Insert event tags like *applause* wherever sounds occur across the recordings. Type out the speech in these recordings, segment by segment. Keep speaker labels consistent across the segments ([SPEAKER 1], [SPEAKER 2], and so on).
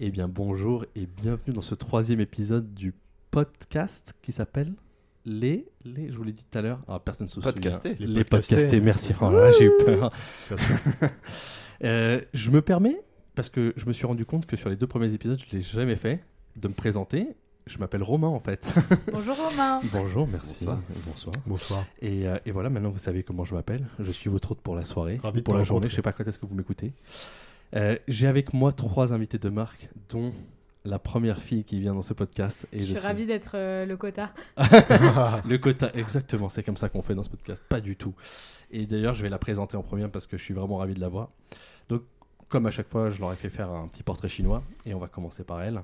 [SPEAKER 1] Eh bien bonjour et bienvenue dans ce troisième épisode du podcast qui s'appelle les, les, je vous l'ai dit tout à l'heure, ah, personne ne se souvient.
[SPEAKER 2] Podcastés.
[SPEAKER 1] Les,
[SPEAKER 2] Les
[SPEAKER 1] podcastés.
[SPEAKER 2] podcastés.
[SPEAKER 1] merci. Oh là, j'ai eu peur. *laughs*
[SPEAKER 2] Bien
[SPEAKER 1] Euh, je me permets, parce que je me suis rendu compte que sur les deux premiers épisodes, je ne l'ai jamais fait, de me présenter. Je m'appelle Romain en
[SPEAKER 2] *laughs*
[SPEAKER 1] fait.
[SPEAKER 3] Bonjour Romain.
[SPEAKER 1] Bonjour, merci.
[SPEAKER 2] Bonsoir.
[SPEAKER 1] Bonsoir.
[SPEAKER 2] Bonsoir.
[SPEAKER 1] Et, euh, et voilà, maintenant vous savez comment je m'appelle. Je suis votre hôte pour la soirée,
[SPEAKER 2] Ravi de
[SPEAKER 1] pour
[SPEAKER 2] te
[SPEAKER 1] la journée.
[SPEAKER 2] rencontrer.
[SPEAKER 1] Je sais pas quand est-ce que vous m'écoutez. Euh, J'ai avec moi trois invités de marque, dont la première fille qui vient dans ce podcast. Et
[SPEAKER 3] je suis
[SPEAKER 1] suis-
[SPEAKER 3] ravie d'être euh, le quota.
[SPEAKER 1] *laughs* Le quota, exactement, c'est comme ça qu'on fait dans ce podcast, pas du tout. Et d'ailleurs, je vais la présenter en première parce que je suis vraiment ravi de la voir. Donc, comme à chaque fois, je leur ai fait faire un petit portrait chinois et on va commencer par elle.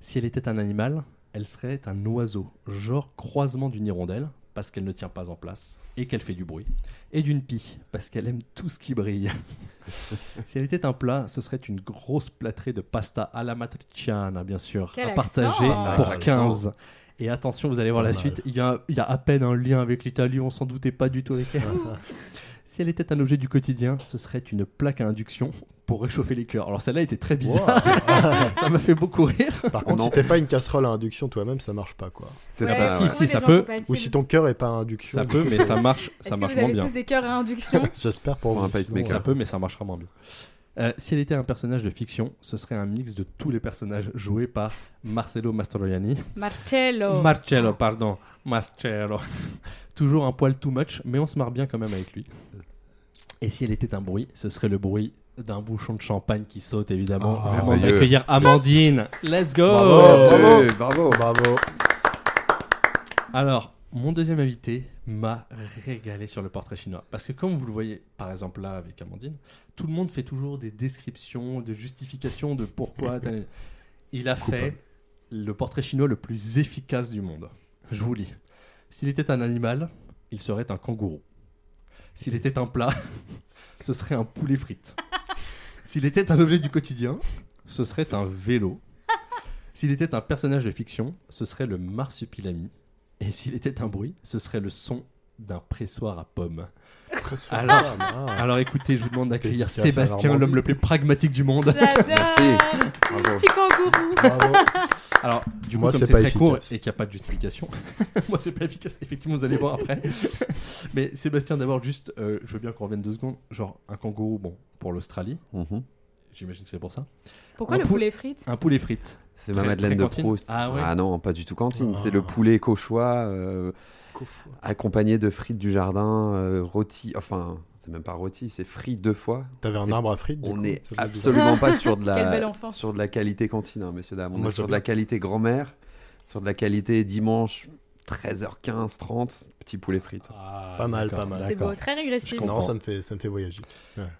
[SPEAKER 1] Si elle était un animal, elle serait un oiseau, genre croisement d'une hirondelle, parce qu'elle ne tient pas en place et qu'elle fait du bruit, et d'une pie, parce qu'elle aime tout ce qui brille. *laughs* si elle était un plat, ce serait une grosse plâtrée de pasta alla matriciana, bien sûr,
[SPEAKER 3] Quel
[SPEAKER 1] à partager
[SPEAKER 3] accent
[SPEAKER 1] pour
[SPEAKER 2] Quel
[SPEAKER 1] 15. Et attention, vous allez voir
[SPEAKER 2] Pas
[SPEAKER 1] la
[SPEAKER 2] mal.
[SPEAKER 1] suite, il y, a, il y a à peine un lien avec l'Italie, on s'en doutait pas du tout avec elle. Si elle était un objet du quotidien, ce serait une plaque à induction pour réchauffer les cœurs. Alors celle-là était très bizarre, *laughs* ça m'a fait beaucoup rire.
[SPEAKER 4] Par
[SPEAKER 2] On
[SPEAKER 4] contre,
[SPEAKER 2] en-
[SPEAKER 4] si t'es pas une casserole à induction toi-même, ça marche pas quoi.
[SPEAKER 2] C'est
[SPEAKER 3] Ouais,
[SPEAKER 2] ça.
[SPEAKER 3] je
[SPEAKER 1] si,
[SPEAKER 2] ouais.
[SPEAKER 3] trouve
[SPEAKER 1] si,
[SPEAKER 3] les
[SPEAKER 1] ça
[SPEAKER 3] gens
[SPEAKER 1] peut.
[SPEAKER 3] compatibles.
[SPEAKER 4] Ou si ton cœur est pas à induction.
[SPEAKER 1] Ça peut, mais ça marche,
[SPEAKER 3] Est-ce
[SPEAKER 1] ça
[SPEAKER 3] que
[SPEAKER 1] marche
[SPEAKER 3] vous
[SPEAKER 1] moins
[SPEAKER 3] avez
[SPEAKER 1] bien.
[SPEAKER 3] tous des cœurs à
[SPEAKER 1] *laughs*
[SPEAKER 3] induction
[SPEAKER 4] J'espère pour
[SPEAKER 2] Pour
[SPEAKER 4] vous.
[SPEAKER 2] un pacemaker.
[SPEAKER 4] sinon,
[SPEAKER 1] Ça
[SPEAKER 2] Ouais.
[SPEAKER 1] peut, mais ça marchera moins bien. Euh, si elle était un personnage de fiction, ce serait un mix de tous les personnages joués par Marcello Mastroianni.
[SPEAKER 3] Marcello.
[SPEAKER 1] Marcello, pardon. Marcello. *laughs* Toujours un poil too much, mais on se marre bien quand même avec lui. Et si elle était un bruit, ce serait le bruit d'un bouchon de champagne qui saute, évidemment.
[SPEAKER 4] Ah,
[SPEAKER 1] Je demande
[SPEAKER 2] merveilleux.
[SPEAKER 1] d'accueillir Amandine. Let's go
[SPEAKER 4] Bravo, bravo.
[SPEAKER 2] Ouais, Oh, bravo.
[SPEAKER 4] Bravo.
[SPEAKER 1] Alors, mon deuxième invité m'a régalé sur le portrait chinois. Parce que comme vous le voyez, par exemple là avec Amandine, tout le monde fait toujours des descriptions, des justifications de pourquoi. t'as- Il a fait le portrait chinois le plus efficace du monde. Je vous lis. S'il était un animal, il serait un kangourou. S'il était un plat, *laughs* ce serait un poulet frite. S'il était un objet du quotidien, ce serait un vélo. S'il était un personnage de fiction, ce serait le marsupilami. Et s'il était un bruit, ce serait le son d'un pressoir à pommes. Alors,
[SPEAKER 4] Ah,
[SPEAKER 1] alors écoutez, je vous demande d'accueillir
[SPEAKER 4] Dédicace à
[SPEAKER 1] Sébastien,
[SPEAKER 4] Normandie.
[SPEAKER 1] l'homme le plus pragmatique du monde.
[SPEAKER 3] J'adore.
[SPEAKER 2] Merci.
[SPEAKER 3] Mon
[SPEAKER 2] Bravo.
[SPEAKER 3] Petit kangourou.
[SPEAKER 4] bravo.
[SPEAKER 1] Alors, du
[SPEAKER 4] Moi,
[SPEAKER 1] coup, comme
[SPEAKER 4] c'est
[SPEAKER 1] c'est
[SPEAKER 4] pas
[SPEAKER 1] très court
[SPEAKER 4] efficace.
[SPEAKER 1] et qu'il n'y a pas de justification, *laughs* moi, c'est pas efficace. Effectivement, vous allez voir après. *laughs* Mais Sébastien, d'abord, juste, euh, je veux bien qu'on revienne deux secondes. Genre, un kangourou, bon, pour l'Australie,
[SPEAKER 2] Mhm.
[SPEAKER 1] j'imagine que c'est pour ça.
[SPEAKER 3] Pourquoi
[SPEAKER 1] Un
[SPEAKER 3] le
[SPEAKER 1] pou-
[SPEAKER 3] poulet frites
[SPEAKER 1] Un poulet frites.
[SPEAKER 2] C'est ma
[SPEAKER 1] Très-
[SPEAKER 2] Madeleine
[SPEAKER 1] très
[SPEAKER 2] de
[SPEAKER 1] cantine.
[SPEAKER 2] Proust.
[SPEAKER 1] Ah ouais.
[SPEAKER 2] non, pas du tout cantine. C'est le
[SPEAKER 4] Ah.
[SPEAKER 2] poulet cauchois euh, accompagné de frites du jardin, euh, rôti. Enfin, c'est même pas rôti, c'est frit deux fois.
[SPEAKER 4] T'avais un
[SPEAKER 2] C'est-
[SPEAKER 4] arbre à frites du
[SPEAKER 2] On
[SPEAKER 4] coup,
[SPEAKER 2] n'est
[SPEAKER 4] ça faisait
[SPEAKER 2] absolument pas sur de
[SPEAKER 1] *laughs* Euh,
[SPEAKER 3] Quelle belle
[SPEAKER 2] la
[SPEAKER 3] enfance.
[SPEAKER 2] sur de la qualité cantine, hein, messieurs dames. On
[SPEAKER 4] Moi,
[SPEAKER 2] est sur
[SPEAKER 4] j'aime
[SPEAKER 2] de la
[SPEAKER 4] bien.
[SPEAKER 2] qualité grand-mère, sur de la qualité dimanche 13h15, 30, petit poulet frites.
[SPEAKER 1] Ah.
[SPEAKER 4] Pas mal, pas mal.
[SPEAKER 3] C'est beau,
[SPEAKER 1] D'accord.
[SPEAKER 3] très régressif.
[SPEAKER 2] Je
[SPEAKER 4] bizarre.
[SPEAKER 2] comprends.
[SPEAKER 4] Non, ça me fait, ça me fait voyager.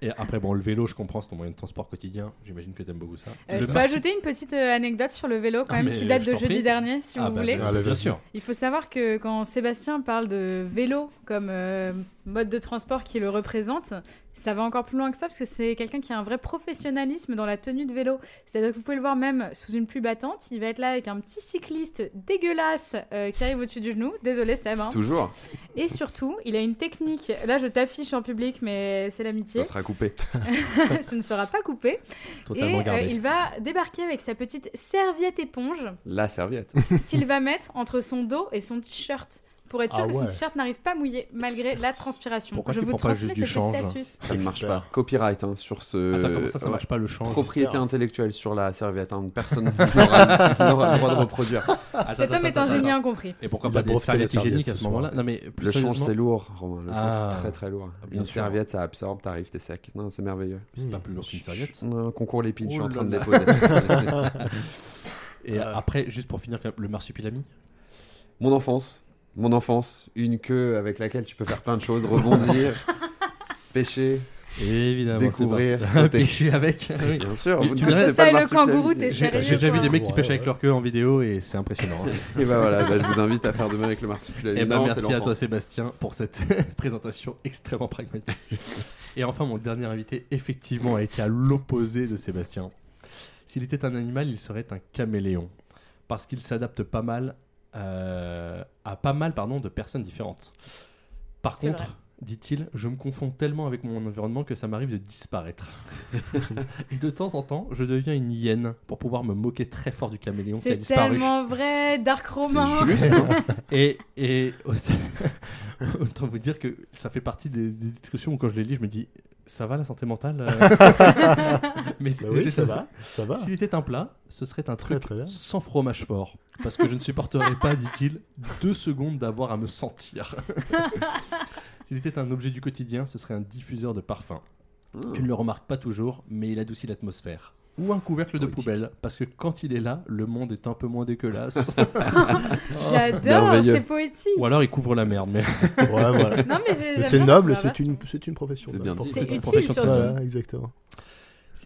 [SPEAKER 1] Et après, bon, le vélo, je comprends, c'est ton moyen de transport quotidien. J'imagine que t'aimes beaucoup ça.
[SPEAKER 3] Euh,
[SPEAKER 1] Le
[SPEAKER 3] je peux
[SPEAKER 1] marsu-
[SPEAKER 3] ajouter une petite euh, anecdote sur le vélo quand
[SPEAKER 1] Ah,
[SPEAKER 3] même
[SPEAKER 1] mais
[SPEAKER 3] qui date
[SPEAKER 1] je
[SPEAKER 3] de
[SPEAKER 1] t'en
[SPEAKER 3] jeudi
[SPEAKER 1] prie.
[SPEAKER 3] dernier si
[SPEAKER 1] Ah,
[SPEAKER 3] vous
[SPEAKER 1] bah,
[SPEAKER 3] voulez.
[SPEAKER 1] bien,
[SPEAKER 4] Allez,
[SPEAKER 1] bien
[SPEAKER 4] vas-y.
[SPEAKER 1] sûr.
[SPEAKER 3] Il faut savoir que quand Sébastien parle de vélo comme euh, mode de transport qui le représente, ça va encore plus loin que ça parce que c'est quelqu'un qui a un vrai professionnalisme dans la tenue de vélo. C'est-à-dire que vous pouvez le voir même sous une pluie battante, il va être là avec un petit cycliste dégueulasse euh, qui arrive au-dessus du genou. Désolé Seb. hein.
[SPEAKER 2] Toujours,
[SPEAKER 3] Et surtout, il a une technique. Là, je t'affiche en public, mais c'est l'amitié.
[SPEAKER 2] ça sera coupé.
[SPEAKER 3] *laughs* Ce ne sera pas coupé.
[SPEAKER 1] Totalement
[SPEAKER 3] et euh,
[SPEAKER 1] gardé.
[SPEAKER 3] il va débarquer avec sa petite serviette éponge
[SPEAKER 2] La serviette.
[SPEAKER 3] qu'il va mettre entre son dos et son t-shirt pour être sûr
[SPEAKER 4] Ah
[SPEAKER 3] que son
[SPEAKER 4] ouais.
[SPEAKER 3] t-shirt n'arrive pas mouillé malgré la transpiration.
[SPEAKER 1] Pourquoi
[SPEAKER 3] je
[SPEAKER 1] tu
[SPEAKER 3] vous
[SPEAKER 1] prends pas juste
[SPEAKER 3] transmets cette
[SPEAKER 1] du change
[SPEAKER 3] petite astuce.
[SPEAKER 2] Ça ne marche
[SPEAKER 4] Expert.
[SPEAKER 2] pas. Copyright hein, sur ce.
[SPEAKER 1] Attends, comment ça, ça
[SPEAKER 4] Euh,
[SPEAKER 2] Ouais.
[SPEAKER 1] marche pas le champ
[SPEAKER 2] Propriété
[SPEAKER 4] Expert.
[SPEAKER 2] intellectuelle sur la serviette. hein. Personne *laughs* n'aura n'aura le droit
[SPEAKER 1] *laughs*
[SPEAKER 2] de reproduire.
[SPEAKER 3] Cet homme est un génie incompris.
[SPEAKER 1] Et pourquoi
[SPEAKER 4] Il
[SPEAKER 1] pas
[SPEAKER 4] a
[SPEAKER 1] des
[SPEAKER 4] breveté
[SPEAKER 1] serviettes
[SPEAKER 4] les serviettes
[SPEAKER 1] hygiéniques à
[SPEAKER 4] ce
[SPEAKER 1] ce moment-là
[SPEAKER 4] soir.
[SPEAKER 1] Non, mais plus
[SPEAKER 2] Le change,
[SPEAKER 1] sérieusement,
[SPEAKER 2] c'est lourd, Romain. Le change,
[SPEAKER 1] Ah.
[SPEAKER 2] c'est très très lourd.
[SPEAKER 1] Bien
[SPEAKER 2] Une
[SPEAKER 1] sûr.
[SPEAKER 2] serviette, ça absorbe, t'arrives, tes secs. Non, c'est merveilleux.
[SPEAKER 1] c'est
[SPEAKER 4] Hmm.
[SPEAKER 1] pas plus lourd qu'une serviette.
[SPEAKER 2] Un concours l'épine, je suis
[SPEAKER 1] Oh
[SPEAKER 2] en train de
[SPEAKER 1] là
[SPEAKER 2] déposer.
[SPEAKER 1] Et
[SPEAKER 4] Ah.
[SPEAKER 1] après, juste pour finir, quand même, le marsupilami.
[SPEAKER 2] *laughs* Mon enfance. Mon enfance. Une queue avec laquelle tu peux faire plein de
[SPEAKER 1] *laughs*
[SPEAKER 2] choses. Rebondir, pêcher,
[SPEAKER 1] Évidemment.
[SPEAKER 2] découvrir, sauter.
[SPEAKER 1] *laughs* Pêcher
[SPEAKER 2] *laughs*
[SPEAKER 1] avec. Oui.
[SPEAKER 2] Bien sûr.
[SPEAKER 1] Mais
[SPEAKER 2] au bout
[SPEAKER 1] tu
[SPEAKER 2] du compte,
[SPEAKER 1] verrais-
[SPEAKER 2] c'est pas
[SPEAKER 3] Ça et le
[SPEAKER 2] marsupilami.
[SPEAKER 3] kangourou, t'es
[SPEAKER 1] J'ai
[SPEAKER 3] Sérieux,
[SPEAKER 1] j'ai déjà vu
[SPEAKER 3] quoi.
[SPEAKER 1] des mecs qui
[SPEAKER 4] Ouais,
[SPEAKER 1] pêchent
[SPEAKER 4] ouais.
[SPEAKER 1] avec leur queue en vidéo et c'est impressionnant. hein.
[SPEAKER 2] Et bah voilà, bah, je vous invite à faire de même avec le marsupilami.
[SPEAKER 1] Eh ben,
[SPEAKER 2] Non, c'est
[SPEAKER 1] merci à toi
[SPEAKER 2] l'enfance.
[SPEAKER 1] Sébastien pour cette *laughs* présentation extrêmement pragmatique. Et enfin, mon dernier invité, effectivement, a été à l'opposé de Sébastien. S'il était un animal, il serait un caméléon. Parce qu'il s'adapte pas mal euh, à pas mal pardon, de personnes différentes. Par
[SPEAKER 3] C'est
[SPEAKER 1] contre,
[SPEAKER 3] vrai.
[SPEAKER 1] dit-il, je me confonds tellement avec mon environnement que ça m'arrive de
[SPEAKER 3] *laughs*
[SPEAKER 1] disparaître. et de temps en temps, je deviens une hyène pour pouvoir me moquer très fort du caméléon qui a
[SPEAKER 3] C'est
[SPEAKER 1] disparu.
[SPEAKER 3] tellement vrai, Dark Romain.
[SPEAKER 2] C'est juste, hein.
[SPEAKER 1] *laughs* Et, et autant, autant vous dire que ça fait partie des, des discussions où quand je les lis, je me dis ça va la santé mentale
[SPEAKER 4] *laughs*
[SPEAKER 1] euh Mais
[SPEAKER 4] Bah
[SPEAKER 1] mais
[SPEAKER 4] oui,
[SPEAKER 1] c'est-
[SPEAKER 4] ça va. Ça va.
[SPEAKER 1] S'il était un plat, ce serait un
[SPEAKER 4] Très,
[SPEAKER 1] truc
[SPEAKER 4] très bien.
[SPEAKER 1] sans fromage fort. Parce que je ne supporterais pas, dit-il, deux secondes d'avoir à me sentir. S'il était un objet du quotidien, ce serait un diffuseur de parfum. Tu ne le remarques pas toujours, mais il adoucit l'atmosphère. Ou un couvercle de
[SPEAKER 2] Poétique.
[SPEAKER 1] poubelle, parce que quand il est là, le monde est un peu moins dégueulasse. *laughs*
[SPEAKER 3] J'adore,
[SPEAKER 2] merveilleux.
[SPEAKER 3] c'est poétique.
[SPEAKER 1] Ou alors il couvre la merde, mais *laughs*
[SPEAKER 4] Ouais, voilà.
[SPEAKER 3] Non, mais j'ai-
[SPEAKER 4] Mais
[SPEAKER 3] j'aime
[SPEAKER 4] c'est
[SPEAKER 3] bien
[SPEAKER 4] noble,
[SPEAKER 3] cette
[SPEAKER 4] c'est une,
[SPEAKER 3] version.
[SPEAKER 4] c'est une profession.
[SPEAKER 2] C'est
[SPEAKER 4] là,
[SPEAKER 2] bien
[SPEAKER 4] pour
[SPEAKER 2] dit.
[SPEAKER 4] ça.
[SPEAKER 3] C'est
[SPEAKER 1] une
[SPEAKER 3] utile
[SPEAKER 1] profession
[SPEAKER 3] surtout.
[SPEAKER 4] Voilà, exactement.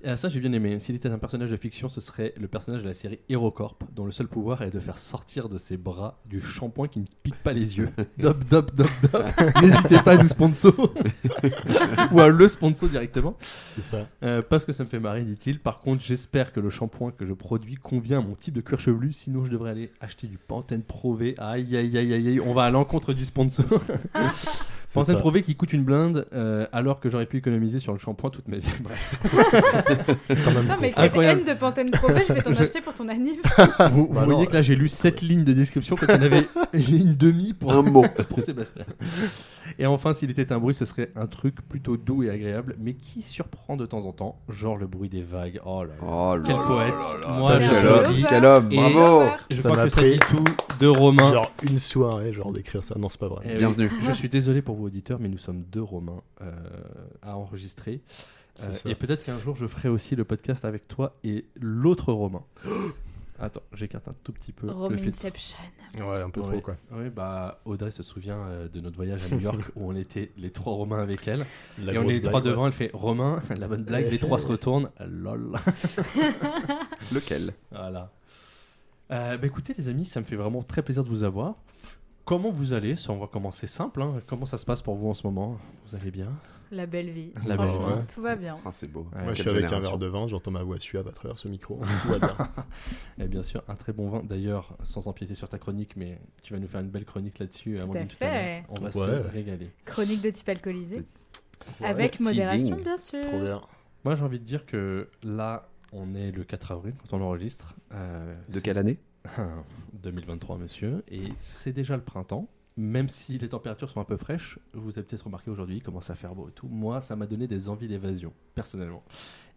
[SPEAKER 1] Ah, ça, j'ai bien aimé. S'il était un personnage de fiction, ce serait le personnage de la série HeroCorp, dont le seul pouvoir est de faire sortir de ses bras du shampoing qui ne pique pas les yeux. *laughs* Dop, dop, dop, dop. *laughs* N'hésitez pas à nous sponsor. *laughs* Ou à le sponsor directement.
[SPEAKER 4] C'est ça.
[SPEAKER 1] Euh, parce que ça me fait marrer, dit-il. Par contre, j'espère que le shampoing que je produis convient à mon type de cuir chevelu. Sinon, je devrais aller acheter du Pantene Prové. Aïe, aïe, aïe, aïe, aïe. On va à l'encontre du sponsor.
[SPEAKER 4] C'est
[SPEAKER 1] Pantene
[SPEAKER 4] ça.
[SPEAKER 1] Prové qui coûte une blinde, euh, alors que j'aurais pu économiser sur le shampoing toute ma vie. *laughs* Bref.
[SPEAKER 4] Quand même
[SPEAKER 3] Putain, mais avec cette
[SPEAKER 1] Incroyable.
[SPEAKER 3] haine de Pantene Profet, je vais t'en
[SPEAKER 1] Je-
[SPEAKER 3] acheter pour ton anniv.
[SPEAKER 1] Vous, vous
[SPEAKER 4] Bah non,
[SPEAKER 1] voyez que là j'ai lu 7 lignes de description quand on
[SPEAKER 4] *laughs*
[SPEAKER 1] avait une demi pour,
[SPEAKER 4] Ah
[SPEAKER 2] Un mot.
[SPEAKER 1] pour Sébastien. Et enfin, s'il était un bruit, ce serait un truc plutôt doux et agréable, mais qui surprend de temps en temps, genre le bruit des vagues. Oh là là.
[SPEAKER 2] Oh là
[SPEAKER 1] Quel
[SPEAKER 2] là
[SPEAKER 1] poète.
[SPEAKER 2] là là.
[SPEAKER 1] Moi,
[SPEAKER 2] quel
[SPEAKER 4] je
[SPEAKER 2] homme,
[SPEAKER 1] dis-
[SPEAKER 2] quel homme,
[SPEAKER 1] Et-
[SPEAKER 2] bravo.
[SPEAKER 1] Je
[SPEAKER 4] Ça
[SPEAKER 1] crois
[SPEAKER 4] m'a
[SPEAKER 1] que ça
[SPEAKER 4] pris
[SPEAKER 1] dit tout de Romain.
[SPEAKER 4] Genre une soirée, genre d'écrire ça. Non, c'est pas vrai.
[SPEAKER 1] Eh oui.
[SPEAKER 2] Bienvenue.
[SPEAKER 1] Je suis désolé pour vos auditeurs, mais nous sommes deux Romains euh, à enregistrer.
[SPEAKER 4] C'est
[SPEAKER 1] Euh,
[SPEAKER 4] ça.
[SPEAKER 1] et peut-être qu'un jour, je ferai aussi le podcast avec toi et l'autre
[SPEAKER 4] *gasps*
[SPEAKER 1] Romain. Attends, j'écarte un tout petit peu le filtre.
[SPEAKER 3] Rominception.
[SPEAKER 4] Ouais, un peu
[SPEAKER 1] Oui.
[SPEAKER 4] trop quoi.
[SPEAKER 1] Oui, bah Audrey se souvient euh, de notre voyage à New
[SPEAKER 4] *laughs*
[SPEAKER 1] York où on était les trois Romains avec elle.
[SPEAKER 4] La
[SPEAKER 1] et on est
[SPEAKER 4] grosse
[SPEAKER 1] les trois
[SPEAKER 4] blague,
[SPEAKER 1] devant, elle fait Romain, *laughs* la bonne blague, les trois se retournent, lol. *laughs*
[SPEAKER 2] Lequel
[SPEAKER 1] voilà. Euh, bah écoutez les amis, ça me fait vraiment très plaisir de vous avoir. Comment vous allez Ça, On va commencer simple. hein. Comment ça se passe pour vous en ce moment Vous allez bien
[SPEAKER 3] La belle vie.
[SPEAKER 1] La
[SPEAKER 4] belle
[SPEAKER 3] Franchement,
[SPEAKER 4] vie.
[SPEAKER 3] Tout va bien.
[SPEAKER 2] Ah, C'est beau.
[SPEAKER 1] Ouais,
[SPEAKER 4] Moi, je suis
[SPEAKER 2] Quelle
[SPEAKER 4] avec un
[SPEAKER 2] génération.
[SPEAKER 4] verre de vin, j'entends ma voix suave à travers ce micro. Tout va bien.
[SPEAKER 1] Et bien sûr, un très bon vin. D'ailleurs, sans empiéter sur ta chronique, mais tu vas nous faire une belle chronique là-dessus.
[SPEAKER 3] Tout
[SPEAKER 1] Amandine,
[SPEAKER 3] à
[SPEAKER 1] l'heure.
[SPEAKER 3] fait.
[SPEAKER 1] On va
[SPEAKER 4] Ouais.
[SPEAKER 1] se régaler.
[SPEAKER 3] Chronique de type alcoolisé.
[SPEAKER 4] Ouais,
[SPEAKER 3] Avec
[SPEAKER 2] teasing.
[SPEAKER 3] modération, bien sûr.
[SPEAKER 4] Trop bien.
[SPEAKER 1] Moi j'ai envie de dire que là, on est le 4 avril quand on enregistre. Euh,
[SPEAKER 2] De quelle année
[SPEAKER 1] *laughs* 2023, monsieur, et c'est déjà le printemps. Même si les températures sont un peu fraîches, vous avez peut-être remarqué aujourd'hui, il commence à faire beau et tout. Moi, ça m'a donné des envies d'évasion, personnellement,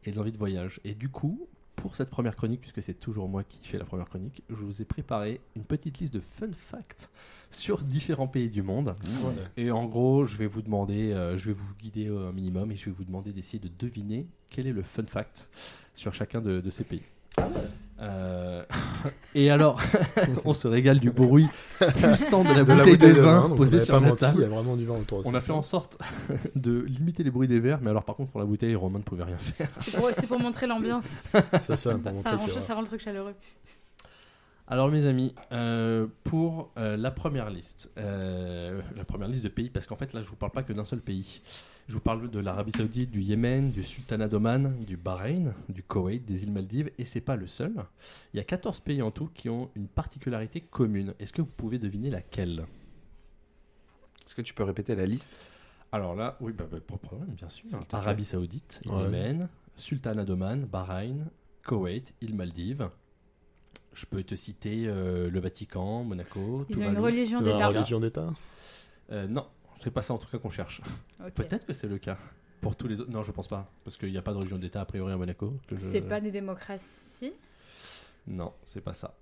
[SPEAKER 1] et des envies de voyage. Et du coup, pour cette première chronique, puisque c'est toujours moi qui fais la première chronique, je vous ai préparé une petite liste de fun facts sur différents pays du monde. Et en gros, je vais vous demander, euh, je vais vous guider euh, un minimum et je vais vous demander d'essayer de deviner quel est le fun fact sur chacun de, de ces pays.
[SPEAKER 4] Ah
[SPEAKER 1] Euh, *laughs* et alors, *laughs* on se régale du bruit puissant de la
[SPEAKER 4] De la
[SPEAKER 1] bouteille, de, vin,
[SPEAKER 4] donc
[SPEAKER 1] posée
[SPEAKER 4] on avait
[SPEAKER 1] sur
[SPEAKER 4] pas
[SPEAKER 1] la
[SPEAKER 4] menti, euh, Il y
[SPEAKER 1] table.
[SPEAKER 4] a vraiment du vin autour de
[SPEAKER 1] On
[SPEAKER 4] ça.
[SPEAKER 1] a fait en sorte *laughs* de limiter les bruits des verres, mais alors par contre pour la bouteille, Romain ne pouvait rien faire.
[SPEAKER 3] C'est pour, c'est pour montrer l'ambiance.
[SPEAKER 4] C'est ça, pour
[SPEAKER 3] Bah, ça,
[SPEAKER 4] montrer
[SPEAKER 3] rend,
[SPEAKER 4] que.
[SPEAKER 3] ça rend le truc chaleureux.
[SPEAKER 1] Alors mes amis, euh, pour euh, la première liste, euh, la première liste de pays, parce qu'en fait là je vous parle pas que d'un seul pays. Je vous parle de l'Arabie Saoudite, du Yémen, du Sultanat d'Oman, du Bahreïn, du Koweït, des îles Maldives, et c'est pas le seul. Il y a 14 pays en tout qui ont une particularité commune. Est-ce que vous pouvez deviner laquelle
[SPEAKER 2] Est-ce que tu peux répéter la liste
[SPEAKER 1] Alors là, oui, bah, bah, pas de problème, bien sûr.
[SPEAKER 2] S'il te plaît.
[SPEAKER 1] Arabie Saoudite,
[SPEAKER 4] Ouais.
[SPEAKER 1] Yémen, Sultanat d'Oman, Bahreïn, Koweït, îles Maldives. Je peux te citer euh, le Vatican, Monaco,
[SPEAKER 3] Ils ont une
[SPEAKER 1] Tuvalu.
[SPEAKER 3] religion
[SPEAKER 4] La
[SPEAKER 3] d'État.
[SPEAKER 4] religion d'État
[SPEAKER 1] Euh, non, c'est pas ça en tout cas qu'on cherche.
[SPEAKER 3] Ok.
[SPEAKER 1] Peut-être que c'est le cas pour tous les autres. Non, je pense pas, parce qu'il n'y a pas de religion d'État a priori à Monaco. que je-
[SPEAKER 3] C'est pas des démocraties.
[SPEAKER 1] Non, c'est pas ça.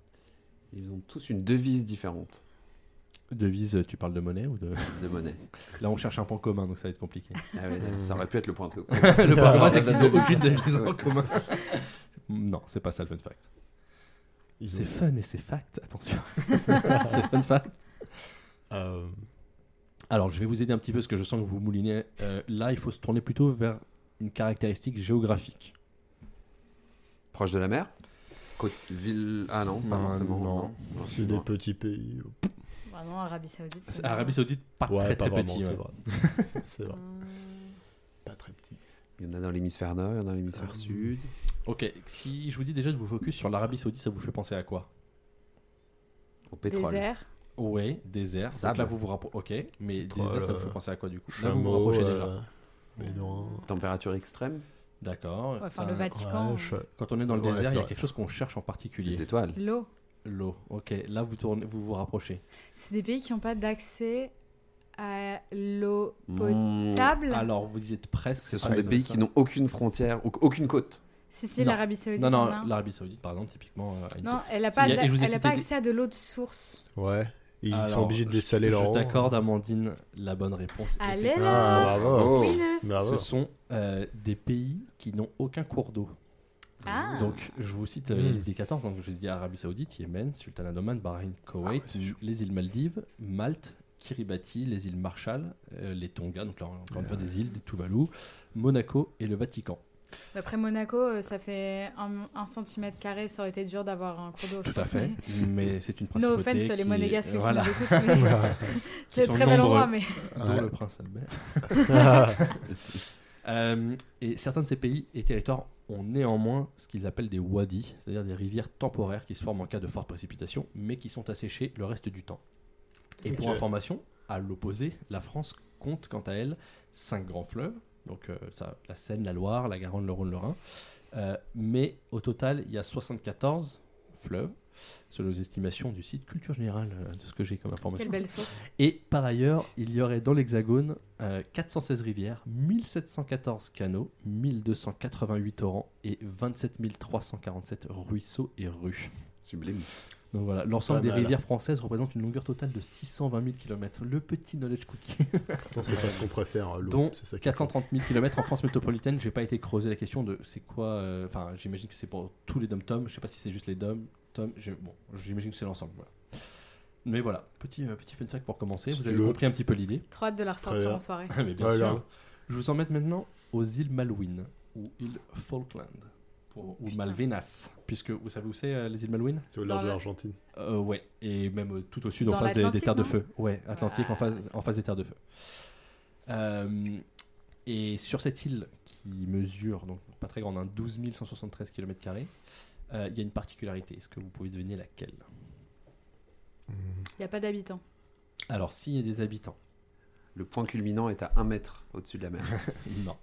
[SPEAKER 2] Ils ont tous une devise différente
[SPEAKER 1] Devise, tu parles de monnaie ou *laughs* de
[SPEAKER 2] de monnaie.
[SPEAKER 1] Là, on cherche un point commun, donc ça va être compliqué.
[SPEAKER 2] Ah ouais,
[SPEAKER 4] Hmm.
[SPEAKER 2] Ça aurait pu être le point *laughs*
[SPEAKER 1] *laughs*
[SPEAKER 2] de
[SPEAKER 1] le point commun, c'est
[SPEAKER 2] Ouais.
[SPEAKER 1] qu'ils n'ont aucune devise en
[SPEAKER 2] Ouais.
[SPEAKER 1] commun. *laughs* non, c'est pas ça le fun fact.
[SPEAKER 4] Ils
[SPEAKER 1] C'est
[SPEAKER 4] ont-
[SPEAKER 1] fun et c'est fact. Attention, *laughs* c'est fun fact.
[SPEAKER 4] Euh,
[SPEAKER 1] Alors, je vais vous aider un petit peu parce que je sens que vous moulinez. Euh, là, il faut se tourner plutôt vers une caractéristique géographique.
[SPEAKER 2] Proche de la mer Côte ville. Ah non, pas
[SPEAKER 1] Non,
[SPEAKER 2] forcément.
[SPEAKER 1] non.
[SPEAKER 2] Non,
[SPEAKER 4] C'est des petits pays.
[SPEAKER 3] Ah non, Arabie Saoudite. c'est
[SPEAKER 1] Arabie Saoudite, pas
[SPEAKER 4] Ouais,
[SPEAKER 1] très
[SPEAKER 4] pas
[SPEAKER 1] très
[SPEAKER 4] vraiment,
[SPEAKER 1] petit.
[SPEAKER 4] c'est
[SPEAKER 1] ouais.
[SPEAKER 4] vrai.
[SPEAKER 1] *laughs*
[SPEAKER 4] C'est vrai.
[SPEAKER 3] Hum,
[SPEAKER 4] Pas très petit.
[SPEAKER 2] Il y en a dans l'hémisphère nord, il y en a dans l'hémisphère sud.
[SPEAKER 1] Ok, si je vous dis déjà de vous focus sur l'Arabie Saoudite, ça vous fait penser à quoi
[SPEAKER 2] Au pétrole.
[SPEAKER 3] Désert.
[SPEAKER 1] Ouais, désert. Donc
[SPEAKER 2] Sable.
[SPEAKER 1] là, vous vous rapprochez. Ok, mais
[SPEAKER 4] Troll,
[SPEAKER 1] désert, ça vous
[SPEAKER 4] euh,
[SPEAKER 1] fait penser à quoi du coup Là,
[SPEAKER 4] Chameau,
[SPEAKER 1] vous vous rapprochez
[SPEAKER 4] euh,
[SPEAKER 1] déjà.
[SPEAKER 4] Bédouin.
[SPEAKER 2] Température extrême,
[SPEAKER 1] D'accord.
[SPEAKER 3] Ouais,
[SPEAKER 1] ça-
[SPEAKER 3] enfin, le Vatican,
[SPEAKER 4] Ouais, ouais.
[SPEAKER 1] Quand on est dans le
[SPEAKER 4] Ouais,
[SPEAKER 1] désert,
[SPEAKER 4] c'est
[SPEAKER 1] il y a
[SPEAKER 4] vrai.
[SPEAKER 1] quelque chose qu'on cherche en particulier.
[SPEAKER 2] les étoiles.
[SPEAKER 3] l'eau.
[SPEAKER 1] L'eau. Ok, là, vous, tournez, vous vous rapprochez.
[SPEAKER 3] C'est des pays qui n'ont pas d'accès à l'eau
[SPEAKER 2] Mmh.
[SPEAKER 3] potable.
[SPEAKER 1] Alors, vous y êtes presque.
[SPEAKER 2] Ce
[SPEAKER 1] c'est
[SPEAKER 2] sont
[SPEAKER 1] pas
[SPEAKER 2] des
[SPEAKER 1] ça,
[SPEAKER 2] pays
[SPEAKER 1] ça.
[SPEAKER 2] qui n'ont aucune frontière, au- aucune côte.
[SPEAKER 3] Si, si,
[SPEAKER 1] Non.
[SPEAKER 3] l'Arabie Saoudite.
[SPEAKER 1] Non,
[SPEAKER 3] en a
[SPEAKER 1] non,
[SPEAKER 3] un.
[SPEAKER 1] l'Arabie Saoudite, par exemple, typiquement. euh, a une
[SPEAKER 3] Non,
[SPEAKER 1] côte.
[SPEAKER 3] elle n'a
[SPEAKER 1] Si,
[SPEAKER 3] pas,
[SPEAKER 1] il y a- et je vous ai
[SPEAKER 3] elle a pas
[SPEAKER 1] cité des-
[SPEAKER 3] accès à de l'eau de source.
[SPEAKER 4] Ouais. Ils sont
[SPEAKER 1] Alors,
[SPEAKER 4] obligés de
[SPEAKER 1] je-
[SPEAKER 4] dessaler leur
[SPEAKER 1] Je
[SPEAKER 4] eau.
[SPEAKER 1] t'accorde, Amandine, la bonne réponse.
[SPEAKER 3] Allez,
[SPEAKER 1] effectivement.
[SPEAKER 4] Ah, bravo.
[SPEAKER 2] Oh.
[SPEAKER 3] Venus.
[SPEAKER 1] Ce
[SPEAKER 4] Bravo. *laughs*
[SPEAKER 1] sont euh, des pays qui n'ont aucun cours d'eau.
[SPEAKER 3] Ah.
[SPEAKER 1] Donc, je vous cite euh, la
[SPEAKER 4] Mm.
[SPEAKER 1] liste des 14. Donc, je dis Arabie Saoudite, Yémen, Sultanat d'Oman, Bahreïn,
[SPEAKER 4] Ah ouais,
[SPEAKER 1] Koweït,
[SPEAKER 4] c'est chaud.
[SPEAKER 1] les îles Maldives, Malte, Kiribati, les îles Marshall, euh, les Tonga, donc là, encore une fois des îles, des Tuvalu, Monaco et le Vatican.
[SPEAKER 3] Après Monaco, euh, ça fait un, un centimètre carré, ça aurait été dur d'avoir un cours d'eau. je
[SPEAKER 1] Tout à
[SPEAKER 3] pense.
[SPEAKER 1] fait. Mais c'est une
[SPEAKER 3] No
[SPEAKER 1] principauté.
[SPEAKER 3] offense,
[SPEAKER 1] qui
[SPEAKER 3] les
[SPEAKER 1] est-
[SPEAKER 3] monégasques qui
[SPEAKER 1] Voilà,
[SPEAKER 3] nous écoutent. mais-
[SPEAKER 1] *laughs* Qui
[SPEAKER 3] C'est un
[SPEAKER 1] sont
[SPEAKER 3] très bel endroit,
[SPEAKER 1] nombreux.
[SPEAKER 3] mais
[SPEAKER 1] dont le prince Albert. Euh, et certains de ces pays et territoires ont néanmoins ce qu'ils appellent des wadis, c'est-à-dire des rivières temporaires qui se forment en cas de forte précipitation, mais qui sont asséchées le reste du temps. Et pour
[SPEAKER 4] Ok.
[SPEAKER 1] information, à l'opposé, la France compte quant à elle cinq grands fleuves, donc euh, ça, la Seine, la Loire, la Garonne, le Rhône, le Rhin. Euh, mais au total, il y a 74 fleuves, selon les estimations du site Culture Générale, euh, de ce que j'ai comme information.
[SPEAKER 3] quelle belle source.
[SPEAKER 1] Et par ailleurs, il y aurait dans l'Hexagone euh, 416 rivières, 1714 canaux, 1288 torrents et 27 347 ruisseaux et rues.
[SPEAKER 2] Sublime.
[SPEAKER 1] Donc voilà, l'ensemble
[SPEAKER 4] Pas
[SPEAKER 1] des
[SPEAKER 4] mal.
[SPEAKER 1] rivières françaises représente une longueur totale de 620 000 km. Le petit knowledge
[SPEAKER 4] *laughs*
[SPEAKER 1] cookie.
[SPEAKER 4] On sait pas ce qu'on préfère, euh, l'eau.
[SPEAKER 1] Dont
[SPEAKER 4] c'est ça qui compte.
[SPEAKER 1] 430 000 km en France métropolitaine. J'ai pas été creusé la question de c'est quoi. euh, Enfin, j'imagine que c'est pour tous les dom-toms. Je sais pas si c'est juste les dom toms je- Bon, j'imagine que c'est l'ensemble. Voilà. Mais voilà, petit, euh, petit fun fact pour commencer.
[SPEAKER 4] Si
[SPEAKER 1] Vous
[SPEAKER 4] tu
[SPEAKER 1] avez
[SPEAKER 4] veux.
[SPEAKER 1] compris un petit peu l'idée.
[SPEAKER 3] Trop hâte de la
[SPEAKER 4] Très
[SPEAKER 3] ressortir
[SPEAKER 4] bien.
[SPEAKER 3] en soirée.
[SPEAKER 1] Ah, *laughs* mais bien
[SPEAKER 4] Voilà.
[SPEAKER 1] sûr. Je vous emmène maintenant aux îles Malouines ou îles Falkland pour- ou
[SPEAKER 3] Putain.
[SPEAKER 1] Malvinas, puisque vous savez où c'est euh, les îles Malouines
[SPEAKER 4] C'est au large
[SPEAKER 3] Dans
[SPEAKER 4] de
[SPEAKER 3] la-
[SPEAKER 4] l'Argentine.
[SPEAKER 1] Euh, Ouais, et même euh, tout au sud en
[SPEAKER 3] Dans
[SPEAKER 1] face des, des
[SPEAKER 3] l'Atlantique,
[SPEAKER 1] terres de
[SPEAKER 3] non
[SPEAKER 1] feu. Ouais, Atlantique en,
[SPEAKER 3] Ah,
[SPEAKER 1] face,
[SPEAKER 3] c'est
[SPEAKER 1] en face des terres de feu. Euh, et sur cette île qui mesure, donc pas très grande, hein, 12 173 km, euh, il y a une particularité. Est-ce que vous pouvez deviner laquelle Mmh.
[SPEAKER 3] Il n'y a pas d'habitants.
[SPEAKER 1] Alors, s'il y a des habitants, *laughs*
[SPEAKER 2] Le point culminant est à 1 mètre au-dessus de la mer.
[SPEAKER 1] non.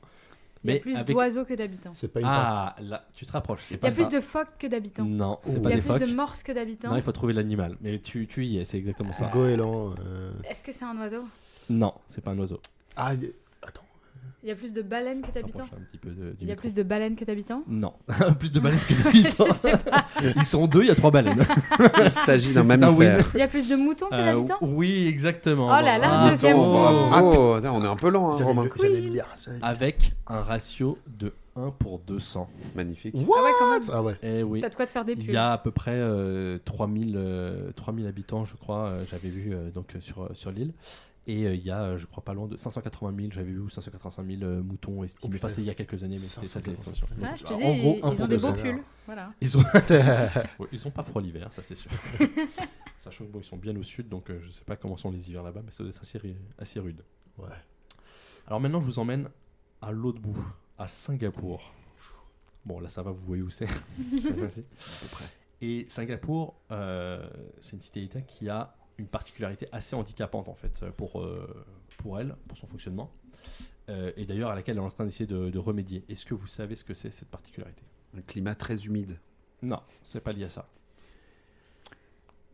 [SPEAKER 3] Il y a plus d'oiseaux que d'habitants.
[SPEAKER 4] C'est pas une
[SPEAKER 1] Ah, là, tu te rapproches. c'est
[SPEAKER 2] Il y
[SPEAKER 3] Il y
[SPEAKER 1] pas
[SPEAKER 3] a
[SPEAKER 1] ça.
[SPEAKER 3] plus de phoques que d'habitants.
[SPEAKER 1] Non, c'est
[SPEAKER 4] Ouh.
[SPEAKER 1] pas
[SPEAKER 3] Il y
[SPEAKER 1] des
[SPEAKER 3] a plus de
[SPEAKER 1] phoques.
[SPEAKER 3] morses que
[SPEAKER 1] Non,
[SPEAKER 3] d'habitants.
[SPEAKER 1] il faut trouver l'animal. Mais tu, tu y es, c'est exactement ça.
[SPEAKER 4] Un Goéland. euh,
[SPEAKER 3] Est-ce que c'est un oiseau
[SPEAKER 1] Non, c'est pas un oiseau.
[SPEAKER 4] Ah, y- attends.
[SPEAKER 3] Il y a plus de baleines que d'habitants.
[SPEAKER 1] Rapproche un petit peu de- du
[SPEAKER 3] Il y a
[SPEAKER 1] micro.
[SPEAKER 3] plus de baleines que d'habitants.
[SPEAKER 1] Non, *laughs* plus de baleines
[SPEAKER 3] *laughs*
[SPEAKER 1] que d'habitants. *laughs* Ils sont deux, il y a trois baleines.
[SPEAKER 2] Il s'agit d'un
[SPEAKER 1] C'est un
[SPEAKER 2] mammifère.
[SPEAKER 3] Il y a plus de moutons que
[SPEAKER 1] Euh,
[SPEAKER 3] d'habitants.
[SPEAKER 1] oui, exactement. Ah,
[SPEAKER 3] Oh là là,
[SPEAKER 1] Bravo.
[SPEAKER 3] deuxième
[SPEAKER 2] Attends,
[SPEAKER 3] mot.
[SPEAKER 2] bravo. Attends, on est un peu lent, hein,
[SPEAKER 4] J'allais
[SPEAKER 2] Romain.
[SPEAKER 4] le- j'allais le lire, j'allais le lire.
[SPEAKER 1] Avec un ratio de 1 pour 200.
[SPEAKER 2] Magnifique.
[SPEAKER 1] Mm.
[SPEAKER 3] Ah ouais, quand même.
[SPEAKER 1] *laughs*
[SPEAKER 4] Ah ouais.
[SPEAKER 1] Eh oui.
[SPEAKER 3] T'as de quoi te faire des
[SPEAKER 1] Il
[SPEAKER 3] pulls.
[SPEAKER 1] y a à peu près euh, 3000, euh, 3000 habitants, je crois, euh, j'avais vu euh, donc, euh, sur, euh, sur l'île. Et euh, il y a, euh, je crois, pas loin de 580 000, j'avais vu, ou 585 000 euh, moutons estimés.
[SPEAKER 4] Oh,
[SPEAKER 1] enfin,
[SPEAKER 4] putain.
[SPEAKER 1] c'était il y a quelques années, mais c'était ça les
[SPEAKER 4] 585
[SPEAKER 1] informations.
[SPEAKER 4] 000.
[SPEAKER 3] Ah, je te
[SPEAKER 1] En
[SPEAKER 3] dis,
[SPEAKER 1] gros, un
[SPEAKER 3] ils, ils
[SPEAKER 1] pour
[SPEAKER 3] ont des
[SPEAKER 1] deux
[SPEAKER 3] beaux
[SPEAKER 1] heures.
[SPEAKER 3] pulls. Voilà.
[SPEAKER 1] Ils ont... Ouais, ils ont pas froid l'hiver, ça c'est *laughs* sûr. Sachant que bon, ils sont bien au sud, donc euh, je sais pas comment sont les hivers là-bas, mais ça doit être assez, ru- assez rude.
[SPEAKER 4] Ouais.
[SPEAKER 1] Alors maintenant, je vous emmène à l'autre bout, à Singapour. Bon, là ça va, vous voyez
[SPEAKER 3] *laughs*
[SPEAKER 1] où c'est. Et Singapour, euh, c'est une cité-État qui a une particularité assez handicapante en fait euh, pour, euh, pour elle, pour son fonctionnement, Euh, et d'ailleurs à laquelle elle est en train d'essayer de, de remédier. Est-ce que vous savez ce que c'est cette particularité
[SPEAKER 2] Un climat très humide.
[SPEAKER 1] Non, c'est pas lié à ça.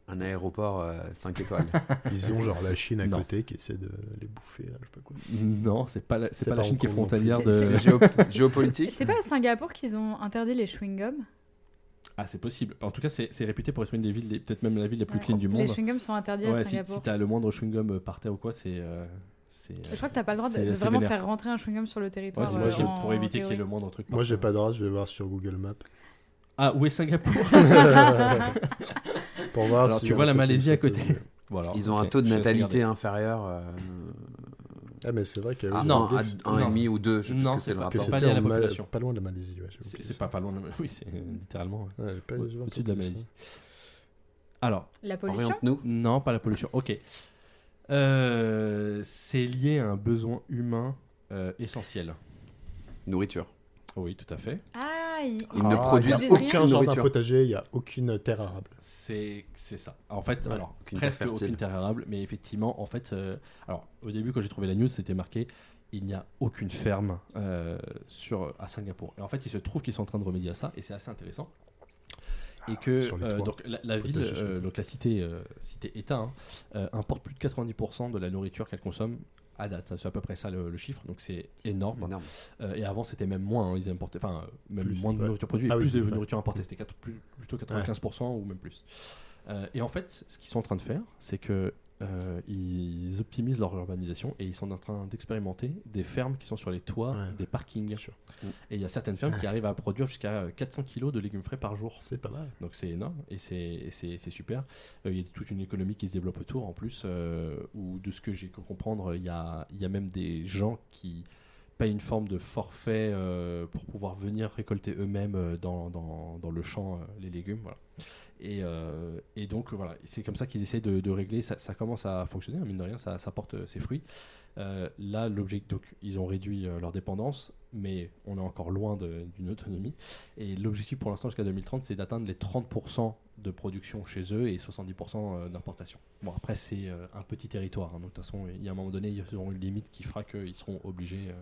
[SPEAKER 2] Un aéroport
[SPEAKER 1] *laughs*
[SPEAKER 2] 5 étoiles.
[SPEAKER 4] Ils ont genre la Chine à
[SPEAKER 1] Non.
[SPEAKER 4] côté qui essaie de les bouffer, là, je sais pas quoi.
[SPEAKER 1] Non, c'est pas la, c'est
[SPEAKER 4] C'est
[SPEAKER 1] pas la
[SPEAKER 4] pas
[SPEAKER 1] Chine
[SPEAKER 4] Hong
[SPEAKER 1] qui est
[SPEAKER 4] Kong non
[SPEAKER 1] frontalière
[SPEAKER 3] plus.
[SPEAKER 1] de.
[SPEAKER 3] C'est-
[SPEAKER 2] Géo- géopolitique.
[SPEAKER 3] C'est pas à Singapour qu'ils ont interdit les chewing-gums
[SPEAKER 1] Ah, c'est possible. En tout cas, c'est, c'est réputé pour être une des villes, les- peut-être même la ville la plus
[SPEAKER 3] Ouais.
[SPEAKER 1] clean du
[SPEAKER 3] Les
[SPEAKER 1] monde.
[SPEAKER 3] chewing-gums sont interdits
[SPEAKER 1] Ouais,
[SPEAKER 3] à
[SPEAKER 1] si,
[SPEAKER 3] Singapour.
[SPEAKER 1] si t'as le moindre chewing-gum par terre ou quoi, c'est. euh, c'est
[SPEAKER 3] je crois que t'as pas le droit de,
[SPEAKER 1] c'est-
[SPEAKER 3] de
[SPEAKER 1] c'est
[SPEAKER 3] vraiment
[SPEAKER 1] vénère.
[SPEAKER 3] faire rentrer un chewing-gum sur le
[SPEAKER 1] Ouais,
[SPEAKER 3] territoire.
[SPEAKER 1] c'est
[SPEAKER 3] euh,
[SPEAKER 1] possible
[SPEAKER 3] en-
[SPEAKER 1] pour éviter qu'il y ait
[SPEAKER 3] en
[SPEAKER 1] le moindre truc.
[SPEAKER 4] Moi j'ai
[SPEAKER 1] partout.
[SPEAKER 4] pas de race, je vais voir sur
[SPEAKER 1] *laughs*
[SPEAKER 4] Google Maps. *laughs*
[SPEAKER 1] Ah, où est Singapour
[SPEAKER 4] Pour voir
[SPEAKER 1] Alors,
[SPEAKER 4] Ah, si
[SPEAKER 1] tu vois
[SPEAKER 4] un
[SPEAKER 1] la
[SPEAKER 4] truc
[SPEAKER 1] Malaisie à
[SPEAKER 4] qui me saute
[SPEAKER 1] côté.
[SPEAKER 4] aux yeux.
[SPEAKER 1] Voilà,
[SPEAKER 2] Ils ont
[SPEAKER 1] ok,
[SPEAKER 2] un taux de
[SPEAKER 1] je te laisse
[SPEAKER 2] natalité
[SPEAKER 1] regarder.
[SPEAKER 2] inférieur euh,
[SPEAKER 4] Ah, mais c'est vrai qu'il y a
[SPEAKER 2] à
[SPEAKER 4] eu-
[SPEAKER 1] Euh, non,
[SPEAKER 2] un- à un et demi ou deux. Je sais
[SPEAKER 1] Non,
[SPEAKER 2] plus ce que c'est le
[SPEAKER 1] pas-
[SPEAKER 4] que
[SPEAKER 1] c'est
[SPEAKER 2] rapport.
[SPEAKER 1] pas
[SPEAKER 4] c'était
[SPEAKER 1] lié à la
[SPEAKER 4] en Mal-
[SPEAKER 1] population.
[SPEAKER 4] Pas loin de la Malaisie,
[SPEAKER 2] hein.
[SPEAKER 4] ouais. j'ai
[SPEAKER 1] C'est,
[SPEAKER 4] oublié
[SPEAKER 1] c'est
[SPEAKER 4] ça.
[SPEAKER 1] pas pas loin. de- *laughs* Oui, c'est euh, littéralement
[SPEAKER 4] Ouais, j'ai pas-
[SPEAKER 1] au-
[SPEAKER 4] j'ai pas
[SPEAKER 1] au-dessus de la
[SPEAKER 4] entendu ça.
[SPEAKER 1] Malaisie. Alors,
[SPEAKER 3] La pollution
[SPEAKER 2] Oriente-nous.
[SPEAKER 1] Non, pas la pollution. Ok. Euh, c'est lié à un besoin humain euh, essentiel.
[SPEAKER 2] Nourriture.
[SPEAKER 1] Oui, tout à fait.
[SPEAKER 3] Ah, ils,
[SPEAKER 2] Ils
[SPEAKER 3] ils
[SPEAKER 2] ne
[SPEAKER 3] ont-
[SPEAKER 2] produisent
[SPEAKER 3] ils
[SPEAKER 4] Il
[SPEAKER 3] produisent
[SPEAKER 4] n'y a
[SPEAKER 3] rien.
[SPEAKER 4] aucun jardin
[SPEAKER 2] nourriture.
[SPEAKER 4] potager, il n'y a aucune terre arable.
[SPEAKER 1] C'est c'est ça. En fait,
[SPEAKER 4] Ouais,
[SPEAKER 1] alors
[SPEAKER 2] aucune terre
[SPEAKER 1] presque
[SPEAKER 2] fertile.
[SPEAKER 1] aucune terre arable, mais effectivement, en fait, euh, alors au début quand j'ai trouvé la news, c'était marqué il n'y a aucune ferme euh, sur à Singapour. Et en fait, il se trouve qu'ils sont en train de remédier à ça, et c'est assez intéressant. Et que
[SPEAKER 4] Ah, sur les
[SPEAKER 1] euh,
[SPEAKER 4] toits.
[SPEAKER 1] donc la, la ville,
[SPEAKER 4] Potager sur les
[SPEAKER 1] euh,
[SPEAKER 4] toits.
[SPEAKER 1] donc la cité, euh, cité État, hein, euh, importe plus de 90% de la nourriture qu'elle consomme à date. C'est à peu près ça le, le chiffre, donc c'est énorme.
[SPEAKER 2] Énorme.
[SPEAKER 1] Euh, et avant, c'était même moins. hein, ils importaient, enfin, euh, même
[SPEAKER 4] Plus,
[SPEAKER 1] moins de
[SPEAKER 4] ouais.
[SPEAKER 1] nourriture produite, et
[SPEAKER 4] Ah oui,
[SPEAKER 1] plus de
[SPEAKER 4] ouais.
[SPEAKER 1] nourriture importée. C'était quatre- plus- plutôt 95% ou même plus. Euh, et en fait, ce qu'ils sont en train de faire, c'est que euh, ils optimisent leur urbanisation et ils sont en train d'expérimenter des fermes qui sont sur les toits
[SPEAKER 4] Ouais. Ah.
[SPEAKER 1] des parkings.
[SPEAKER 4] Bien sûr.
[SPEAKER 1] Et il y a certaines fermes qui arrivent à produire jusqu'à euh, 400 kilos de légumes frais par jour.
[SPEAKER 4] C'est pas mal.
[SPEAKER 1] Donc c'est énorme et c'est- et c'est c'est super. Euh, Il y a toute une économie qui se développe autour en plus, euh, où de ce que j'ai pu comprendre, il y a, il y a même des gens qui payent une forme de forfait euh, pour pouvoir venir récolter eux-mêmes euh, dans, dans- dans le champ euh, les légumes. Voilà. Et, euh, et donc euh, voilà, c'est comme ça qu'ils essaient de, de régler, ça, ça commence à fonctionner, hein, mine de rien, ça, ça porte euh, ses fruits. Euh, là, l'objet, donc ils ont réduit euh, leur dépendance, mais on est encore loin de- d'une autonomie. Et l'objectif pour l'instant jusqu'à 2030, c'est d'atteindre les 30% de production chez eux et 70% euh, d'importation. Bon, après, c'est euh, un petit territoire. hein. donc, de toute façon, il y a un moment donné, ils auront une limite qui fera qu'ils seront obligés euh,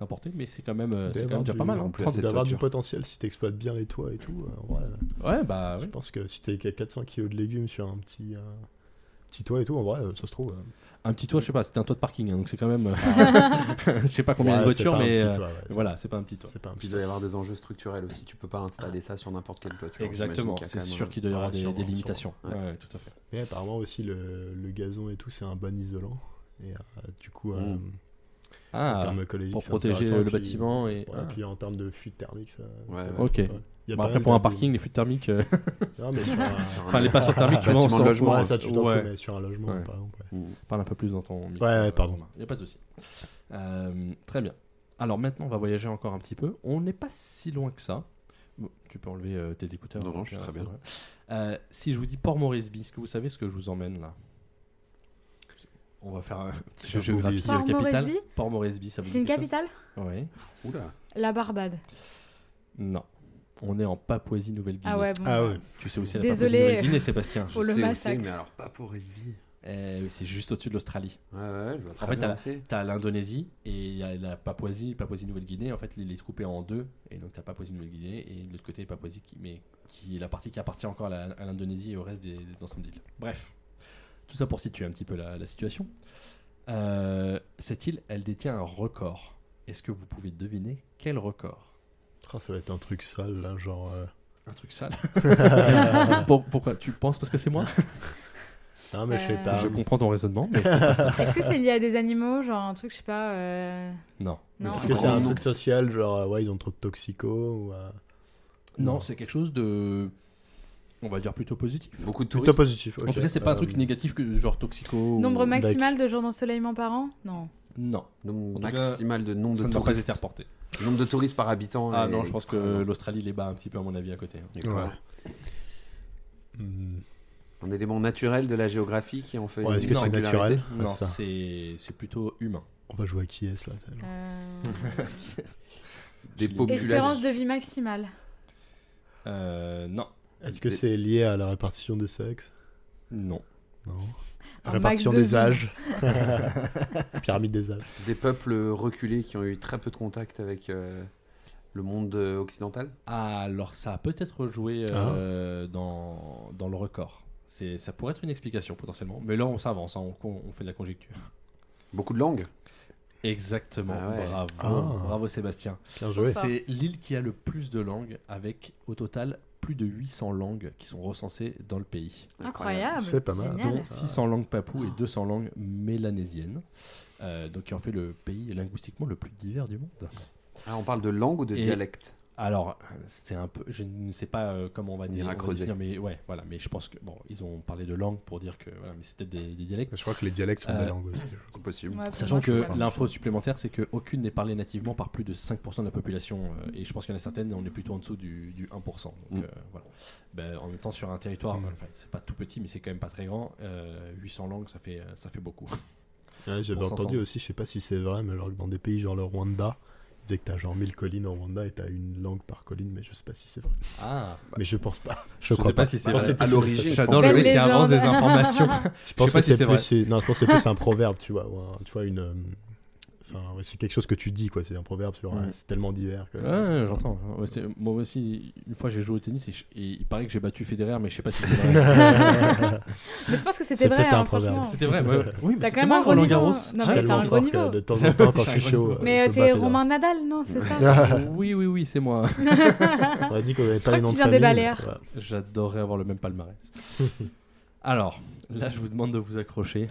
[SPEAKER 1] d'importer. Mais c'est quand même, euh, c'est quand même
[SPEAKER 4] D'avoir
[SPEAKER 1] déjà
[SPEAKER 4] du-
[SPEAKER 1] pas mal.
[SPEAKER 2] en
[SPEAKER 1] hein.
[SPEAKER 2] plus,
[SPEAKER 1] 30
[SPEAKER 2] c'est
[SPEAKER 4] D'avoir du
[SPEAKER 2] toiture.
[SPEAKER 4] potentiel si tu exploites bien les toits et tout. euh, en vrai,
[SPEAKER 1] Ouais, bah
[SPEAKER 4] Je
[SPEAKER 1] oui.
[SPEAKER 4] pense que si t'es qu'à 400 kilos de légumes sur un petit, euh, petit toit et tout, en vrai, euh, ça se trouve. euh,
[SPEAKER 1] Un petit toit, je sais pas, c'était un toit de parking. hein, donc, c'est quand même. euh, *laughs* je sais pas combien
[SPEAKER 4] ouais,
[SPEAKER 1] de
[SPEAKER 4] c'est
[SPEAKER 1] voitures,
[SPEAKER 4] pas un
[SPEAKER 1] mais.
[SPEAKER 4] petit
[SPEAKER 1] euh,
[SPEAKER 4] toit, ouais, c'est-
[SPEAKER 1] Voilà, c'est pas un petit toit.
[SPEAKER 4] C'est pas un
[SPEAKER 2] Puis
[SPEAKER 4] petit
[SPEAKER 2] il doit y avoir des enjeux structurels aussi. Tu peux pas installer ça sur n'importe quelle toiture.
[SPEAKER 1] Exactement,
[SPEAKER 2] J'imagine qu'il y a
[SPEAKER 1] c'est
[SPEAKER 2] quand même euh,
[SPEAKER 1] sûr
[SPEAKER 2] un-
[SPEAKER 1] qu'il doit y avoir
[SPEAKER 4] Ouais,
[SPEAKER 1] des,
[SPEAKER 4] sûrement,
[SPEAKER 1] des limitations.
[SPEAKER 2] sûrement.
[SPEAKER 1] Ouais, tout à fait.
[SPEAKER 4] Et apparemment aussi le, le gazon et tout c'est un bon isolant. Et euh, du coup, euh,
[SPEAKER 2] Mm.
[SPEAKER 4] en
[SPEAKER 1] Ah,
[SPEAKER 4] termes écologiques,
[SPEAKER 1] pour
[SPEAKER 4] c'est
[SPEAKER 1] protéger
[SPEAKER 4] intéressant.
[SPEAKER 1] le
[SPEAKER 4] Puis-
[SPEAKER 1] bâtiment et.
[SPEAKER 4] ouais,
[SPEAKER 1] ah.
[SPEAKER 4] puis en termes de fuite thermique, ça.
[SPEAKER 2] Ouais,
[SPEAKER 4] ça
[SPEAKER 2] ouais.
[SPEAKER 4] va,
[SPEAKER 1] Ok.
[SPEAKER 4] ouais. Il y a
[SPEAKER 1] Bon,
[SPEAKER 4] pas
[SPEAKER 1] après,
[SPEAKER 4] mal
[SPEAKER 1] pour un
[SPEAKER 4] de-
[SPEAKER 1] parking, les fuites thermiques. euh,
[SPEAKER 4] *laughs* Non, mais sur un-
[SPEAKER 2] sur un-
[SPEAKER 1] enfin, les passeurs thermiques, tu vois, on
[SPEAKER 2] Bâtiment de
[SPEAKER 1] s'en
[SPEAKER 2] logement,
[SPEAKER 1] fout.
[SPEAKER 4] Ouais, ça tu t'en
[SPEAKER 1] Ouais.
[SPEAKER 4] fous, mais sur un logement,
[SPEAKER 1] Ouais.
[SPEAKER 4] par exemple. ouais.
[SPEAKER 2] Mm.
[SPEAKER 1] Parle un peu plus dans ton micro.
[SPEAKER 4] Ouais, ouais, pardon.
[SPEAKER 1] Il n'y a pas de souci. Euh, très bien. Alors maintenant, on va voyager encore un petit peu. On n'est pas si loin que ça. Bon, tu peux enlever euh, tes écouteurs.
[SPEAKER 2] Non, non, je suis
[SPEAKER 1] Ouais,
[SPEAKER 2] très
[SPEAKER 1] c'est
[SPEAKER 2] bien.
[SPEAKER 1] vrai. Euh, si je vous dis Port Moresby, est-ce que vous savez ce que je vous emmène là On va faire un petit jeu
[SPEAKER 4] un peu oublié.
[SPEAKER 1] géographique
[SPEAKER 3] Port
[SPEAKER 1] de capitale.
[SPEAKER 3] Moresby
[SPEAKER 1] Port Moresby, ça vous
[SPEAKER 3] C'est une
[SPEAKER 1] dit quelque
[SPEAKER 3] capitale
[SPEAKER 1] chose Ouais.
[SPEAKER 2] Oula.
[SPEAKER 3] La Barbade.
[SPEAKER 1] Non. On est en Papouasie-Nouvelle-Guinée.
[SPEAKER 3] Ah ouais, bon.
[SPEAKER 4] Ah ouais.
[SPEAKER 1] Tu sais où c'est la
[SPEAKER 3] Désolé.
[SPEAKER 1] Papouasie-Nouvelle-Guinée, Sébastien
[SPEAKER 3] Oh,
[SPEAKER 2] Je sais
[SPEAKER 3] le
[SPEAKER 2] où
[SPEAKER 3] massacre.
[SPEAKER 2] c'est, Mais alors pas pour SB.
[SPEAKER 1] Euh, oui, C'est juste au-dessus de l'Australie.
[SPEAKER 2] Ouais, ouais, je vois
[SPEAKER 1] fait,
[SPEAKER 2] très bien
[SPEAKER 1] t'as-
[SPEAKER 2] où c'est.
[SPEAKER 1] T'as l'Indonésie et il y a la Papouasie, Papouasie-Nouvelle-Guinée. En fait, les, les coupés en deux. Et donc, t'as Papouasie-Nouvelle-Guinée et de l'autre côté, Papouasie, qui, mais qui est la partie qui appartient encore à la- à l'Indonésie et au reste des- de l'ensemble de l'île. Bref, tout ça pour situer un petit peu la, la situation. Euh, cette île, elle détient un record. Est-ce que vous pouvez deviner quel record
[SPEAKER 4] Oh, ça va être un truc sale, là, genre. euh,
[SPEAKER 1] Un truc sale. *laughs* Pour- pourquoi Tu penses parce que c'est moi
[SPEAKER 4] Non, mais je
[SPEAKER 3] Euh,
[SPEAKER 4] sais pas.
[SPEAKER 1] Je comprends ton raisonnement, *laughs* mais c'est pas ça.
[SPEAKER 3] Est-ce que c'est lié à des animaux Genre un truc, je sais pas. euh,
[SPEAKER 1] Non.
[SPEAKER 3] Non.
[SPEAKER 4] Est-ce que c'est un
[SPEAKER 2] Non.
[SPEAKER 4] truc social, genre, euh, ouais, ils ont trop de toxicos ou. euh,
[SPEAKER 1] Non, c'est quelque chose de. On va dire plutôt positif.
[SPEAKER 2] Beaucoup de
[SPEAKER 4] Plutôt
[SPEAKER 2] touristes.
[SPEAKER 4] positif. Euh,
[SPEAKER 1] En tout cas, c'est pas un truc négatif que genre toxico. ou-
[SPEAKER 3] Nombre
[SPEAKER 4] max-
[SPEAKER 3] maximal de jours d'ensoleillement par an Non.
[SPEAKER 1] Non,
[SPEAKER 2] Nombre
[SPEAKER 1] En tout cas,
[SPEAKER 2] maximal de nombre
[SPEAKER 1] ça
[SPEAKER 2] de
[SPEAKER 1] ne doit pas
[SPEAKER 2] touristes.
[SPEAKER 1] été reporté.
[SPEAKER 2] Nombre de touristes par habitant.
[SPEAKER 1] Ah
[SPEAKER 2] est-
[SPEAKER 1] non, je pense que l'Australie les bat un petit peu à mon avis à côté. hein.
[SPEAKER 2] D'accord.
[SPEAKER 4] Ouais. Hmm.
[SPEAKER 2] Un élément naturel de la géographie qui en fait.
[SPEAKER 4] Ouais, Est-ce
[SPEAKER 2] une
[SPEAKER 4] que c'est
[SPEAKER 2] singularité.
[SPEAKER 4] naturel Ah,
[SPEAKER 1] Non,
[SPEAKER 4] ça.
[SPEAKER 1] c'est c'est plutôt humain.
[SPEAKER 4] On va jouer à qui est-ce là ça, genre.
[SPEAKER 3] Euh,
[SPEAKER 2] Des
[SPEAKER 1] Chili.
[SPEAKER 2] populations.
[SPEAKER 3] Espérance de vie maximale.
[SPEAKER 1] Euh, non,
[SPEAKER 4] Est-ce que
[SPEAKER 2] Des-
[SPEAKER 4] c'est lié à la répartition des sexes
[SPEAKER 1] non.
[SPEAKER 4] Non.
[SPEAKER 3] Un
[SPEAKER 4] répartition
[SPEAKER 3] max de
[SPEAKER 4] des
[SPEAKER 3] vie.
[SPEAKER 4] âges. *laughs* Pyramide des âges.
[SPEAKER 2] Des peuples reculés qui ont eu très peu de contact avec euh, le monde euh, occidental.
[SPEAKER 1] Alors ça a peut-être joué
[SPEAKER 4] Ah.
[SPEAKER 1] euh, dans dans le record. C'est ça pourrait être une explication potentiellement. Mais là on s'avance, hein, on, con- on fait de la conjecture.
[SPEAKER 2] Beaucoup de langues.
[SPEAKER 1] Exactement.
[SPEAKER 2] Ah ouais.
[SPEAKER 1] Bravo,
[SPEAKER 4] Ah.
[SPEAKER 1] bravo Sébastien.
[SPEAKER 4] Bien joué.
[SPEAKER 3] Ça.
[SPEAKER 1] C'est l'île qui a le plus de langues, avec au total plus de 800 langues qui sont recensées dans le pays.
[SPEAKER 3] Incroyable.
[SPEAKER 4] C'est pas mal.
[SPEAKER 3] Génial.
[SPEAKER 1] dont 600 langues papoues et 200 langues mélanésiennes, euh, donc qui en fait le pays linguistiquement le plus divers du monde.
[SPEAKER 2] Ah, on parle de langue ou de
[SPEAKER 1] Et-
[SPEAKER 2] dialecte
[SPEAKER 1] Alors, c'est un peu, je ne sais pas euh, comment on va
[SPEAKER 2] On
[SPEAKER 1] dire,
[SPEAKER 2] ira
[SPEAKER 1] on va
[SPEAKER 2] creuser.
[SPEAKER 1] définir, mais ouais, voilà, mais je pense que bon, ils ont parlé de langue pour dire que voilà, mais c'est peut-être des, des dialectes.
[SPEAKER 4] Je crois que les dialectes sont
[SPEAKER 1] Euh,
[SPEAKER 4] des langues aussi.
[SPEAKER 2] C'est possible.
[SPEAKER 3] Ouais, pour
[SPEAKER 1] Sachant
[SPEAKER 3] moi, c'est
[SPEAKER 1] que
[SPEAKER 3] la-
[SPEAKER 1] l'info supplémentaire, c'est qu'aucune n'est parlée nativement par plus de 5% de la population. euh, et je pense qu'il y en a certaines, on est plutôt en dessous du, du 1%. Donc,
[SPEAKER 2] Mm.
[SPEAKER 1] euh, voilà. Ben, en même temps, sur un territoire,
[SPEAKER 4] Mm.
[SPEAKER 1] enfin, c'est pas tout petit, mais c'est quand même pas très grand. euh, 800 langues, ça fait, ça fait beaucoup.
[SPEAKER 4] Ouais, J'avais
[SPEAKER 1] On s'entend.
[SPEAKER 4] entendu aussi, je sais pas si c'est vrai, mais genre que dans des pays genre le Rwanda, Il disait que t'as genre 1000 collines en Rwanda et t'as une langue par colline, mais je sais pas si c'est vrai.
[SPEAKER 1] Ah,
[SPEAKER 4] Mais je pense pas.
[SPEAKER 1] je,
[SPEAKER 4] Je, crois
[SPEAKER 1] sais pas, si c'est
[SPEAKER 4] Je pense
[SPEAKER 1] vrai.
[SPEAKER 4] que plus-
[SPEAKER 2] À l'origine, je
[SPEAKER 1] J'adore
[SPEAKER 2] pense
[SPEAKER 1] le
[SPEAKER 3] Quelle
[SPEAKER 1] mec qui avance des
[SPEAKER 3] légende. *laughs*
[SPEAKER 1] informations.
[SPEAKER 4] Je pense
[SPEAKER 1] sais pas
[SPEAKER 4] que
[SPEAKER 1] si c'est
[SPEAKER 4] c'est
[SPEAKER 1] vrai.
[SPEAKER 4] plus, c'est- non, je pense que c'est plus un proverbe, tu vois. ou un- tu vois, une. euh, Enfin, ouais, c'est quelque chose que tu dis, quoi. C'est un proverbe, sur, euh,
[SPEAKER 1] Ouais.
[SPEAKER 4] c'est tellement divers que.
[SPEAKER 1] Ouais,
[SPEAKER 4] *laughs*
[SPEAKER 1] ouais, j'entends. Ouais, c'est- Moi aussi, une fois j'ai joué au tennis et, je- et il paraît que j'ai battu Federer, mais je sais pas si c'est vrai.
[SPEAKER 3] Mais je pense que c'était
[SPEAKER 4] C'est
[SPEAKER 3] vrai,
[SPEAKER 4] peut-être un
[SPEAKER 3] hein,
[SPEAKER 4] proverbe.
[SPEAKER 3] franchement.
[SPEAKER 1] *laughs* C'était vrai, ouais. ouais. Oui, mais
[SPEAKER 3] T'as
[SPEAKER 1] c'était
[SPEAKER 3] quand même
[SPEAKER 1] moi,
[SPEAKER 3] un gros
[SPEAKER 1] Roland
[SPEAKER 3] niveau.
[SPEAKER 1] Garros.
[SPEAKER 3] Non, mais t'as
[SPEAKER 4] Tellement
[SPEAKER 3] un gros
[SPEAKER 4] fort que
[SPEAKER 3] niveau.
[SPEAKER 4] de temps en temps, quand je suis
[SPEAKER 1] J'ai un gros
[SPEAKER 4] chaud.
[SPEAKER 1] niveau.
[SPEAKER 4] euh,
[SPEAKER 3] Mais
[SPEAKER 4] je
[SPEAKER 3] euh,
[SPEAKER 4] me
[SPEAKER 3] t'es
[SPEAKER 4] bats,
[SPEAKER 3] Romain Nadal, non C'est ça *laughs*
[SPEAKER 1] Oui, oui, oui, c'est moi.
[SPEAKER 4] Federer. On a dit qu'on avait
[SPEAKER 3] Je crois
[SPEAKER 4] pas les
[SPEAKER 3] que
[SPEAKER 4] noms
[SPEAKER 3] tu
[SPEAKER 4] de
[SPEAKER 3] viens
[SPEAKER 4] famille, mais-
[SPEAKER 3] des Baleares.
[SPEAKER 4] ouais.
[SPEAKER 1] J'adorerais avoir le même *laughs* palmarès. Alors, là, je vous demande de vous accrocher.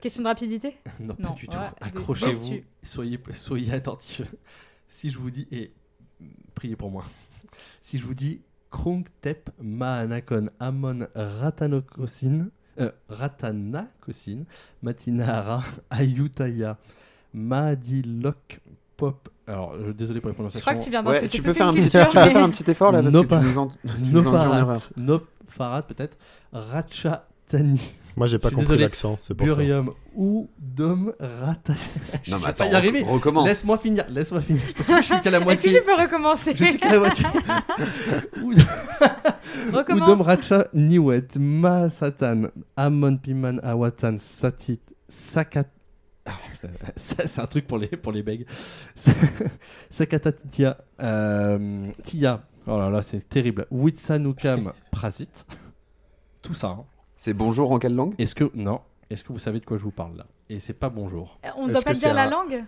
[SPEAKER 3] Question de rapidité
[SPEAKER 1] Non, pas
[SPEAKER 3] Non,
[SPEAKER 1] du tout.
[SPEAKER 3] ouais, des-
[SPEAKER 1] Accrochez-vous.
[SPEAKER 3] déçu.
[SPEAKER 1] Soyez, soyez attentifs. Si je vous dis, et priez pour moi. Si je vous dis Krung Tep Mahanakon Amon Ratanokosin, euh, Ratanakosin, Matinara Ayutaya Madilok Pop. Alors, je- désolé pour les
[SPEAKER 3] Je
[SPEAKER 1] prononciations.
[SPEAKER 3] crois Ah bah, que tu viens d'un
[SPEAKER 2] Ouais,
[SPEAKER 3] truc
[SPEAKER 2] tu
[SPEAKER 3] de
[SPEAKER 2] peux faire un petit, tu
[SPEAKER 3] culture,
[SPEAKER 2] peux
[SPEAKER 3] mais-
[SPEAKER 2] faire un petit effort là parce
[SPEAKER 1] No
[SPEAKER 2] que tu
[SPEAKER 1] *laughs*
[SPEAKER 2] nous en- tu nous induis en erreur.
[SPEAKER 1] Noparat, Noparat peut-être, Ratchatani,
[SPEAKER 4] Moi, j'ai
[SPEAKER 1] Je
[SPEAKER 4] pas
[SPEAKER 1] suis
[SPEAKER 4] compris
[SPEAKER 1] désolé.
[SPEAKER 4] l'accent, c'est pour ça.
[SPEAKER 1] Burium ou Dom Rata. Je
[SPEAKER 2] Non,
[SPEAKER 1] vais
[SPEAKER 2] mais attends,
[SPEAKER 1] pas y arriver.
[SPEAKER 2] on recommence.
[SPEAKER 1] Laisse-moi finir, laisse-moi finir. Je te sens que je suis qu'à la
[SPEAKER 3] *laughs* *laughs* Est-ce
[SPEAKER 1] moitié.
[SPEAKER 3] que tu peux recommencer
[SPEAKER 1] Je suis qu'à la moitié.
[SPEAKER 3] *laughs*
[SPEAKER 1] Ou-
[SPEAKER 3] Recommence.
[SPEAKER 1] Udom Racha Niwet Ma Satan Amon Piman Awatan Satit Sakat. Ah, putain, *laughs* ça, c'est un truc pour les pour les *laughs* bègues. Sakatatitia euh, Tia. Oh là là, c'est terrible. Witsanukam
[SPEAKER 3] *laughs*
[SPEAKER 1] Prasit. Tout ça. hein.
[SPEAKER 2] C'est bonjour en quelle langue
[SPEAKER 1] Est-ce que non Est-ce que vous savez de quoi je vous parle là Et c'est pas bonjour.
[SPEAKER 3] On ne doit
[SPEAKER 4] Est-ce
[SPEAKER 3] pas
[SPEAKER 4] que
[SPEAKER 3] te dire
[SPEAKER 4] c'est
[SPEAKER 3] la
[SPEAKER 4] un-
[SPEAKER 3] langue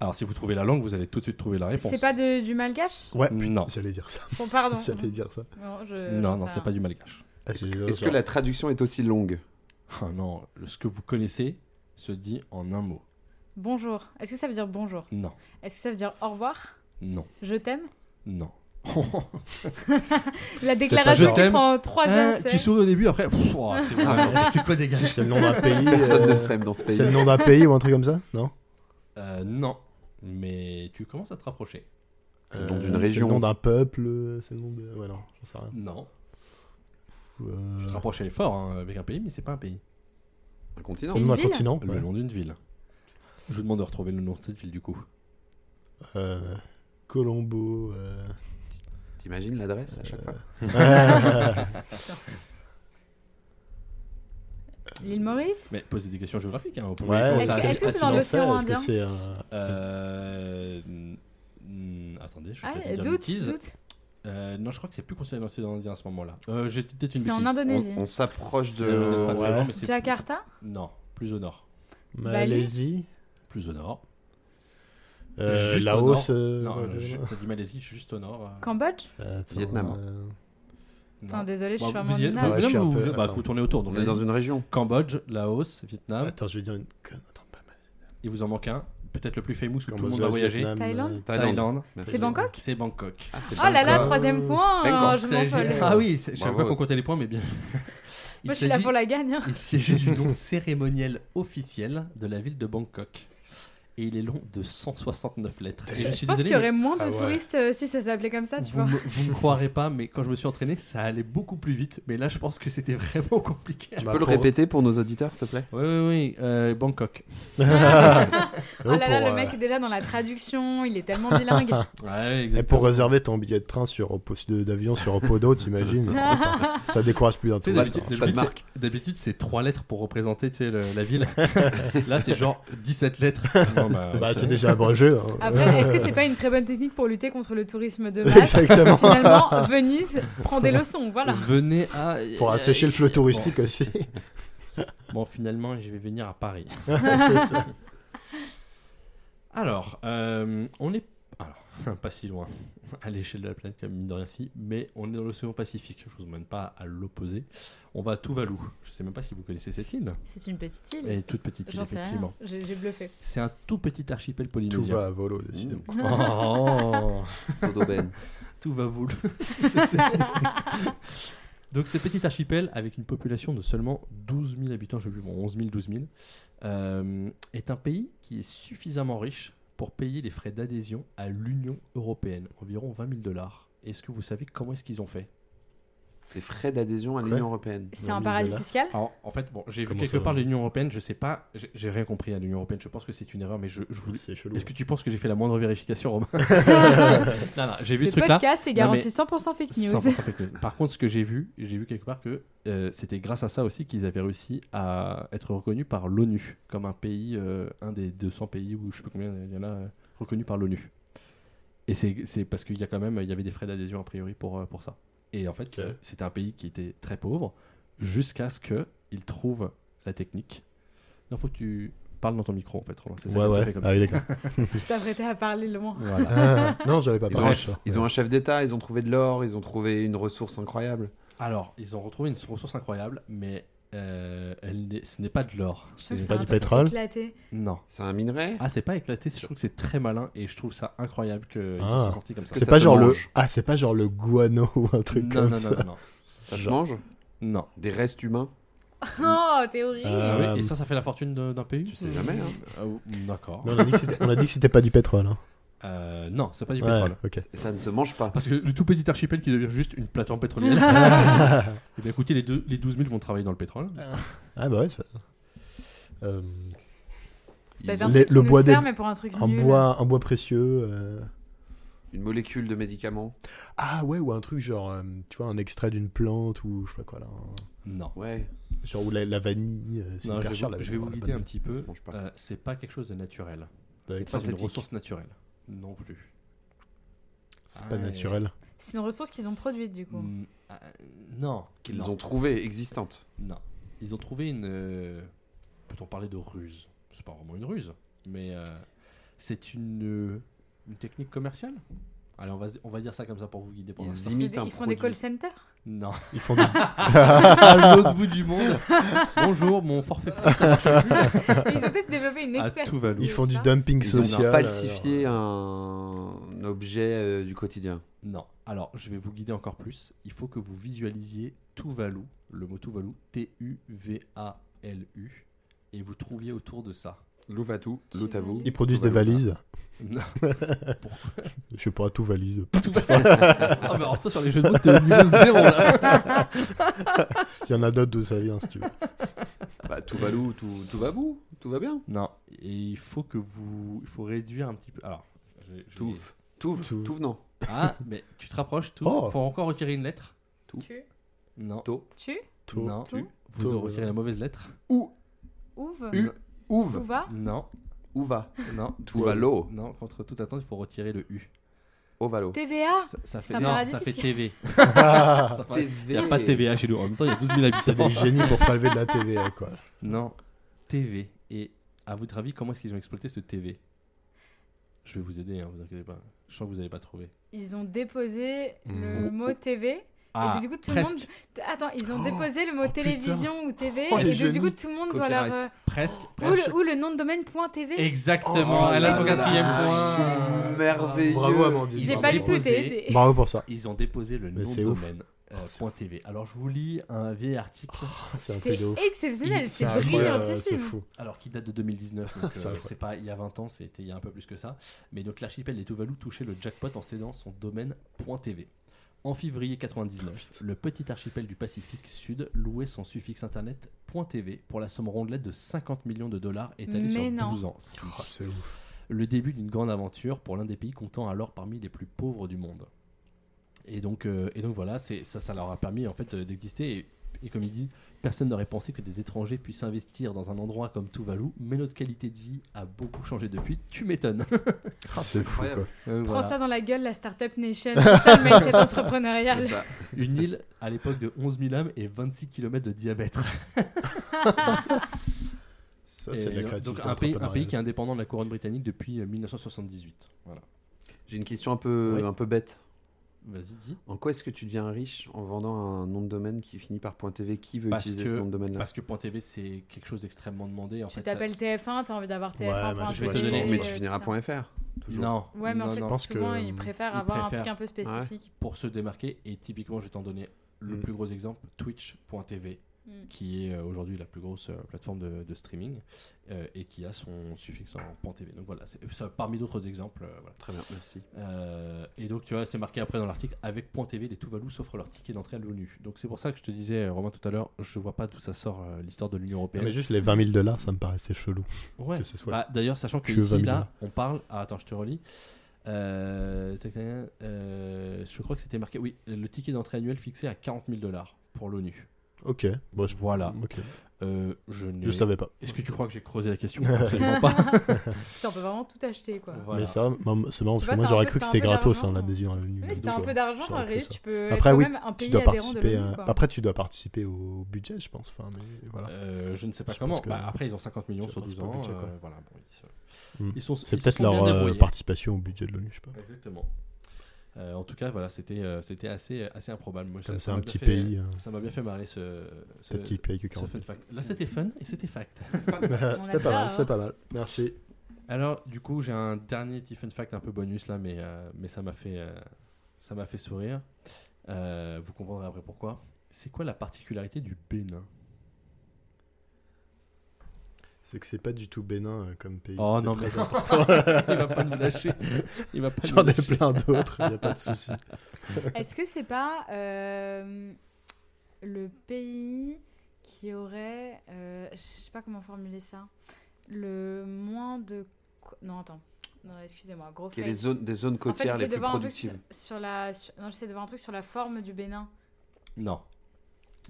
[SPEAKER 1] Alors si vous trouvez la langue, vous allez tout de suite trouver la réponse.
[SPEAKER 3] C'est pas de- du malgache
[SPEAKER 4] Ouais,
[SPEAKER 1] Non.
[SPEAKER 4] j'allais dire ça.
[SPEAKER 3] Bon, pardon.
[SPEAKER 4] J'allais dire ça.
[SPEAKER 3] Non, je-
[SPEAKER 1] Non, non,
[SPEAKER 3] Euh, ça-
[SPEAKER 1] c'est pas du malgache.
[SPEAKER 4] Est-ce que,
[SPEAKER 2] Est-ce que la traduction est aussi
[SPEAKER 1] *laughs*
[SPEAKER 2] longue
[SPEAKER 1] Ah non, le- ce que vous connaissez se dit en un mot.
[SPEAKER 3] Bonjour. Est-ce que ça veut dire bonjour
[SPEAKER 1] Non,
[SPEAKER 3] Est-ce que ça veut dire au revoir
[SPEAKER 1] non,
[SPEAKER 3] Je t'aime
[SPEAKER 1] *laughs* non. je
[SPEAKER 3] La déclaration qui
[SPEAKER 1] t'aime.
[SPEAKER 3] prend 3 heures.
[SPEAKER 1] Hein,
[SPEAKER 3] tu
[SPEAKER 1] tu
[SPEAKER 3] sais.
[SPEAKER 1] souris au début, après. pff, ouah, c'est vraiment- c'est Ah, quoi, dégage
[SPEAKER 4] *laughs* C'est le nom d'un
[SPEAKER 2] *laughs*
[SPEAKER 4] pays.
[SPEAKER 2] Personne
[SPEAKER 4] euh,
[SPEAKER 2] ne s'aime dans ce pays.
[SPEAKER 4] C'est le nom d'un pays ou un truc comme ça Non
[SPEAKER 1] euh, Non, mais tu commences à te rapprocher.
[SPEAKER 2] C'est le nom
[SPEAKER 4] Euh,
[SPEAKER 2] d'une
[SPEAKER 4] c'est
[SPEAKER 2] région.
[SPEAKER 4] le nom d'un peuple, euh, c'est le nom de. Ouais, non, j'en sais rien.
[SPEAKER 1] Non,
[SPEAKER 4] Euh,
[SPEAKER 1] tu te rapproches fort hein, avec un pays, mais c'est pas un pays.
[SPEAKER 2] Un
[SPEAKER 4] C'est
[SPEAKER 2] continent.
[SPEAKER 4] le nom d'un
[SPEAKER 3] une ville
[SPEAKER 4] continent
[SPEAKER 1] Le nom d'une ville. Je vous demande de retrouver le nom de cette ville du coup.
[SPEAKER 4] Euh, Colombo.
[SPEAKER 1] *laughs*
[SPEAKER 4] euh,
[SPEAKER 2] T'imagines l'adresse à chaque fois
[SPEAKER 3] L'île Maurice
[SPEAKER 1] Mais posez des questions géographiques. Hein, au premier
[SPEAKER 4] *laughs* Ouais,
[SPEAKER 1] coup,
[SPEAKER 3] Est-ce
[SPEAKER 1] ça-
[SPEAKER 3] que-
[SPEAKER 1] c'est
[SPEAKER 3] est-ce que c'est
[SPEAKER 1] fascinant.
[SPEAKER 3] dans l'océan
[SPEAKER 4] Est-ce que
[SPEAKER 3] Indien
[SPEAKER 4] c'est euh,
[SPEAKER 1] Euh, hmm, Attendez, je vais
[SPEAKER 3] Ah,
[SPEAKER 1] peut-être
[SPEAKER 3] euh,
[SPEAKER 1] dire une
[SPEAKER 3] doute,
[SPEAKER 1] bêtise.
[SPEAKER 3] doute.
[SPEAKER 1] Euh, non, je crois que c'est plus conseillé dans l'océan Indien à ce moment-là. Euh, J'ai dit peut-être une
[SPEAKER 3] C'est en
[SPEAKER 1] bêtise.
[SPEAKER 3] Indonésie.
[SPEAKER 2] On, on s'approche
[SPEAKER 1] C'est- vous êtes pas
[SPEAKER 2] de.
[SPEAKER 1] très
[SPEAKER 4] ouais.
[SPEAKER 1] loin, mais c'est-
[SPEAKER 3] Jakarta
[SPEAKER 1] Non, plus au nord.
[SPEAKER 3] Bali
[SPEAKER 4] Malaisie
[SPEAKER 1] Plus au nord.
[SPEAKER 4] euh,
[SPEAKER 1] Juste au
[SPEAKER 4] Laos
[SPEAKER 1] nord.
[SPEAKER 4] euh,
[SPEAKER 1] non,
[SPEAKER 4] ouais,
[SPEAKER 1] euh,
[SPEAKER 4] le-
[SPEAKER 1] je- t'as dit Malaisie, juste au nord. euh,
[SPEAKER 3] Cambodge
[SPEAKER 4] Euh, attends,
[SPEAKER 2] Vietnam.
[SPEAKER 4] euh,
[SPEAKER 1] non.
[SPEAKER 3] Attends, désolé, je
[SPEAKER 1] Bon,
[SPEAKER 3] suis vraiment
[SPEAKER 1] Bah, vous y êtes-
[SPEAKER 3] nulle.
[SPEAKER 1] vous-
[SPEAKER 2] Ouais,
[SPEAKER 1] non,
[SPEAKER 4] je suis
[SPEAKER 1] vous-
[SPEAKER 4] un peu-
[SPEAKER 1] bah,
[SPEAKER 4] attends.
[SPEAKER 1] vous tournez autour. Donc
[SPEAKER 2] On est dans
[SPEAKER 1] Malaisie,
[SPEAKER 2] une région.
[SPEAKER 1] Cambodge, Laos, Vietnam.
[SPEAKER 4] Attends, je vais dire une. conne- Attends, pas mal.
[SPEAKER 1] Il vous en manque un. Peut-être le plus famous où tout le
[SPEAKER 4] Cambodge,
[SPEAKER 1] monde va voyager.
[SPEAKER 4] Vietnam,
[SPEAKER 3] Thaïlande
[SPEAKER 4] euh,
[SPEAKER 1] Thaïlande.
[SPEAKER 2] Merci.
[SPEAKER 3] C'est Bangkok
[SPEAKER 1] C'est Bangkok.
[SPEAKER 2] Ah, c'est
[SPEAKER 3] Oh là là,
[SPEAKER 2] Bangkok.
[SPEAKER 3] troisième point
[SPEAKER 2] Bangkok,
[SPEAKER 3] euh, je m'en
[SPEAKER 1] Il s'agit-
[SPEAKER 3] fous.
[SPEAKER 1] Ah oui, c'est- je savais pas
[SPEAKER 2] Bravo.
[SPEAKER 1] qu'on comptait les points, mais bien. *laughs* Il
[SPEAKER 3] Moi, je suis là
[SPEAKER 1] s'agit-
[SPEAKER 3] pour la gagne. hein.
[SPEAKER 1] Il siégeait du nom cérémoniel officiel de la ville de Bangkok. Et il est long de 169 lettres. Et je
[SPEAKER 3] Je
[SPEAKER 1] suis
[SPEAKER 3] pense qu'il
[SPEAKER 1] désolé,
[SPEAKER 3] y
[SPEAKER 1] mais
[SPEAKER 3] aurait moins de
[SPEAKER 2] Ah ouais.
[SPEAKER 3] touristes euh, si ça s'appelait comme ça, tu
[SPEAKER 1] vous
[SPEAKER 3] vois.
[SPEAKER 1] me, vous
[SPEAKER 3] *laughs*
[SPEAKER 1] me croirez pas, mais quand je me suis entraîné, ça allait beaucoup plus vite. Mais là, je pense que c'était *laughs* vraiment compliqué.
[SPEAKER 2] Tu peux le répéter pour nos auditeurs, s'il te *laughs* plaît
[SPEAKER 1] Oui, oui, oui, euh, Bangkok.
[SPEAKER 3] Oh là là,
[SPEAKER 4] euh,
[SPEAKER 1] euh,
[SPEAKER 3] le mec est déjà dans la traduction, il
[SPEAKER 1] *laughs*
[SPEAKER 3] est tellement bilingue.
[SPEAKER 1] Ouais,
[SPEAKER 4] Et
[SPEAKER 1] exactement.
[SPEAKER 4] pour réserver ton billet de train sur poste d'avion sur Opodo,
[SPEAKER 3] *laughs*
[SPEAKER 4] t'imagines Enfin, Ça décourage plus d'un
[SPEAKER 1] Tu sais,
[SPEAKER 4] touriste.
[SPEAKER 1] d'habitude-
[SPEAKER 4] hein.
[SPEAKER 2] Pas de
[SPEAKER 1] d'habitude,
[SPEAKER 2] marque.
[SPEAKER 1] c'est- D'habitude, c'est trois lettres pour représenter tu sais, le- la *laughs* ville. là, c'est genre 17 *laughs* lettres. Non, bah,
[SPEAKER 4] Bah,
[SPEAKER 1] ok.
[SPEAKER 4] c'est déjà abrégé. hein.
[SPEAKER 3] Après, est-ce que c'est pas une très bonne technique pour lutter contre le
[SPEAKER 1] *laughs*
[SPEAKER 3] tourisme de
[SPEAKER 4] *laughs*
[SPEAKER 3] masse
[SPEAKER 4] Exactement.
[SPEAKER 3] Finalement, Venise prend des leçons, voilà.
[SPEAKER 1] Venez à.
[SPEAKER 4] Pour assécher le flot touristique aussi.
[SPEAKER 1] Bon, finalement, je vais venir à Paris.
[SPEAKER 4] *laughs* C'est ça.
[SPEAKER 1] Alors, euh, on est. Alors, *laughs* pas si loin à l'échelle de la planète, comme mine de rien, si, mais on est dans l'océan Pacifique. Je vous emmène pas à l'opposé. On va à Tuvalu. Je sais même pas si vous connaissez cette île.
[SPEAKER 3] C'est une petite île.
[SPEAKER 1] Elle est toute petite île,
[SPEAKER 3] J'en sais rien.
[SPEAKER 1] effectivement.
[SPEAKER 3] J'ai j'ai bluffé.
[SPEAKER 1] C'est un tout petit archipel
[SPEAKER 4] Tout
[SPEAKER 1] polynésien.
[SPEAKER 4] va à volo, décidément.
[SPEAKER 1] Oh,
[SPEAKER 3] *laughs*
[SPEAKER 2] Taux d'aubaine.
[SPEAKER 1] tout va vous. *laughs* Donc, ce petit archipel, avec une population de seulement 12 000 habitants, je sais plus, bon, 11 000, 12 000, euh, est un pays qui est suffisamment riche pour payer les frais d'adhésion à l'Union européenne, environ 20 000 dollars. Est-ce que vous savez comment est-ce qu'ils ont fait
[SPEAKER 2] Les frais d'adhésion à
[SPEAKER 4] Ouais.
[SPEAKER 2] l'Union européenne.
[SPEAKER 3] C'est
[SPEAKER 4] Oui,
[SPEAKER 3] un paradis
[SPEAKER 4] voilà.
[SPEAKER 3] fiscal
[SPEAKER 1] Alors, en fait, bon, j'ai vu
[SPEAKER 4] Comment
[SPEAKER 1] quelque
[SPEAKER 4] ça
[SPEAKER 1] part
[SPEAKER 4] va
[SPEAKER 1] l'Union Européenne, je sais pas, j'ai- j'ai rien compris à l'Union Européenne, je pense que c'est une erreur, mais je, je voulais.
[SPEAKER 4] C'est chelou.
[SPEAKER 1] Est-ce que tu penses que j'ai fait la moindre vérification,
[SPEAKER 4] *laughs*
[SPEAKER 1] Romain Non, non, *laughs* j'ai vu ce
[SPEAKER 3] Ce
[SPEAKER 1] truc-là.
[SPEAKER 3] podcast est
[SPEAKER 1] Non,
[SPEAKER 3] garanti
[SPEAKER 1] mais-
[SPEAKER 3] 100% fake news.
[SPEAKER 1] 100% fake news. Par contre, ce que j'ai vu, j'ai vu quelque part que euh, c'était grâce à ça aussi qu'ils avaient réussi à être reconnus par l'ONU comme un pays, euh, un des 200 pays ou je sais plus combien il y en a euh, reconnus par l'ONU. Et c'est c'est parce qu'il y a quand même, il y avait des frais d'adhésion a priori pour euh, pour ça. Et en fait,
[SPEAKER 4] Ok.
[SPEAKER 1] euh, c'était un pays qui était très pauvre jusqu'à ce que ils trouvent la technique. Il faut que tu parles dans ton micro en fait, Roland. C'est ça
[SPEAKER 4] Ouais,
[SPEAKER 1] que tu
[SPEAKER 4] ouais.
[SPEAKER 1] fais comme
[SPEAKER 4] Ah
[SPEAKER 1] ça.
[SPEAKER 4] oui, d'accord.
[SPEAKER 3] Je t'apprêtais à parler loin.
[SPEAKER 1] Voilà. *laughs*
[SPEAKER 4] Ah, non, j'avais pas
[SPEAKER 2] Ils ont,
[SPEAKER 4] parlé.
[SPEAKER 2] un, ils ont un chef d'État, ils ont trouvé de l'or, ils ont trouvé une ressource incroyable.
[SPEAKER 1] Alors, ils ont retrouvé une ressource incroyable, mais euh, elle n'est- ce n'est pas de l'or.
[SPEAKER 3] Je trouve
[SPEAKER 1] Ils
[SPEAKER 3] que
[SPEAKER 1] ont
[SPEAKER 3] c'est
[SPEAKER 1] pas
[SPEAKER 3] un
[SPEAKER 1] dit
[SPEAKER 4] du
[SPEAKER 3] truc
[SPEAKER 4] pétrole
[SPEAKER 3] éclaté.
[SPEAKER 1] Non.
[SPEAKER 2] C'est un minerai
[SPEAKER 1] Ah, c'est pas éclaté, je trouve que c'est très malin et je trouve ça incroyable qu'ils
[SPEAKER 4] Ah.
[SPEAKER 1] s'en sont sortis comme ça.
[SPEAKER 2] que
[SPEAKER 4] C'est
[SPEAKER 2] ça
[SPEAKER 4] pas
[SPEAKER 2] se
[SPEAKER 4] genre le.
[SPEAKER 2] mange
[SPEAKER 4] Ah, c'est pas genre le guano *laughs* ou un truc
[SPEAKER 1] Non,
[SPEAKER 4] comme
[SPEAKER 1] non,
[SPEAKER 4] ça.
[SPEAKER 1] non, non, non.
[SPEAKER 2] Ça se
[SPEAKER 4] Genre-
[SPEAKER 2] mange
[SPEAKER 1] Non.
[SPEAKER 2] Des restes humains
[SPEAKER 3] Oh, t'es horrible.
[SPEAKER 4] Euh,
[SPEAKER 1] Ah oui, et ça, ça fait la fortune de- d'un pays
[SPEAKER 2] Tu sais jamais, hein.
[SPEAKER 1] Ah, ou- D'accord.
[SPEAKER 4] Mais on a dit que c'était- on a dit que c'était pas du pétrole. Hein.
[SPEAKER 1] Euh, non, c'est pas du
[SPEAKER 4] Ouais,
[SPEAKER 1] pétrole.
[SPEAKER 4] ok.
[SPEAKER 2] Et ça ne se mange pas.
[SPEAKER 1] Parce que le tout petit archipel qui devient juste une plateforme pétrolière.
[SPEAKER 3] *laughs*
[SPEAKER 1] et bien écoutez, les, deux, les 12 000 vont travailler dans le pétrole.
[SPEAKER 3] Euh.
[SPEAKER 4] Ah bah ouais. ça- Euh,
[SPEAKER 3] Ça va être
[SPEAKER 4] ils
[SPEAKER 3] un
[SPEAKER 4] ont-
[SPEAKER 3] truc
[SPEAKER 4] Les-
[SPEAKER 3] qui
[SPEAKER 4] le
[SPEAKER 3] nous
[SPEAKER 4] bois
[SPEAKER 3] sert,
[SPEAKER 4] des-
[SPEAKER 3] mais pour un truc
[SPEAKER 4] un
[SPEAKER 3] nul.
[SPEAKER 4] bois, un bois précieux. euh.
[SPEAKER 2] Une molécule de médicament
[SPEAKER 4] Ah ouais, ou un truc genre, euh, tu vois, un extrait d'une plante ou je sais pas quoi là. un-
[SPEAKER 1] Non.
[SPEAKER 2] Ouais,
[SPEAKER 4] Genre ou la, la vanille. euh, c'est
[SPEAKER 1] Non, je
[SPEAKER 4] hyper
[SPEAKER 1] vais,
[SPEAKER 4] cher,
[SPEAKER 1] vous-
[SPEAKER 4] la-
[SPEAKER 1] je vais vous
[SPEAKER 4] la
[SPEAKER 1] guider un
[SPEAKER 4] vanille.
[SPEAKER 1] petit
[SPEAKER 2] ça
[SPEAKER 1] peu.
[SPEAKER 2] se mange pas.
[SPEAKER 1] Euh, c'est pas quelque chose de naturel. C'est
[SPEAKER 4] D'accord,
[SPEAKER 1] pas une
[SPEAKER 2] synthétique.
[SPEAKER 1] ressource naturelle. Non plus.
[SPEAKER 4] C'est
[SPEAKER 1] Ah,
[SPEAKER 4] pas naturel.
[SPEAKER 3] C'est une ressource qu'ils ont produite, du coup.
[SPEAKER 1] Mm, ah, non.
[SPEAKER 2] Qu'ils
[SPEAKER 1] non.
[SPEAKER 2] ont trouvé existante.
[SPEAKER 1] Non. Ils ont trouvé une. euh, Peut-on parler de ruse C'est pas vraiment une ruse, mais euh, c'est une, euh, une technique commerciale. Allez, on va, se- on va dire ça comme ça pour vous guider pour
[SPEAKER 2] Ils
[SPEAKER 1] l'instant.
[SPEAKER 3] C'est *laughs*
[SPEAKER 2] imitent
[SPEAKER 3] des-
[SPEAKER 2] un
[SPEAKER 3] Ils font des call
[SPEAKER 2] produit.
[SPEAKER 3] centers
[SPEAKER 1] Non.
[SPEAKER 4] Ils font des-
[SPEAKER 1] à
[SPEAKER 3] Ah,
[SPEAKER 1] l'autre bout du monde. Bonjour, mon forfait Free, ça marche plus.
[SPEAKER 3] Ils ont peut-être développé une
[SPEAKER 1] À
[SPEAKER 3] expertise.
[SPEAKER 1] tout va
[SPEAKER 4] Ils
[SPEAKER 1] louer.
[SPEAKER 4] font du
[SPEAKER 3] Ça.
[SPEAKER 4] dumping
[SPEAKER 2] Ils
[SPEAKER 4] social.
[SPEAKER 2] ont
[SPEAKER 4] alors,
[SPEAKER 2] falsifié un objet euh, du quotidien.
[SPEAKER 1] Non. Alors, je vais vous guider encore plus. Il faut que vous visualisiez Tuvalu, le mot Tuvalu, T-U-V-A-L-U, et vous trouviez autour de ça.
[SPEAKER 2] Louvatou,
[SPEAKER 3] Loutavou.
[SPEAKER 4] euh, Ils produisent des
[SPEAKER 2] Tuvalu.
[SPEAKER 4] valises.
[SPEAKER 1] Bah,
[SPEAKER 4] *laughs*
[SPEAKER 1] Non.
[SPEAKER 4] Je sais pas, tout valise.
[SPEAKER 1] Ah, mais alors, toi, sur les jeux de mots, t'es au niveau zéro là.
[SPEAKER 4] Il y en a d'autres d'où ça vient, si tu veux.
[SPEAKER 2] Bah, Tuvalu, tout, tout va bout, tout va bien.
[SPEAKER 1] Non, et il faut que vous, il faut réduire un petit peu. Alors, je- je vais- *laughs*
[SPEAKER 2] Touf, touf,
[SPEAKER 4] Tout.
[SPEAKER 2] touf, non.
[SPEAKER 1] Ah, mais tu te rapproches. Tout.
[SPEAKER 4] Oh.
[SPEAKER 1] Faut encore retirer une lettre.
[SPEAKER 3] Tu
[SPEAKER 1] Non.
[SPEAKER 2] To,
[SPEAKER 3] Tu
[SPEAKER 4] Tout.
[SPEAKER 1] Non.
[SPEAKER 3] Tout.
[SPEAKER 1] Vous
[SPEAKER 4] Tout.
[SPEAKER 1] aurez retiré la mauvaise lettre.
[SPEAKER 2] ou,
[SPEAKER 3] Ouve
[SPEAKER 2] U. ouve,
[SPEAKER 3] Ouva
[SPEAKER 1] Non.
[SPEAKER 2] ouva,
[SPEAKER 1] *laughs* Non.
[SPEAKER 2] Tuvalu,
[SPEAKER 1] Non. Contre toute attente, il faut retirer le u.
[SPEAKER 2] ovalo.
[SPEAKER 3] TVA
[SPEAKER 1] Ça, ça
[SPEAKER 3] Ah, c'est
[SPEAKER 1] fait
[SPEAKER 3] un
[SPEAKER 1] non,
[SPEAKER 3] paradis
[SPEAKER 1] ça fait
[SPEAKER 4] *laughs*
[SPEAKER 3] fiscal.
[SPEAKER 1] TV.
[SPEAKER 4] Ah,
[SPEAKER 1] Ça fait- Il
[SPEAKER 2] TV.
[SPEAKER 1] n'y a pas de TVA chez nous. En même temps, il y a 12 000
[SPEAKER 4] C'est
[SPEAKER 1] habitants.
[SPEAKER 4] des génies pour prélever de la TVA, quoi.
[SPEAKER 1] Non. TV. Et à votre avis, comment est-ce qu'ils ont exploité ce TV Je vais vous aider. Hein, vous inquiétez pas. Je sens que vous n'allez pas trouver.
[SPEAKER 3] Ils ont déposé
[SPEAKER 1] Mm.
[SPEAKER 3] le mot TV.
[SPEAKER 1] Ah,
[SPEAKER 3] du coup, tout le
[SPEAKER 1] presque.
[SPEAKER 3] monde- Attends, ils ont
[SPEAKER 4] Oh,
[SPEAKER 3] déposé le mot
[SPEAKER 4] oh,
[SPEAKER 3] télévision ou TV.
[SPEAKER 2] Oh, les
[SPEAKER 3] et donc, du
[SPEAKER 2] génies.
[SPEAKER 3] coup, tout le monde doit leur.
[SPEAKER 2] Copyright.
[SPEAKER 3] euh,
[SPEAKER 1] Presque.
[SPEAKER 3] ou,
[SPEAKER 1] Presque.
[SPEAKER 3] le, ou le nom de domaine point .tv.
[SPEAKER 1] Exactement,
[SPEAKER 2] Oh,
[SPEAKER 1] elle a son
[SPEAKER 2] voilà.
[SPEAKER 1] quatrième point.
[SPEAKER 2] Merveilleux.
[SPEAKER 4] *laughs* Bravo, Amandine.
[SPEAKER 1] Ils
[SPEAKER 3] J'ai
[SPEAKER 1] ont
[SPEAKER 3] pas du tout été
[SPEAKER 1] déposé.
[SPEAKER 3] aidé.
[SPEAKER 4] Bravo pour ça.
[SPEAKER 1] Ils ont déposé le
[SPEAKER 4] Mais
[SPEAKER 1] nom de
[SPEAKER 4] c'est ouf.
[SPEAKER 1] domaine euh, point .tv. Alors je vous lis un vieil article,
[SPEAKER 4] C'est un truc de ouf.
[SPEAKER 3] C'est exceptionnel,
[SPEAKER 1] Il- c'est
[SPEAKER 3] c'est
[SPEAKER 4] incroyable, euh, C'est
[SPEAKER 3] brillantissime.
[SPEAKER 4] fou.
[SPEAKER 1] alors qui date de 2019,
[SPEAKER 4] *laughs*
[SPEAKER 1] donc, euh,
[SPEAKER 4] C'est incroyable.
[SPEAKER 1] c'est pas il y a 20 ans, c'était il y a un peu plus que ça. Mais donc l'archipel des Tuvalu touchait le jackpot en cédant son domaine point .tv. En février 99, le petit archipel du Pacifique Sud louait son suffixe internet point .tv pour la somme rondelette de 50 millions de dollars étalée sur
[SPEAKER 3] Mais non.
[SPEAKER 1] 12 ans. Si.
[SPEAKER 4] Oh, c'est ouf.
[SPEAKER 1] le début d'une grande aventure pour l'un des pays comptant alors parmi les plus pauvres du monde. Et donc, euh, et donc voilà, c'est- ça, ça leur a permis en fait euh, d'exister. Et, et comme il dit, personne n'aurait pensé que des étrangers puissent investir dans un endroit comme Tuvalu, mais notre qualité de vie a beaucoup changé depuis. Tu
[SPEAKER 3] *laughs*
[SPEAKER 1] m'étonnes.
[SPEAKER 4] Ah, c'est fou,
[SPEAKER 2] incroyable.
[SPEAKER 4] quoi.
[SPEAKER 1] Euh,
[SPEAKER 3] Prends
[SPEAKER 1] voilà.
[SPEAKER 3] ça dans la gueule, la Startup
[SPEAKER 1] *laughs*
[SPEAKER 3] Nation. C'est ça le mindset
[SPEAKER 2] C'est
[SPEAKER 3] entrepreneurial.
[SPEAKER 2] ça.
[SPEAKER 1] Une île à l'époque de 11 000 âmes et 26 km de diamètre.
[SPEAKER 4] Ça,
[SPEAKER 1] Et
[SPEAKER 4] c'est de la
[SPEAKER 1] donc,
[SPEAKER 4] créativité.
[SPEAKER 1] donc un pays, un pays qui est indépendant de la couronne britannique depuis euh, 1978. Voilà.
[SPEAKER 2] J'ai une question un peu,
[SPEAKER 1] Oui.
[SPEAKER 2] un peu bête.
[SPEAKER 1] Vas-y, dis.
[SPEAKER 2] En quoi est-ce que tu deviens riche en vendant un nom de domaine qui finit par .tv Qui veut
[SPEAKER 1] Parce
[SPEAKER 2] utiliser
[SPEAKER 1] que-
[SPEAKER 2] ce nom de domaine-là
[SPEAKER 1] Parce que .tv, c'est quelque chose d'extrêmement demandé. En
[SPEAKER 3] Tu
[SPEAKER 1] fait, ça-
[SPEAKER 3] t'appelles TF1, t'as envie d'avoir
[SPEAKER 4] Ouais,
[SPEAKER 3] TF1.
[SPEAKER 4] mais
[SPEAKER 3] point
[SPEAKER 1] je vais te
[SPEAKER 3] TV,
[SPEAKER 1] donner-
[SPEAKER 2] Mais tu
[SPEAKER 3] euh,
[SPEAKER 2] finiras
[SPEAKER 3] tout ça.
[SPEAKER 2] point .fr. Toujours.
[SPEAKER 1] Non.
[SPEAKER 3] Ouais, mais en
[SPEAKER 1] non,
[SPEAKER 3] fait,
[SPEAKER 1] non.
[SPEAKER 4] pense
[SPEAKER 3] souvent,
[SPEAKER 4] que-
[SPEAKER 3] ils préfèrent
[SPEAKER 1] ils
[SPEAKER 3] avoir un
[SPEAKER 1] préfèrent.
[SPEAKER 3] truc un peu spécifique.
[SPEAKER 1] pour se démarquer. Et typiquement, je vais t'en donner le
[SPEAKER 4] Mm.
[SPEAKER 1] plus gros exemple, twitch.tv.
[SPEAKER 3] Mm.
[SPEAKER 1] qui est euh, aujourd'hui la plus grosse euh, plateforme de, de streaming euh, et qui a son suffixe en pan TV. Donc voilà, c'est ça, parmi d'autres exemples. euh, voilà.
[SPEAKER 2] Très bien, merci.
[SPEAKER 1] Euh, et donc, tu vois, c'est marqué après dans l'article avec Point TV, les Tuvalu s'offrent leur ticket d'entrée à l'ONU. Donc, c'est pour ça que je te disais, euh, Romain, tout à l'heure, je vois pas d'où ça sort euh, l'histoire de l'Union
[SPEAKER 4] Non,
[SPEAKER 1] Européenne.
[SPEAKER 4] Ah, mais juste les 20 000 dollars, ça me paraissait chelou.
[SPEAKER 1] Ouais.
[SPEAKER 4] Que ce soit.
[SPEAKER 1] Bah, D'ailleurs, sachant que
[SPEAKER 4] que
[SPEAKER 1] ici,
[SPEAKER 4] 20 000
[SPEAKER 1] là,
[SPEAKER 4] dollars.
[SPEAKER 1] on parle. Ah, attends, je te relis. Euh, tac, tac, tac, euh, je crois que c'était marqué. Oui, le ticket d'entrée annuel fixé à 40 000 dollars pour l'ONU.
[SPEAKER 4] Ok. Bon, je...
[SPEAKER 1] Voilà.
[SPEAKER 4] ok.
[SPEAKER 1] Euh, je
[SPEAKER 4] Je
[SPEAKER 1] ne.
[SPEAKER 4] savais pas.
[SPEAKER 1] Est-ce que tu crois que j'ai creusé la
[SPEAKER 4] *laughs*
[SPEAKER 1] question Absolument pas.
[SPEAKER 3] Putain, on peut vraiment tout acheter, quoi.
[SPEAKER 1] Voilà.
[SPEAKER 4] Mais c'est vrai, moi, c'est marrant, parce
[SPEAKER 3] Tu
[SPEAKER 4] que
[SPEAKER 3] vois,
[SPEAKER 4] moi
[SPEAKER 3] t'as un
[SPEAKER 4] j'aurais
[SPEAKER 3] peu-
[SPEAKER 4] cru que
[SPEAKER 3] t'as un
[SPEAKER 4] c'était
[SPEAKER 3] peu
[SPEAKER 4] gratos hein,
[SPEAKER 3] d'argent.
[SPEAKER 4] l'adhésion à l'ONU.
[SPEAKER 3] Oui,
[SPEAKER 4] Donc,
[SPEAKER 3] si t'as un
[SPEAKER 4] j'aurais-
[SPEAKER 3] peu d'argent,
[SPEAKER 4] j'aurais cru
[SPEAKER 3] Réus,
[SPEAKER 4] ça.
[SPEAKER 3] tu peux
[SPEAKER 4] Après,
[SPEAKER 3] être
[SPEAKER 4] oui,
[SPEAKER 3] quand même un
[SPEAKER 4] tu
[SPEAKER 3] pays
[SPEAKER 4] dois
[SPEAKER 3] adhérent de
[SPEAKER 4] participer. à-
[SPEAKER 3] l'ONU, quoi.
[SPEAKER 4] Après, tu dois participer au budget, je pense. Enfin, mais voilà.
[SPEAKER 1] Euh, je ne sais pas
[SPEAKER 4] Je
[SPEAKER 1] comment.
[SPEAKER 4] pense que-
[SPEAKER 1] Bah, après, ils ont 50 millions
[SPEAKER 4] Je
[SPEAKER 1] sur
[SPEAKER 4] pense
[SPEAKER 1] 12
[SPEAKER 4] pas au
[SPEAKER 1] ans.
[SPEAKER 4] budget, quoi.
[SPEAKER 1] euh, voilà, bon, ils, se-
[SPEAKER 4] Mm.
[SPEAKER 1] ils sont.
[SPEAKER 4] C'est
[SPEAKER 1] ils se
[SPEAKER 4] peut-être
[SPEAKER 1] sont
[SPEAKER 4] leur
[SPEAKER 1] bien
[SPEAKER 4] euh,
[SPEAKER 1] débrouillés.
[SPEAKER 4] participation au budget de l'ONU, je sais pas.
[SPEAKER 1] Exactement. Euh, en tout cas, voilà, c'était euh, c'était assez euh, assez improbable. Moi,
[SPEAKER 4] Comme
[SPEAKER 1] ça-
[SPEAKER 4] c'est
[SPEAKER 1] ça m'a
[SPEAKER 4] un
[SPEAKER 1] bien
[SPEAKER 4] petit
[SPEAKER 1] fait-
[SPEAKER 4] pays, euh,
[SPEAKER 1] Ça m'a bien fait marrer ce ce,
[SPEAKER 4] c'est un petit pays que
[SPEAKER 1] ce
[SPEAKER 4] 40
[SPEAKER 1] fun fact. Là, c'était fun et c'était fact.
[SPEAKER 4] *laughs*
[SPEAKER 3] C'était pas mal, c'était
[SPEAKER 4] pas mal. Merci.
[SPEAKER 1] Alors, du coup, j'ai un dernier petit fun fact un peu bonus là, mais euh, mais ça m'a fait euh, ça m'a fait sourire. Euh, vous comprendrez après pourquoi. C'est quoi la particularité du *laughs* Bénin
[SPEAKER 4] C'est que c'est pas du tout bénin euh, comme pays.
[SPEAKER 1] Oh
[SPEAKER 4] C'est
[SPEAKER 1] non,
[SPEAKER 4] très
[SPEAKER 1] mais
[SPEAKER 4] important.
[SPEAKER 1] il va pas nous lâcher. Il va pas
[SPEAKER 4] J'en
[SPEAKER 1] nous
[SPEAKER 4] ai
[SPEAKER 1] lâcher.
[SPEAKER 4] plein d'autres, il n'y a pas de souci.
[SPEAKER 3] Est-ce que c'est pas euh, le pays qui aurait, euh, je sais pas comment formuler ça, le moins de, co- non attends, non excusez-moi, gros
[SPEAKER 2] Qui est
[SPEAKER 3] fail.
[SPEAKER 2] les zones, des zones
[SPEAKER 3] En fait,
[SPEAKER 2] côtières
[SPEAKER 3] j'essaie
[SPEAKER 2] les
[SPEAKER 3] de
[SPEAKER 2] plus
[SPEAKER 3] voir un truc
[SPEAKER 2] productives.
[SPEAKER 3] sur, sur la, sur- non j'essaie de voir un truc sur la forme du Bénin.
[SPEAKER 1] Non.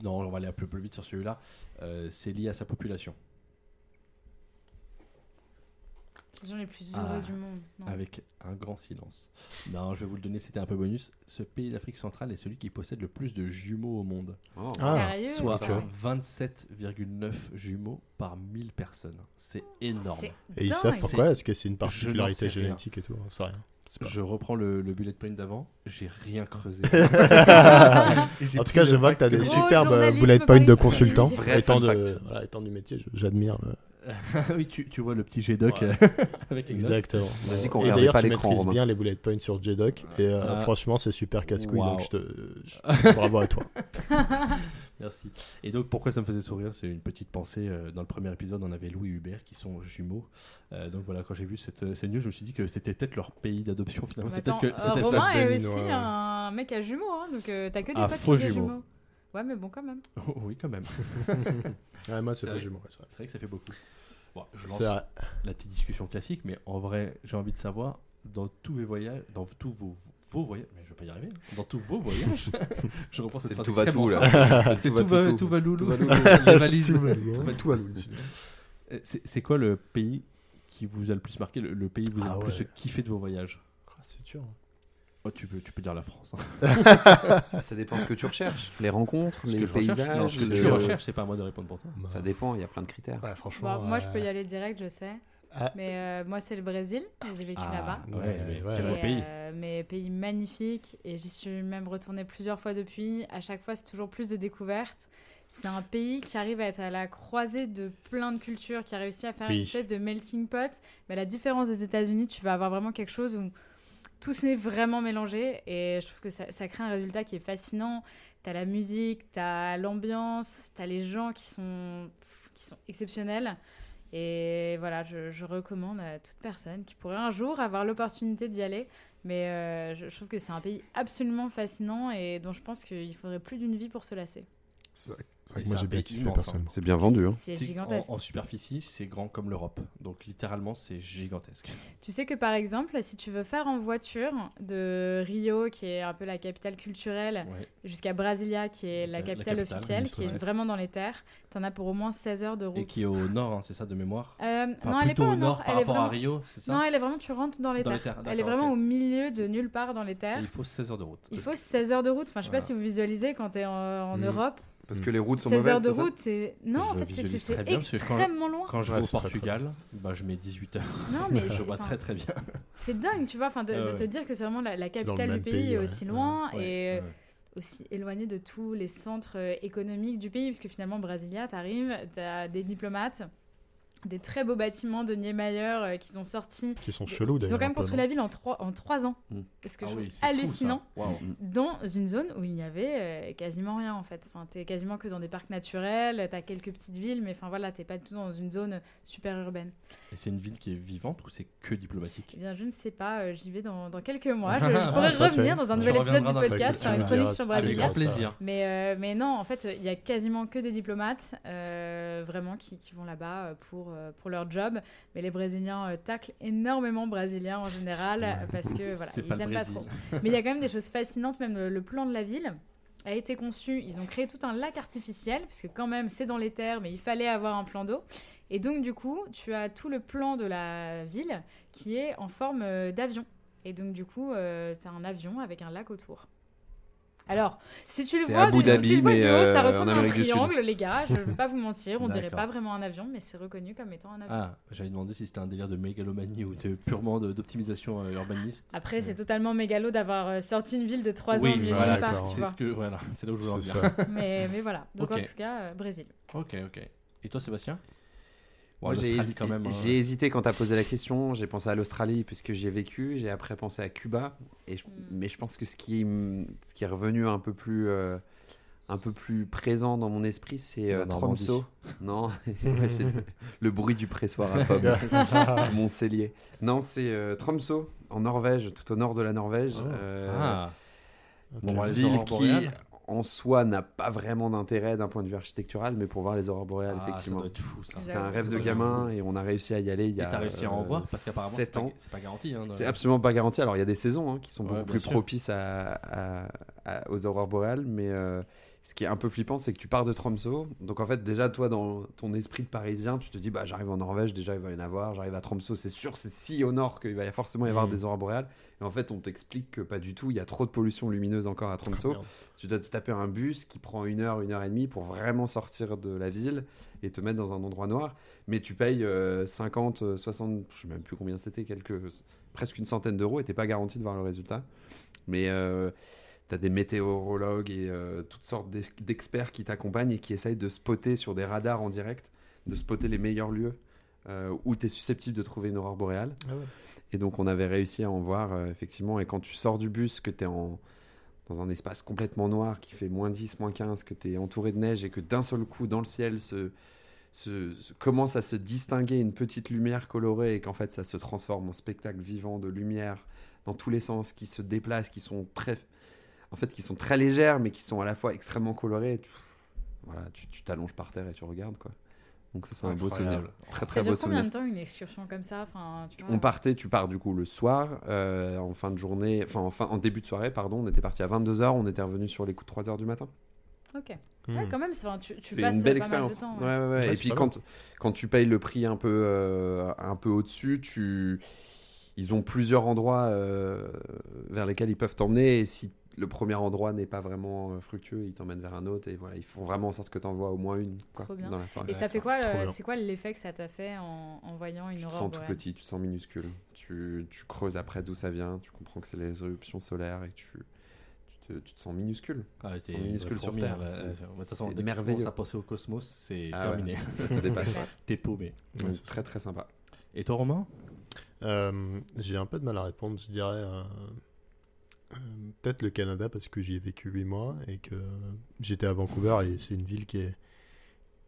[SPEAKER 1] Non, on va aller un peu plus vite sur celui-là. Euh, c'est lié à sa population.
[SPEAKER 3] Les gens les plus
[SPEAKER 1] Ah,
[SPEAKER 3] heureux du monde. Non.
[SPEAKER 1] avec un grand silence. Non, je vais vous le donner, c'était un peu bonus. Ce pays d'Afrique centrale est celui qui possède le plus de jumeaux au monde,
[SPEAKER 2] Oh.
[SPEAKER 4] Ah,
[SPEAKER 3] Sérieux
[SPEAKER 1] soit
[SPEAKER 2] putain.
[SPEAKER 1] 27,9 jumeaux par 1000 personnes. C'est énorme.
[SPEAKER 3] C'est
[SPEAKER 4] Et ils
[SPEAKER 3] dingue.
[SPEAKER 4] savent pourquoi Est-ce que c'est une
[SPEAKER 1] sais
[SPEAKER 4] particularité
[SPEAKER 1] rien.
[SPEAKER 4] génétique et tout On sait rien. C'est pas-
[SPEAKER 1] Je reprends le, le bullet point d'avant, j'ai rien
[SPEAKER 4] *laughs*
[SPEAKER 1] creusé. *laughs*
[SPEAKER 4] En tout cas, je vois que tu as des
[SPEAKER 3] Gros
[SPEAKER 4] superbes euh,
[SPEAKER 3] journalisme
[SPEAKER 4] bullet points de
[SPEAKER 3] parisien.
[SPEAKER 4] consultant.
[SPEAKER 2] Vrai
[SPEAKER 4] Étant,
[SPEAKER 2] fun
[SPEAKER 4] de,
[SPEAKER 2] fact.
[SPEAKER 4] voilà, étant du métier, je- j'admire. euh, le-
[SPEAKER 1] oui, tu, tu vois le petit G-Doc
[SPEAKER 4] Ouais.
[SPEAKER 1] euh, *laughs* avec les notes.
[SPEAKER 4] Exactement.
[SPEAKER 2] On a dit qu'on
[SPEAKER 4] et
[SPEAKER 2] regardait
[SPEAKER 4] d'ailleurs,
[SPEAKER 2] pas
[SPEAKER 4] tu
[SPEAKER 2] l'écran,
[SPEAKER 4] maîtrises
[SPEAKER 2] Romain.
[SPEAKER 4] bien les bullet points sur JDoc. Et euh,
[SPEAKER 1] Ah.
[SPEAKER 4] franchement, c'est super casse-couille.
[SPEAKER 1] Waouh.
[SPEAKER 4] Donc, je te... je- bravo à toi.
[SPEAKER 1] Merci. Et donc, pourquoi ça me faisait sourire C'est une petite pensée. euh, Dans le premier épisode, on avait Louis et Hubert qui sont jumeaux. Euh, donc voilà, quand j'ai vu cette, cette news, je me suis dit que c'était peut-être leur pays d'adoption finalement.
[SPEAKER 3] Mais
[SPEAKER 1] C'est peut-être
[SPEAKER 3] attends,
[SPEAKER 1] que
[SPEAKER 3] euh,
[SPEAKER 1] c'était
[SPEAKER 3] Romain
[SPEAKER 1] peut-être
[SPEAKER 3] est
[SPEAKER 1] Béninois.
[SPEAKER 3] aussi un mec à jumeaux, hein, donc euh, t'as que des
[SPEAKER 1] Un
[SPEAKER 3] potes
[SPEAKER 1] Ah, faux
[SPEAKER 3] qui ont des
[SPEAKER 1] jumeau.
[SPEAKER 3] jumeaux. Ouais, mais bon quand même.
[SPEAKER 1] Oh, *laughs* oui, quand même.
[SPEAKER 4] Ouais, moi,
[SPEAKER 1] C'est
[SPEAKER 4] c'est
[SPEAKER 1] vrai.
[SPEAKER 4] pas jumeau. ouais, c'est vrai.
[SPEAKER 1] C'est vrai que ça fait beaucoup. Bon, je lance
[SPEAKER 4] C'est vrai.
[SPEAKER 1] la petite discussion classique, mais en vrai, j'ai envie de savoir dans tous mes voyages, dans tous vos, vos voyages, mais je vais pas y arriver, hein. dans tous vos voyages, *laughs* je reprends cette
[SPEAKER 2] C'est
[SPEAKER 1] phrase
[SPEAKER 2] tout va
[SPEAKER 1] extrêmement
[SPEAKER 2] tout
[SPEAKER 1] simple.
[SPEAKER 2] *laughs* là.
[SPEAKER 1] C'est tout, va- tout va loulou,
[SPEAKER 2] Tout Ah, va loulou.
[SPEAKER 1] *laughs* les valises.
[SPEAKER 4] Tout va bien.
[SPEAKER 1] tout va loulou. Euh, C'est c'est quoi le pays qui vous a le plus marqué, le, le pays que vous avez
[SPEAKER 4] Ah
[SPEAKER 1] le plus
[SPEAKER 4] ouais.
[SPEAKER 1] kiffé de vos voyages
[SPEAKER 4] Ah, C'est dur.
[SPEAKER 1] Oh, tu, peux, tu peux dire la France. hein.
[SPEAKER 2] Ça dépend ce que tu recherches. Les rencontres,
[SPEAKER 1] Ce que
[SPEAKER 2] les
[SPEAKER 1] je recherche,
[SPEAKER 2] paysages.
[SPEAKER 1] non, ce que
[SPEAKER 2] le-
[SPEAKER 1] tu recherches, c'est pas à moi de répondre pour toi.
[SPEAKER 4] Bah.
[SPEAKER 2] Ça dépend, il y a plein de critères.
[SPEAKER 4] Ouais,
[SPEAKER 3] Bon,
[SPEAKER 4] franchement.
[SPEAKER 3] Bah, moi je peux y
[SPEAKER 4] euh,
[SPEAKER 3] aller direct, je sais.
[SPEAKER 4] ah,
[SPEAKER 3] Mais euh, moi c'est le Brésil, j'ai vécu là-bas.
[SPEAKER 1] Ah, ouais,
[SPEAKER 4] Ouais,
[SPEAKER 1] mais
[SPEAKER 4] ouais,
[SPEAKER 1] quel
[SPEAKER 4] ouais.
[SPEAKER 1] beau
[SPEAKER 3] Et,
[SPEAKER 1] pays.
[SPEAKER 3] euh, mais pays magnifique et j'y suis même retournée plusieurs fois depuis. À chaque fois, c'est toujours plus de découvertes. C'est un pays qui arrive à être à la croisée de plein de cultures, qui a réussi à faire
[SPEAKER 4] Oui.
[SPEAKER 3] une espèce de melting pot. Mais à la différence des États-Unis, tu vas avoir vraiment quelque chose où tout s'est vraiment mélangé et je trouve que ça, ça crée un résultat qui est fascinant. T'as la musique, t'as l'ambiance, t'as les gens qui sont, pff, qui sont exceptionnels. Et voilà, je, je recommande à toute personne qui pourrait un jour avoir l'opportunité d'y aller. Mais euh, je, je trouve que c'est un pays absolument fascinant et dont je pense qu'il faudrait plus d'une vie pour se lasser.
[SPEAKER 4] c'est vrai que- c'est
[SPEAKER 1] Et
[SPEAKER 4] vrai que
[SPEAKER 1] c'est
[SPEAKER 4] Moi,
[SPEAKER 1] un
[SPEAKER 4] j'ai bien
[SPEAKER 1] pays
[SPEAKER 4] kiffé
[SPEAKER 1] immense, hein.
[SPEAKER 4] personnellement.
[SPEAKER 2] C'est bien vendu. Hein.
[SPEAKER 3] C'est
[SPEAKER 1] C'est-
[SPEAKER 3] gigantesque.
[SPEAKER 1] En, en superficie, c'est grand comme l'Europe. Donc littéralement, c'est gigantesque.
[SPEAKER 3] Tu sais que par exemple, si tu veux faire en voiture de Rio, qui est un peu la capitale culturelle,
[SPEAKER 1] Ouais.
[SPEAKER 3] jusqu'à Brasilia, qui est
[SPEAKER 1] La-
[SPEAKER 3] la
[SPEAKER 1] la
[SPEAKER 3] capitale,
[SPEAKER 1] capitale,
[SPEAKER 3] officielle, qui est
[SPEAKER 1] ouais.
[SPEAKER 3] vraiment dans les terres, t'en as pour au moins 16 heures de route.
[SPEAKER 1] Et qui est au nord, hein, c'est ça de mémoire
[SPEAKER 3] Euh,
[SPEAKER 1] Enfin,
[SPEAKER 3] non, elle est
[SPEAKER 1] plutôt
[SPEAKER 3] pas
[SPEAKER 1] au nord par
[SPEAKER 3] elle est
[SPEAKER 1] rapport à
[SPEAKER 3] vraiment-
[SPEAKER 1] Rio, c'est ça
[SPEAKER 3] Non, elle est vraiment, tu rentres dans les
[SPEAKER 1] Dans les
[SPEAKER 3] terres.
[SPEAKER 1] terres,
[SPEAKER 3] elle est
[SPEAKER 1] d'accord,
[SPEAKER 3] vraiment
[SPEAKER 1] ok.
[SPEAKER 3] au milieu de nulle part dans les terres.
[SPEAKER 1] Et Il faut 16 heures de route. Euh,
[SPEAKER 3] Il faut 16 heures de route. Enfin, je sais
[SPEAKER 1] Voilà. Hmm.
[SPEAKER 3] pas si vous visualisez quand t'es en, en
[SPEAKER 2] Mm.
[SPEAKER 3] Europe.
[SPEAKER 2] Parce que les routes sont
[SPEAKER 3] 16 heures
[SPEAKER 2] mauvaises.
[SPEAKER 3] de
[SPEAKER 2] c'est ça
[SPEAKER 3] route, c'est. Non, en
[SPEAKER 1] Je
[SPEAKER 3] fait, c'est- c'est
[SPEAKER 1] visualise très
[SPEAKER 3] c'est
[SPEAKER 1] bien, parce que quand-
[SPEAKER 3] extrêmement loin.
[SPEAKER 1] Quand je
[SPEAKER 4] Ouais,
[SPEAKER 1] vais au
[SPEAKER 4] c'est très, très
[SPEAKER 1] Portugal, bah, je mets 18 *laughs* heures.
[SPEAKER 3] Non, mais
[SPEAKER 1] je
[SPEAKER 3] c'est-
[SPEAKER 1] vois
[SPEAKER 3] enfin,
[SPEAKER 1] très très bien.
[SPEAKER 3] c'est dingue, tu vois, enfin, de,
[SPEAKER 1] Ah
[SPEAKER 3] de
[SPEAKER 1] ouais.
[SPEAKER 3] te dire que c'est vraiment la, la
[SPEAKER 4] C'est dans le
[SPEAKER 3] capitale du
[SPEAKER 4] même
[SPEAKER 3] pays,
[SPEAKER 4] pays,
[SPEAKER 3] et
[SPEAKER 4] ouais.
[SPEAKER 3] aussi loin
[SPEAKER 1] Ouais,
[SPEAKER 3] et euh,
[SPEAKER 1] ouais.
[SPEAKER 3] aussi éloigné de tous les centres euh, économiques du pays, parce que finalement, Brasilia, t'arrives, t'as des diplomates, des très beaux bâtiments de Niemeyer euh, qu'ils ont sortis.
[SPEAKER 4] Qui sont chelous d'ailleurs.
[SPEAKER 3] Ils ont quand
[SPEAKER 4] un
[SPEAKER 3] même
[SPEAKER 4] peu,
[SPEAKER 3] construit
[SPEAKER 4] non Hmm.
[SPEAKER 3] la ville en trois, en trois ans.
[SPEAKER 2] Mm.
[SPEAKER 3] Est-ce que
[SPEAKER 1] Ah
[SPEAKER 3] je
[SPEAKER 1] oui,
[SPEAKER 3] trouve
[SPEAKER 1] c'est fou, ça.
[SPEAKER 3] hallucinant
[SPEAKER 1] Waouh.
[SPEAKER 3] dans une zone où il n'y avait euh, quasiment rien en fait. Enfin, t'es quasiment que dans des parcs naturels, t'as quelques petites villes, mais enfin voilà, t'es pas du tout dans une zone super urbaine.
[SPEAKER 1] Et c'est une ville qui est vivante ou c'est que
[SPEAKER 3] Eh
[SPEAKER 1] diplomatique
[SPEAKER 3] bien, je ne sais pas, euh, j'y vais dans, dans quelques
[SPEAKER 1] *laughs*
[SPEAKER 3] mois. Je, je pourrais
[SPEAKER 4] Ah, ça, tu
[SPEAKER 3] revenir
[SPEAKER 4] vas-
[SPEAKER 3] dans un
[SPEAKER 1] tu
[SPEAKER 3] nouvel épisode
[SPEAKER 1] reviendras
[SPEAKER 3] du
[SPEAKER 1] dans quelques
[SPEAKER 3] podcast,
[SPEAKER 1] semaines,
[SPEAKER 3] faire
[SPEAKER 1] tu
[SPEAKER 3] une chronique
[SPEAKER 4] verras,
[SPEAKER 3] sur
[SPEAKER 4] ça, tu
[SPEAKER 1] Avec
[SPEAKER 3] Brasilia.
[SPEAKER 1] grand
[SPEAKER 4] Brasilia.
[SPEAKER 1] plaisir.
[SPEAKER 3] Mais, euh, mais non, en fait, il y a quasiment que des diplomates euh, vraiment qui, qui vont là-bas euh, pour, euh, pour leur job. Mais les Brésiliens euh, taclent énormément Brésiliens en général euh, parce que voilà,
[SPEAKER 1] *laughs* C'est
[SPEAKER 3] ils
[SPEAKER 1] pas le
[SPEAKER 3] aiment pas
[SPEAKER 1] Brésil.
[SPEAKER 3] trop. Mais il y a quand même des choses fascinantes, même le, le plan de la ville a été conçu, ils ont créé tout un lac artificiel, puisque quand même c'est dans les terres, mais il fallait avoir un plan d'eau. Et donc du coup, tu as tout le plan de la ville qui est en forme euh, d'avion. Et donc du coup, tu as un avion avec un lac autour. Alors, si tu le
[SPEAKER 2] C'est
[SPEAKER 3] vois,
[SPEAKER 2] Abu
[SPEAKER 3] du- si
[SPEAKER 2] Dhabi,
[SPEAKER 3] tu le vois
[SPEAKER 2] mais,
[SPEAKER 3] du haut, ça
[SPEAKER 2] euh,
[SPEAKER 3] ressemble
[SPEAKER 2] en
[SPEAKER 3] à un
[SPEAKER 2] Amérique du Sud.
[SPEAKER 3] triangle, les gars. Je ne vais pas vous mentir, on dirait
[SPEAKER 1] D'accord.
[SPEAKER 3] pas vraiment un avion, mais c'est reconnu comme étant un avion.
[SPEAKER 1] Ah, j'avais demandé si c'était un délire de mégalomanie ou de purement de- d'optimisation euh, urbaniste.
[SPEAKER 3] Après, c'est totalement mégalo d'avoir euh, sorti une ville de 3 ans au milieu
[SPEAKER 1] voilà, c'est-
[SPEAKER 3] de nulle part,
[SPEAKER 4] d'accord.
[SPEAKER 3] tu
[SPEAKER 1] c'est
[SPEAKER 3] vois.
[SPEAKER 1] ce que voilà, c'est là où je voulais en
[SPEAKER 4] C'est
[SPEAKER 1] venir.
[SPEAKER 4] ça.
[SPEAKER 3] Mais, mais voilà. Donc
[SPEAKER 1] Ok.
[SPEAKER 3] en tout cas, euh, Brésil.
[SPEAKER 1] Ok, ok. Et toi, Sébastien Bon,
[SPEAKER 2] Moi, j'ai
[SPEAKER 1] l'Australie,
[SPEAKER 2] hési-
[SPEAKER 1] quand même. hein.
[SPEAKER 2] j'ai hésité quand t'as posé la question. J'ai pensé à l'Australie puisque j'y ai vécu. J'ai après pensé à Cuba. Et je-
[SPEAKER 3] Mm.
[SPEAKER 2] Mais je pense que ce qui, m- ce qui est revenu un peu plus, euh, un peu plus présent dans mon esprit, c'est
[SPEAKER 1] La
[SPEAKER 2] euh,
[SPEAKER 1] Normandie.
[SPEAKER 2] Tromso. Non, *laughs* Ouais, c'est le, le bruit du pressoir
[SPEAKER 1] *laughs*
[SPEAKER 2] à pommes. mon cellier. Non, c'est euh, Tromsø, en Norvège, tout au nord de la Norvège.
[SPEAKER 4] Oh.
[SPEAKER 2] Euh,
[SPEAKER 1] Ah,
[SPEAKER 4] Ok.
[SPEAKER 1] Bon,
[SPEAKER 2] une
[SPEAKER 1] bah, les
[SPEAKER 2] ville
[SPEAKER 1] aurores
[SPEAKER 2] qui,
[SPEAKER 1] boréales.
[SPEAKER 2] en soi, n'a pas vraiment d'intérêt d'un point de vue architectural, mais pour voir les aurores boréales,
[SPEAKER 1] ah, ça
[SPEAKER 2] effectivement.
[SPEAKER 1] doit être fou ça.
[SPEAKER 3] C'est
[SPEAKER 2] C'était un
[SPEAKER 3] Ça
[SPEAKER 2] rêve
[SPEAKER 1] doit
[SPEAKER 2] de
[SPEAKER 1] être
[SPEAKER 2] gamin et on a réussi à y aller il y
[SPEAKER 1] Et
[SPEAKER 2] a
[SPEAKER 1] t'as réussi à en
[SPEAKER 2] euh,
[SPEAKER 1] voir parce qu'apparemment, c'est
[SPEAKER 2] 7
[SPEAKER 1] pas,
[SPEAKER 2] ans.
[SPEAKER 1] c'est pas garanti. Hein, de-
[SPEAKER 2] C'est absolument pas garanti. Alors, il y a des saisons hein, qui sont
[SPEAKER 1] Ouais,
[SPEAKER 2] beaucoup
[SPEAKER 1] bien
[SPEAKER 2] plus
[SPEAKER 1] sûr.
[SPEAKER 2] propices à- à- à- aux aurores boréales, mais euh, ce qui est un peu flippant, c'est que tu pars de Tromsø. Donc, en fait, déjà, toi, dans ton esprit de parisien, tu te dis, bah, j'arrive en Norvège, déjà, il va y en avoir. J'arrive à Tromsø, c'est sûr, c'est si au nord qu'il va y- forcément y avoir
[SPEAKER 1] Mm.
[SPEAKER 2] des aurores boréales. Et en fait, on t'explique que pas du tout, il y a trop de pollution lumineuse encore à Tromsø.
[SPEAKER 4] Merde.
[SPEAKER 2] Tu dois te taper un bus qui prend une heure, une heure et demie pour vraiment sortir de la ville et te mettre dans un endroit noir. Mais tu payes euh, 50, euh, 60, je sais même plus combien c'était, quelques, presque une centaine d'euros et t'es pas garanti de voir le résultat. Mais euh, t'as des météorologues et euh, toutes sortes d'ex- d'experts qui t'accompagnent et qui essayent de spotter sur des radars en direct, de spotter les meilleurs lieux euh, où t'es susceptible de trouver une aurore boréale.
[SPEAKER 4] Ah ouais.
[SPEAKER 2] Et donc on avait réussi à en voir, euh, effectivement. Et quand tu sors du bus, que tu es en, dans un espace complètement noir qui fait moins 10, moins 15, que tu es entouré de neige et que d'un seul coup, dans le ciel, se, se- se- commence à se distinguer une petite lumière colorée et qu'en fait ça se transforme en spectacle vivant de lumière dans tous les sens qui se déplacent, qui sont très, en fait, qui sont très légères mais qui sont à la fois extrêmement colorées. Tu- voilà, tu tu t'allonges par terre et tu regardes quoi. Donc ça c'est un beau
[SPEAKER 1] Incroyable.
[SPEAKER 2] souvenir, très
[SPEAKER 3] Ça
[SPEAKER 2] très beau
[SPEAKER 3] dure
[SPEAKER 2] souvenir.
[SPEAKER 3] combien de temps une excursion comme ça enfin, tu vois,
[SPEAKER 2] On partait, tu pars du coup le soir, euh, en fin de journée, enfin en, fin- en début de soirée, pardon, on était parti à 22h, on était revenu sur les coups de 3h du matin.
[SPEAKER 3] Ok.
[SPEAKER 4] Hmm.
[SPEAKER 3] Ouais, quand même, c'est- enfin, tu, tu
[SPEAKER 2] C'est
[SPEAKER 3] passes
[SPEAKER 2] une belle
[SPEAKER 3] pas mal de
[SPEAKER 2] expérience.
[SPEAKER 3] temps.
[SPEAKER 2] Ouais,
[SPEAKER 3] ouais.
[SPEAKER 2] ouais, ouais.
[SPEAKER 4] Ouais,
[SPEAKER 2] Et
[SPEAKER 4] c'est
[SPEAKER 2] puis
[SPEAKER 4] pas
[SPEAKER 2] quand, quand tu payes le prix un peu, euh, un peu au-dessus, tu... ils ont plusieurs endroits euh, vers lesquels ils peuvent t'emmener. Et si le premier endroit n'est pas vraiment euh, fructueux, ils t'emmènent vers un autre. Et voilà, ils font vraiment en sorte que tu en vois au moins une quoi,
[SPEAKER 3] Trop bien.
[SPEAKER 2] dans la soirée.
[SPEAKER 3] Et ça fait quoi
[SPEAKER 4] Trop
[SPEAKER 3] euh,
[SPEAKER 4] bien.
[SPEAKER 3] C'est quoi l'effet que ça t'a fait en, en voyant une
[SPEAKER 2] Tu te
[SPEAKER 3] aurore
[SPEAKER 2] sens tout
[SPEAKER 3] boréale
[SPEAKER 2] petit, tu te sens minuscule. Tu, tu creuses après d'où ça vient, tu comprends que c'est les éruptions solaires et que tu, tu, te, tu te sens minuscule.
[SPEAKER 1] Ah,
[SPEAKER 2] Ils
[SPEAKER 1] t'es
[SPEAKER 2] sont minuscules sur
[SPEAKER 1] fourmilière,
[SPEAKER 2] Terre,
[SPEAKER 1] là.
[SPEAKER 2] c'est-
[SPEAKER 1] De toute façon,
[SPEAKER 2] c'est
[SPEAKER 1] dès que tu
[SPEAKER 2] merveilleux.
[SPEAKER 1] commences à penser au cosmos, c'est
[SPEAKER 2] Ah ouais.
[SPEAKER 1] terminé.
[SPEAKER 2] Ça
[SPEAKER 4] *laughs*
[SPEAKER 2] te
[SPEAKER 3] *laughs*
[SPEAKER 2] dépasse. ouais.
[SPEAKER 1] *laughs* T'es paumé.
[SPEAKER 4] Ouais,
[SPEAKER 2] Donc,
[SPEAKER 4] c'est
[SPEAKER 2] très très sympa.
[SPEAKER 1] Et toi, Romain
[SPEAKER 4] Euh, J'ai un peu de mal à répondre, je dirais. euh, euh, Peut-être le Canada parce que j'y ai vécu 8 mois et que j'étais à Vancouver et c'est une ville qui est,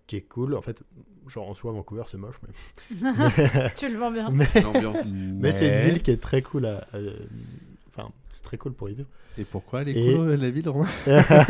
[SPEAKER 4] qui est cool. En fait, genre en soi, Vancouver c'est moche, mais,
[SPEAKER 3] *laughs*
[SPEAKER 4] *laughs*
[SPEAKER 3] Tu le vends bien.
[SPEAKER 2] L'ambiance.
[SPEAKER 4] mais c'est une ville qui est très cool. à- à- Enfin, c'est très cool pour y vivre.
[SPEAKER 1] Et pourquoi elle est
[SPEAKER 4] Et-
[SPEAKER 1] cool, la ville, Romain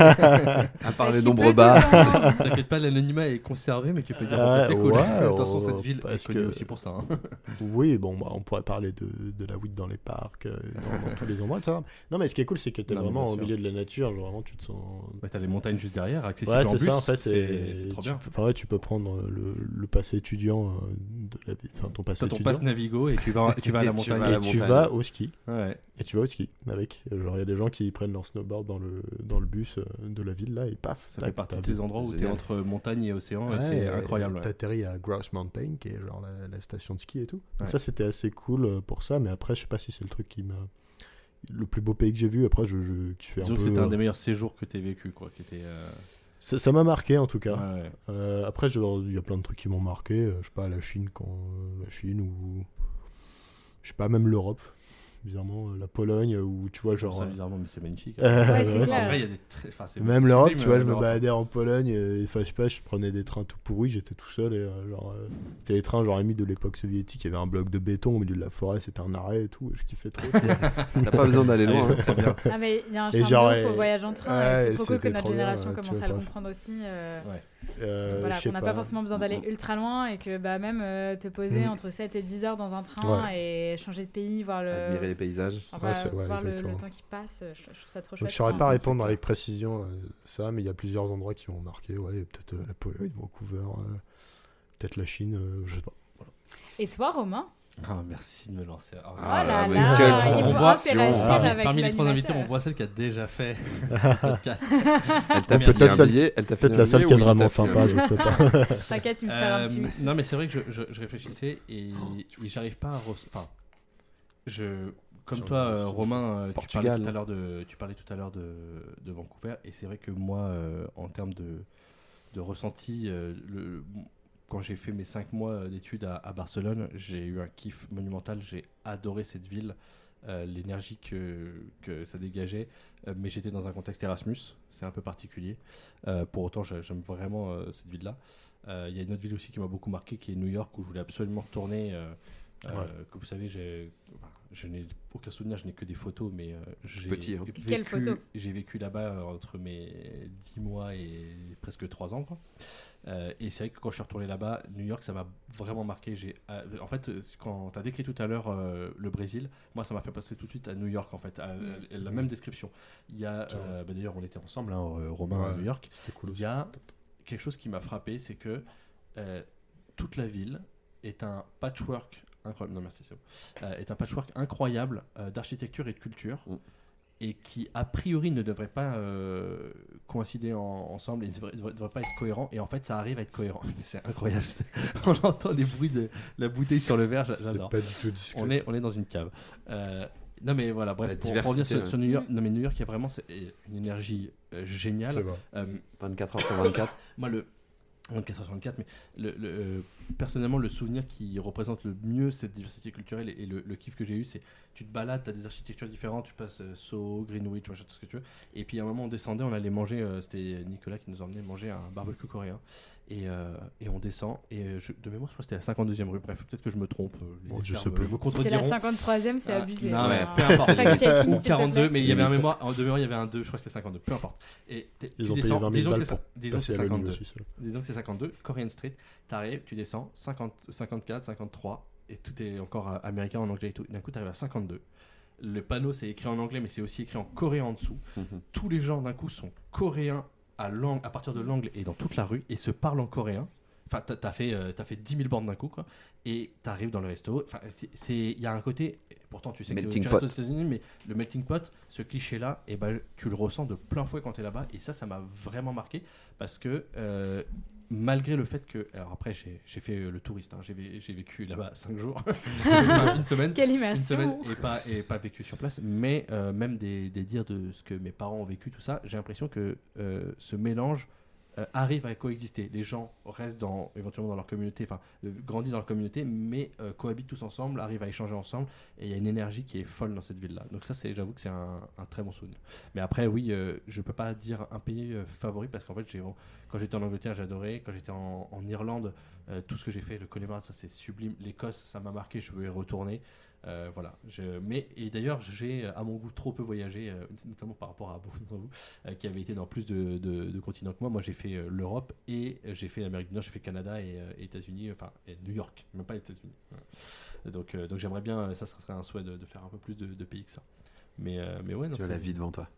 [SPEAKER 2] À part
[SPEAKER 3] Parce
[SPEAKER 2] les
[SPEAKER 3] qu'il
[SPEAKER 2] nombres
[SPEAKER 3] pleut
[SPEAKER 2] bas.
[SPEAKER 3] tout le temps. hein.
[SPEAKER 1] T'inquiète pas, l'anonymat est conservé, mais tu peux dire
[SPEAKER 4] Ah,
[SPEAKER 1] que c'est cool.
[SPEAKER 4] ouais,
[SPEAKER 1] Attention,
[SPEAKER 4] oh,
[SPEAKER 1] cette ville est
[SPEAKER 4] parce
[SPEAKER 1] connue
[SPEAKER 4] que-
[SPEAKER 1] aussi pour ça.
[SPEAKER 4] *laughs*
[SPEAKER 1] hein.
[SPEAKER 4] Oui, bon, bah, on pourrait parler de, de la weed dans les parcs, euh, dans, dans tous les endroits, etc. Non, mais ce qui est cool, c'est que tu es
[SPEAKER 1] Non, mais
[SPEAKER 4] vraiment
[SPEAKER 1] bien
[SPEAKER 4] au
[SPEAKER 1] sûr.
[SPEAKER 4] milieu de la nature. Genre, vraiment, tu te sens
[SPEAKER 1] Ouais, Bah, T'as les montagnes juste derrière, accessible
[SPEAKER 4] Ouais,
[SPEAKER 1] en
[SPEAKER 4] c'est
[SPEAKER 1] bus.
[SPEAKER 4] ça en fait.
[SPEAKER 1] c'est
[SPEAKER 4] et
[SPEAKER 1] c'est trop
[SPEAKER 4] tu
[SPEAKER 1] bien.
[SPEAKER 4] peux- enfin, ouais, tu peux prendre euh, le, le pass étudiant, euh, de la vie- enfin ton pass
[SPEAKER 1] T'as ton
[SPEAKER 4] étudiant.
[SPEAKER 1] passe Navigo et tu vas, tu vas à
[SPEAKER 2] Et
[SPEAKER 1] la
[SPEAKER 2] tu
[SPEAKER 1] montagne.
[SPEAKER 2] vas à la
[SPEAKER 4] *laughs* et tu
[SPEAKER 2] montagne.
[SPEAKER 4] vas au ski.
[SPEAKER 1] Ouais.
[SPEAKER 4] Et tu vas au ski avec. Euh, Genre, il y a des gens qui prennent leur snowboard dans le, dans le bus euh, de la ville là et paf.
[SPEAKER 1] Ça
[SPEAKER 4] tac,
[SPEAKER 1] fait partie
[SPEAKER 4] t'as-
[SPEAKER 1] de ces endroits où t'es
[SPEAKER 2] Génial.
[SPEAKER 1] entre montagne et océan, et
[SPEAKER 4] Ouais,
[SPEAKER 1] c'est
[SPEAKER 4] et-
[SPEAKER 1] incroyable.
[SPEAKER 4] et
[SPEAKER 1] ouais.
[SPEAKER 4] T'atterris à Grouse Mountain qui est genre la, la station de ski et tout. Donc
[SPEAKER 1] Ouais.
[SPEAKER 4] ça c'était assez cool euh, pour ça, mais après je sais pas si c'est le truc qui m'a. Le plus beau pays que j'ai vu, après je, je, qui fait
[SPEAKER 1] Disons
[SPEAKER 4] un
[SPEAKER 1] que
[SPEAKER 4] peu.
[SPEAKER 1] c'était un
[SPEAKER 4] euh,
[SPEAKER 1] des meilleurs séjours que t'aies vécu, quoi. Qui était, euh,
[SPEAKER 4] Ça ça m'a marqué en tout cas.
[SPEAKER 1] Ouais.
[SPEAKER 4] Euh, après, je- il y a plein de trucs qui m'ont marqué. euh, Je sais pas, la Chine, quand, euh, la Chine ou. Je sais pas, même l'Europe. Bizarrement, euh, la Pologne, euh, où tu vois, genre.
[SPEAKER 1] Ça,
[SPEAKER 4] euh,
[SPEAKER 1] bizarrement, mais c'est magnifique.
[SPEAKER 4] *laughs* euh,
[SPEAKER 3] Ouais, c'est
[SPEAKER 4] ouais.
[SPEAKER 3] clair.
[SPEAKER 1] En vrai, il y a des très- enfin, c'est-
[SPEAKER 4] Même
[SPEAKER 1] c'est
[SPEAKER 4] l'Europe,
[SPEAKER 1] sublime,
[SPEAKER 4] tu vois, je me
[SPEAKER 1] euh, l'Europe. hein.
[SPEAKER 4] baladais en Pologne, euh, et, enfin, je sais pas, je prenais des trains tout pourris, j'étais tout seul, et euh, genre, euh, c'était les trains, genre, limite de l'époque soviétique, il y avait un bloc de béton au milieu de la forêt, c'était un arrêt et tout, et je kiffais trop.
[SPEAKER 1] *laughs*
[SPEAKER 2] T'as pas besoin d'aller loin.
[SPEAKER 1] Allez,
[SPEAKER 2] hein.
[SPEAKER 1] très bien.
[SPEAKER 3] Ah, mais il y a un
[SPEAKER 4] Et
[SPEAKER 3] charme
[SPEAKER 4] genre,
[SPEAKER 3] de ouf
[SPEAKER 4] et-
[SPEAKER 3] au voyage en train.
[SPEAKER 4] ouais,
[SPEAKER 3] et c'est trop cool que
[SPEAKER 4] c'était
[SPEAKER 3] notre
[SPEAKER 4] trop bien,
[SPEAKER 3] génération
[SPEAKER 4] ouais, tu
[SPEAKER 3] commence
[SPEAKER 4] vois,
[SPEAKER 3] à le
[SPEAKER 4] bref.
[SPEAKER 3] comprendre aussi. euh,
[SPEAKER 4] Euh,
[SPEAKER 3] voilà,
[SPEAKER 4] je sais
[SPEAKER 3] qu'on n'a pas. forcément besoin d'aller ultra loin et que bah, même euh, te poser
[SPEAKER 4] Mm.
[SPEAKER 3] entre 7 et 10 heures dans un train et changer de pays, voir le,
[SPEAKER 2] Admirer les
[SPEAKER 3] *laughs*
[SPEAKER 2] paysages.
[SPEAKER 3] enfin, voilà,
[SPEAKER 4] Ouais, c'est- ouais,
[SPEAKER 3] voir le,
[SPEAKER 4] exactement.
[SPEAKER 3] le temps qui passe, je, je trouve ça trop
[SPEAKER 4] Donc,
[SPEAKER 3] chouette.
[SPEAKER 4] je saurais
[SPEAKER 3] Enfin,
[SPEAKER 4] pas
[SPEAKER 3] hein, c'est
[SPEAKER 4] répondre dans
[SPEAKER 3] clair.
[SPEAKER 4] les précisions, euh, ça, mais il y a plusieurs endroits qui m'ont marqué. Ouais, peut-être euh, la Pologne, Vancouver, euh, peut-être la Chine, euh, je sais pas.
[SPEAKER 3] Et toi, Romain
[SPEAKER 1] Ah, merci de me lancer. Ah,
[SPEAKER 2] Ah
[SPEAKER 3] Oh là
[SPEAKER 2] mais
[SPEAKER 3] là,
[SPEAKER 2] quelle
[SPEAKER 3] il faut
[SPEAKER 2] transition.
[SPEAKER 3] interagir
[SPEAKER 1] Ah,
[SPEAKER 3] avec
[SPEAKER 1] Parmi les trois invités,
[SPEAKER 3] l'animateur.
[SPEAKER 1] on voit celle qui a déjà fait
[SPEAKER 4] *laughs*
[SPEAKER 1] le podcast.
[SPEAKER 2] Elle t'a
[SPEAKER 1] Peut-être
[SPEAKER 2] filé un
[SPEAKER 4] celle-
[SPEAKER 2] billet, elle t'a filé
[SPEAKER 4] Peut-être
[SPEAKER 2] un
[SPEAKER 4] la salle
[SPEAKER 2] billet
[SPEAKER 4] qui est
[SPEAKER 2] ou il t'a
[SPEAKER 4] vraiment
[SPEAKER 2] filé un
[SPEAKER 4] sympa,
[SPEAKER 2] billet
[SPEAKER 4] je sais *laughs* pas.
[SPEAKER 3] T'inquiète, tu me sers un petit
[SPEAKER 1] Euh,
[SPEAKER 3] whisky.
[SPEAKER 1] non, mais c'est vrai que je, je, je réfléchissais et, et j'arrive pas à. re- Enfin, je. Comme
[SPEAKER 4] Genre,
[SPEAKER 1] toi, euh,
[SPEAKER 4] c'est-
[SPEAKER 1] Romain, euh, tu parlais
[SPEAKER 2] Portugal.
[SPEAKER 1] tout à l'heure de, tu parlais tout à l'heure de, de Vancouver, et c'est vrai que moi, euh, en termes de, de ressenti, euh, le- quand j'ai fait mes cinq mois euh, d'études à, à Barcelone, j'ai eu un kiff monumental. J'ai adoré cette ville, euh, l'énergie que, que ça dégageait. Euh, mais j'étais dans un contexte Erasmus, c'est un peu particulier. Euh, pour autant, j'a- j'aime vraiment euh, cette ville-là. Euh, Il y a une autre ville aussi qui m'a beaucoup marqué, qui est New York, où je voulais absolument retourner. euh, euh,
[SPEAKER 4] Ouais.
[SPEAKER 1] que vous savez, j'ai- enfin, je n'ai aucun souvenir, je n'ai que des photos, mais euh, j'ai
[SPEAKER 2] Petit, hein.
[SPEAKER 1] vécu,
[SPEAKER 3] Quelles photos
[SPEAKER 1] j'ai vécu là-bas euh, entre mes 10 mois et presque 3 ans. quoi. Euh, et c'est vrai que quand je suis retourné là-bas, New York, ça m'a vraiment marqué. J'ai, euh, en fait, euh, quand tu as décrit tout à l'heure euh, le Brésil, moi, ça m'a fait passer tout de suite à New York, en fait, à-
[SPEAKER 3] Mm.
[SPEAKER 1] à la même description. Il y a,
[SPEAKER 4] Tiens.
[SPEAKER 1] euh, bah, d'ailleurs, on était ensemble, hein, euh, Romain à
[SPEAKER 4] Ouais.
[SPEAKER 1] New York.
[SPEAKER 4] C'était cool
[SPEAKER 1] Il
[SPEAKER 4] aussi.
[SPEAKER 1] y a quelque chose qui m'a frappé, c'est que euh, toute la ville est un patchwork incroyable. Non, merci, c'est bon. Euh, est un patchwork incroyable euh, d'architecture et de culture.
[SPEAKER 2] Mm.
[SPEAKER 1] Et qui a priori ne devrait pas euh, coïncider en- ensemble, et ne devrait, devrait- devrait pas être cohérent. Et en fait, ça arrive à être cohérent. *laughs* C'est incroyable. c'est- On entend les bruits de la bouteille sur le verre. j'a-
[SPEAKER 4] C'était
[SPEAKER 1] J'adore.
[SPEAKER 4] pas du tout discret.
[SPEAKER 1] On est, on est dans une cave. Euh, non mais voilà, bref,
[SPEAKER 2] La
[SPEAKER 1] pour, pour dire
[SPEAKER 2] diversité,
[SPEAKER 1] sur, sur New York, non mais New York, il y a vraiment c'est- une énergie euh,
[SPEAKER 4] C'est
[SPEAKER 1] géniale.
[SPEAKER 4] vrai.
[SPEAKER 1] Euh,
[SPEAKER 2] 24 h sur
[SPEAKER 4] *laughs*
[SPEAKER 2] 24.
[SPEAKER 1] moi, le 24-64, mais le, le, euh, personnellement, le souvenir qui représente le mieux cette diversité culturelle et, et le, le kiff que j'ai eu, c'est tu te balades, tu as des architectures différentes, tu passes euh, Soho, Greenwich, machin, tout ce que tu veux. Et puis à un moment, on descendait, on allait manger, euh, c'était Nicolas qui nous emmenait manger un barbecue coréen. Et, euh, et on descend, et euh, je- de mémoire, je crois que c'était à 52e rue. Bref, peut-être que je me trompe, euh, les
[SPEAKER 4] Bon, je
[SPEAKER 1] experts
[SPEAKER 4] sais
[SPEAKER 1] me-
[SPEAKER 4] plus.
[SPEAKER 1] me
[SPEAKER 3] C'est
[SPEAKER 1] contrediront.
[SPEAKER 3] la 53ème, c'est
[SPEAKER 1] Ah,
[SPEAKER 3] abusé.
[SPEAKER 1] non,
[SPEAKER 3] hein.
[SPEAKER 2] ouais,
[SPEAKER 1] peu importe.
[SPEAKER 3] Fact-checking,
[SPEAKER 1] Ou
[SPEAKER 3] s'il te plaît.
[SPEAKER 1] 42, mais il y avait un
[SPEAKER 4] Limite.
[SPEAKER 1] mémoire, en de mémoire, il y avait un 2, je crois que c'était 52, peu importe. Et t-
[SPEAKER 4] Ils
[SPEAKER 1] tu
[SPEAKER 4] ont payé
[SPEAKER 1] descends,
[SPEAKER 4] 20 000
[SPEAKER 1] disons que
[SPEAKER 4] balles
[SPEAKER 1] c'est ça- disons que
[SPEAKER 4] Passer
[SPEAKER 1] c'est
[SPEAKER 4] à l'ONU
[SPEAKER 1] 52.
[SPEAKER 4] aussi, ça.
[SPEAKER 1] Disons que c'est 52, Korean Street, t'arrives, tu descends, 50, 54, 53, et tout est encore euh, américain en anglais et tout. D'un coup, t'arrives à 52. Le panneau, c'est écrit en anglais, mais c'est aussi écrit en coréen en dessous.
[SPEAKER 2] Mhm.
[SPEAKER 1] Tous les gens, d'un coup, sont coréens à, l'ang- à partir de l'angle et dans toute la rue, et se parlent en coréen. Enfin, t'as t'as fait, euh, t'as fait 10 000 bornes d'un coup, quoi. Et t'arrives dans le resto. Enfin, c'est- c'est- il y a un côté. et Pourtant, tu sais
[SPEAKER 2] Melting
[SPEAKER 1] que tu
[SPEAKER 2] pot.
[SPEAKER 1] restes aux États-Unis, mais le melting pot, ce cliché-là, et ben, tu le ressens de plein fouet quand t'es là-bas. Et ça, ça m'a vraiment marqué parce que euh, malgré le fait que. Alors après, j'ai j'ai fait euh, le touriste, hein, j'ai vé- j'ai vécu là-bas 5 jours, *laughs* Enfin, une semaine.
[SPEAKER 3] Quelle
[SPEAKER 1] Une semaine
[SPEAKER 3] immersion
[SPEAKER 1] et pas, et pas vécu sur place, mais euh, même des, des dires de ce que mes parents ont vécu, tout ça, j'ai l'impression que euh, ce mélange euh, arrive à coexister. Les gens restent dans, éventuellement dans leur communauté, enfin, euh, grandissent dans leur communauté, mais euh, cohabitent tous ensemble, arrivent à échanger ensemble, et il y a une énergie qui est folle dans cette ville-là. Donc ça, c'est, j'avoue que c'est un, un très bon souvenir. Mais après, oui, euh, je peux pas dire un pays euh, favori, parce qu'en fait, j'ai, quand j'étais en Angleterre, j'adorais, quand j'étais en, en Irlande, euh, tout ce que j'ai fait, le Connemara, ça c'est sublime, l'Écosse, ça m'a marqué, je veux y retourner. Euh, voilà. Je, mais et d'ailleurs, j'ai euh, à mon goût trop peu voyagé, euh, notamment par rapport à beaucoup d'entre vous, euh, qui avaient été dans plus de, de- de continents que moi. Moi, j'ai fait euh, l'Europe et euh, j'ai fait l'Amérique du Nord, j'ai fait Canada et euh, et États-Unis, enfin et New York, même pas États-Unis. Ouais. Donc, euh, donc j'aimerais bien, euh, ça, ça serait un souhait de, de faire un peu plus de, de pays que ça. Mais, euh, mais ouais, non,
[SPEAKER 2] Tu as
[SPEAKER 1] c'est-
[SPEAKER 2] la vie devant
[SPEAKER 4] *laughs*
[SPEAKER 2] toi.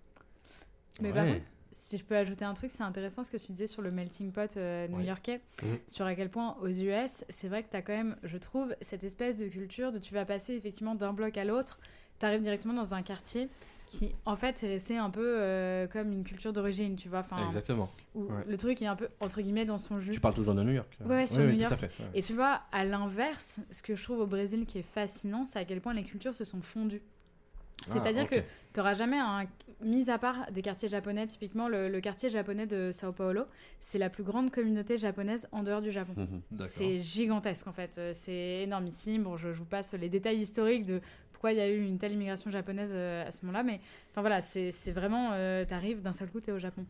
[SPEAKER 3] Mais par
[SPEAKER 1] Ouais.
[SPEAKER 3] contre, si je peux ajouter un truc, c'est intéressant ce que tu disais sur le melting pot euh, new-yorkais,
[SPEAKER 4] Mhm.
[SPEAKER 3] sur à quel point aux US, c'est vrai que tu as quand même, je trouve, cette espèce de culture de tu vas passer effectivement d'un bloc à l'autre, tu arrives directement dans un quartier qui, en fait, est resté un peu euh, comme une culture d'origine, tu vois, enfin,
[SPEAKER 1] Exactement.
[SPEAKER 3] où
[SPEAKER 1] ouais.
[SPEAKER 3] le truc est un peu, entre guillemets, dans son jus.
[SPEAKER 1] Tu parles toujours de New York.
[SPEAKER 3] Ouais, ouais, sur
[SPEAKER 1] Oui, oui,
[SPEAKER 3] New
[SPEAKER 1] tout à
[SPEAKER 3] York.
[SPEAKER 1] fait, ouais.
[SPEAKER 3] Et tu vois, à l'inverse, ce que je trouve au Brésil qui est fascinant, c'est à quel point les cultures se sont fondues. C'est-à-dire
[SPEAKER 1] Ah,
[SPEAKER 2] ok.
[SPEAKER 3] que tu n'auras jamais un. Mis à part des quartiers japonais, typiquement le, le quartier japonais de Sao Paulo, c'est la plus grande communauté japonaise en dehors du Japon.
[SPEAKER 2] Mhm.
[SPEAKER 1] D'accord.
[SPEAKER 3] C'est gigantesque en fait, Euh, c'est énormissime. Bon, je, je vous passe les détails historiques de pourquoi il y a eu une telle immigration japonaise euh, à ce moment-là, mais enfin voilà, c'est c'est vraiment, euh, t'arrives d'un seul coup, t'es au Japon.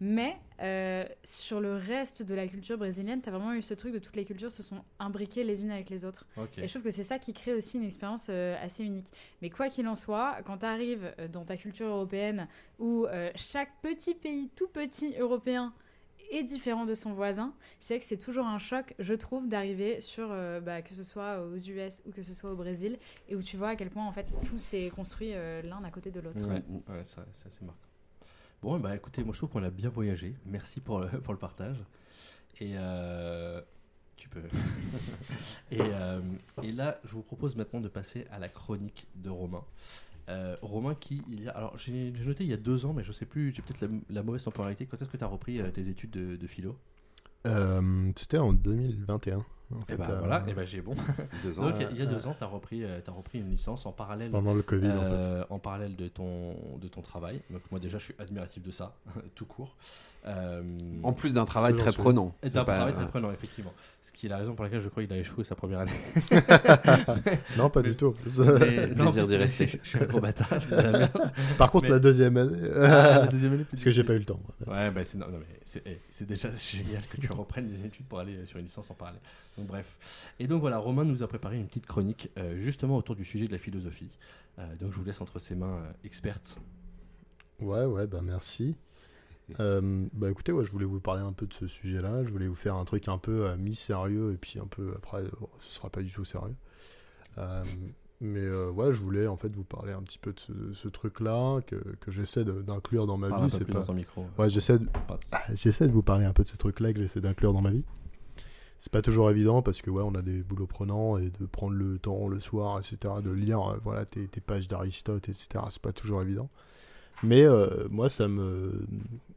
[SPEAKER 3] Mais euh, sur le reste de la culture brésilienne, t'as vraiment eu ce truc de toutes les cultures se sont imbriquées les unes avec les autres.
[SPEAKER 1] Ok.
[SPEAKER 3] Et je trouve que c'est ça qui crée aussi une expérience euh, assez unique. Mais quoi qu'il en soit, quand tu arrives dans ta culture européenne où euh, chaque petit pays, tout petit européen, est différent de son voisin, c'est vrai que c'est toujours un choc, je trouve, d'arriver sur euh, bah, que ce soit aux US ou que ce soit au Brésil, et où tu vois à quel point en fait tout s'est construit euh, l'un à côté de
[SPEAKER 2] mm,
[SPEAKER 3] l'autre.
[SPEAKER 1] Ouais, ouais, ça, ça c'est marquant. Bon, bah écoutez, moi je trouve qu'on a bien voyagé. Merci pour le, pour le partage. Et euh, tu peux. *laughs* et, euh, et là, je vous propose maintenant de passer à la chronique de Romain. Euh, Romain qui, il y a, alors j'ai j'ai noté il y a deux ans, mais je sais plus, j'ai peut-être la, la mauvaise temporalité. Quand est-ce que tu as repris euh, tes études de, de philo
[SPEAKER 4] Euh, C'était en 2021. en
[SPEAKER 1] Et
[SPEAKER 4] fait,
[SPEAKER 1] bah
[SPEAKER 4] euh,
[SPEAKER 1] voilà, et bah j'ai bon.
[SPEAKER 2] Deux ans.
[SPEAKER 1] Donc il y a deux ans, tu as, repris euh, t'as repris une licence en parallèle
[SPEAKER 4] Pendant le Covid, en fait.
[SPEAKER 1] Euh, en parallèle de ton, de ton travail. Donc moi déjà, je suis admiratif de ça, *laughs* tout court. Euh,
[SPEAKER 2] En plus d'un travail
[SPEAKER 4] Ce genre
[SPEAKER 2] très
[SPEAKER 4] de-
[SPEAKER 2] prenant.
[SPEAKER 1] d'un
[SPEAKER 2] C'est pas- euh,
[SPEAKER 1] travail très prenant, effectivement. Ce qui est la raison pour laquelle je crois qu'il a échoué sa
[SPEAKER 2] *laughs*
[SPEAKER 1] première année.
[SPEAKER 4] Non, pas
[SPEAKER 1] mais-
[SPEAKER 4] du tout. *laughs*
[SPEAKER 1] Mais,
[SPEAKER 2] Plaisir
[SPEAKER 1] non, parce
[SPEAKER 2] d'y
[SPEAKER 1] que je-
[SPEAKER 2] rester.
[SPEAKER 1] *laughs* Je suis un gros bâtard, je dis de la
[SPEAKER 2] *laughs*
[SPEAKER 1] merde.
[SPEAKER 4] Par contre,
[SPEAKER 1] mais-
[SPEAKER 4] la deuxième année.
[SPEAKER 1] *laughs* Ah, la deuxième année, plus
[SPEAKER 4] Parce que j'ai
[SPEAKER 1] difficile.
[SPEAKER 4] pas eu le temps.
[SPEAKER 1] Ouais, bah c'est non, non, mais c'est- eh, c'est déjà *laughs* génial que tu reprennes des études pour aller euh, sur une licence en parallèle. Donc bref. Et donc voilà, Romain nous a préparé une petite chronique euh, justement autour du sujet de la philosophie. Euh, donc je vous laisse entre ses mains euh, expertes.
[SPEAKER 4] Ouais, ouais, bah merci. Euh, bah écoutez, ouais, je voulais vous parler un peu de ce sujet-là. Je voulais vous faire un truc un peu euh, mi-sérieux et puis un peu après, bon, ce sera pas du tout sérieux. Euh, mais euh, ouais, je voulais en fait vous parler un petit peu de ce, ce truc-là que, que j'essaie de- d'inclure dans ma
[SPEAKER 1] Parle un
[SPEAKER 4] vie.
[SPEAKER 1] peu
[SPEAKER 4] Bah, C'est
[SPEAKER 1] plus dans
[SPEAKER 4] pas...
[SPEAKER 1] ton micro.
[SPEAKER 4] Ouais, j'essaie de...
[SPEAKER 1] Pas-
[SPEAKER 4] Ah, J'essaie de vous parler un peu de ce truc-là que j'essaie d'inclure dans ma vie. C'est pas toujours évident parce que ouais, on a des boulots prenants et de prendre le temps le soir, etc., de lire euh, voilà tes, tes pages d'Aristote, etc. C'est pas toujours évident. Mais euh, moi, ça me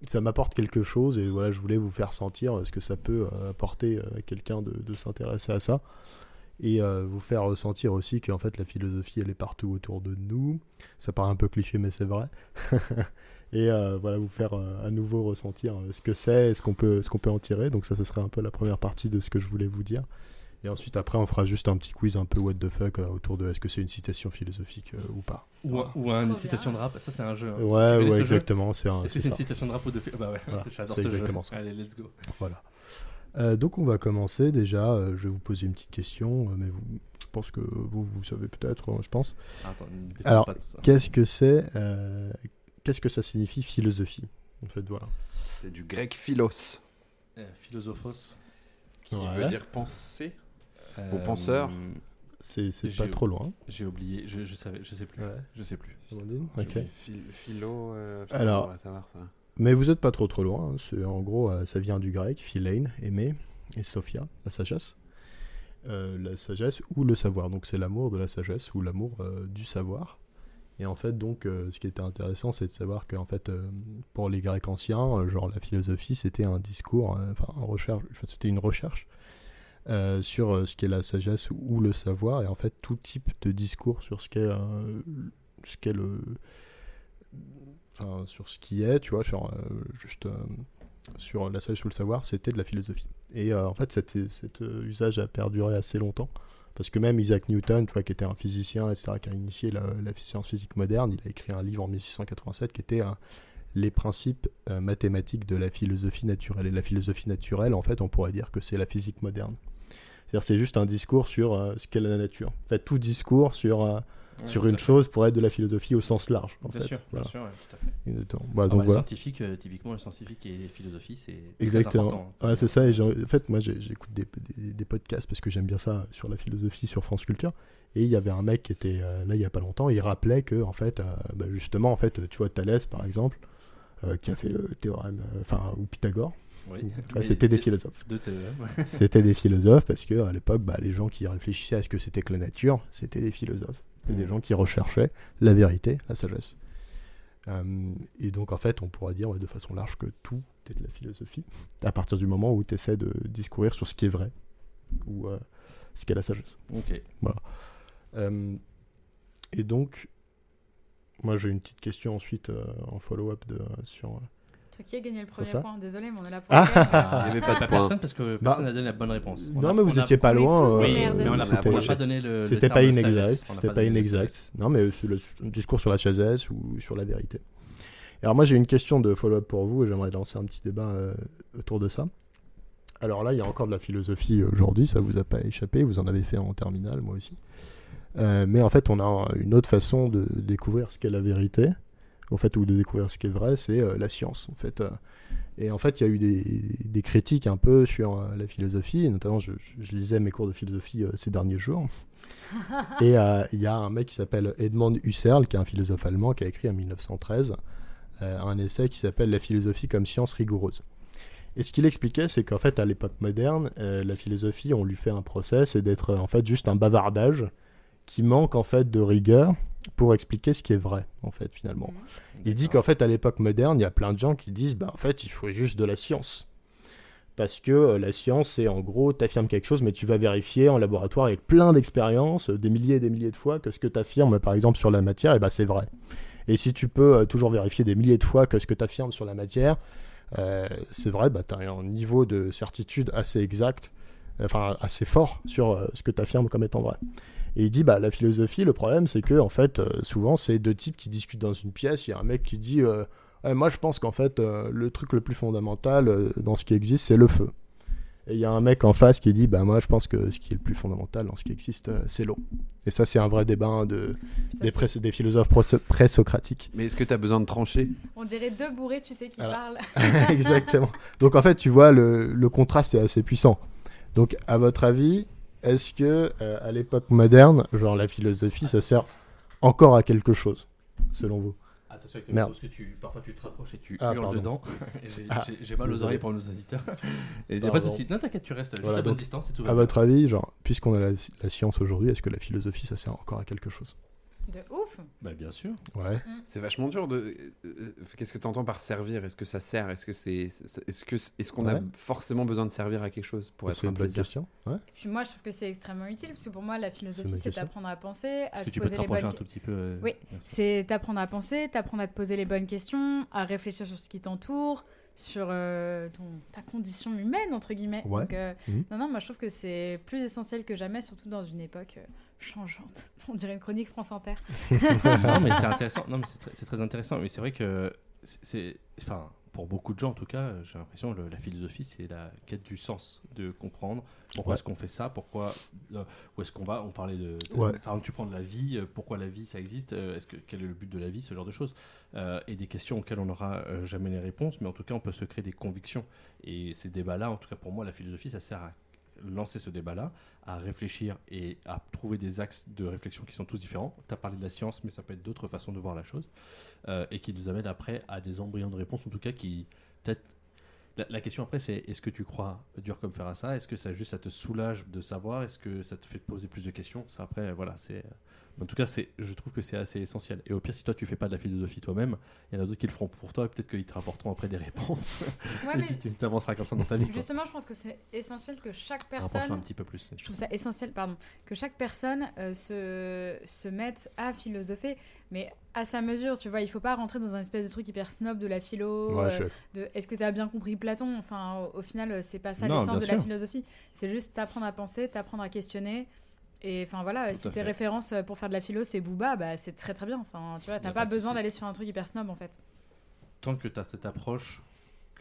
[SPEAKER 4] ça m'apporte quelque chose et voilà, je voulais vous faire sentir euh, ce que ça peut euh, apporter euh, à quelqu'un de, de s'intéresser à ça et euh, vous faire ressentir aussi qu'en fait la philosophie elle est partout autour de nous. Ça paraît un peu cliché, mais c'est vrai. et euh, voilà vous faire euh, à nouveau ressentir euh, ce que c'est, et ce qu'on peut, ce qu'on peut en tirer. Donc ça, ce serait un peu la première partie de ce que je voulais vous dire. Et ensuite, après, on fera juste un petit quiz un peu what the fuck euh, autour de est-ce que c'est une citation philosophique euh, ou pas.
[SPEAKER 1] Ou, un- ou un-
[SPEAKER 3] Trop
[SPEAKER 1] une
[SPEAKER 3] bien.
[SPEAKER 1] citation de rap, ça c'est un jeu. hein. Tu
[SPEAKER 4] Ouais,
[SPEAKER 1] connais
[SPEAKER 4] ouais,
[SPEAKER 1] ce jeu
[SPEAKER 4] exactement. C'est un.
[SPEAKER 1] Est-ce que
[SPEAKER 4] c'est
[SPEAKER 1] c'est une
[SPEAKER 4] ça.
[SPEAKER 1] citation de rap ou de film Bah ouais,
[SPEAKER 4] Voilà,
[SPEAKER 1] *laughs* j'adore
[SPEAKER 4] c'est
[SPEAKER 1] ce
[SPEAKER 4] exactement
[SPEAKER 1] jeu.
[SPEAKER 4] ça.
[SPEAKER 1] Allez, let's go.
[SPEAKER 4] Voilà. Euh, donc on va commencer déjà. euh, je vais vous poser une petite question, euh, mais vous, je pense que vous, vous savez peut-être, hein, je pense.
[SPEAKER 1] Attends, ne défends
[SPEAKER 4] Alors,
[SPEAKER 1] pas tout ça.
[SPEAKER 4] Qu'est-ce que c'est euh, Qu'est-ce que ça signifie philosophie En fait, voilà.
[SPEAKER 2] C'est du grec philos,
[SPEAKER 1] Euh, philosophos.
[SPEAKER 2] qui
[SPEAKER 4] Ouais.
[SPEAKER 2] veut dire penser.
[SPEAKER 1] euh,
[SPEAKER 2] penseur.
[SPEAKER 4] C'est c'est
[SPEAKER 1] J'ai-
[SPEAKER 4] pas trop loin.
[SPEAKER 1] J'ai oublié, je, je savais, je sais plus.
[SPEAKER 4] Ouais.
[SPEAKER 1] Je sais plus.
[SPEAKER 4] Amandine
[SPEAKER 2] Je
[SPEAKER 4] Ok.
[SPEAKER 2] dis phil- philo. euh, putain,
[SPEAKER 4] Alors-
[SPEAKER 2] on va savoir ça.
[SPEAKER 4] Mais vous n'êtes pas trop trop loin. hein. C'est- En gros, euh, ça vient du grec, philane, aimer, et sophia, la sagesse. Euh, la sagesse ou le savoir. Donc c'est l'amour de la sagesse ou l'amour euh, du savoir. Et en fait, donc, euh, ce qui était intéressant, c'est de savoir que, en fait, euh, pour les Grecs anciens, euh, genre la philosophie, c'était un discours, euh, enfin, en recherche, enfin, c'était une recherche euh, sur euh, ce qu'est la sagesse ou, ou le savoir, et en fait, tout type de discours sur ce qu'est, euh, ce qu'est le, enfin, sur ce qui est, tu vois, sur, euh, juste, euh, sur la sagesse ou le savoir, c'était de la philosophie. Et euh, en fait, cet, cet, euh, usage a perduré assez longtemps. Parce que même Isaac Newton, tu vois, qui était un physicien, etc., qui a initié la, la science physique moderne, il a écrit un livre en 1687 qui était euh, Les principes euh, mathématiques de la philosophie naturelle. Et la philosophie naturelle, en fait, on pourrait dire que c'est la physique moderne. C'est-à-dire, c'est juste un discours sur euh, ce qu'est la nature. En fait, tout discours sur, euh, sur
[SPEAKER 1] Ouais, tout
[SPEAKER 4] une
[SPEAKER 1] à fait.
[SPEAKER 4] chose pourrait être de la philosophie au sens large. En
[SPEAKER 1] Bien
[SPEAKER 4] fait.
[SPEAKER 1] sûr, bien
[SPEAKER 4] Voilà.
[SPEAKER 1] sûr, ouais, tout à fait.
[SPEAKER 4] Exactement. Voilà,
[SPEAKER 1] Ah
[SPEAKER 4] donc
[SPEAKER 1] bah, le
[SPEAKER 4] voilà.
[SPEAKER 1] scientifique, euh, typiquement, le scientifique et philosophie, c'est
[SPEAKER 4] Exactement.
[SPEAKER 1] Très important.
[SPEAKER 4] Ouais, c'est ça. Et j'ai- en fait, moi, j'ai- j'écoute des, des- des podcasts parce que j'aime bien ça sur la philosophie, sur France Culture. Et il y avait un mec qui était euh, là il y a pas longtemps. Il rappelait que, en fait, euh, bah, justement, en fait, tu vois Thalès, par exemple, euh, qui a fait le théorème, euh, enfin, ou Pythagore.
[SPEAKER 1] Oui.
[SPEAKER 4] Ou- tu vois,
[SPEAKER 1] Mais-
[SPEAKER 4] C'était des philosophes.
[SPEAKER 1] De E *laughs* TEM.
[SPEAKER 4] C'était des philosophes parce que à l'époque, bah, les gens qui réfléchissaient à ce que c'était que la nature, c'était des philosophes. C'était des
[SPEAKER 1] Mhm.
[SPEAKER 4] gens qui recherchaient la vérité, la sagesse. Euh, et donc, en fait, on pourrait dire ouais, de façon large que tout est de la philosophie à partir du moment où tu essaies de discourir sur ce qui est vrai ou euh, ce qu'est la sagesse.
[SPEAKER 1] Ok.
[SPEAKER 4] Euh, et donc, Moi, j'ai une petite question ensuite euh, en follow-up de, sur. euh,
[SPEAKER 3] Toi qui as gagné le premier
[SPEAKER 4] ça
[SPEAKER 3] point, désolé, mais on est là pour.
[SPEAKER 4] Ah,
[SPEAKER 3] rien,
[SPEAKER 1] *laughs*
[SPEAKER 2] Il n'y
[SPEAKER 3] mais-
[SPEAKER 2] avait pas de point.
[SPEAKER 1] personne parce que
[SPEAKER 4] Bah,
[SPEAKER 1] personne n'a donné la bonne réponse. On
[SPEAKER 4] Non,
[SPEAKER 1] a-
[SPEAKER 4] mais
[SPEAKER 1] on
[SPEAKER 4] vous
[SPEAKER 1] a-
[SPEAKER 4] étiez pas
[SPEAKER 3] on est tous
[SPEAKER 4] loin. euh,
[SPEAKER 3] des
[SPEAKER 1] Oui,
[SPEAKER 3] merdes.
[SPEAKER 1] mais on a-
[SPEAKER 2] C'était-
[SPEAKER 1] on n'a pas donné le. le
[SPEAKER 4] C'était
[SPEAKER 1] terme
[SPEAKER 4] pas
[SPEAKER 1] de
[SPEAKER 4] inexact.
[SPEAKER 1] sagesse. On n'a
[SPEAKER 4] C'était pas
[SPEAKER 1] donné le sagesse.
[SPEAKER 4] inexact. Non, mais sur le- un discours sur la sagesse ou sur la vérité. Alors moi, j'ai une question de follow-up pour vous et j'aimerais lancer un petit débat euh, autour de ça. Alors là, il y a encore de la philosophie euh, aujourd'hui, ça vous a pas échappé, vous en avez fait en terminale, moi aussi. Euh, mais en fait, on a une autre façon de découvrir ce qu'est la vérité, en fait, ou de découvrir ce qui est vrai, c'est euh, la science, en fait. euh. et en fait, il y a eu des, des critiques un peu sur euh, la philosophie, et notamment, je, je- je lisais mes cours de philosophie euh, ces derniers jours. et euh, il y a un mec qui s'appelle Edmond Husserl, qui est un philosophe allemand, qui a écrit en 1913 euh, un essai qui s'appelle La philosophie comme science rigoureuse. Et ce qu'il expliquait, c'est qu'en fait, à l'époque moderne, euh, la philosophie, on lui fait un procès, c'est d'être euh, en fait juste un bavardage qui manque en fait de rigueur pour expliquer ce qui est vrai, en fait, finalement.
[SPEAKER 3] Mmh.
[SPEAKER 4] Il dit qu'en fait, à l'époque moderne, il y a plein de gens qui disent, bah, en fait, il faut juste de la science. Parce que euh, la science, c'est en gros, t'affirmes quelque chose, mais tu vas vérifier en laboratoire avec plein d'expériences, euh, des milliers et des milliers de fois, que ce que t'affirmes, par exemple, sur la matière, et ben c'est vrai. Et si tu peux euh, toujours vérifier des milliers de fois que ce que t'affirmes sur la matière, euh, c'est vrai, bah, t'as un niveau de certitude assez exact, euh, enfin, assez fort sur euh, ce que t'affirmes comme étant vrai. Et il dit, bah, la philosophie, le problème, c'est que, en fait, euh, souvent, c'est deux types qui discutent dans une pièce. Il y a un mec qui dit, euh, Ouais, moi, je pense qu'en fait, euh, le truc le plus fondamental euh, dans ce qui existe, c'est le feu. Et il y a un mec en face qui dit, bah, moi, je pense que ce qui est le plus fondamental dans ce qui existe, euh, c'est l'eau. Et ça, c'est un vrai débat hein, de,
[SPEAKER 3] Putain,
[SPEAKER 4] des,
[SPEAKER 3] c'est-
[SPEAKER 4] pré- des philosophes pré- pré-socratiques.
[SPEAKER 2] Mais est-ce que tu as besoin de trancher
[SPEAKER 3] On dirait deux bourrés, tu sais, qui
[SPEAKER 4] Voilà.
[SPEAKER 3] parlent.
[SPEAKER 4] Exactement. Donc, en fait, tu vois, le, le contraste est assez puissant. Donc, à votre avis, est-ce que, euh, à l'époque moderne, genre, la philosophie, ça sert encore à quelque chose, selon vous
[SPEAKER 1] Attention avec
[SPEAKER 4] Merde.
[SPEAKER 1] parce Ah, que tu, parfois tu te rapproches et tu
[SPEAKER 4] Ah,
[SPEAKER 1] hurles
[SPEAKER 4] pardon. *laughs*
[SPEAKER 1] dedans. Et j'ai-
[SPEAKER 4] Ah,
[SPEAKER 1] J'ai j'ai mal aux
[SPEAKER 4] désolé.
[SPEAKER 1] oreilles pour nos
[SPEAKER 4] *laughs*
[SPEAKER 1] auditeurs. Et y a pas de
[SPEAKER 4] Pardon.
[SPEAKER 1] soucis. Non, t'inquiète, tu restes juste
[SPEAKER 4] Voilà,
[SPEAKER 1] à bonne
[SPEAKER 4] donc,
[SPEAKER 1] distance et tout va
[SPEAKER 4] À
[SPEAKER 1] bien.
[SPEAKER 4] votre avis, genre, puisqu'on a la, la science aujourd'hui, est-ce que la philosophie, ça sert encore à quelque chose
[SPEAKER 3] De ouf.
[SPEAKER 1] Bah, bien sûr.
[SPEAKER 4] Ouais.
[SPEAKER 2] C'est vachement dur de. euh, euh, Qu'est-ce que tu entends par servir Est-ce que ça sert Est-ce que c'est. c'est- Est-ce que est-ce qu'on a
[SPEAKER 4] Ouais.
[SPEAKER 2] forcément besoin de servir à quelque chose pour être
[SPEAKER 4] C'est
[SPEAKER 2] un
[SPEAKER 4] une bonne
[SPEAKER 2] plaisir
[SPEAKER 4] question. Ouais.
[SPEAKER 3] Et puis moi, je trouve que c'est extrêmement utile parce que pour moi, la
[SPEAKER 4] C'est
[SPEAKER 3] philosophie,
[SPEAKER 4] ma
[SPEAKER 3] c'est
[SPEAKER 4] question.
[SPEAKER 3] d'apprendre à penser, à
[SPEAKER 1] Est-ce que
[SPEAKER 3] se
[SPEAKER 1] tu peux
[SPEAKER 3] poser
[SPEAKER 1] te
[SPEAKER 3] les
[SPEAKER 1] rapprocher
[SPEAKER 3] bonnes
[SPEAKER 1] un tout petit peu euh,
[SPEAKER 3] Oui.
[SPEAKER 1] merci.
[SPEAKER 3] C'est t'apprendre à penser, t'apprendre à te poser les bonnes questions, à réfléchir sur ce qui t'entoure, sur euh, ton, ta condition humaine, entre guillemets.
[SPEAKER 4] Ouais.
[SPEAKER 3] Donc, euh,
[SPEAKER 4] Mhm.
[SPEAKER 3] Non, non, moi je trouve que c'est plus essentiel que jamais, surtout dans une époque euh, changeante. *laughs* On dirait une chronique France Inter.
[SPEAKER 4] *laughs*
[SPEAKER 1] non, mais c'est intéressant. Non, mais c'est très, c'est très intéressant. Mais c'est vrai que c'est- c'est, enfin, pour beaucoup de gens en tout cas, euh, j'ai l'impression que la philosophie c'est la quête du sens, de comprendre pourquoi
[SPEAKER 4] Ouais.
[SPEAKER 1] est-ce qu'on fait ça, pourquoi euh, où est-ce qu'on va. On parlait de, de-
[SPEAKER 4] Ouais.
[SPEAKER 1] par exemple, tu prends de la vie, euh, pourquoi la vie ça existe, euh, est-ce que quel est le but de la vie, ce genre de choses, Euh, et des questions auxquelles on n'aura euh, jamais les réponses, mais en tout cas on peut se créer des convictions. Et ces débats-là, en tout cas pour moi, la philosophie ça sert à lancer ce débat-là, à réfléchir et à trouver des axes de réflexion qui sont tous différents. Tu as parlé de la science, mais ça peut être d'autres façons de voir la chose, euh, et qui nous amènent après à des embryons de réponses, en tout cas qui peut-être... La, la question après, c'est est-ce que tu crois dur comme fer à ça Est-ce que ça juste ça te soulage de savoir Est-ce que ça te fait te poser plus de questions Ça après, voilà, c'est... En tout cas, c'est, je trouve que c'est assez essentiel. Et au pire, si toi tu fais pas de la philosophie toi-même, il y en a d'autres qui le feront pour toi et peut-être qu'ils te rapporteront après des réponses.
[SPEAKER 3] Ouais,
[SPEAKER 1] *laughs* et
[SPEAKER 3] mais
[SPEAKER 1] puis tu t'avanceras comme ça dans ta vie. quoi.
[SPEAKER 3] justement, je pense que c'est essentiel que chaque
[SPEAKER 1] Rapproche-toi un
[SPEAKER 3] personne
[SPEAKER 1] petit peu plus.
[SPEAKER 3] je trouve ça essentiel, pardon, que chaque personne euh, se, se mette à philosopher, mais à sa mesure, tu vois. Il faut pas rentrer dans un espèce de truc hyper snob de la philo,
[SPEAKER 4] Ouais,
[SPEAKER 3] euh,
[SPEAKER 4] je-
[SPEAKER 3] de est-ce que tu as bien compris Platon Enfin, au, au final, euh, c'est pas ça
[SPEAKER 1] Non,
[SPEAKER 3] l'essence de
[SPEAKER 1] bien
[SPEAKER 3] la
[SPEAKER 1] sûr.
[SPEAKER 3] philosophie. C'est juste t'apprendre à penser, t'apprendre à questionner. Et enfin voilà,
[SPEAKER 1] Tout
[SPEAKER 3] si
[SPEAKER 1] à
[SPEAKER 3] tes
[SPEAKER 1] fait.
[SPEAKER 3] références euh, pour faire de la philo, c'est Booba, bah c'est très très bien. Enfin, tu vois,
[SPEAKER 1] Y
[SPEAKER 3] t'as
[SPEAKER 1] a
[SPEAKER 3] pas,
[SPEAKER 1] pas de
[SPEAKER 3] besoin
[SPEAKER 1] souci.
[SPEAKER 3] d'aller sur un truc hyper snob en fait.
[SPEAKER 1] tant que tu as cette approche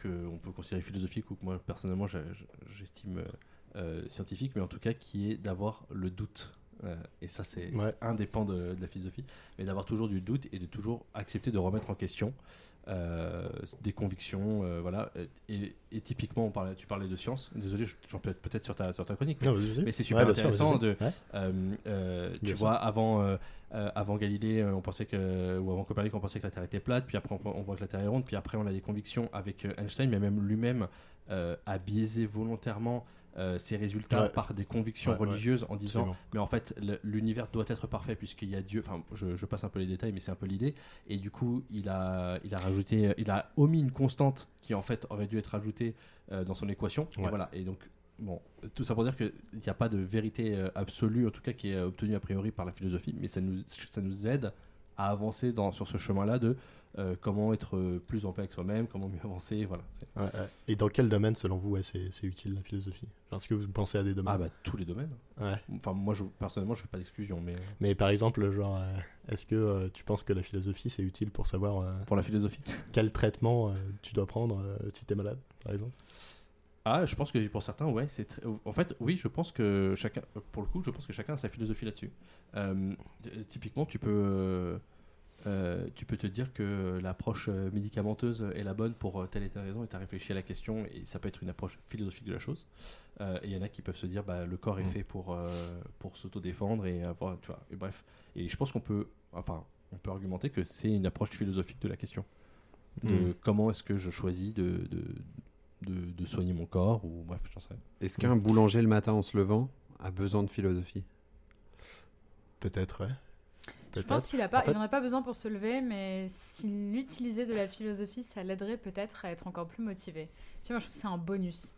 [SPEAKER 1] qu'on peut considérer philosophique ou que moi personnellement j'a- j'estime euh, euh, scientifique, mais en tout cas qui est d'avoir le doute. Euh, et ça, c'est
[SPEAKER 4] Ouais.
[SPEAKER 1] indépendant de, de la philosophie, mais d'avoir toujours du doute et de toujours accepter de remettre en question euh, des convictions. euh, voilà. Et, et typiquement, on parlait, tu parlais de science. Désolé, je- j'en peux être peut-être sur ta, sur ta chronique.
[SPEAKER 4] Non, vas-y, vas-y.
[SPEAKER 1] Mais c'est super
[SPEAKER 4] bien sûr,
[SPEAKER 1] intéressant
[SPEAKER 4] vas-y, vas-y. Ouais.
[SPEAKER 1] Euh, euh, tu
[SPEAKER 4] Bien
[SPEAKER 1] vois, avant, euh, euh, avant Galilée, euh, on pensait que, ou avant Copernic, on pensait que la Terre était plate, puis après on, on voit que la Terre est ronde, puis après on a des convictions avec euh, Einstein, mais même lui-même euh, a biaisé volontairement euh, ses résultats
[SPEAKER 4] Ouais.
[SPEAKER 1] par des convictions
[SPEAKER 4] Ouais, ouais.
[SPEAKER 1] religieuses en disant
[SPEAKER 4] Absolument.
[SPEAKER 1] mais en fait, le- l'univers doit être parfait puisqu'il y a Dieu. Enfin, je, je passe un peu les détails, mais c'est un peu l'idée. Et du coup, il a, il a rajouté, euh, il a omis une constante qui en fait aurait dû être ajoutée euh, dans son équation. Et
[SPEAKER 4] Ouais.
[SPEAKER 1] voilà. Et donc, bon, tout ça pour dire qu'il n'y a pas de vérité euh, absolue, en tout cas, qui est euh, obtenue a priori par la philosophie, mais ça nous, ça nous aide à avancer dans, sur ce chemin-là de euh, comment être euh, plus en paix avec soi-même, comment mieux avancer. Voilà. C'est-
[SPEAKER 4] Ouais, ouais. Et dans quel domaine, selon vous, ouais, c'est c'est utile la philosophie Genre, Est-ce que vous pensez à des
[SPEAKER 1] Ah
[SPEAKER 4] domaines
[SPEAKER 1] bah tous les domaines.
[SPEAKER 4] Ouais.
[SPEAKER 1] Enfin moi je, personnellement je fais pas d'exclusion, mais euh,
[SPEAKER 4] Mais par exemple, genre, euh, est-ce que euh, tu penses que la philosophie, c'est utile pour savoir euh,
[SPEAKER 1] pour la philosophie.
[SPEAKER 4] quel traitement euh, tu dois prendre euh, si tu es malade, par exemple
[SPEAKER 1] Ah, je pense que pour certains, ouais, c'est très... En fait, oui, je pense que chacun, pour le coup, je pense que chacun a sa philosophie là-dessus. Euh, t- typiquement, tu peux, euh, euh, tu peux te dire que l'approche euh, médicamenteuse est la bonne pour euh, telle et telle raison, et tu as réfléchi à la question, et ça peut être une approche philosophique de la chose. Euh, et il y en a qui peuvent se dire, bah, le corps est
[SPEAKER 2] Mm.
[SPEAKER 1] fait pour, euh, pour s'autodéfendre et avoir, tu vois, et bref. Et je pense qu'on peut, enfin, on peut argumenter que c'est une approche philosophique de la question de comment est-ce que je choisis de, de, de, de soigner mon corps ou bref j'en sais rien.
[SPEAKER 2] Est-ce qu'un boulanger le matin en se levant a besoin de philosophie
[SPEAKER 4] Peut-être, ouais.
[SPEAKER 3] Je
[SPEAKER 4] Peut-être.
[SPEAKER 3] pense qu'il a
[SPEAKER 4] En
[SPEAKER 3] pas,
[SPEAKER 4] fait-
[SPEAKER 3] il n'en a pas besoin pour se lever, mais s'il utilisait de la philosophie, ça l'aiderait peut-être à être encore plus motivé. Tu vois, moi, je trouve que c'est un bonus.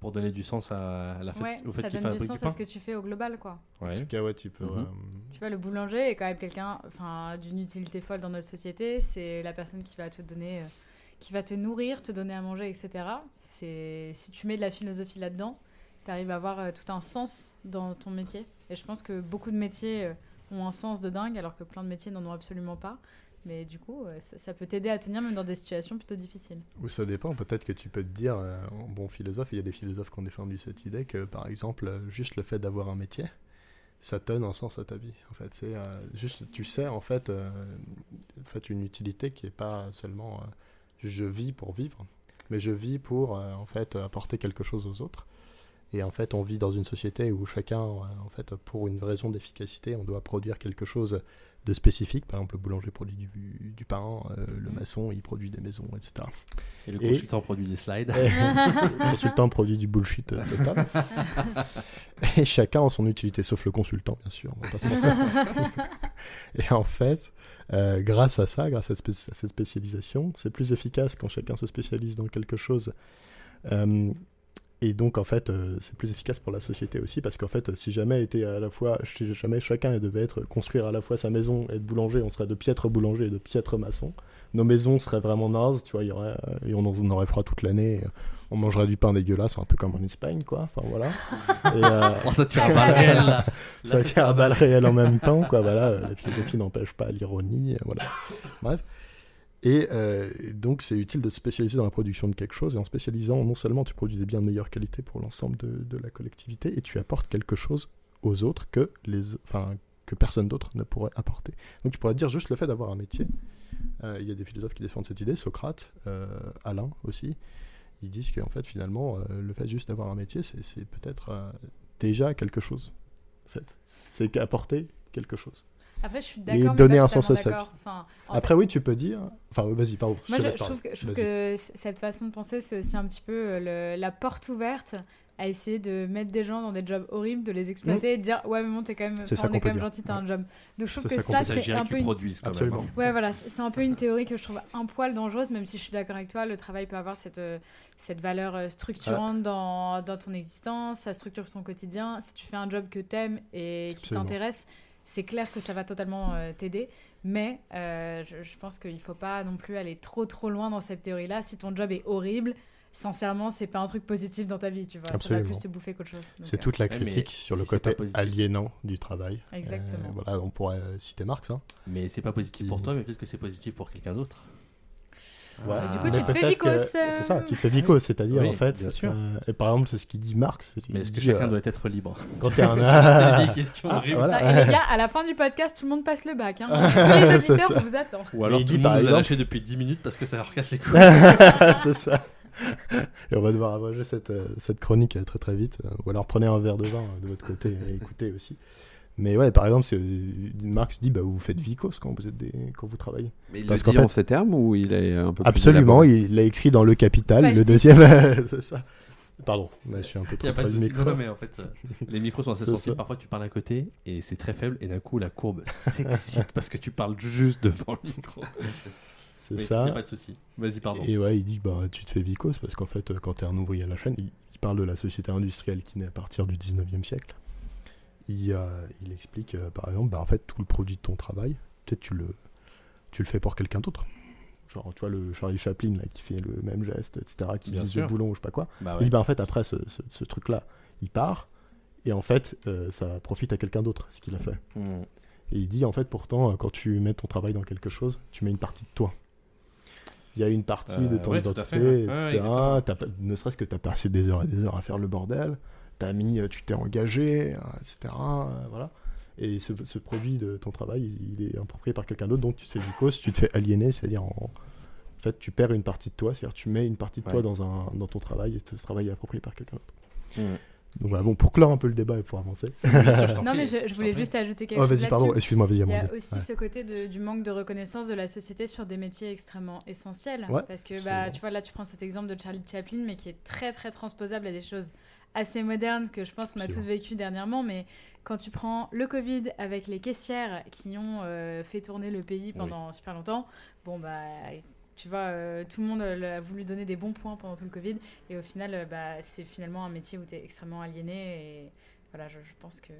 [SPEAKER 1] pour donner du sens à la fête,
[SPEAKER 3] ouais,
[SPEAKER 1] au fait
[SPEAKER 3] ça
[SPEAKER 1] qu'il
[SPEAKER 3] donne
[SPEAKER 1] fabrique du,
[SPEAKER 3] du sens
[SPEAKER 1] pain.
[SPEAKER 3] à ce que tu fais au global, quoi.
[SPEAKER 4] En
[SPEAKER 1] Ouais.
[SPEAKER 4] tout cas, ouais, tu peux.
[SPEAKER 1] Mhm.
[SPEAKER 4] euh,
[SPEAKER 3] Tu vois, le boulanger est quand même quelqu'un, enfin, d'une utilité folle dans notre société. C'est la personne qui va te donner, euh, qui va te nourrir, te donner à manger, etc. C'est si tu mets de la philosophie là-dedans, tu arrives à avoir euh, tout un sens dans ton métier. Et je pense que beaucoup de métiers euh, ont un sens de dingue, alors que plein de métiers n'en ont absolument pas. Mais du coup, euh, ça, ça peut t'aider à tenir même dans des situations plutôt difficiles.
[SPEAKER 4] Ou ça dépend, peut-être que tu peux te dire, euh, en bon philosophe, il y a des philosophes qui ont défendu cette idée que, par exemple, euh, juste le fait d'avoir un métier, ça te donne un sens à ta vie. En fait, c'est euh, juste, tu sais, en fait, euh, en fait, une utilité qui est pas seulement euh, je vis pour vivre, mais je vis pour, euh, en fait, apporter quelque chose aux autres. Et en fait, on vit dans une société où chacun, euh, en fait, pour une raison d'efficacité, on doit produire quelque chose de spécifique. Par exemple, le boulanger produit du, du pain, euh, le
[SPEAKER 3] Mhm.
[SPEAKER 4] maçon, il produit des maisons, etc.
[SPEAKER 1] Et le
[SPEAKER 4] Et-
[SPEAKER 1] consultant produit des slides.
[SPEAKER 4] Le consultant produit du bullshit euh, total. Et chacun a son utilité, sauf le consultant, bien sûr. on va pas se mentir. Et en fait, euh, grâce à ça, grâce à, spé- à cette spécialisation, c'est plus efficace quand chacun se spécialise dans quelque chose. Euh, et donc, en fait, euh, c'est plus efficace pour la société aussi, parce qu'en fait, si jamais était à la fois, si jamais chacun devait être construire à la fois sa maison et être boulanger, on serait de piètre boulanger et de piètre maçon. Nos maisons seraient vraiment nazes, tu vois, il y aurait, euh, et on en on aurait froid toute l'année. et On mangerait du pain dégueulasse, un peu comme en Espagne, quoi. Enfin voilà. Et, euh,
[SPEAKER 1] *laughs* Oh, ça tire à
[SPEAKER 3] *laughs*
[SPEAKER 1] balles réelles, là. Là,
[SPEAKER 4] ça
[SPEAKER 1] ça tire
[SPEAKER 4] tire
[SPEAKER 1] à
[SPEAKER 4] à
[SPEAKER 1] balles.
[SPEAKER 4] balles réelles
[SPEAKER 1] *laughs*
[SPEAKER 4] en même temps, quoi. Voilà, euh, la philosophie n'empêche pas l'ironie, euh, voilà. Bref. Et euh, donc, c'est utile de se spécialiser dans la production de quelque chose. Et en spécialisant, non seulement tu produis des biens de meilleure qualité pour l'ensemble de, de la collectivité, et tu apportes quelque chose aux autres que les, enfin, que personne d'autre ne pourrait apporter. Donc, tu pourrais dire juste le fait d'avoir un métier. Euh, Il y a des philosophes qui défendent cette idée, Socrate, euh, Alain aussi. Ils disent qu'en fait, finalement, euh, le fait juste d'avoir un métier, c'est c'est peut-être euh, déjà quelque chose en fait. C'est qu'apporter quelque chose.
[SPEAKER 3] Après, je suis
[SPEAKER 4] Et
[SPEAKER 3] d'accord. mais pas
[SPEAKER 4] donner un
[SPEAKER 3] totalement
[SPEAKER 4] sens à sa vie.
[SPEAKER 3] d'accord. Enfin, en
[SPEAKER 4] Après, oui, tu peux dire. Enfin, oui, vas-y, pardon.
[SPEAKER 3] Moi,
[SPEAKER 4] te
[SPEAKER 3] je,
[SPEAKER 4] laisse
[SPEAKER 3] je
[SPEAKER 4] parler.
[SPEAKER 3] trouve, que, je trouve
[SPEAKER 4] Vas-y.
[SPEAKER 3] que c- cette façon de penser, c'est aussi un petit peu euh, le- la porte ouverte à essayer de mettre des gens dans des jobs horribles, de les exploiter et de dire Ouais, mais bon, t'es quand même,
[SPEAKER 4] C'est ça
[SPEAKER 3] enfin, on
[SPEAKER 4] qu'on
[SPEAKER 3] est quand
[SPEAKER 4] peut
[SPEAKER 3] même
[SPEAKER 4] dire.
[SPEAKER 3] gentil, t'as un job. Donc, je trouve
[SPEAKER 4] C'est ça
[SPEAKER 3] que
[SPEAKER 4] qu'on
[SPEAKER 3] ça,
[SPEAKER 4] peut
[SPEAKER 1] Ça
[SPEAKER 3] c'est
[SPEAKER 1] gérait
[SPEAKER 3] un
[SPEAKER 1] qu'ils
[SPEAKER 3] peu une.
[SPEAKER 1] produisent quand même.
[SPEAKER 4] Absolument.
[SPEAKER 1] hein.
[SPEAKER 3] Ouais, voilà, c'est c'est un peu une théorie que je trouve un poil dangereuse, même si je suis d'accord avec toi, le travail peut avoir cette, euh, cette valeur euh, structurante dans, dans ton existence, ça structure ton quotidien. Si tu fais un job que t'aimes et qui
[SPEAKER 4] Absolument.
[SPEAKER 3] t'intéresse, c'est clair que ça va totalement euh, t'aider. Mais euh, je, je pense qu'il faut pas non plus aller trop trop loin dans cette théorie-là. Si ton job est horrible, sincèrement, c'est pas un truc positif dans ta vie, tu vois.
[SPEAKER 4] Absolument.
[SPEAKER 3] Ça va plus te bouffer qu'autre chose. Donc,
[SPEAKER 4] C'est
[SPEAKER 3] euh,
[SPEAKER 4] toute la
[SPEAKER 1] Ouais, mais
[SPEAKER 4] critique sur le
[SPEAKER 1] si c'est
[SPEAKER 4] côté
[SPEAKER 1] pas positif.
[SPEAKER 4] aliénant du travail.
[SPEAKER 3] Exactement.
[SPEAKER 4] Euh, voilà, on pourrait euh, citer Marx. Hein.
[SPEAKER 1] Mais c'est pas positif
[SPEAKER 4] Qui-
[SPEAKER 1] pour toi, mais peut-être que c'est positif pour quelqu'un d'autre.
[SPEAKER 4] Ouais.
[SPEAKER 1] Ah.
[SPEAKER 3] du coup,
[SPEAKER 4] Mais
[SPEAKER 3] tu te fais
[SPEAKER 4] peut-être
[SPEAKER 3] vicos,
[SPEAKER 4] que-
[SPEAKER 3] euh.
[SPEAKER 4] C'est ça, tu te fais vicos, c'est-à-dire
[SPEAKER 1] Oui,
[SPEAKER 4] en fait.
[SPEAKER 1] bien sûr.
[SPEAKER 4] euh, et par exemple, c'est ce qu'il dit Marx. il
[SPEAKER 1] Mais est-ce que
[SPEAKER 4] dit,
[SPEAKER 1] chacun
[SPEAKER 4] euh,
[SPEAKER 1] doit être libre
[SPEAKER 4] Quand
[SPEAKER 1] *laughs*
[SPEAKER 4] t'es un.
[SPEAKER 1] C'est une vieille question
[SPEAKER 4] Ah,
[SPEAKER 1] horrible.
[SPEAKER 4] voilà.
[SPEAKER 3] Putain, Et les gars, à la fin du podcast, tout le monde passe le
[SPEAKER 4] *laughs*
[SPEAKER 3] bac. Hein. Tous les
[SPEAKER 4] C'est
[SPEAKER 3] auditeurs,
[SPEAKER 4] ça.
[SPEAKER 3] on vous attend.
[SPEAKER 1] Ou
[SPEAKER 4] Mais
[SPEAKER 1] alors
[SPEAKER 4] il
[SPEAKER 1] tout
[SPEAKER 4] dit,
[SPEAKER 1] le
[SPEAKER 4] par
[SPEAKER 1] monde nous a
[SPEAKER 4] exemple-
[SPEAKER 1] lâché depuis 10 minutes parce que ça leur casse les couilles.
[SPEAKER 4] *laughs* c'est ça. Et on va devoir abréger cette, euh, cette chronique euh, très très vite. Euh, Ou alors prenez un verre de vin euh, de votre côté
[SPEAKER 1] *laughs*
[SPEAKER 4] et écoutez aussi. Mais ouais, par exemple, c'est- euh, Marx dit bah, vous faites vicos quand vous, êtes des- quand vous travaillez.
[SPEAKER 2] Mais il
[SPEAKER 4] Parce
[SPEAKER 2] le
[SPEAKER 4] qu'en
[SPEAKER 2] dit
[SPEAKER 4] fait-
[SPEAKER 2] en ces termes ou il est un peu plus
[SPEAKER 4] Absolument,
[SPEAKER 2] élaboré
[SPEAKER 4] il l'a écrit dans Le Capital,
[SPEAKER 3] Page
[SPEAKER 4] le
[SPEAKER 3] dix.
[SPEAKER 4] deuxième. *laughs* c'est ça. Pardon, mais je suis un peu
[SPEAKER 1] Il n'y
[SPEAKER 4] trop
[SPEAKER 1] a pas
[SPEAKER 4] près
[SPEAKER 1] de
[SPEAKER 4] du
[SPEAKER 1] souci.
[SPEAKER 4] Ah, micro.
[SPEAKER 1] Non, non, mais en fait, euh, les micros sont assez
[SPEAKER 4] C'est
[SPEAKER 1] sensibles.
[SPEAKER 4] ça.
[SPEAKER 1] Parfois, tu parles à côté et c'est très faible. Et d'un coup, la courbe s'excite parce que tu parles juste devant le micro.
[SPEAKER 4] C'est
[SPEAKER 1] Mais Il
[SPEAKER 4] ça.
[SPEAKER 1] n'y a pas de souci. Vas-y, pardon.
[SPEAKER 4] Et ouais, il dit bah tu te fais vicos parce qu'en fait, euh, quand t'es un ouvrier à la chaîne, il, il parle de la société industrielle qui naît à partir du 19e siècle. Il, euh, il explique, euh, par exemple, bah, en fait, tout le produit de ton travail, peut-être tu le, tu le fais pour quelqu'un d'autre. Genre, tu vois, le Charlie Chaplin là, qui fait le même geste, etc., qui
[SPEAKER 1] Bien
[SPEAKER 4] vise
[SPEAKER 1] sûr.
[SPEAKER 4] le boulon ou je sais pas quoi.
[SPEAKER 1] Bah
[SPEAKER 4] Et
[SPEAKER 1] ouais.
[SPEAKER 4] ben, en fait, après, ce, ce- ce truc-là, il part, et en fait, euh, ça profite à quelqu'un d'autre, ce qu'il a fait.
[SPEAKER 1] Mm.
[SPEAKER 4] Et il dit, en fait, pourtant, euh, quand tu mets ton travail dans quelque chose, tu mets une partie de toi. Il y a une partie
[SPEAKER 1] Euh,
[SPEAKER 4] de ton
[SPEAKER 1] ouais, tout à
[SPEAKER 4] identité,
[SPEAKER 1] fait, ouais. Ouais, ouais,
[SPEAKER 4] etc.
[SPEAKER 1] exactement.
[SPEAKER 4] T'as pas- ne serait-ce que tu as passé des heures et des heures à faire le bordel, t'as mis, euh, tu t'es engagé, euh, etc. euh, voilà. Et ce, ce produit de ton travail, il- il est approprié par quelqu'un d'autre, donc tu te fais vicose, tu te fais aliéner, c'est-à-dire en... en fait, tu perds une partie de toi, c'est-à-dire tu mets une partie de toi
[SPEAKER 2] Ouais.
[SPEAKER 4] dans, un, dans ton travail et ce travail est approprié par quelqu'un d'autre.
[SPEAKER 1] Mm.
[SPEAKER 4] Donc voilà, bon, pour clore un peu le débat et pour avancer.
[SPEAKER 1] Bien sûr, je t'en
[SPEAKER 3] Non,
[SPEAKER 1] prie,
[SPEAKER 3] mais je, je
[SPEAKER 1] t'en
[SPEAKER 3] voulais
[SPEAKER 1] prie.
[SPEAKER 3] juste ajouter quelque
[SPEAKER 4] Oh,
[SPEAKER 3] chose.
[SPEAKER 4] vas-y, pardon,
[SPEAKER 3] là-dessus.
[SPEAKER 4] excuse-moi, vas-y,
[SPEAKER 3] Il y
[SPEAKER 4] Amandine.
[SPEAKER 3] a aussi
[SPEAKER 4] Ouais.
[SPEAKER 3] ce côté de- du manque de reconnaissance de la société sur des métiers extrêmement essentiels.
[SPEAKER 4] Ouais,
[SPEAKER 3] parce que bah,
[SPEAKER 4] absolument.
[SPEAKER 3] tu vois, là, tu prends cet exemple de Charlie Chaplin, mais qui est très, très transposable à des choses assez modernes que je pense qu'on a tous
[SPEAKER 4] Absolument.
[SPEAKER 3] vécu dernièrement. Mais quand tu prends le Covid avec les caissières qui ont euh, fait tourner le pays pendant super longtemps, bon, bah. Tu vois, euh, tout le monde euh, a voulu donner des bons points pendant tout le Covid. Et au final, euh, bah, c'est finalement un métier où tu es extrêmement aliéné. Et voilà, je, je pense qu'il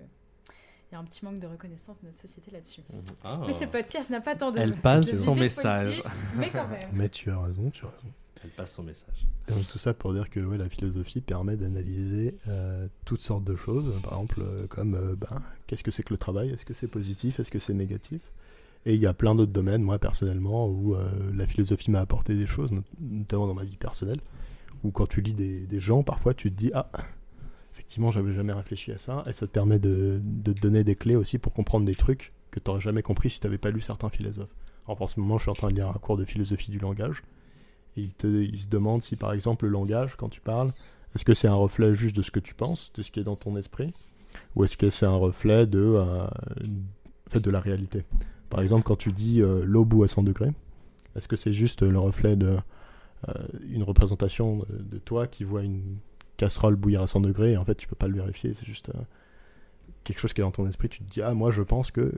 [SPEAKER 3] y a un petit manque de reconnaissance de notre société là-dessus.
[SPEAKER 1] Ah.
[SPEAKER 3] Mais ce podcast n'a pas tant de.
[SPEAKER 1] Elle passe
[SPEAKER 3] de
[SPEAKER 1] son
[SPEAKER 3] visée
[SPEAKER 1] message.
[SPEAKER 3] politique, Mais quand même.
[SPEAKER 4] Mais tu as raison, tu as raison.
[SPEAKER 1] Elle passe son message.
[SPEAKER 4] Et donc, tout ça pour dire que ouais, la philosophie permet d'analyser euh, toutes sortes de choses, par exemple euh, comme euh, ben, qu'est-ce que c'est que le travail, est-ce que c'est positif, est-ce que c'est négatif Et il y a plein d'autres domaines, moi personnellement, où euh, la philosophie m'a apporté des choses, not- notamment dans ma vie personnelle, où quand tu lis des, des gens, parfois tu te dis ah, effectivement j'avais jamais réfléchi à ça, et ça te permet de, de te donner des clés aussi pour comprendre des trucs que tu n'aurais jamais compris si tu n'avais pas lu certains philosophes. Alors, en ce moment, je suis en train de lire un cours de philosophie du langage. Et il, te, il se demande si, par exemple, le langage, quand tu parles, est-ce que c'est un reflet juste de ce que tu penses, de ce qui est dans ton esprit, ou est-ce que c'est un reflet de, euh, en fait, de la réalité Par exemple, quand tu dis euh, l'eau bout à 100 degrés, est-ce que c'est juste le reflet de euh, une représentation de, de toi qui voit une casserole bouillir à 100 degrés et en fait tu peux pas le vérifier, c'est juste euh, quelque chose qui est dans ton esprit, tu te dis ah moi je pense que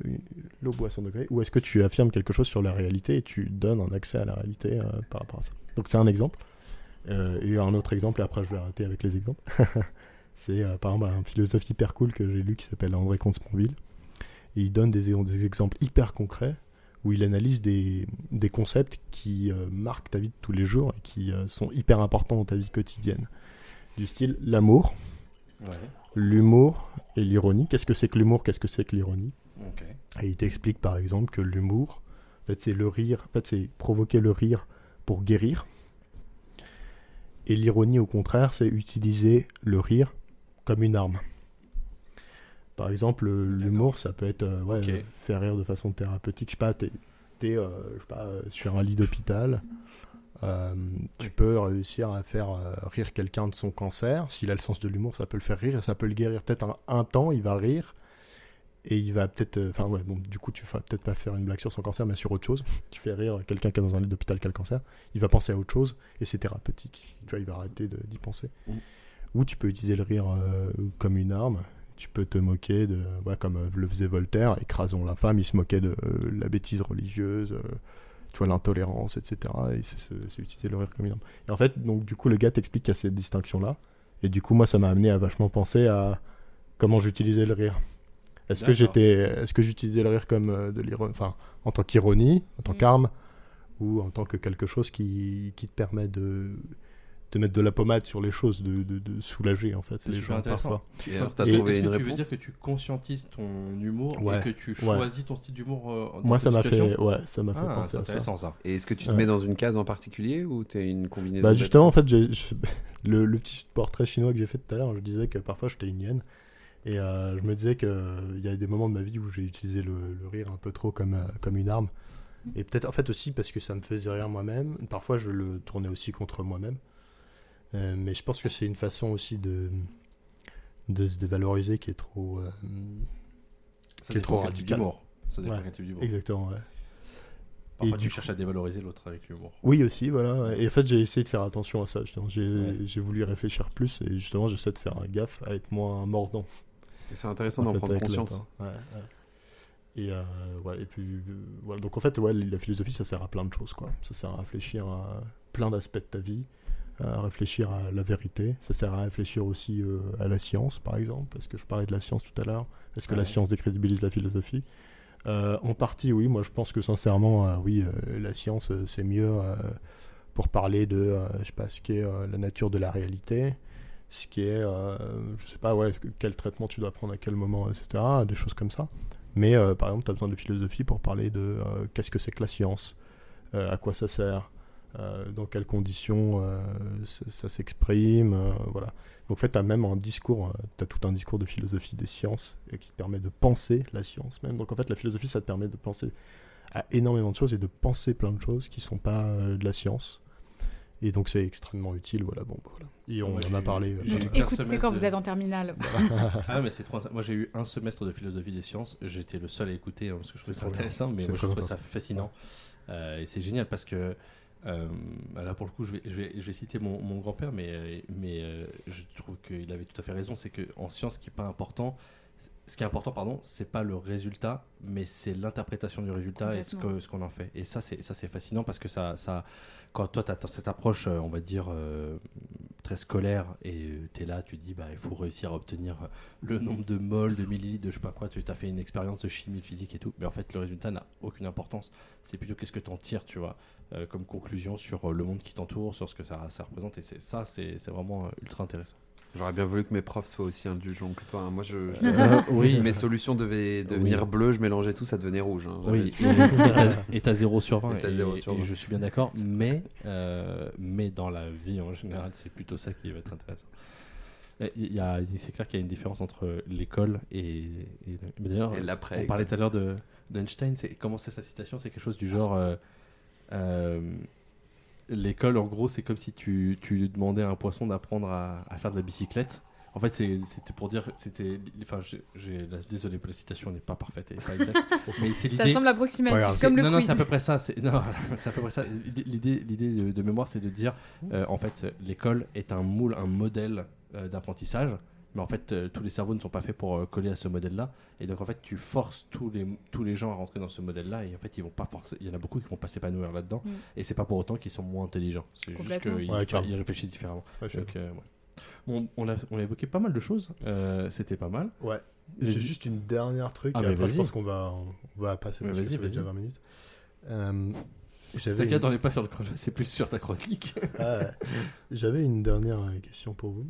[SPEAKER 4] l'eau bout à 100 degrés, ou est-ce que tu affirmes quelque chose sur la réalité et tu donnes un accès à la réalité euh, par rapport à ça donc c'est un exemple. Euh, et un autre exemple, et après je vais arrêter avec les exemples. *laughs* c'est euh, par exemple un philosophe hyper cool que j'ai lu qui s'appelle André Comte-Sponville. Et il donne des, des exemples hyper concrets où il analyse des, des concepts qui euh, marquent ta vie de tous les jours et qui euh, sont hyper importants dans ta vie quotidienne. Du style l'amour,
[SPEAKER 1] Ouais.
[SPEAKER 4] l'humour et l'ironie. Qu'est-ce que c'est que l'humour Qu'est-ce que c'est que l'ironie
[SPEAKER 1] Ok.
[SPEAKER 4] et il t'explique par exemple que l'humour, en fait, c'est le rire, en fait, c'est provoquer le rire pour guérir. Et l'ironie, au contraire, c'est utiliser le rire comme une arme. Par exemple, le- l'humour, ça peut être euh, ouais,
[SPEAKER 1] Ok.
[SPEAKER 4] euh, faire rire de façon thérapeutique. Je sais pas, t'es t'es, euh, je sais pas, euh, sur un lit d'hôpital. Euh, tu peux réussir à faire euh, rire quelqu'un de son cancer. S'il a le sens de l'humour, ça peut le faire rire et ça peut le guérir. Peut-être un, un temps, il va rire et il va peut-être. euh, Enfin, ouais, bon, du coup, tu vas peut-être pas faire une blague sur son cancer, mais sur autre chose. Tu fais rire quelqu'un qui est dans un lit d'hôpital qui a le cancer. Il va penser à autre chose et c'est thérapeutique. Tu vois, il va arrêter de- d'y penser.
[SPEAKER 1] Mm.
[SPEAKER 4] Ou tu peux utiliser le rire euh, comme une arme. Tu peux te moquer de. ouais, comme euh, le faisait Voltaire, écrasons l'infâme, il se moquait de euh, la bêtise religieuse. euh, tu vois, l'intolérance, etc. Et c'est c'est- c'est utiliser le rire comme une arme. Et en fait, donc, du coup, le gars t'explique qu'il y a cette distinction-là. Et du coup, moi, ça m'a amené à vachement penser à comment j'utilisais le rire. Est-ce que
[SPEAKER 1] D'accord.
[SPEAKER 4] j'étais, est-ce que j'utilisais le rire comme euh, de l'ironie, enfin, en tant qu'ironie, en tant
[SPEAKER 3] Mm.
[SPEAKER 4] qu'arme, ou en tant que quelque chose qui, qui te permet de, de mettre de la pommade sur les choses, de, de- de soulager, en fait,
[SPEAKER 1] C'est
[SPEAKER 4] les
[SPEAKER 1] super
[SPEAKER 4] gens
[SPEAKER 1] intéressant.
[SPEAKER 4] parfois.
[SPEAKER 2] Et alors, t'as
[SPEAKER 1] Et
[SPEAKER 2] trouvé
[SPEAKER 1] est-ce
[SPEAKER 2] une
[SPEAKER 1] que tu veux
[SPEAKER 2] réponse
[SPEAKER 1] dire que tu conscientises ton humour
[SPEAKER 4] Ouais.
[SPEAKER 1] et que tu choisis ton style d'humour euh, dans
[SPEAKER 4] Moi,
[SPEAKER 1] tes
[SPEAKER 4] ça m'a
[SPEAKER 1] situations
[SPEAKER 4] fait, ouais, ça m'a fait
[SPEAKER 1] Ah,
[SPEAKER 4] penser
[SPEAKER 1] c'est
[SPEAKER 4] à ça.
[SPEAKER 1] intéressant ça.
[SPEAKER 2] Et est-ce que tu te
[SPEAKER 4] Ouais.
[SPEAKER 2] mets dans une case en particulier ou t'es une combinaison
[SPEAKER 4] Bah
[SPEAKER 2] d'être-
[SPEAKER 4] justement, en fait, j'ai- je- *laughs* le, le petit portrait chinois que j'ai fait tout à l'heure, je disais que parfois j'étais une hyène. Et euh, je me disais qu'il y a des moments de ma vie où j'ai utilisé le, le rire un peu trop comme, euh, comme une arme. Et peut-être en fait aussi parce que ça me faisait rire moi-même. Parfois je le tournais aussi contre moi-même. Euh, mais je pense que c'est une façon aussi de, de se dévaloriser qui est trop... euh,
[SPEAKER 1] Ça
[SPEAKER 4] Qui est
[SPEAKER 1] dépend
[SPEAKER 4] trop
[SPEAKER 1] quel type
[SPEAKER 4] radical.
[SPEAKER 1] d'humour. Ça dépend
[SPEAKER 4] Ouais.
[SPEAKER 1] quel type d'humour.
[SPEAKER 4] exactement, ouais.
[SPEAKER 1] Parfois,
[SPEAKER 4] Et
[SPEAKER 1] tu
[SPEAKER 4] du
[SPEAKER 1] cherches à dévaloriser l'autre avec
[SPEAKER 4] *laughs*
[SPEAKER 1] l'humour.
[SPEAKER 4] Oui, aussi, voilà. Et en fait, j'ai essayé de faire attention à ça. justement. J'ai
[SPEAKER 1] Ouais.
[SPEAKER 4] j'ai voulu y réfléchir plus et justement, j'essaie de faire gaffe à être moins mordant.
[SPEAKER 2] C'est intéressant
[SPEAKER 4] en
[SPEAKER 2] d'en
[SPEAKER 4] fait,
[SPEAKER 2] prendre
[SPEAKER 4] avec le
[SPEAKER 2] conscience.
[SPEAKER 4] temps. Ouais, ouais. Et, euh, ouais, et puis, euh, voilà. Donc, en fait, ouais, la philosophie, ça sert à plein de choses, quoi. Ça sert à réfléchir à plein d'aspects de ta vie, à réfléchir à la vérité. Ça sert à réfléchir aussi euh, à la science, par exemple, parce que je parlais de la science tout à l'heure. Est-ce que la
[SPEAKER 1] Ouais.
[SPEAKER 4] science décrédibilise la philosophie Euh, en partie, oui. Moi, je pense que sincèrement, euh, oui, euh, la science, euh, c'est mieux euh, pour parler de, euh, je sais pas, ce qui est euh, la nature de la réalité, ce qui est, euh, je sais pas, ouais, que- quel traitement tu dois prendre à quel moment, etc. Des choses comme ça. Mais euh, par exemple, tu as besoin de philosophie pour parler de euh, qu'est-ce que c'est que la science, euh, à quoi ça sert, euh, dans quelles conditions euh, ça, ça s'exprime, euh, voilà. Donc, en fait, tu as même un discours, tu as tout un discours de philosophie des sciences euh, qui te permet de penser la science même. Donc, en fait, la philosophie, ça te permet de penser à énormément de choses et de penser plein de choses qui sont pas euh, de la science. Et donc, c'est extrêmement utile. Voilà, bon, bah, voilà. Et on
[SPEAKER 1] Moi,
[SPEAKER 4] en a
[SPEAKER 1] j'ai-
[SPEAKER 4] parlé. euh,
[SPEAKER 1] j'ai-
[SPEAKER 4] voilà.
[SPEAKER 1] eu un
[SPEAKER 3] Écoutez
[SPEAKER 1] semestre
[SPEAKER 3] quand vous
[SPEAKER 1] de-
[SPEAKER 3] êtes en terminale.
[SPEAKER 1] Ah, mais c'est trop intéressant. Moi, j'ai eu un semestre de philosophie des sciences. J'étais le seul à écouter hein, parce que je trouvais
[SPEAKER 4] C'est
[SPEAKER 1] ça
[SPEAKER 4] trop bien.
[SPEAKER 1] intéressant, mais
[SPEAKER 4] C'est
[SPEAKER 1] moi, je
[SPEAKER 4] très
[SPEAKER 1] trouvais ça
[SPEAKER 4] intéressant.
[SPEAKER 1] fascinant. Euh, et c'est génial parce que euh, là, pour le coup, je vais, je vais, je vais citer mon, mon grand-père, mais, euh, mais euh, je trouve qu'il avait tout à fait raison. C'est qu'en science, ce qui est pas important, ce qui est important, pardon, c'est pas le résultat, mais c'est l'interprétation du résultat et ce
[SPEAKER 3] Complètement.
[SPEAKER 1] que ce qu'on en fait. Et ça, c'est ça, c'est fascinant parce que ça, ça, quand toi, t'as cette approche, euh, on va dire euh, très scolaire, et tu es là, tu dis, bah, il faut réussir à obtenir le nombre de moles, de millilitres, de je sais pas quoi. Tu as fait une expérience de chimie, de physique et tout, mais en fait, le résultat n'a aucune importance. C'est plutôt qu'est-ce que t'en tires, tu vois, euh, comme conclusion sur euh, le monde qui t'entoure, sur ce que ça, ça représente. Et c'est ça, c'est c'est vraiment euh, ultra intéressant.
[SPEAKER 2] J'aurais bien voulu que mes profs soient aussi indulgents que toi. hein. Moi, je,
[SPEAKER 4] *laughs*
[SPEAKER 2] je-
[SPEAKER 1] Euh,
[SPEAKER 4] Ah,
[SPEAKER 1] oui.
[SPEAKER 2] mes solutions devaient devenir
[SPEAKER 1] Oui.
[SPEAKER 2] bleues, je mélangeais tout, ça devenait rouge. hein. J'avais-
[SPEAKER 1] Oui, et- et t'as- et t'as 0 sur 20.
[SPEAKER 2] Et t'as
[SPEAKER 1] Et,
[SPEAKER 2] 0 sur
[SPEAKER 1] et
[SPEAKER 2] 20.
[SPEAKER 1] je suis bien d'accord, mais, euh, mais dans la vie en général, c'est plutôt ça qui va être intéressant. Et il y a- C'est clair qu'il y a une différence entre l'école et. et- mais D'ailleurs,
[SPEAKER 2] Et l'après.
[SPEAKER 1] on parlait tout à l'heure de- d'Einstein. c'est- Comment c'est sa citation C'est quelque chose du genre. euh, euh, L'école, en gros, c'est comme si tu, tu demandais à un poisson d'apprendre à, à faire de la bicyclette. En fait, c'est- c'était pour dire, c'était, enfin, j'ai- j'ai- la- désolé, la citation n'est pas parfaite et pas exacte, mais c'est
[SPEAKER 3] Ça
[SPEAKER 1] l'idée.
[SPEAKER 3] semble
[SPEAKER 4] Pas
[SPEAKER 3] approximatif,
[SPEAKER 4] grave.
[SPEAKER 3] comme le
[SPEAKER 1] non, non,
[SPEAKER 3] quiz.
[SPEAKER 1] c'est à peu près ça. C'est, *laughs* non, c'est à peu près ça. L'idée, l'idée- l'idée de, de mémoire, c'est de dire, euh, en fait, l'école est un moule, un modèle euh, d'apprentissage, mais en fait, euh, tous les cerveaux ne sont pas faits pour euh, coller à ce modèle-là. Et donc, en fait, tu forces tous les, tous les gens à rentrer dans ce modèle-là, et en fait, ils vont pas forcer. Il y en a beaucoup qui vont pas s'épanouir là-dedans,
[SPEAKER 3] Mm.
[SPEAKER 1] et c'est pas pour autant qu'ils sont moins intelligents. C'est juste
[SPEAKER 3] Complètement.
[SPEAKER 1] qu'ils
[SPEAKER 4] Ouais, carrément.
[SPEAKER 1] ils réfléchissent différemment.
[SPEAKER 4] *laughs* Ouais, je-
[SPEAKER 1] Donc, euh, ouais. Bon, on a, on a évoqué pas mal de choses. euh, c'était pas mal.
[SPEAKER 4] Ouais.
[SPEAKER 1] Les-
[SPEAKER 4] J'ai juste une dernière truc.
[SPEAKER 1] Ah,
[SPEAKER 4] et
[SPEAKER 1] mais
[SPEAKER 4] après,
[SPEAKER 1] vas-y.
[SPEAKER 4] je pense qu'on va, on va passer
[SPEAKER 1] Mais
[SPEAKER 4] parce que
[SPEAKER 1] vas-y,
[SPEAKER 4] ça fait déjà
[SPEAKER 1] vas-y.
[SPEAKER 4] 20 minutes. Euh, J'avais
[SPEAKER 1] T'inquiète,
[SPEAKER 4] une...
[SPEAKER 1] on n'est pas sur le chrono, c'est plus sur ta chronique. *laughs*
[SPEAKER 4] Ah, ouais. J'avais une dernière euh, question pour vous.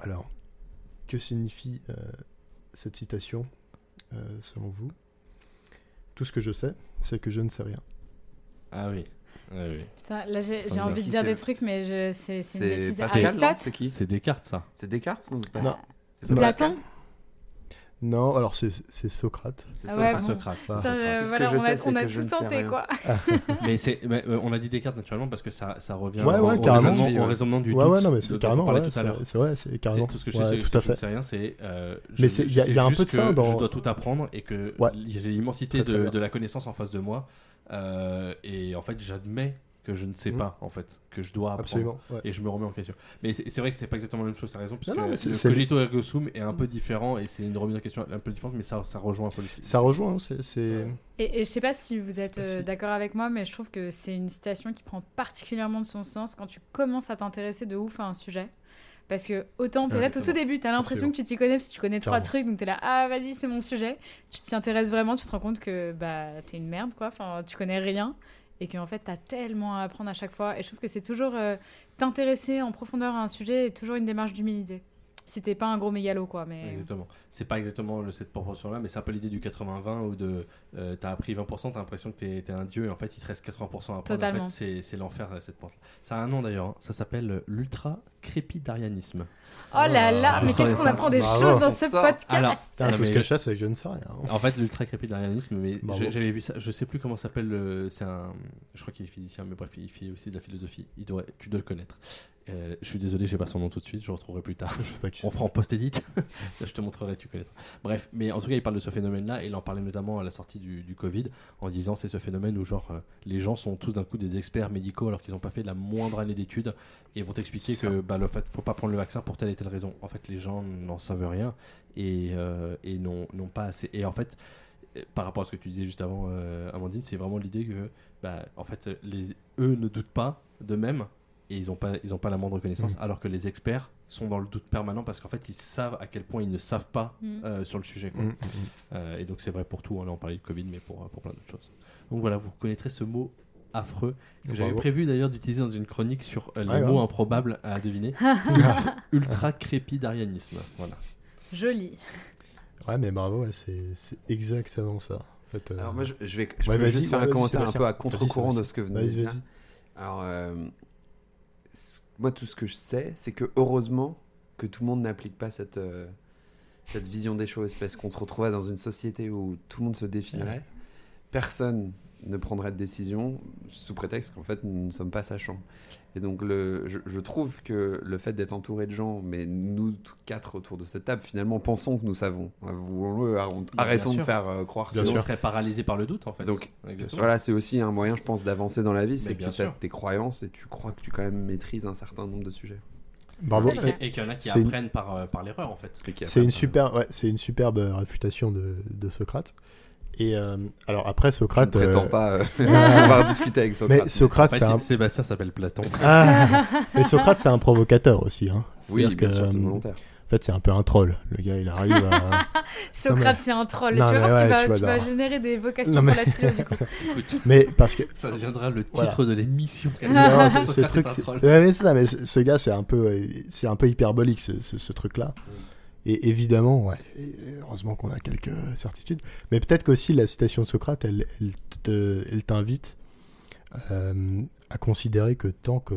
[SPEAKER 4] Alors, que signifie euh, cette citation euh, selon vous Tout ce que je sais, c'est que je ne sais rien.
[SPEAKER 1] Ah oui. Ah oui.
[SPEAKER 3] Putain, là, j'ai
[SPEAKER 1] C'est
[SPEAKER 3] j'ai envie
[SPEAKER 1] bizarre.
[SPEAKER 3] de
[SPEAKER 2] Qui
[SPEAKER 3] dire des
[SPEAKER 2] c'est-
[SPEAKER 3] trucs, mais je- c'est c'est une
[SPEAKER 2] C'est
[SPEAKER 3] bêtise.
[SPEAKER 2] Pascal, non
[SPEAKER 3] Aristote
[SPEAKER 2] C'est qui
[SPEAKER 1] C'est Descartes, ça.
[SPEAKER 2] C'est Descartes non, c'est pas-
[SPEAKER 4] Non.
[SPEAKER 2] C'est ça,
[SPEAKER 3] Platon
[SPEAKER 4] Non, alors c'est c'est Socrate.
[SPEAKER 2] C'est
[SPEAKER 3] Ah
[SPEAKER 2] ça,
[SPEAKER 3] ouais,
[SPEAKER 2] c'est
[SPEAKER 1] C'est
[SPEAKER 3] bon.
[SPEAKER 2] ça.
[SPEAKER 1] Socrate.
[SPEAKER 4] Putain,
[SPEAKER 3] Putain,
[SPEAKER 1] Socrate.
[SPEAKER 3] euh,
[SPEAKER 2] Tout ce que
[SPEAKER 3] voilà,
[SPEAKER 2] je
[SPEAKER 3] on a,
[SPEAKER 2] sais, c'est
[SPEAKER 3] on a
[SPEAKER 2] que je
[SPEAKER 3] tout
[SPEAKER 2] ne sais
[SPEAKER 3] tenté,
[SPEAKER 2] rien.
[SPEAKER 3] quoi.
[SPEAKER 1] Mais c'est, mais, euh, on a dit Descartes naturellement parce que ça, ça revient
[SPEAKER 4] Ouais,
[SPEAKER 1] au,
[SPEAKER 4] ouais,
[SPEAKER 1] au
[SPEAKER 4] carrément. euh,
[SPEAKER 1] raisonnement,
[SPEAKER 2] Oui,
[SPEAKER 1] au
[SPEAKER 2] ouais.
[SPEAKER 1] raisonnement du
[SPEAKER 4] ouais,
[SPEAKER 1] doute
[SPEAKER 4] ouais, non, mais
[SPEAKER 1] dont
[SPEAKER 4] c'est
[SPEAKER 1] on
[SPEAKER 4] carrément.
[SPEAKER 1] parlait
[SPEAKER 4] ouais,
[SPEAKER 1] tout à
[SPEAKER 4] c'est-
[SPEAKER 1] l'heure.
[SPEAKER 4] C'est vrai, c'est
[SPEAKER 1] C'est-
[SPEAKER 4] carrément.
[SPEAKER 1] Tout ce que je
[SPEAKER 4] Ouais,
[SPEAKER 1] sais, c'est
[SPEAKER 4] tout à
[SPEAKER 1] que je ne
[SPEAKER 4] fait.
[SPEAKER 1] sais rien, c'est. euh,
[SPEAKER 4] Mais
[SPEAKER 1] je,
[SPEAKER 4] c'est-
[SPEAKER 1] je
[SPEAKER 4] y a-
[SPEAKER 1] sais
[SPEAKER 4] y a un
[SPEAKER 1] juste
[SPEAKER 4] peu de ça
[SPEAKER 1] que
[SPEAKER 4] dans-
[SPEAKER 1] Je dois tout apprendre et que
[SPEAKER 4] Ouais.
[SPEAKER 1] j'ai l'immensité
[SPEAKER 4] Très, très
[SPEAKER 1] de,
[SPEAKER 4] bien.
[SPEAKER 1] de la connaissance en face de moi. euh, et en fait, j'admets que je ne sais
[SPEAKER 4] Mhm.
[SPEAKER 1] pas, en fait, que je dois apprendre.
[SPEAKER 4] Absolument. ouais.
[SPEAKER 1] Et je me remets en question. Mais c'est c'est vrai que c'est pas exactement la même chose, t'as raison, parce
[SPEAKER 4] Non,
[SPEAKER 1] que
[SPEAKER 4] non, mais c'est-
[SPEAKER 1] le
[SPEAKER 4] c'est-
[SPEAKER 1] cogito ergo sum est un peu différent et c'est une remise en question un peu différente, mais ça, ça rejoint un peu le
[SPEAKER 4] Ça rejoint, hein, c'est- c'est.
[SPEAKER 3] Et, et je sais pas si vous êtes
[SPEAKER 4] C'est pas
[SPEAKER 3] euh,
[SPEAKER 4] si-
[SPEAKER 3] d'accord avec moi, mais je trouve que c'est une citation qui prend particulièrement de son sens quand tu commences à t'intéresser de ouf à un sujet. Parce que autant, peut-être au tout début, t'as l'impression
[SPEAKER 4] Absolument.
[SPEAKER 3] que tu t'y connais, parce que tu connais trois
[SPEAKER 4] Carrément.
[SPEAKER 3] trucs, donc t'es là, ah vas-y, c'est mon sujet. Tu t'y intéresses vraiment, tu te rends compte que bah, t'es une merde, quoi, enfin, tu connais rien, et qu'en fait, t'as tellement à apprendre à chaque fois. Et je trouve que c'est toujours euh, t'intéresser en profondeur à un sujet, est toujours une démarche d'humilité. Si t'es pas un gros mégalo, quoi, mais.
[SPEAKER 1] Exactement. C'est pas exactement le, cette proportion-là, mais c'est un peu l'idée du 80-20 où de, euh, t'as appris 20%, t'as l'impression que t'es, t'es un dieu et en fait il te reste 80% à prendre. En
[SPEAKER 3] Totalement.
[SPEAKER 1] fait, c'est, c'est l'enfer euh, cette porte. Ça a un nom d'ailleurs, hein. ça s'appelle euh, l'ultra-crépidarianisme.
[SPEAKER 3] Oh là là,
[SPEAKER 1] Je
[SPEAKER 3] mais
[SPEAKER 1] sens
[SPEAKER 3] qu'est-ce
[SPEAKER 1] les
[SPEAKER 3] qu'on
[SPEAKER 1] ça.
[SPEAKER 3] apprend des
[SPEAKER 2] Bravo.
[SPEAKER 3] choses dans
[SPEAKER 2] On
[SPEAKER 3] ce
[SPEAKER 2] sort.
[SPEAKER 3] podcast
[SPEAKER 4] Putain,
[SPEAKER 1] Non,
[SPEAKER 4] Tout ce
[SPEAKER 1] mais-
[SPEAKER 4] que je sais, c'est que je ne sais rien. hein.
[SPEAKER 1] En fait, l'ultra-crépidarianisme, mais
[SPEAKER 4] Bravo.
[SPEAKER 1] je- j'avais vu ça, je sais plus comment s'appelle, le- c'est un, je crois qu'il est physicien, mais bref, il fait aussi de la philosophie. Il doit, tu dois le connaître. Euh, je suis désolé, j'ai pas son nom tout de suite, je le retrouverai plus tard.
[SPEAKER 4] Je sais pas qui c'est.
[SPEAKER 1] On fera en post-edit. *laughs* je te montrerai, tu connaîtras. Bref, mais en tout cas, il parle de ce phénomène-là et il en parlait notamment à la sortie du, du Covid en disant c'est ce phénomène où, genre, euh, les gens sont tous d'un coup des experts médicaux alors qu'ils n'ont pas fait la moindre année d'études et vont t'expliquer
[SPEAKER 4] Ça.
[SPEAKER 1] que, bah, le fait, faut pas prendre le vaccin pour telle et telle raison. En fait, les gens n'en savent rien et, euh, et n'ont n'ont pas assez. Et en fait, euh, par rapport à ce que tu disais juste avant, euh, Amandine, c'est vraiment l'idée que, bah, en fait, les, eux ne doutent pas d'eux-mêmes et ils n'ont pas, ils ont pas la moindre connaissance,
[SPEAKER 4] Mm.
[SPEAKER 1] alors que les experts sont dans le doute permanent parce qu'en fait, ils savent à quel point ils ne savent pas
[SPEAKER 3] Mm.
[SPEAKER 1] euh, sur le sujet. quoi.
[SPEAKER 4] Mm, mm,
[SPEAKER 1] Euh, et donc, c'est vrai pour tout. hein. Là, on parlait de Covid, mais pour, euh, pour plein d'autres choses. Donc voilà, vous connaîtrez ce mot affreux que
[SPEAKER 4] Bravo.
[SPEAKER 1] j'avais prévu d'ailleurs d'utiliser dans une chronique sur euh, les
[SPEAKER 4] Ouais,
[SPEAKER 1] mots
[SPEAKER 4] ouais.
[SPEAKER 1] improbables à deviner. Ultra crépidarianisme. Voilà.
[SPEAKER 3] Joli.
[SPEAKER 4] mm. *laughs* Ouais, mais bravo, ouais, c'est c'est exactement ça. En fait, euh,
[SPEAKER 2] Alors moi, je, je vais, je
[SPEAKER 4] Ouais,
[SPEAKER 2] peux
[SPEAKER 4] vas-y,
[SPEAKER 2] juste faire
[SPEAKER 4] ouais,
[SPEAKER 2] un
[SPEAKER 4] vas-y,
[SPEAKER 2] commentaire un
[SPEAKER 4] Sébastien.
[SPEAKER 2] peu à contre-courant
[SPEAKER 4] Vas-y,
[SPEAKER 2] de ce que vous venez de
[SPEAKER 4] Vas-y,
[SPEAKER 2] dire.
[SPEAKER 4] vas-y.
[SPEAKER 2] Alors, euh, c- moi, tout ce que je sais, c'est que heureusement que tout le monde n'applique pas cette, euh, cette vision des choses, parce qu'on se retrouverait dans une société où tout le monde se définirait, personne ne prendrait de décision sous prétexte qu'en fait, nous ne sommes pas sachants. Et donc, le, je, je trouve que le fait d'être entouré de gens, mais nous t- quatre autour de cette table, finalement, pensons que nous savons. Euh, voulons-le, arrons-
[SPEAKER 1] Bien
[SPEAKER 2] arrêtons de
[SPEAKER 1] sûr.
[SPEAKER 2] faire euh, croire
[SPEAKER 4] Bien
[SPEAKER 2] que
[SPEAKER 1] Sinon,
[SPEAKER 4] sûr.
[SPEAKER 1] on serait paralysé par le doute, en fait.
[SPEAKER 2] Donc,
[SPEAKER 1] Exactement.
[SPEAKER 2] voilà, c'est aussi un moyen, je pense, d'avancer dans la vie, c'est
[SPEAKER 1] Mais
[SPEAKER 2] que
[SPEAKER 1] bien
[SPEAKER 2] tu as
[SPEAKER 1] sûr.
[SPEAKER 2] tes croyances et tu crois que tu quand même maîtrises un certain nombre de sujets.
[SPEAKER 4] Bravo.
[SPEAKER 3] C'est vrai.
[SPEAKER 4] Et-
[SPEAKER 1] Et, et qu'il y en a qui
[SPEAKER 4] C'est une-
[SPEAKER 1] apprennent par, euh, par l'erreur, en fait.
[SPEAKER 2] Et qu'il y a
[SPEAKER 4] C'est
[SPEAKER 2] pas-
[SPEAKER 4] une, super, ouais, c'est une superbe euh, réputation de, de Socrate. Et euh, alors après
[SPEAKER 2] Je ne
[SPEAKER 4] Socrate,
[SPEAKER 2] prétends
[SPEAKER 4] euh,
[SPEAKER 2] pas euh,
[SPEAKER 4] *laughs*
[SPEAKER 2] *laughs* avoir discuté avec Socrate.
[SPEAKER 4] mais Socrate,
[SPEAKER 1] En fait,
[SPEAKER 4] c'est un,
[SPEAKER 1] il- Sébastien s'appelle Platon.
[SPEAKER 4] *laughs* Ah, mais Socrate, c'est un provocateur aussi. Hein.
[SPEAKER 2] Oui,
[SPEAKER 4] C'est-à-dire
[SPEAKER 2] bien
[SPEAKER 4] que,
[SPEAKER 2] sûr, c'est
[SPEAKER 4] euh,
[SPEAKER 2] volontaire.
[SPEAKER 4] En fait, c'est un peu un troll. Le gars, il arrive
[SPEAKER 2] *laughs*
[SPEAKER 4] à.
[SPEAKER 3] Socrate, c'est un troll.
[SPEAKER 4] Non,
[SPEAKER 3] tu vas
[SPEAKER 4] mais
[SPEAKER 3] voir, tu
[SPEAKER 4] ouais,
[SPEAKER 3] vas,
[SPEAKER 4] tu vas
[SPEAKER 3] tu vas
[SPEAKER 4] dans-
[SPEAKER 3] générer des vocations
[SPEAKER 4] Non,
[SPEAKER 3] pour la philo, du coup.
[SPEAKER 4] *laughs*
[SPEAKER 1] Écoute,
[SPEAKER 4] mais parce que.
[SPEAKER 1] ça deviendra le titre
[SPEAKER 4] Voilà.
[SPEAKER 1] de l'émission.
[SPEAKER 4] *laughs* Non,
[SPEAKER 1] Socrate
[SPEAKER 4] ce
[SPEAKER 1] est
[SPEAKER 4] truc.
[SPEAKER 1] un
[SPEAKER 4] c'est-
[SPEAKER 1] troll.
[SPEAKER 4] Ouais, mais c'est ça, mais ce ce gars, c'est un peu, euh, c'est un peu hyperbolique, ce, ce- ce truc-là. Et évidemment, ouais, et heureusement qu'on a quelques certitudes. Mais peut-être qu'aussi la citation de Socrate, elle, elle te- elle t'invite euh, à considérer que tant que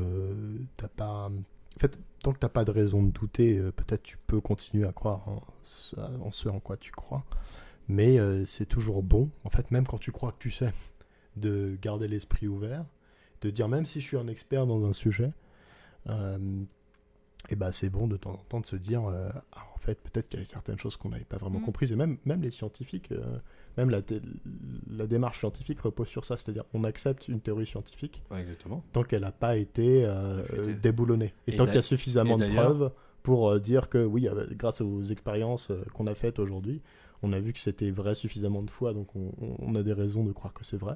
[SPEAKER 4] t'as pas, en fait, tant que t'as pas de raison de douter, euh, peut-être tu peux continuer à croire en ce, en ce en quoi tu crois. Mais euh, c'est toujours bon, en fait, même quand tu crois que tu sais, de garder l'esprit ouvert de dire même si je suis un expert dans un sujet, et ben c'est bon de temps en temps de se dire euh, Ah, en fait peut-être qu'il y a certaines choses qu'on n'avait pas vraiment
[SPEAKER 3] Mhm.
[SPEAKER 4] comprises et même même les scientifiques, euh, même la, thé- la démarche scientifique repose sur ça, c'est-à-dire on accepte une théorie scientifique
[SPEAKER 1] Ouais, exactement.
[SPEAKER 4] tant qu'elle n'a pas été euh,
[SPEAKER 2] Réfutée.
[SPEAKER 4] euh, déboulonnée et,
[SPEAKER 1] Et
[SPEAKER 4] tant qu'il y
[SPEAKER 1] d'a-
[SPEAKER 4] a suffisamment
[SPEAKER 1] et
[SPEAKER 4] de
[SPEAKER 1] d'ailleurs-
[SPEAKER 4] preuves pour euh, dire que oui euh, grâce aux expériences euh, qu'on a faites aujourd'hui, on a vu que c'était vrai suffisamment de fois donc on, on- on a des raisons de croire que c'est vrai.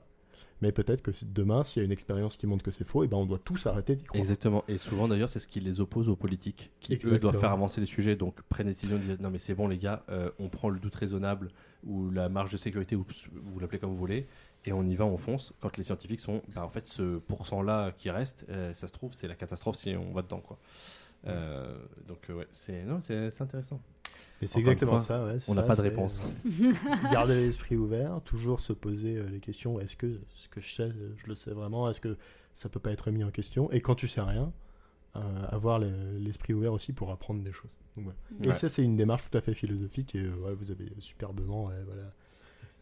[SPEAKER 4] Mais peut-être que si- demain, s'il y a une expérience qui montre que c'est faux, et ben on doit tous arrêter d'y croire.
[SPEAKER 1] Exactement. Et souvent, d'ailleurs, c'est ce qui les oppose aux politiques, qui eux
[SPEAKER 4] Exactement.
[SPEAKER 1] doivent faire avancer les sujets. Donc, prennent des décisions, disent non, mais c'est bon, les gars, euh, on prend le doute raisonnable ou la marge de sécurité, ou s- vous l'appelez comme vous voulez, et on y va, on fonce. Quand les scientifiques sont, bah, en fait, ce pourcent-là qui reste, euh, ça se trouve, c'est la catastrophe si on va dedans, quoi. Euh, donc, euh, ouais, c'est non, c'est c'est intéressant.
[SPEAKER 4] Mais c'est
[SPEAKER 1] Encore une
[SPEAKER 4] exactement
[SPEAKER 1] fois,
[SPEAKER 4] ça. ouais, c'est
[SPEAKER 1] On n'a
[SPEAKER 4] ça,
[SPEAKER 1] pas de
[SPEAKER 4] c'est-
[SPEAKER 1] réponse.
[SPEAKER 4] *laughs* Garder l'esprit ouvert, toujours se poser euh, les questions est-ce que ce que je sais, euh, je le sais vraiment Est-ce que ça peut pas être mis en question Et quand tu sais rien, euh, avoir le- l'esprit ouvert aussi pour apprendre des choses. Donc, ouais. Et
[SPEAKER 1] Mm. Ouais.
[SPEAKER 4] ça, c'est une démarche tout à fait philosophique. Et euh, voilà, vous avez superbement ouais, voilà,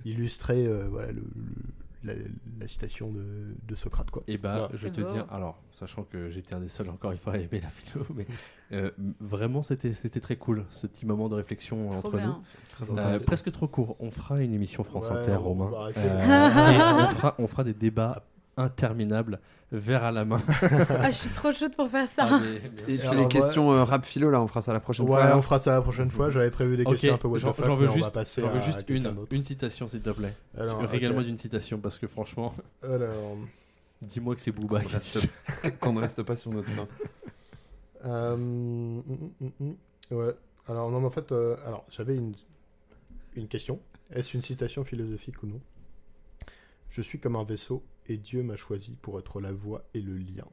[SPEAKER 4] illustré euh, voilà, le- le- la, la citation de, de Socrate. Quoi.
[SPEAKER 1] Et ben,
[SPEAKER 4] Voilà.
[SPEAKER 1] je
[SPEAKER 3] C'est
[SPEAKER 1] te
[SPEAKER 3] beau.
[SPEAKER 1] dis, alors, sachant que j'étais un des seuls encore une fois à aimer la philo, *laughs* mais euh, m- vraiment, c'était c'était très cool, ce petit moment de réflexion
[SPEAKER 3] Trop
[SPEAKER 1] entre nous.
[SPEAKER 3] bien.
[SPEAKER 1] Euh, presque trop court. On fera une émission France
[SPEAKER 4] Ouais,
[SPEAKER 1] Inter,
[SPEAKER 4] on
[SPEAKER 1] Romain.
[SPEAKER 4] va
[SPEAKER 3] *laughs*
[SPEAKER 4] arrêter.
[SPEAKER 1] Euh, *laughs* et on, fera, on fera des débats interminables, verre à la main.
[SPEAKER 3] Ah, je suis trop chaude pour faire ça.
[SPEAKER 4] Ah
[SPEAKER 2] Et puis
[SPEAKER 4] Alors,
[SPEAKER 2] les
[SPEAKER 4] ouais.
[SPEAKER 2] questions euh, rap philo, là, on fera ça la prochaine
[SPEAKER 4] *laughs* Ouais,
[SPEAKER 2] fois. hein,
[SPEAKER 4] on fera ça la prochaine fois. J'avais prévu des
[SPEAKER 1] Ok,
[SPEAKER 4] questions un peu what the
[SPEAKER 1] j'en
[SPEAKER 4] fuck,
[SPEAKER 1] j'en veux
[SPEAKER 4] mais on va
[SPEAKER 1] juste,
[SPEAKER 4] passer
[SPEAKER 1] j'en veux
[SPEAKER 4] à
[SPEAKER 1] juste
[SPEAKER 4] quelqu'un
[SPEAKER 1] une,
[SPEAKER 4] d'autre.
[SPEAKER 1] une citation, s'il te plaît.
[SPEAKER 4] Alors, ok.
[SPEAKER 1] Régale-moi d'une citation, parce que franchement, *laughs*
[SPEAKER 4] Alors,
[SPEAKER 1] dis-moi que c'est Booba qui dit ça.
[SPEAKER 4] *laughs*
[SPEAKER 2] *laughs* Qu'on ne reste pas sur notre fin.
[SPEAKER 4] euh, mm, mm, mm, mm. ouais. Alors non, mais en fait, euh, alors j'avais une une question. Est-ce une citation philosophique ou non Je suis comme un vaisseau et Dieu m'a choisi pour être la voix et le lien.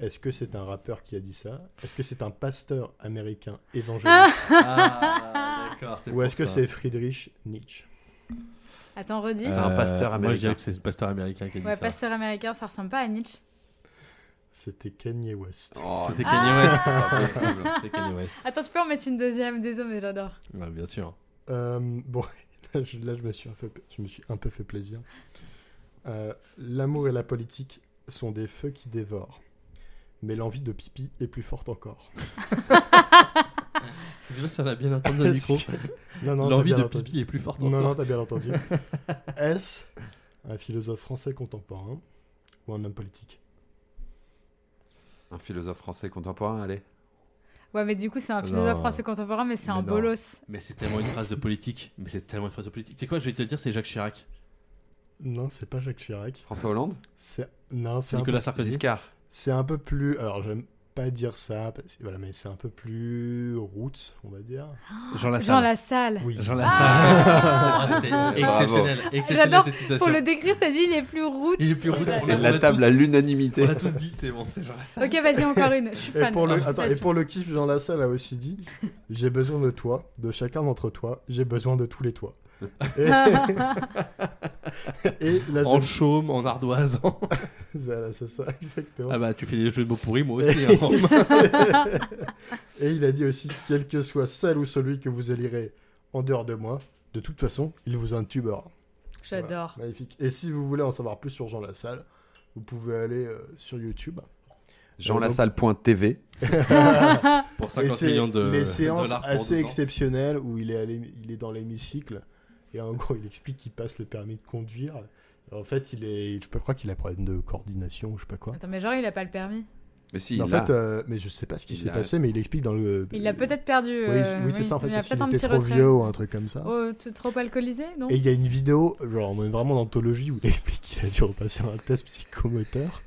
[SPEAKER 4] Est-ce que c'est un rappeur qui a dit ça Est-ce que c'est un pasteur américain évangéliste
[SPEAKER 1] Ah, d'accord, c'est
[SPEAKER 4] Ou
[SPEAKER 1] pour
[SPEAKER 4] est-ce que
[SPEAKER 1] ça.
[SPEAKER 4] c'est Friedrich Nietzsche
[SPEAKER 3] Attends, redis.
[SPEAKER 4] Ah
[SPEAKER 1] Euh,
[SPEAKER 2] un pasteur
[SPEAKER 1] Moi,
[SPEAKER 2] américain.
[SPEAKER 1] je dirais que c'est un pasteur américain qui a dit
[SPEAKER 3] ouais,
[SPEAKER 1] ça.
[SPEAKER 3] pasteur américain, ça ressemble pas à Nietzsche.
[SPEAKER 4] C'était Kanye West.
[SPEAKER 2] Oh,
[SPEAKER 1] C'était
[SPEAKER 2] non,
[SPEAKER 1] Kanye West.
[SPEAKER 2] c'est pas possible.
[SPEAKER 1] C'est Kanye West.
[SPEAKER 3] Attends, tu peux en mettre une deuxième, désolé, mais j'adore.
[SPEAKER 1] Ouais, Bah, bien sûr.
[SPEAKER 4] Euh, bon, *laughs* là, je, là, je me, suis un peu, je me suis un peu fait plaisir. Euh, L'amour et la politique sont des feux qui dévorent. Mais l'envie de pipi est plus
[SPEAKER 1] *laughs*
[SPEAKER 4] forte encore.
[SPEAKER 1] Je sais pas si on a bien entendu le micro.
[SPEAKER 4] Est-ce que- Non, non, t'as
[SPEAKER 1] L'envie
[SPEAKER 4] bien
[SPEAKER 1] de
[SPEAKER 4] entendu.
[SPEAKER 1] pipi est plus forte
[SPEAKER 4] Non, non,
[SPEAKER 1] encore.
[SPEAKER 4] t'as
[SPEAKER 1] *laughs*
[SPEAKER 4] bien entendu. Est-ce un philosophe français contemporain ou un homme politique
[SPEAKER 2] Un philosophe français contemporain, allez.
[SPEAKER 3] Ouais, mais du coup, c'est un philosophe
[SPEAKER 1] Non.
[SPEAKER 3] français contemporain, mais c'est
[SPEAKER 1] Mais
[SPEAKER 3] un
[SPEAKER 1] non.
[SPEAKER 3] bolos.
[SPEAKER 1] Mais c'est tellement une phrase de politique. Mais c'est tellement une phrase de politique. C'est quoi, je vais te dire, c'est Jacques Chirac.
[SPEAKER 4] Non, c'est pas Jacques Chirac.
[SPEAKER 2] François Hollande
[SPEAKER 4] C'est non, c'est un...
[SPEAKER 1] Nicolas Sarkozy.
[SPEAKER 2] Giscard
[SPEAKER 4] C'est un peu plus. Alors, j'aime pas dire ça, parce que- voilà, mais c'est un peu plus roots, on va dire.
[SPEAKER 1] Jean Lassalle.
[SPEAKER 3] Jean Lassalle.
[SPEAKER 4] Ah, Oui.
[SPEAKER 1] Jean
[SPEAKER 3] Ah
[SPEAKER 1] *laughs* Lassalle. c'est
[SPEAKER 2] Bravo.
[SPEAKER 1] exceptionnel. exceptionnel cette citation.
[SPEAKER 3] Pour le décrire, t'as dit il est plus roots.
[SPEAKER 1] Il est plus roots, on
[SPEAKER 2] Et
[SPEAKER 1] l'a- on
[SPEAKER 2] la
[SPEAKER 1] l'a
[SPEAKER 2] table
[SPEAKER 1] tous-
[SPEAKER 2] à l'unanimité.
[SPEAKER 1] On l'a tous dit, c'est bon, c'est Jean Lassalle.
[SPEAKER 3] Ok, vas-y, encore une. Je suis
[SPEAKER 4] Et
[SPEAKER 3] fan.
[SPEAKER 4] pour,
[SPEAKER 3] Ah,
[SPEAKER 4] le,
[SPEAKER 3] c'est
[SPEAKER 4] attends,
[SPEAKER 3] pas
[SPEAKER 4] et
[SPEAKER 3] sûr.
[SPEAKER 4] pour le kiff, Jean Lassalle a aussi *laughs* dit J'ai besoin de toi, de chacun d'entre toi, j'ai besoin de tous les toits. *laughs* Et, et là,
[SPEAKER 1] En chaume, en ardoise. en-
[SPEAKER 4] je... voilà, c'est ça, exactement.
[SPEAKER 1] *laughs* Ah bah, tu fais des jeux de mots pourris, moi *laughs* aussi. hein.
[SPEAKER 4] *laughs* Et il a dit aussi Quel que soit celle ou celui que vous élirez en dehors de moi, de toute façon, il vous intubera. Voilà,
[SPEAKER 3] J'adore.
[SPEAKER 4] magnifique. Et si vous voulez en savoir plus sur Jean Lassalle, vous pouvez aller euh, sur YouTube.
[SPEAKER 2] JeanLassalle.tv.
[SPEAKER 1] Pour
[SPEAKER 4] Et
[SPEAKER 1] 50
[SPEAKER 4] c'est
[SPEAKER 1] millions de
[SPEAKER 4] les
[SPEAKER 1] de
[SPEAKER 4] séances
[SPEAKER 1] dollars pour deux
[SPEAKER 4] assez
[SPEAKER 1] ans.
[SPEAKER 4] exceptionnelles où il est, allé, il est dans l'hémicycle et en gros il explique qu'il passe le permis de conduire. En fait, il est, je peux croire qu'il a problème de coordination ou je sais pas quoi.
[SPEAKER 3] *laughs* Attends, mais genre, il a pas le permis.
[SPEAKER 2] Mais si,
[SPEAKER 4] Mais en
[SPEAKER 2] là,
[SPEAKER 4] fait, euh, mais je sais pas ce qui
[SPEAKER 2] Il
[SPEAKER 4] s'est
[SPEAKER 2] a-
[SPEAKER 4] passé, mais il explique dans le.
[SPEAKER 3] Il l'a peut-être perdu.
[SPEAKER 4] Oui,
[SPEAKER 3] euh,
[SPEAKER 4] oui, c'est ça en fait,
[SPEAKER 3] Il a
[SPEAKER 4] parce qu'il
[SPEAKER 3] peut-être un
[SPEAKER 4] était
[SPEAKER 3] petit
[SPEAKER 4] trop
[SPEAKER 3] retrait.
[SPEAKER 4] vieux ou un truc comme ça.
[SPEAKER 3] Oh, t- trop alcoolisé, non
[SPEAKER 4] Et il y a une vidéo, genre on est vraiment d'anthologie où *laughs* il explique qu'il a dû repasser un
[SPEAKER 1] *laughs*
[SPEAKER 4] test psychomoteur.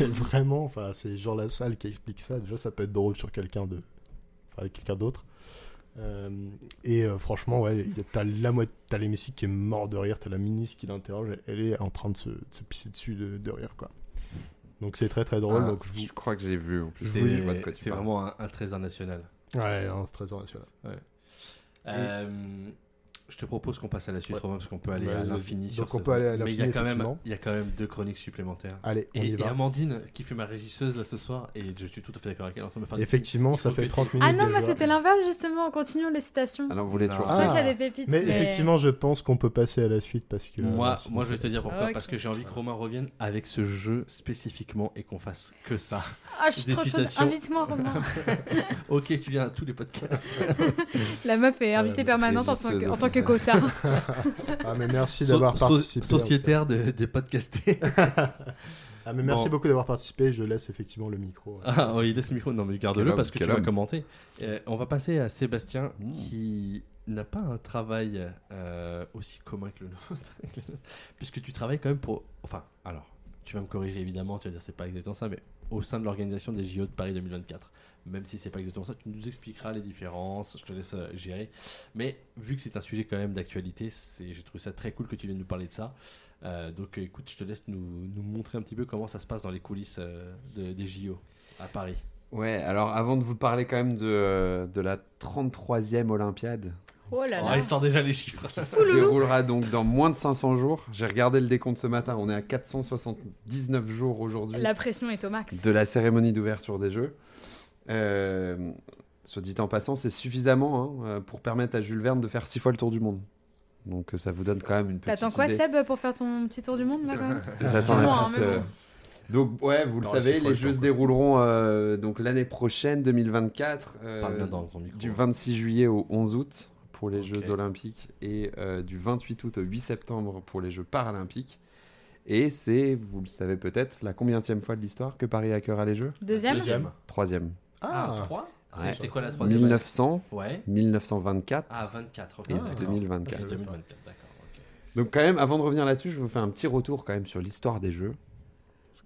[SPEAKER 4] Et vraiment, enfin, c'est Jean Lassalle qui explique ça. Déjà, ça peut être drôle sur quelqu'un de, enfin, avec quelqu'un d'autre. Euh, et euh, franchement, ouais, y a- t'as la moitié, t'as l'hémicycle qui est mort de rire, t'as la ministre qui l'interroge, elle- elle est en train de se, de se pisser dessus de, de rire, quoi. Donc c'est très très
[SPEAKER 2] ah,
[SPEAKER 4] drôle. donc je
[SPEAKER 2] je
[SPEAKER 4] vous...
[SPEAKER 2] crois que j'ai vu. en plus.
[SPEAKER 1] C'est
[SPEAKER 2] Je vois de quoi tu
[SPEAKER 1] c'est
[SPEAKER 2] parles.
[SPEAKER 1] vraiment un, un trésor national.
[SPEAKER 4] Ouais, non, c'est très national.
[SPEAKER 1] Euh, je te propose qu'on passe à la suite,
[SPEAKER 4] Ouais.
[SPEAKER 1] Romain, parce qu'on peut aller
[SPEAKER 4] Ouais,
[SPEAKER 1] à
[SPEAKER 4] vas-y.
[SPEAKER 1] l'infini.
[SPEAKER 4] Donc
[SPEAKER 1] sur
[SPEAKER 4] on
[SPEAKER 1] ce-
[SPEAKER 4] peut aller à
[SPEAKER 1] Mais il y a
[SPEAKER 4] l'infini,
[SPEAKER 1] quand même,
[SPEAKER 4] effectivement.
[SPEAKER 1] il y a quand même deux chroniques supplémentaires.
[SPEAKER 4] Allez, on y
[SPEAKER 1] Et, et
[SPEAKER 4] va.
[SPEAKER 1] Amandine, qui fait ma régisseuse là ce soir, et je suis tout à fait d'accord avec elle, en train de me faire des-
[SPEAKER 4] Effectivement, ça
[SPEAKER 1] faut que
[SPEAKER 4] fait
[SPEAKER 1] tu-
[SPEAKER 4] 30 minutes.
[SPEAKER 3] Ah non, moi
[SPEAKER 4] déjà.
[SPEAKER 3] c'était l'inverse justement. Continuons les citations.
[SPEAKER 2] Alors, vous voulez
[SPEAKER 1] Non.
[SPEAKER 2] toujours
[SPEAKER 3] C'est
[SPEAKER 2] ça
[SPEAKER 3] vrai qu'il y a
[SPEAKER 4] Ah.
[SPEAKER 3] des pépites.
[SPEAKER 4] Mais effectivement, je pense qu'on peut passer à la suite parce que. euh,
[SPEAKER 1] Moi,
[SPEAKER 4] sinon,
[SPEAKER 1] moi
[SPEAKER 4] ça
[SPEAKER 1] je vais te
[SPEAKER 4] va
[SPEAKER 1] dire
[SPEAKER 4] être-
[SPEAKER 1] pourquoi.
[SPEAKER 3] Ah, ok.
[SPEAKER 1] Parce que j'ai envie que Romain revienne avec ce jeu spécifiquement et qu'on fasse que
[SPEAKER 4] *laughs*
[SPEAKER 1] ça.
[SPEAKER 3] Ah, je suis
[SPEAKER 1] des
[SPEAKER 3] trop chaude.
[SPEAKER 1] citations.
[SPEAKER 3] Invite-moi, Romain.
[SPEAKER 2] *laughs*
[SPEAKER 1] ok, tu viens à tous les podcasts.
[SPEAKER 3] La meuf
[SPEAKER 2] Euh,
[SPEAKER 3] est invitée
[SPEAKER 4] mais
[SPEAKER 3] permanente en tant que,
[SPEAKER 2] régisseuse
[SPEAKER 3] en tant que
[SPEAKER 2] officielle.
[SPEAKER 3] cotard.
[SPEAKER 4] Ah, mais merci
[SPEAKER 1] So-
[SPEAKER 4] d'avoir
[SPEAKER 1] so-
[SPEAKER 4] participé. hein.
[SPEAKER 1] sociétaire de- des podcastés. *laughs*
[SPEAKER 4] Ah, mais merci
[SPEAKER 1] Bon.
[SPEAKER 4] beaucoup d'avoir participé. Je laisse effectivement le micro. euh.
[SPEAKER 1] Ah, oh, il laisse le micro. Non, mais
[SPEAKER 2] Quel
[SPEAKER 1] garde-le
[SPEAKER 2] homme,
[SPEAKER 1] parce que tu
[SPEAKER 2] quel
[SPEAKER 1] vas
[SPEAKER 2] homme.
[SPEAKER 1] commenter. Euh, on va passer à Sébastien qui n'a pas un travail euh, aussi commun que le nôtre, *laughs* puisque tu travailles quand même pour. Enfin, alors, tu vas me corriger évidemment, tu vas dire c'est pas exactement ça, mais au sein de l'organisation des JO de Paris 2024. Même si c'est pas exactement ça, tu nous expliqueras les différences, je te laisse euh, gérer. Mais vu que c'est un sujet quand même d'actualité, c'est- j'ai trouvé ça très cool que tu viennes nous parler de ça. Euh, donc euh, écoute, je te laisse nous, nous montrer un petit peu comment ça se passe dans les coulisses euh, de- des JO à Paris.
[SPEAKER 2] Ouais, alors avant de vous parler quand même de, euh, de la 33e Olympiade,
[SPEAKER 3] Oh là
[SPEAKER 2] Ah,
[SPEAKER 1] Oh,
[SPEAKER 3] là.
[SPEAKER 1] il sort déjà les chiffres.
[SPEAKER 2] qui se déroulera donc dans moins de 500 jours. J'ai regardé le décompte ce matin, on est à 479 jours aujourd'hui
[SPEAKER 3] La pression est au max.
[SPEAKER 2] de la cérémonie d'ouverture des Jeux. Euh, soit dit en passant, c'est suffisamment hein, euh, pour permettre à Jules Verne de faire six fois le tour du monde. Donc euh, ça vous donne quand même une petite
[SPEAKER 3] T'attends quoi,
[SPEAKER 2] idée.
[SPEAKER 3] Seb, pour faire ton petit tour du monde là quand même
[SPEAKER 2] *laughs* J'attends
[SPEAKER 3] Excuse-moi,
[SPEAKER 2] la
[SPEAKER 3] hein,
[SPEAKER 2] petite.
[SPEAKER 3] mais bon.
[SPEAKER 2] euh, Donc ouais, vous le
[SPEAKER 4] Non, c'est
[SPEAKER 2] savez,
[SPEAKER 4] quoi,
[SPEAKER 2] les
[SPEAKER 4] le
[SPEAKER 2] jeux
[SPEAKER 4] temps,
[SPEAKER 2] se
[SPEAKER 4] quoi.
[SPEAKER 2] dérouleront euh, donc l'année prochaine, 2024, euh,
[SPEAKER 1] Parle bien dans ton micro.
[SPEAKER 2] du 26 juillet au 11 août pour les
[SPEAKER 1] Ok.
[SPEAKER 2] Jeux olympiques et euh, du 28 août au 8 septembre pour les Jeux paralympiques. Et c'est, vous le savez peut-être, la combientième fois de l'histoire que Paris accueillera les Jeux
[SPEAKER 3] Deuxième,
[SPEAKER 2] Troisième.
[SPEAKER 1] Ah, 3 C'est
[SPEAKER 2] Ouais.
[SPEAKER 1] c'est quoi la troisième
[SPEAKER 2] 1900,
[SPEAKER 1] Ouais.
[SPEAKER 2] 1924
[SPEAKER 1] Ah, 24. ok,
[SPEAKER 2] et
[SPEAKER 1] d'accord.
[SPEAKER 2] 2024.
[SPEAKER 1] Ok, 2024, d'accord. ok.
[SPEAKER 2] Donc quand même, avant de revenir là-dessus, je vous fais un petit retour quand même sur l'histoire des Jeux.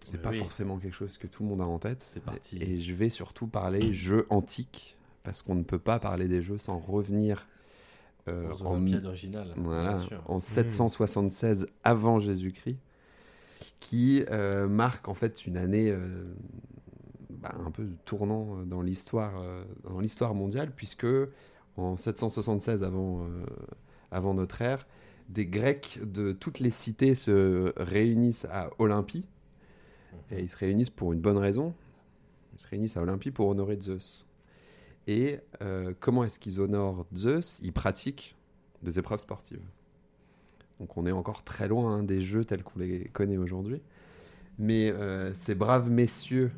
[SPEAKER 2] C'est
[SPEAKER 1] Mais
[SPEAKER 2] pas
[SPEAKER 1] oui,
[SPEAKER 2] forcément quelque chose que tout le monde a en tête.
[SPEAKER 1] C'est parti.
[SPEAKER 2] Et je vais surtout parler jeux antiques, parce qu'on ne peut pas parler des jeux sans revenir euh,
[SPEAKER 1] Aux
[SPEAKER 2] en,
[SPEAKER 1] Olympiades originales,
[SPEAKER 2] voilà,
[SPEAKER 1] bien sûr.
[SPEAKER 2] en 776 avant Jésus-Christ, qui euh, marque en fait une année euh, bah, un peu de tournant euh, dans l'histoire euh, dans l'histoire mondiale, puisque en 776 avant, euh, avant notre ère, des Grecs de toutes les cités se réunissent à Olympie. Et ils se réunissent pour une bonne raison. Ils se réunissent à Olympie pour honorer Zeus. Et euh, comment est-ce qu'ils honorent Zeus Ils pratiquent des épreuves sportives. Donc on est encore très loin hein, des jeux tels qu'on les connaît aujourd'hui. Mais euh, ces braves messieurs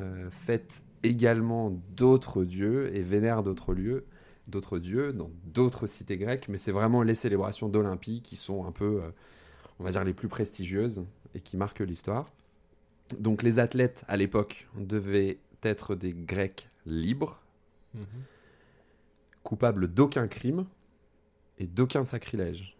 [SPEAKER 2] euh, fêtent également d'autres dieux et vénèrent d'autres lieux, d'autres dieux dans d'autres cités grecques. Mais c'est vraiment les célébrations d'Olympie qui sont un peu, euh, on va dire, les plus prestigieuses et qui marquent l'histoire. Donc les athlètes à l'époque devaient être des Grecs libres,
[SPEAKER 1] Mhm.
[SPEAKER 2] coupables d'aucun crime et d'aucun sacrilège.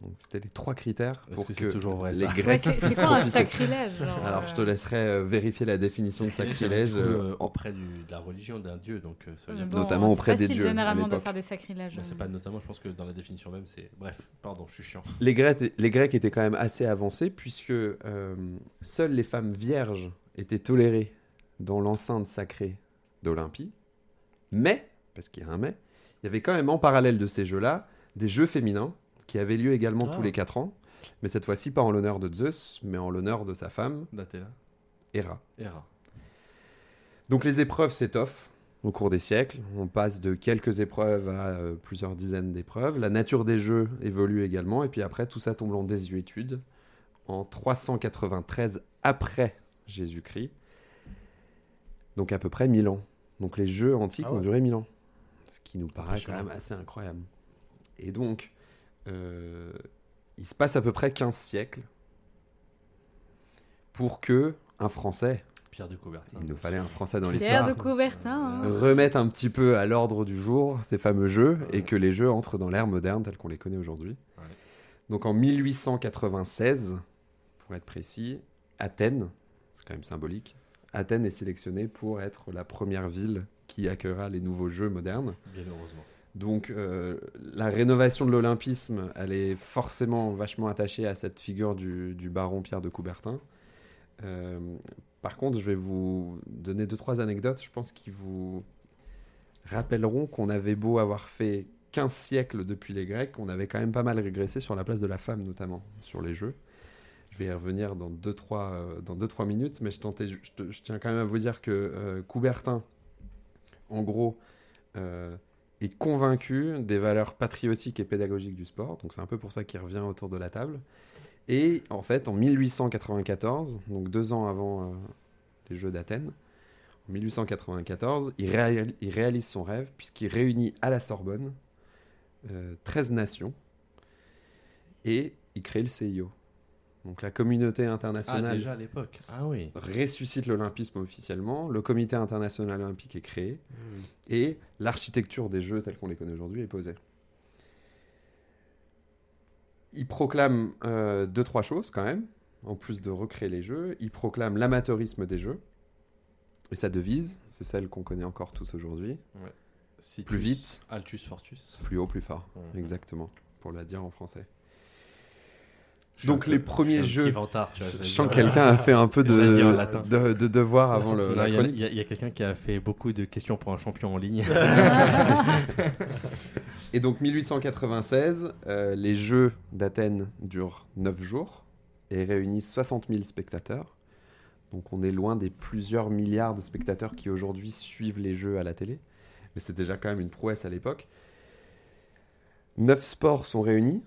[SPEAKER 2] Donc, c'était les trois critères
[SPEAKER 1] Est-ce
[SPEAKER 2] pour
[SPEAKER 1] que
[SPEAKER 2] que,
[SPEAKER 1] c'est toujours vrai, *laughs*
[SPEAKER 2] les
[SPEAKER 1] ça
[SPEAKER 3] Ouais,
[SPEAKER 2] Grecs.
[SPEAKER 3] c'est
[SPEAKER 2] *laughs*
[SPEAKER 3] c'est quoi un
[SPEAKER 2] profiter.
[SPEAKER 3] sacrilège genre,
[SPEAKER 2] Alors, je te
[SPEAKER 3] euh,
[SPEAKER 2] laisserai euh, vérifier la définition de sacrilège, euh,
[SPEAKER 1] auprès du- de la religion d'un dieu, donc euh, ça veut dire.
[SPEAKER 3] bon,
[SPEAKER 2] notamment
[SPEAKER 3] c'est
[SPEAKER 2] auprès des
[SPEAKER 3] facile,
[SPEAKER 2] dieux, à
[SPEAKER 3] généralement de
[SPEAKER 2] l'époque.
[SPEAKER 3] faire des sacrilèges.
[SPEAKER 1] Bah, c'est
[SPEAKER 3] euh.
[SPEAKER 1] pas notamment, je pense que dans la définition même, c'est. Bref, pardon, je suis chiant. *laughs*
[SPEAKER 2] Les Grecs, les Grecs étaient quand même assez avancés puisque euh, seules les femmes vierges étaient tolérées dans l'enceinte sacrée d'Olympie. Mais, parce qu'il y a un mais, il y avait quand même en parallèle de ces jeux-là des jeux féminins qui avaient lieu également
[SPEAKER 4] Ah.
[SPEAKER 2] tous les 4 ans. Mais cette fois-ci pas en l'honneur de Zeus, mais en l'honneur de sa femme,
[SPEAKER 1] Datella,
[SPEAKER 2] Héra.
[SPEAKER 1] Hera.
[SPEAKER 2] Donc les épreuves s'étoffent au cours des siècles. On passe de quelques épreuves à euh, plusieurs dizaines d'épreuves. La nature des jeux évolue également. Et puis après, tout ça tombe en désuétude. En 393 après Jésus-Christ. Donc à peu près 1000 ans. Donc les jeux antiques
[SPEAKER 4] Ah ouais.
[SPEAKER 2] ont duré 1000 ans. Ce qui nous paraît quand
[SPEAKER 4] Impressionnant.
[SPEAKER 2] même assez incroyable. Et donc, euh, il se passe à peu près 15 siècles pour que un Français,
[SPEAKER 1] Pierre de Coubertin.
[SPEAKER 2] il nous fallait un Français dans l'histoire,
[SPEAKER 3] Pierre de Coubertin. hein.
[SPEAKER 1] Euh,
[SPEAKER 2] remettre un petit peu à l'ordre du jour ces fameux jeux et que les jeux entrent dans l'ère moderne telle qu'on les connaît aujourd'hui.
[SPEAKER 1] Ouais.
[SPEAKER 2] Donc en 1896, pour être précis, Athènes, c'est quand même symbolique, Athènes est sélectionnée pour être la première ville qui accueillera les nouveaux jeux modernes.
[SPEAKER 1] Bien heureusement.
[SPEAKER 2] Donc euh, la rénovation de l'Olympisme, elle est forcément vachement attachée à cette figure du, du baron Pierre de Coubertin. Euh, par contre, je vais vous donner deux, trois anecdotes, je pense, qui vous rappelleront qu'on avait beau avoir fait 15 siècles depuis les Grecs, on avait quand même pas mal régressé sur la place de la femme, notamment, sur les jeux. Je vais y revenir dans 2-3 dans deux, trois minutes, mais je, tentais, ju- je, te- je tiens quand même à vous dire que euh, Coubertin, en gros, euh, est convaincu des valeurs patriotiques et pédagogiques du sport. Donc c'est un peu pour ça qu'il revient autour de la table. Et en fait, en 1894, donc deux ans avant euh, les Jeux d'Athènes, en 1894, il, réal- il réalise son rêve puisqu'il réunit à la Sorbonne euh, 13 nations et il crée le CIO. Donc la communauté
[SPEAKER 1] Ah,
[SPEAKER 2] internationale
[SPEAKER 1] déjà à l'époque. Ah oui.
[SPEAKER 2] ressuscite l'Olympisme officiellement, le comité international olympique est créé
[SPEAKER 1] Hmm.
[SPEAKER 2] et l'architecture des jeux tels qu'on les connaît aujourd'hui est posée. Il proclame euh, deux, trois choses quand même, en plus de recréer les jeux. Il proclame l'amateurisme des jeux. Et sa devise, c'est celle qu'on connaît encore tous aujourd'hui,
[SPEAKER 1] Si
[SPEAKER 2] Plus
[SPEAKER 1] tu-
[SPEAKER 2] vite.
[SPEAKER 1] Altus Fortus.
[SPEAKER 2] plus haut, plus fort.
[SPEAKER 1] Ouais.
[SPEAKER 2] Exactement, pour la dire en français.
[SPEAKER 1] Je suis
[SPEAKER 2] Donc
[SPEAKER 1] un
[SPEAKER 2] les
[SPEAKER 1] peu-
[SPEAKER 2] premiers
[SPEAKER 1] je suis un
[SPEAKER 2] jeux-
[SPEAKER 1] petit vantard, tu vois,
[SPEAKER 2] Je
[SPEAKER 1] j'allais
[SPEAKER 2] sens
[SPEAKER 1] dire.
[SPEAKER 2] que quelqu'un a fait un peu
[SPEAKER 1] *laughs*
[SPEAKER 2] de,
[SPEAKER 1] J'allais dire en latin.
[SPEAKER 2] de, de devoir avant le,
[SPEAKER 1] Non,
[SPEAKER 2] la
[SPEAKER 1] Il y a-
[SPEAKER 2] chronique.
[SPEAKER 1] il y a, il y a quelqu'un qui a fait beaucoup de questions pour un champion en ligne.
[SPEAKER 2] Et donc 1896, euh, les Jeux d'Athènes durent 9 jours et réunissent 60 000 spectateurs. Donc on est loin des plusieurs milliards de spectateurs qui aujourd'hui suivent les Jeux à la télé. Mais c'est déjà quand même une prouesse à l'époque. 9 sports sont réunis.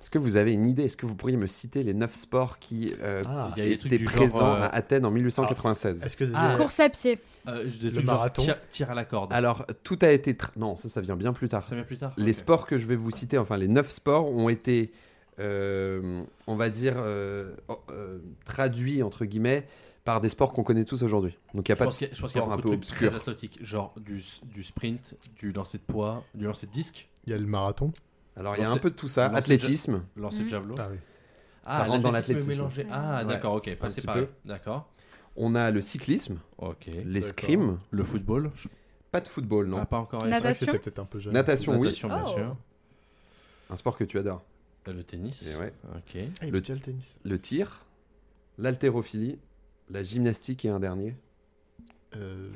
[SPEAKER 2] Est-ce que vous avez une idée Est-ce que vous pourriez me citer les 9 sports qui euh,
[SPEAKER 1] Ah, *laughs* il y a des trucs
[SPEAKER 2] étaient
[SPEAKER 1] du genre,
[SPEAKER 2] présents
[SPEAKER 1] euh,
[SPEAKER 2] à Athènes en 1896
[SPEAKER 4] Est-ce que c'est
[SPEAKER 1] Ah,
[SPEAKER 3] Course à pied.
[SPEAKER 1] Euh, je- des
[SPEAKER 4] Le
[SPEAKER 1] trucs genre
[SPEAKER 4] marathon.
[SPEAKER 1] Tire, tire à la corde.
[SPEAKER 2] Alors tout a été... tra- Non, ça, ça vient bien plus tard.
[SPEAKER 1] Ça vient plus tard.
[SPEAKER 2] Les
[SPEAKER 1] Ok.
[SPEAKER 2] sports que je vais vous citer, enfin les neuf sports, ont été, euh, on va dire, euh, oh, euh, traduits entre guillemets par des sports qu'on connaît tous aujourd'hui. Donc il n'y a
[SPEAKER 1] Je
[SPEAKER 2] pas
[SPEAKER 1] pense qu'il y a- je pense qu'il y a
[SPEAKER 2] sport un
[SPEAKER 1] beaucoup de
[SPEAKER 2] peu
[SPEAKER 1] trucs très
[SPEAKER 2] obscur.
[SPEAKER 1] athlétiques, genre du, s- du sprint, du lancer de poids, du lancer de disque,
[SPEAKER 4] Il y a le marathon.
[SPEAKER 2] de- Alors il y a
[SPEAKER 1] Non,
[SPEAKER 2] un
[SPEAKER 1] c'est-
[SPEAKER 2] peu de tout ça.
[SPEAKER 1] non, c'est
[SPEAKER 2] Athlétisme,
[SPEAKER 1] lancer
[SPEAKER 3] Mhm.
[SPEAKER 1] de javelot.
[SPEAKER 4] oui.
[SPEAKER 1] Ah,
[SPEAKER 2] rentre dans
[SPEAKER 1] mélangé. Ah,
[SPEAKER 2] Ouais.
[SPEAKER 1] d'accord, ok, pas
[SPEAKER 2] Un petit
[SPEAKER 1] séparé.
[SPEAKER 2] peu.
[SPEAKER 1] D'accord.
[SPEAKER 2] on a le cyclisme,
[SPEAKER 1] Ok.
[SPEAKER 2] l'escrime,
[SPEAKER 1] Le football, je-
[SPEAKER 2] pas de football, non.
[SPEAKER 1] ah, pas encore.
[SPEAKER 3] Nada-
[SPEAKER 4] C'est vrai que
[SPEAKER 3] Natation.
[SPEAKER 4] c'était peut-être un peu jeune.
[SPEAKER 2] Natation,
[SPEAKER 1] Natation, bien
[SPEAKER 3] Oh.
[SPEAKER 1] sûr. Euh,
[SPEAKER 2] oui, un sport que tu adores.
[SPEAKER 1] Le tennis.
[SPEAKER 2] Et Eh ouais.
[SPEAKER 1] Ok.
[SPEAKER 4] le...
[SPEAKER 2] Le-
[SPEAKER 4] le tennis.
[SPEAKER 2] Le tir, l'haltérophilie, la gymnastique et un dernier,
[SPEAKER 4] Euh,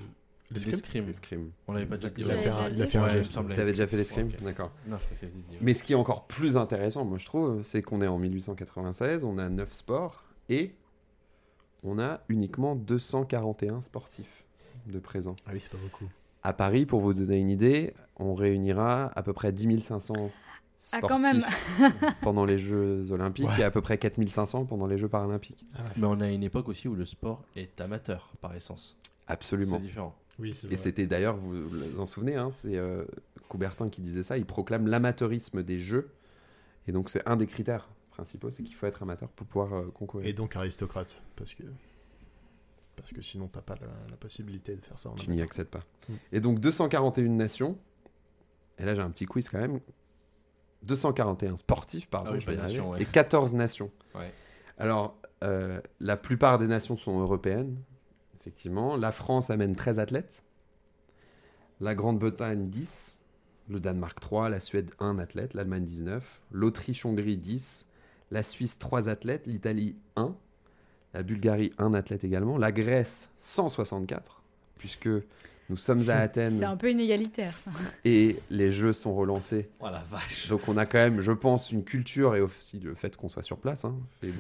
[SPEAKER 4] l'escrime
[SPEAKER 1] L'escrime.
[SPEAKER 2] l'escrime.
[SPEAKER 1] On l'avait pas déjà dit.
[SPEAKER 4] il a
[SPEAKER 3] Ouais,
[SPEAKER 4] fait
[SPEAKER 1] ouais.
[SPEAKER 4] un, il
[SPEAKER 3] j'allais
[SPEAKER 4] a fait un
[SPEAKER 1] Ouais, il me
[SPEAKER 4] geste.
[SPEAKER 1] semblait.
[SPEAKER 2] Tu avais déjà fait l'escrime,
[SPEAKER 1] Ok.
[SPEAKER 2] d'accord.
[SPEAKER 1] Non, je crois que c'était dit.
[SPEAKER 2] Mais ce qui est encore plus intéressant, moi je trouve, c'est qu'on est en 1896, on a 9 sports et on a uniquement 241 sportifs de présents.
[SPEAKER 4] Ah oui, c'est pas beaucoup.
[SPEAKER 2] À Paris, pour vous donner une idée, on réunira à peu près 10 500
[SPEAKER 3] Ah,
[SPEAKER 2] sportifs
[SPEAKER 3] quand même.
[SPEAKER 2] *laughs* pendant les Jeux Olympiques
[SPEAKER 4] Ouais.
[SPEAKER 2] et à peu près 4500 pendant les Jeux Paralympiques.
[SPEAKER 1] Mais on a une époque aussi où le sport est amateur par essence. C'est
[SPEAKER 2] Absolument.
[SPEAKER 1] différent.
[SPEAKER 4] Oui, c'est
[SPEAKER 2] Et c'était d'ailleurs, vous vous en souvenez, hein, c'est euh, Coubertin qui disait ça, il proclame l'amateurisme des Jeux. Et donc c'est un des critères principaux, c'est qu'il faut être amateur pour pouvoir euh, concourir.
[SPEAKER 4] Et donc aristocrate, parce que parce que sinon t'as pas la, la possibilité de faire ça. En
[SPEAKER 2] Tu
[SPEAKER 4] même
[SPEAKER 2] n'y
[SPEAKER 4] temps.
[SPEAKER 2] accèdes pas.
[SPEAKER 4] Mm.
[SPEAKER 2] Et donc 241 nations. Et là j'ai un petit quiz quand même. 241 sportifs, pardon,
[SPEAKER 1] Ah oui,
[SPEAKER 2] je
[SPEAKER 1] pas
[SPEAKER 2] vais y
[SPEAKER 1] nation,
[SPEAKER 2] arriver,
[SPEAKER 1] ouais.
[SPEAKER 2] et 14 nations.
[SPEAKER 1] Ouais.
[SPEAKER 2] Alors, euh, la plupart des nations sont européennes, effectivement. La France amène 13 athlètes. La Grande-Bretagne, 10. Le Danemark, 3. La Suède, 1 athlète. L'Allemagne, 19. L'Autriche-Hongrie, 10. La Suisse, 3 athlètes. L'Italie, 1. La Bulgarie, 1 athlète également. La Grèce, 164, puisque nous sommes
[SPEAKER 3] *laughs*
[SPEAKER 2] à
[SPEAKER 3] C'est
[SPEAKER 2] Athènes
[SPEAKER 3] un peu inégalitaire, ça.
[SPEAKER 2] et les Jeux sont relancés.
[SPEAKER 1] Oh la vache.
[SPEAKER 2] Donc on a quand même, je pense, une culture et aussi le fait qu'on soit sur place. hein, fait-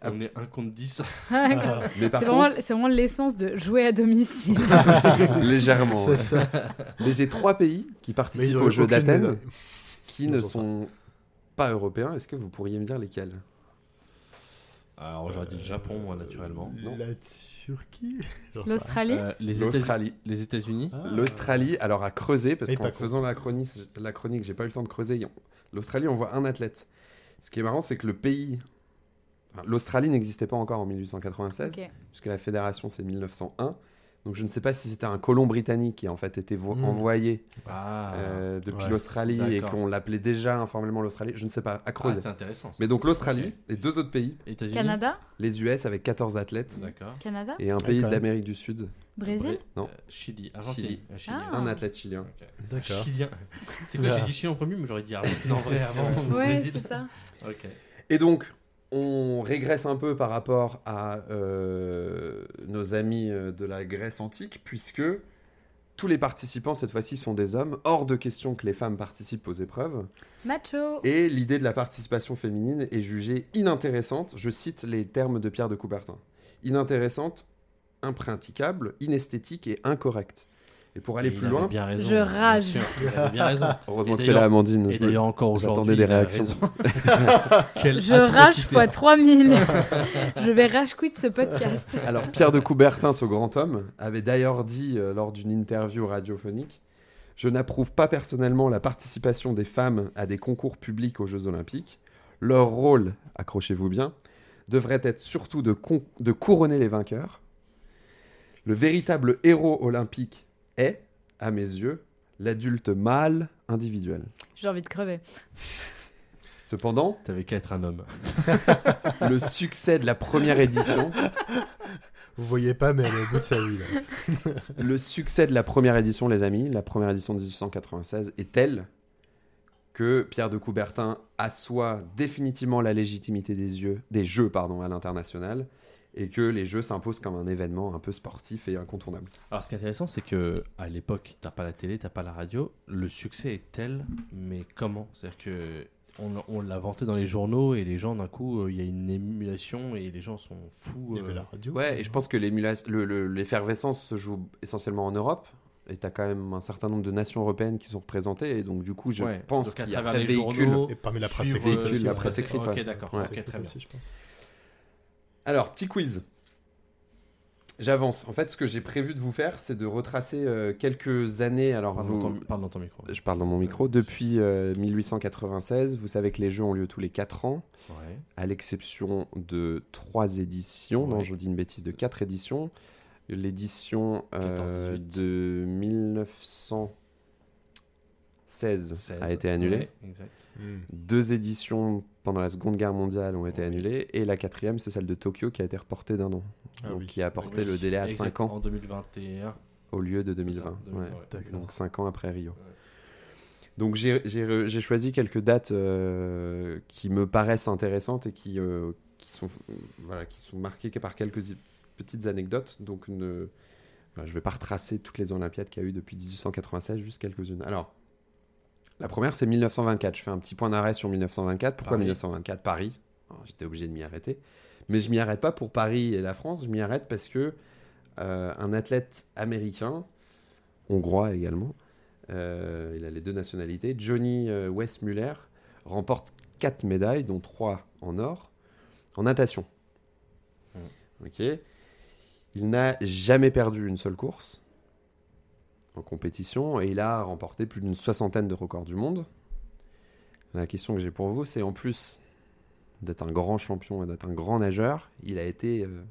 [SPEAKER 2] Ah.
[SPEAKER 1] On est 1 contre 10.
[SPEAKER 2] Mais Ah. par
[SPEAKER 3] *laughs* C'est vraiment,
[SPEAKER 2] contre,
[SPEAKER 3] c'est vraiment l'essence de jouer à domicile.
[SPEAKER 2] *laughs*
[SPEAKER 4] *laughs*
[SPEAKER 2] légèrement.
[SPEAKER 4] C'est ça.
[SPEAKER 2] *laughs* Mais j'ai trois pays qui
[SPEAKER 4] Mais
[SPEAKER 2] participent
[SPEAKER 4] ils
[SPEAKER 2] aux
[SPEAKER 4] ont
[SPEAKER 2] Jeux
[SPEAKER 4] aucune
[SPEAKER 2] d'Athènes
[SPEAKER 4] médaille.
[SPEAKER 2] qui
[SPEAKER 4] Ils
[SPEAKER 2] ne
[SPEAKER 4] ont ça.
[SPEAKER 2] sont pas européens. Est-ce que vous pourriez me dire lesquels
[SPEAKER 1] Alors j'aurais Ah, dit le Japon, moi, naturellement.
[SPEAKER 2] non.
[SPEAKER 4] Euh, La Turquie J'en sais rien.
[SPEAKER 3] L'Australie
[SPEAKER 1] Euh, les États-
[SPEAKER 2] L'Australie.
[SPEAKER 1] les États-Unis.
[SPEAKER 4] Ah.
[SPEAKER 2] L'Australie, alors à creuser, parce
[SPEAKER 4] Et
[SPEAKER 2] qu'en
[SPEAKER 4] pas con.
[SPEAKER 2] faisant la chronique, la chronique, j'ai pas eu le temps de creuser. y- L'Australie, on voit un athlète. Ce qui est marrant, c'est que le pays. enfin, L'Australie n'existait pas encore en 1896.
[SPEAKER 3] Ok.
[SPEAKER 2] puisque la fédération c'est 1901. Donc je ne sais pas si c'était un colon britannique qui en fait était vo-
[SPEAKER 4] Mm.
[SPEAKER 2] envoyé
[SPEAKER 1] Ah,
[SPEAKER 2] euh, depuis
[SPEAKER 4] Ouais.
[SPEAKER 2] l'Australie et
[SPEAKER 1] D'accord.
[SPEAKER 2] qu'on l'appelait déjà informellement l'Australie. Je ne sais pas, à
[SPEAKER 1] Ah,
[SPEAKER 2] creuser.
[SPEAKER 1] c'est intéressant. ça.
[SPEAKER 2] Mais donc l'Australie
[SPEAKER 1] Ok.
[SPEAKER 2] et deux autres pays,
[SPEAKER 1] États-Unis.
[SPEAKER 3] Canada
[SPEAKER 2] les US avec 14 athlètes
[SPEAKER 1] D'accord.
[SPEAKER 3] Canada
[SPEAKER 2] et un pays
[SPEAKER 4] quand même.
[SPEAKER 2] d'Amérique du Sud,
[SPEAKER 3] Brésil
[SPEAKER 1] Bré-
[SPEAKER 2] Non.
[SPEAKER 1] euh, Chili. Argentine.
[SPEAKER 2] Chili.
[SPEAKER 1] Euh, Chilien.
[SPEAKER 3] Ah.
[SPEAKER 2] un athlète chilien.
[SPEAKER 1] Ok. Euh,
[SPEAKER 4] D'accord.
[SPEAKER 2] *laughs*
[SPEAKER 1] Chilien. C'est quoi
[SPEAKER 4] Ah.
[SPEAKER 1] J'ai dit Chili en premier, mais j'aurais dit Argentine en vrai avant. ou
[SPEAKER 3] Ouais,
[SPEAKER 1] Brésil.
[SPEAKER 3] c'est ça.
[SPEAKER 1] Ok.
[SPEAKER 2] Et donc on régresse un peu par rapport à euh, nos amis euh, de la Grèce antique puisque tous les participants cette fois-ci sont des hommes, hors de question que les femmes participent aux épreuves.
[SPEAKER 3] Macho
[SPEAKER 2] Et l'idée de la participation féminine est jugée inintéressante, je cite les termes de Pierre de Coubertin. Inintéressante, impraticable, inesthétique et incorrecte. Et pour aller
[SPEAKER 1] Et il
[SPEAKER 2] plus
[SPEAKER 1] avait
[SPEAKER 2] loin,
[SPEAKER 1] bien raison,
[SPEAKER 3] Je
[SPEAKER 1] bien
[SPEAKER 3] rage.
[SPEAKER 1] sûr. Il avait bien raison.
[SPEAKER 2] heureusement
[SPEAKER 1] Et
[SPEAKER 2] que t'es
[SPEAKER 1] d'ailleurs-
[SPEAKER 2] là, Amandine.
[SPEAKER 1] Et d'ailleurs, encore
[SPEAKER 2] J'attendais
[SPEAKER 1] aujourd'hui,
[SPEAKER 2] des
[SPEAKER 1] il a
[SPEAKER 2] réactions.
[SPEAKER 1] raison. Quelle
[SPEAKER 2] *laughs*
[SPEAKER 3] Je rage
[SPEAKER 1] atrocité.
[SPEAKER 3] fois 3000 Je vais rage quit ce podcast.
[SPEAKER 2] Alors, Pierre de Coubertin, ce grand homme, avait d'ailleurs dit euh, lors d'une interview radiophonique Je n'approuve pas personnellement la participation des femmes à des concours publics aux Jeux Olympiques. Leur rôle, accrochez-vous bien, devrait être surtout de, con- de couronner les vainqueurs. Le véritable héros olympique est, à mes yeux, l'adulte mâle individuel.
[SPEAKER 3] J'ai envie de crever.
[SPEAKER 2] Cependant,
[SPEAKER 1] T'avais qu'à être un homme.
[SPEAKER 2] le succès de la première édition
[SPEAKER 4] Vous voyez pas, mais elle est au bout de sa vie. Là.
[SPEAKER 2] Le succès de la première édition, les amis, la première édition de 1896 est tel que Pierre de Coubertin assoit définitivement la légitimité des, yeux, des Jeux pardon, à l'international et que les Jeux s'imposent comme un événement un peu sportif et incontournable.
[SPEAKER 1] Alors, ce qui est intéressant, c'est que à l'époque, t'as pas la télé, t'as pas la radio. Le succès est tel, mais comment C'est-à-dire que on, on l'a vanté dans les journaux et les gens, d'un coup, euh, il y a une émulation et les gens sont fous.
[SPEAKER 4] Il
[SPEAKER 2] Eh
[SPEAKER 4] y avait
[SPEAKER 2] ben
[SPEAKER 1] euh.
[SPEAKER 4] la radio.
[SPEAKER 2] Ouais, et je pense que l'émulation- le- le- l'effervescence se joue essentiellement en Europe. Et tu as quand même un certain nombre de nations européennes qui sont représentées. Et donc, du coup, je
[SPEAKER 1] Ouais,
[SPEAKER 2] pense
[SPEAKER 1] donc à
[SPEAKER 2] qu'il y a
[SPEAKER 1] travers
[SPEAKER 2] après
[SPEAKER 1] les
[SPEAKER 2] véhicule.
[SPEAKER 1] journaux,
[SPEAKER 4] Et parmi la presse
[SPEAKER 1] suivre,
[SPEAKER 4] écrite
[SPEAKER 1] euh,
[SPEAKER 2] Véhicule,
[SPEAKER 1] sur
[SPEAKER 2] la
[SPEAKER 1] la
[SPEAKER 2] presse écrite,
[SPEAKER 1] Ok,
[SPEAKER 2] ouais.
[SPEAKER 1] d'accord.
[SPEAKER 2] Ouais.
[SPEAKER 1] Ok, très bien.
[SPEAKER 4] Aussi, je pense.
[SPEAKER 2] Alors, petit quiz. J'avance. En fait, ce que j'ai prévu de vous faire, c'est de retracer euh, quelques années. Alors,
[SPEAKER 1] Parle,
[SPEAKER 2] vous-
[SPEAKER 1] dans ton, parle dans ton micro.
[SPEAKER 2] Je parle dans mon micro. Depuis euh, 1896, vous savez que les jeux ont lieu tous les 4 ans,
[SPEAKER 1] Ouais.
[SPEAKER 2] à l'exception de 3 éditions. Non,
[SPEAKER 1] Ouais.
[SPEAKER 2] je dis une bêtise, de 4 éditions. L'édition euh,
[SPEAKER 1] 14-18.
[SPEAKER 2] de 1916
[SPEAKER 1] 16.
[SPEAKER 2] a été annulée.
[SPEAKER 1] Ouais, exact.
[SPEAKER 4] Hmm.
[SPEAKER 2] Deux éditions pendant la Seconde Guerre mondiale ont été annulées. Et la quatrième, c'est celle de Tokyo qui a été reportée d'un an.
[SPEAKER 4] Ah
[SPEAKER 2] donc
[SPEAKER 4] oui.
[SPEAKER 2] qui a porté
[SPEAKER 1] Oui.
[SPEAKER 2] le délai à
[SPEAKER 1] Exact,
[SPEAKER 2] 5 ans
[SPEAKER 1] En 2021.
[SPEAKER 2] au lieu de
[SPEAKER 1] c'est ça,
[SPEAKER 2] 2020. Ouais.
[SPEAKER 1] 2020, ouais.
[SPEAKER 4] D'accord.
[SPEAKER 2] Donc 5 ans après Rio. Donc j'ai- j'ai re- j'ai choisi quelques dates euh, qui me paraissent intéressantes et qui, euh, qui, sont, voilà, qui sont marquées par quelques i- petites anecdotes. Donc ne... voilà, je vais pas retracer toutes les Olympiades qu'il y a eu depuis 1896, juste quelques-unes. Alors, la première c'est 1924. Je fais un petit point d'arrêt sur 1924. Pourquoi
[SPEAKER 1] Paris.
[SPEAKER 2] 1924 Paris Alors, J'étais obligé de m'y arrêter. Mais je m'y arrête pas pour Paris et la France, je m'y arrête parce que euh, un athlète américain, hongrois également, euh, il a les deux nationalités, Johnny euh, Westmuller remporte quatre médailles, dont trois en or, en natation. Ok. Il n'a jamais perdu une seule course en compétition et il a remporté plus d'une soixantaine de records du monde. La question que j'ai pour vous, c'est en plus d'être un grand champion et d'être un grand nageur, il a été euh,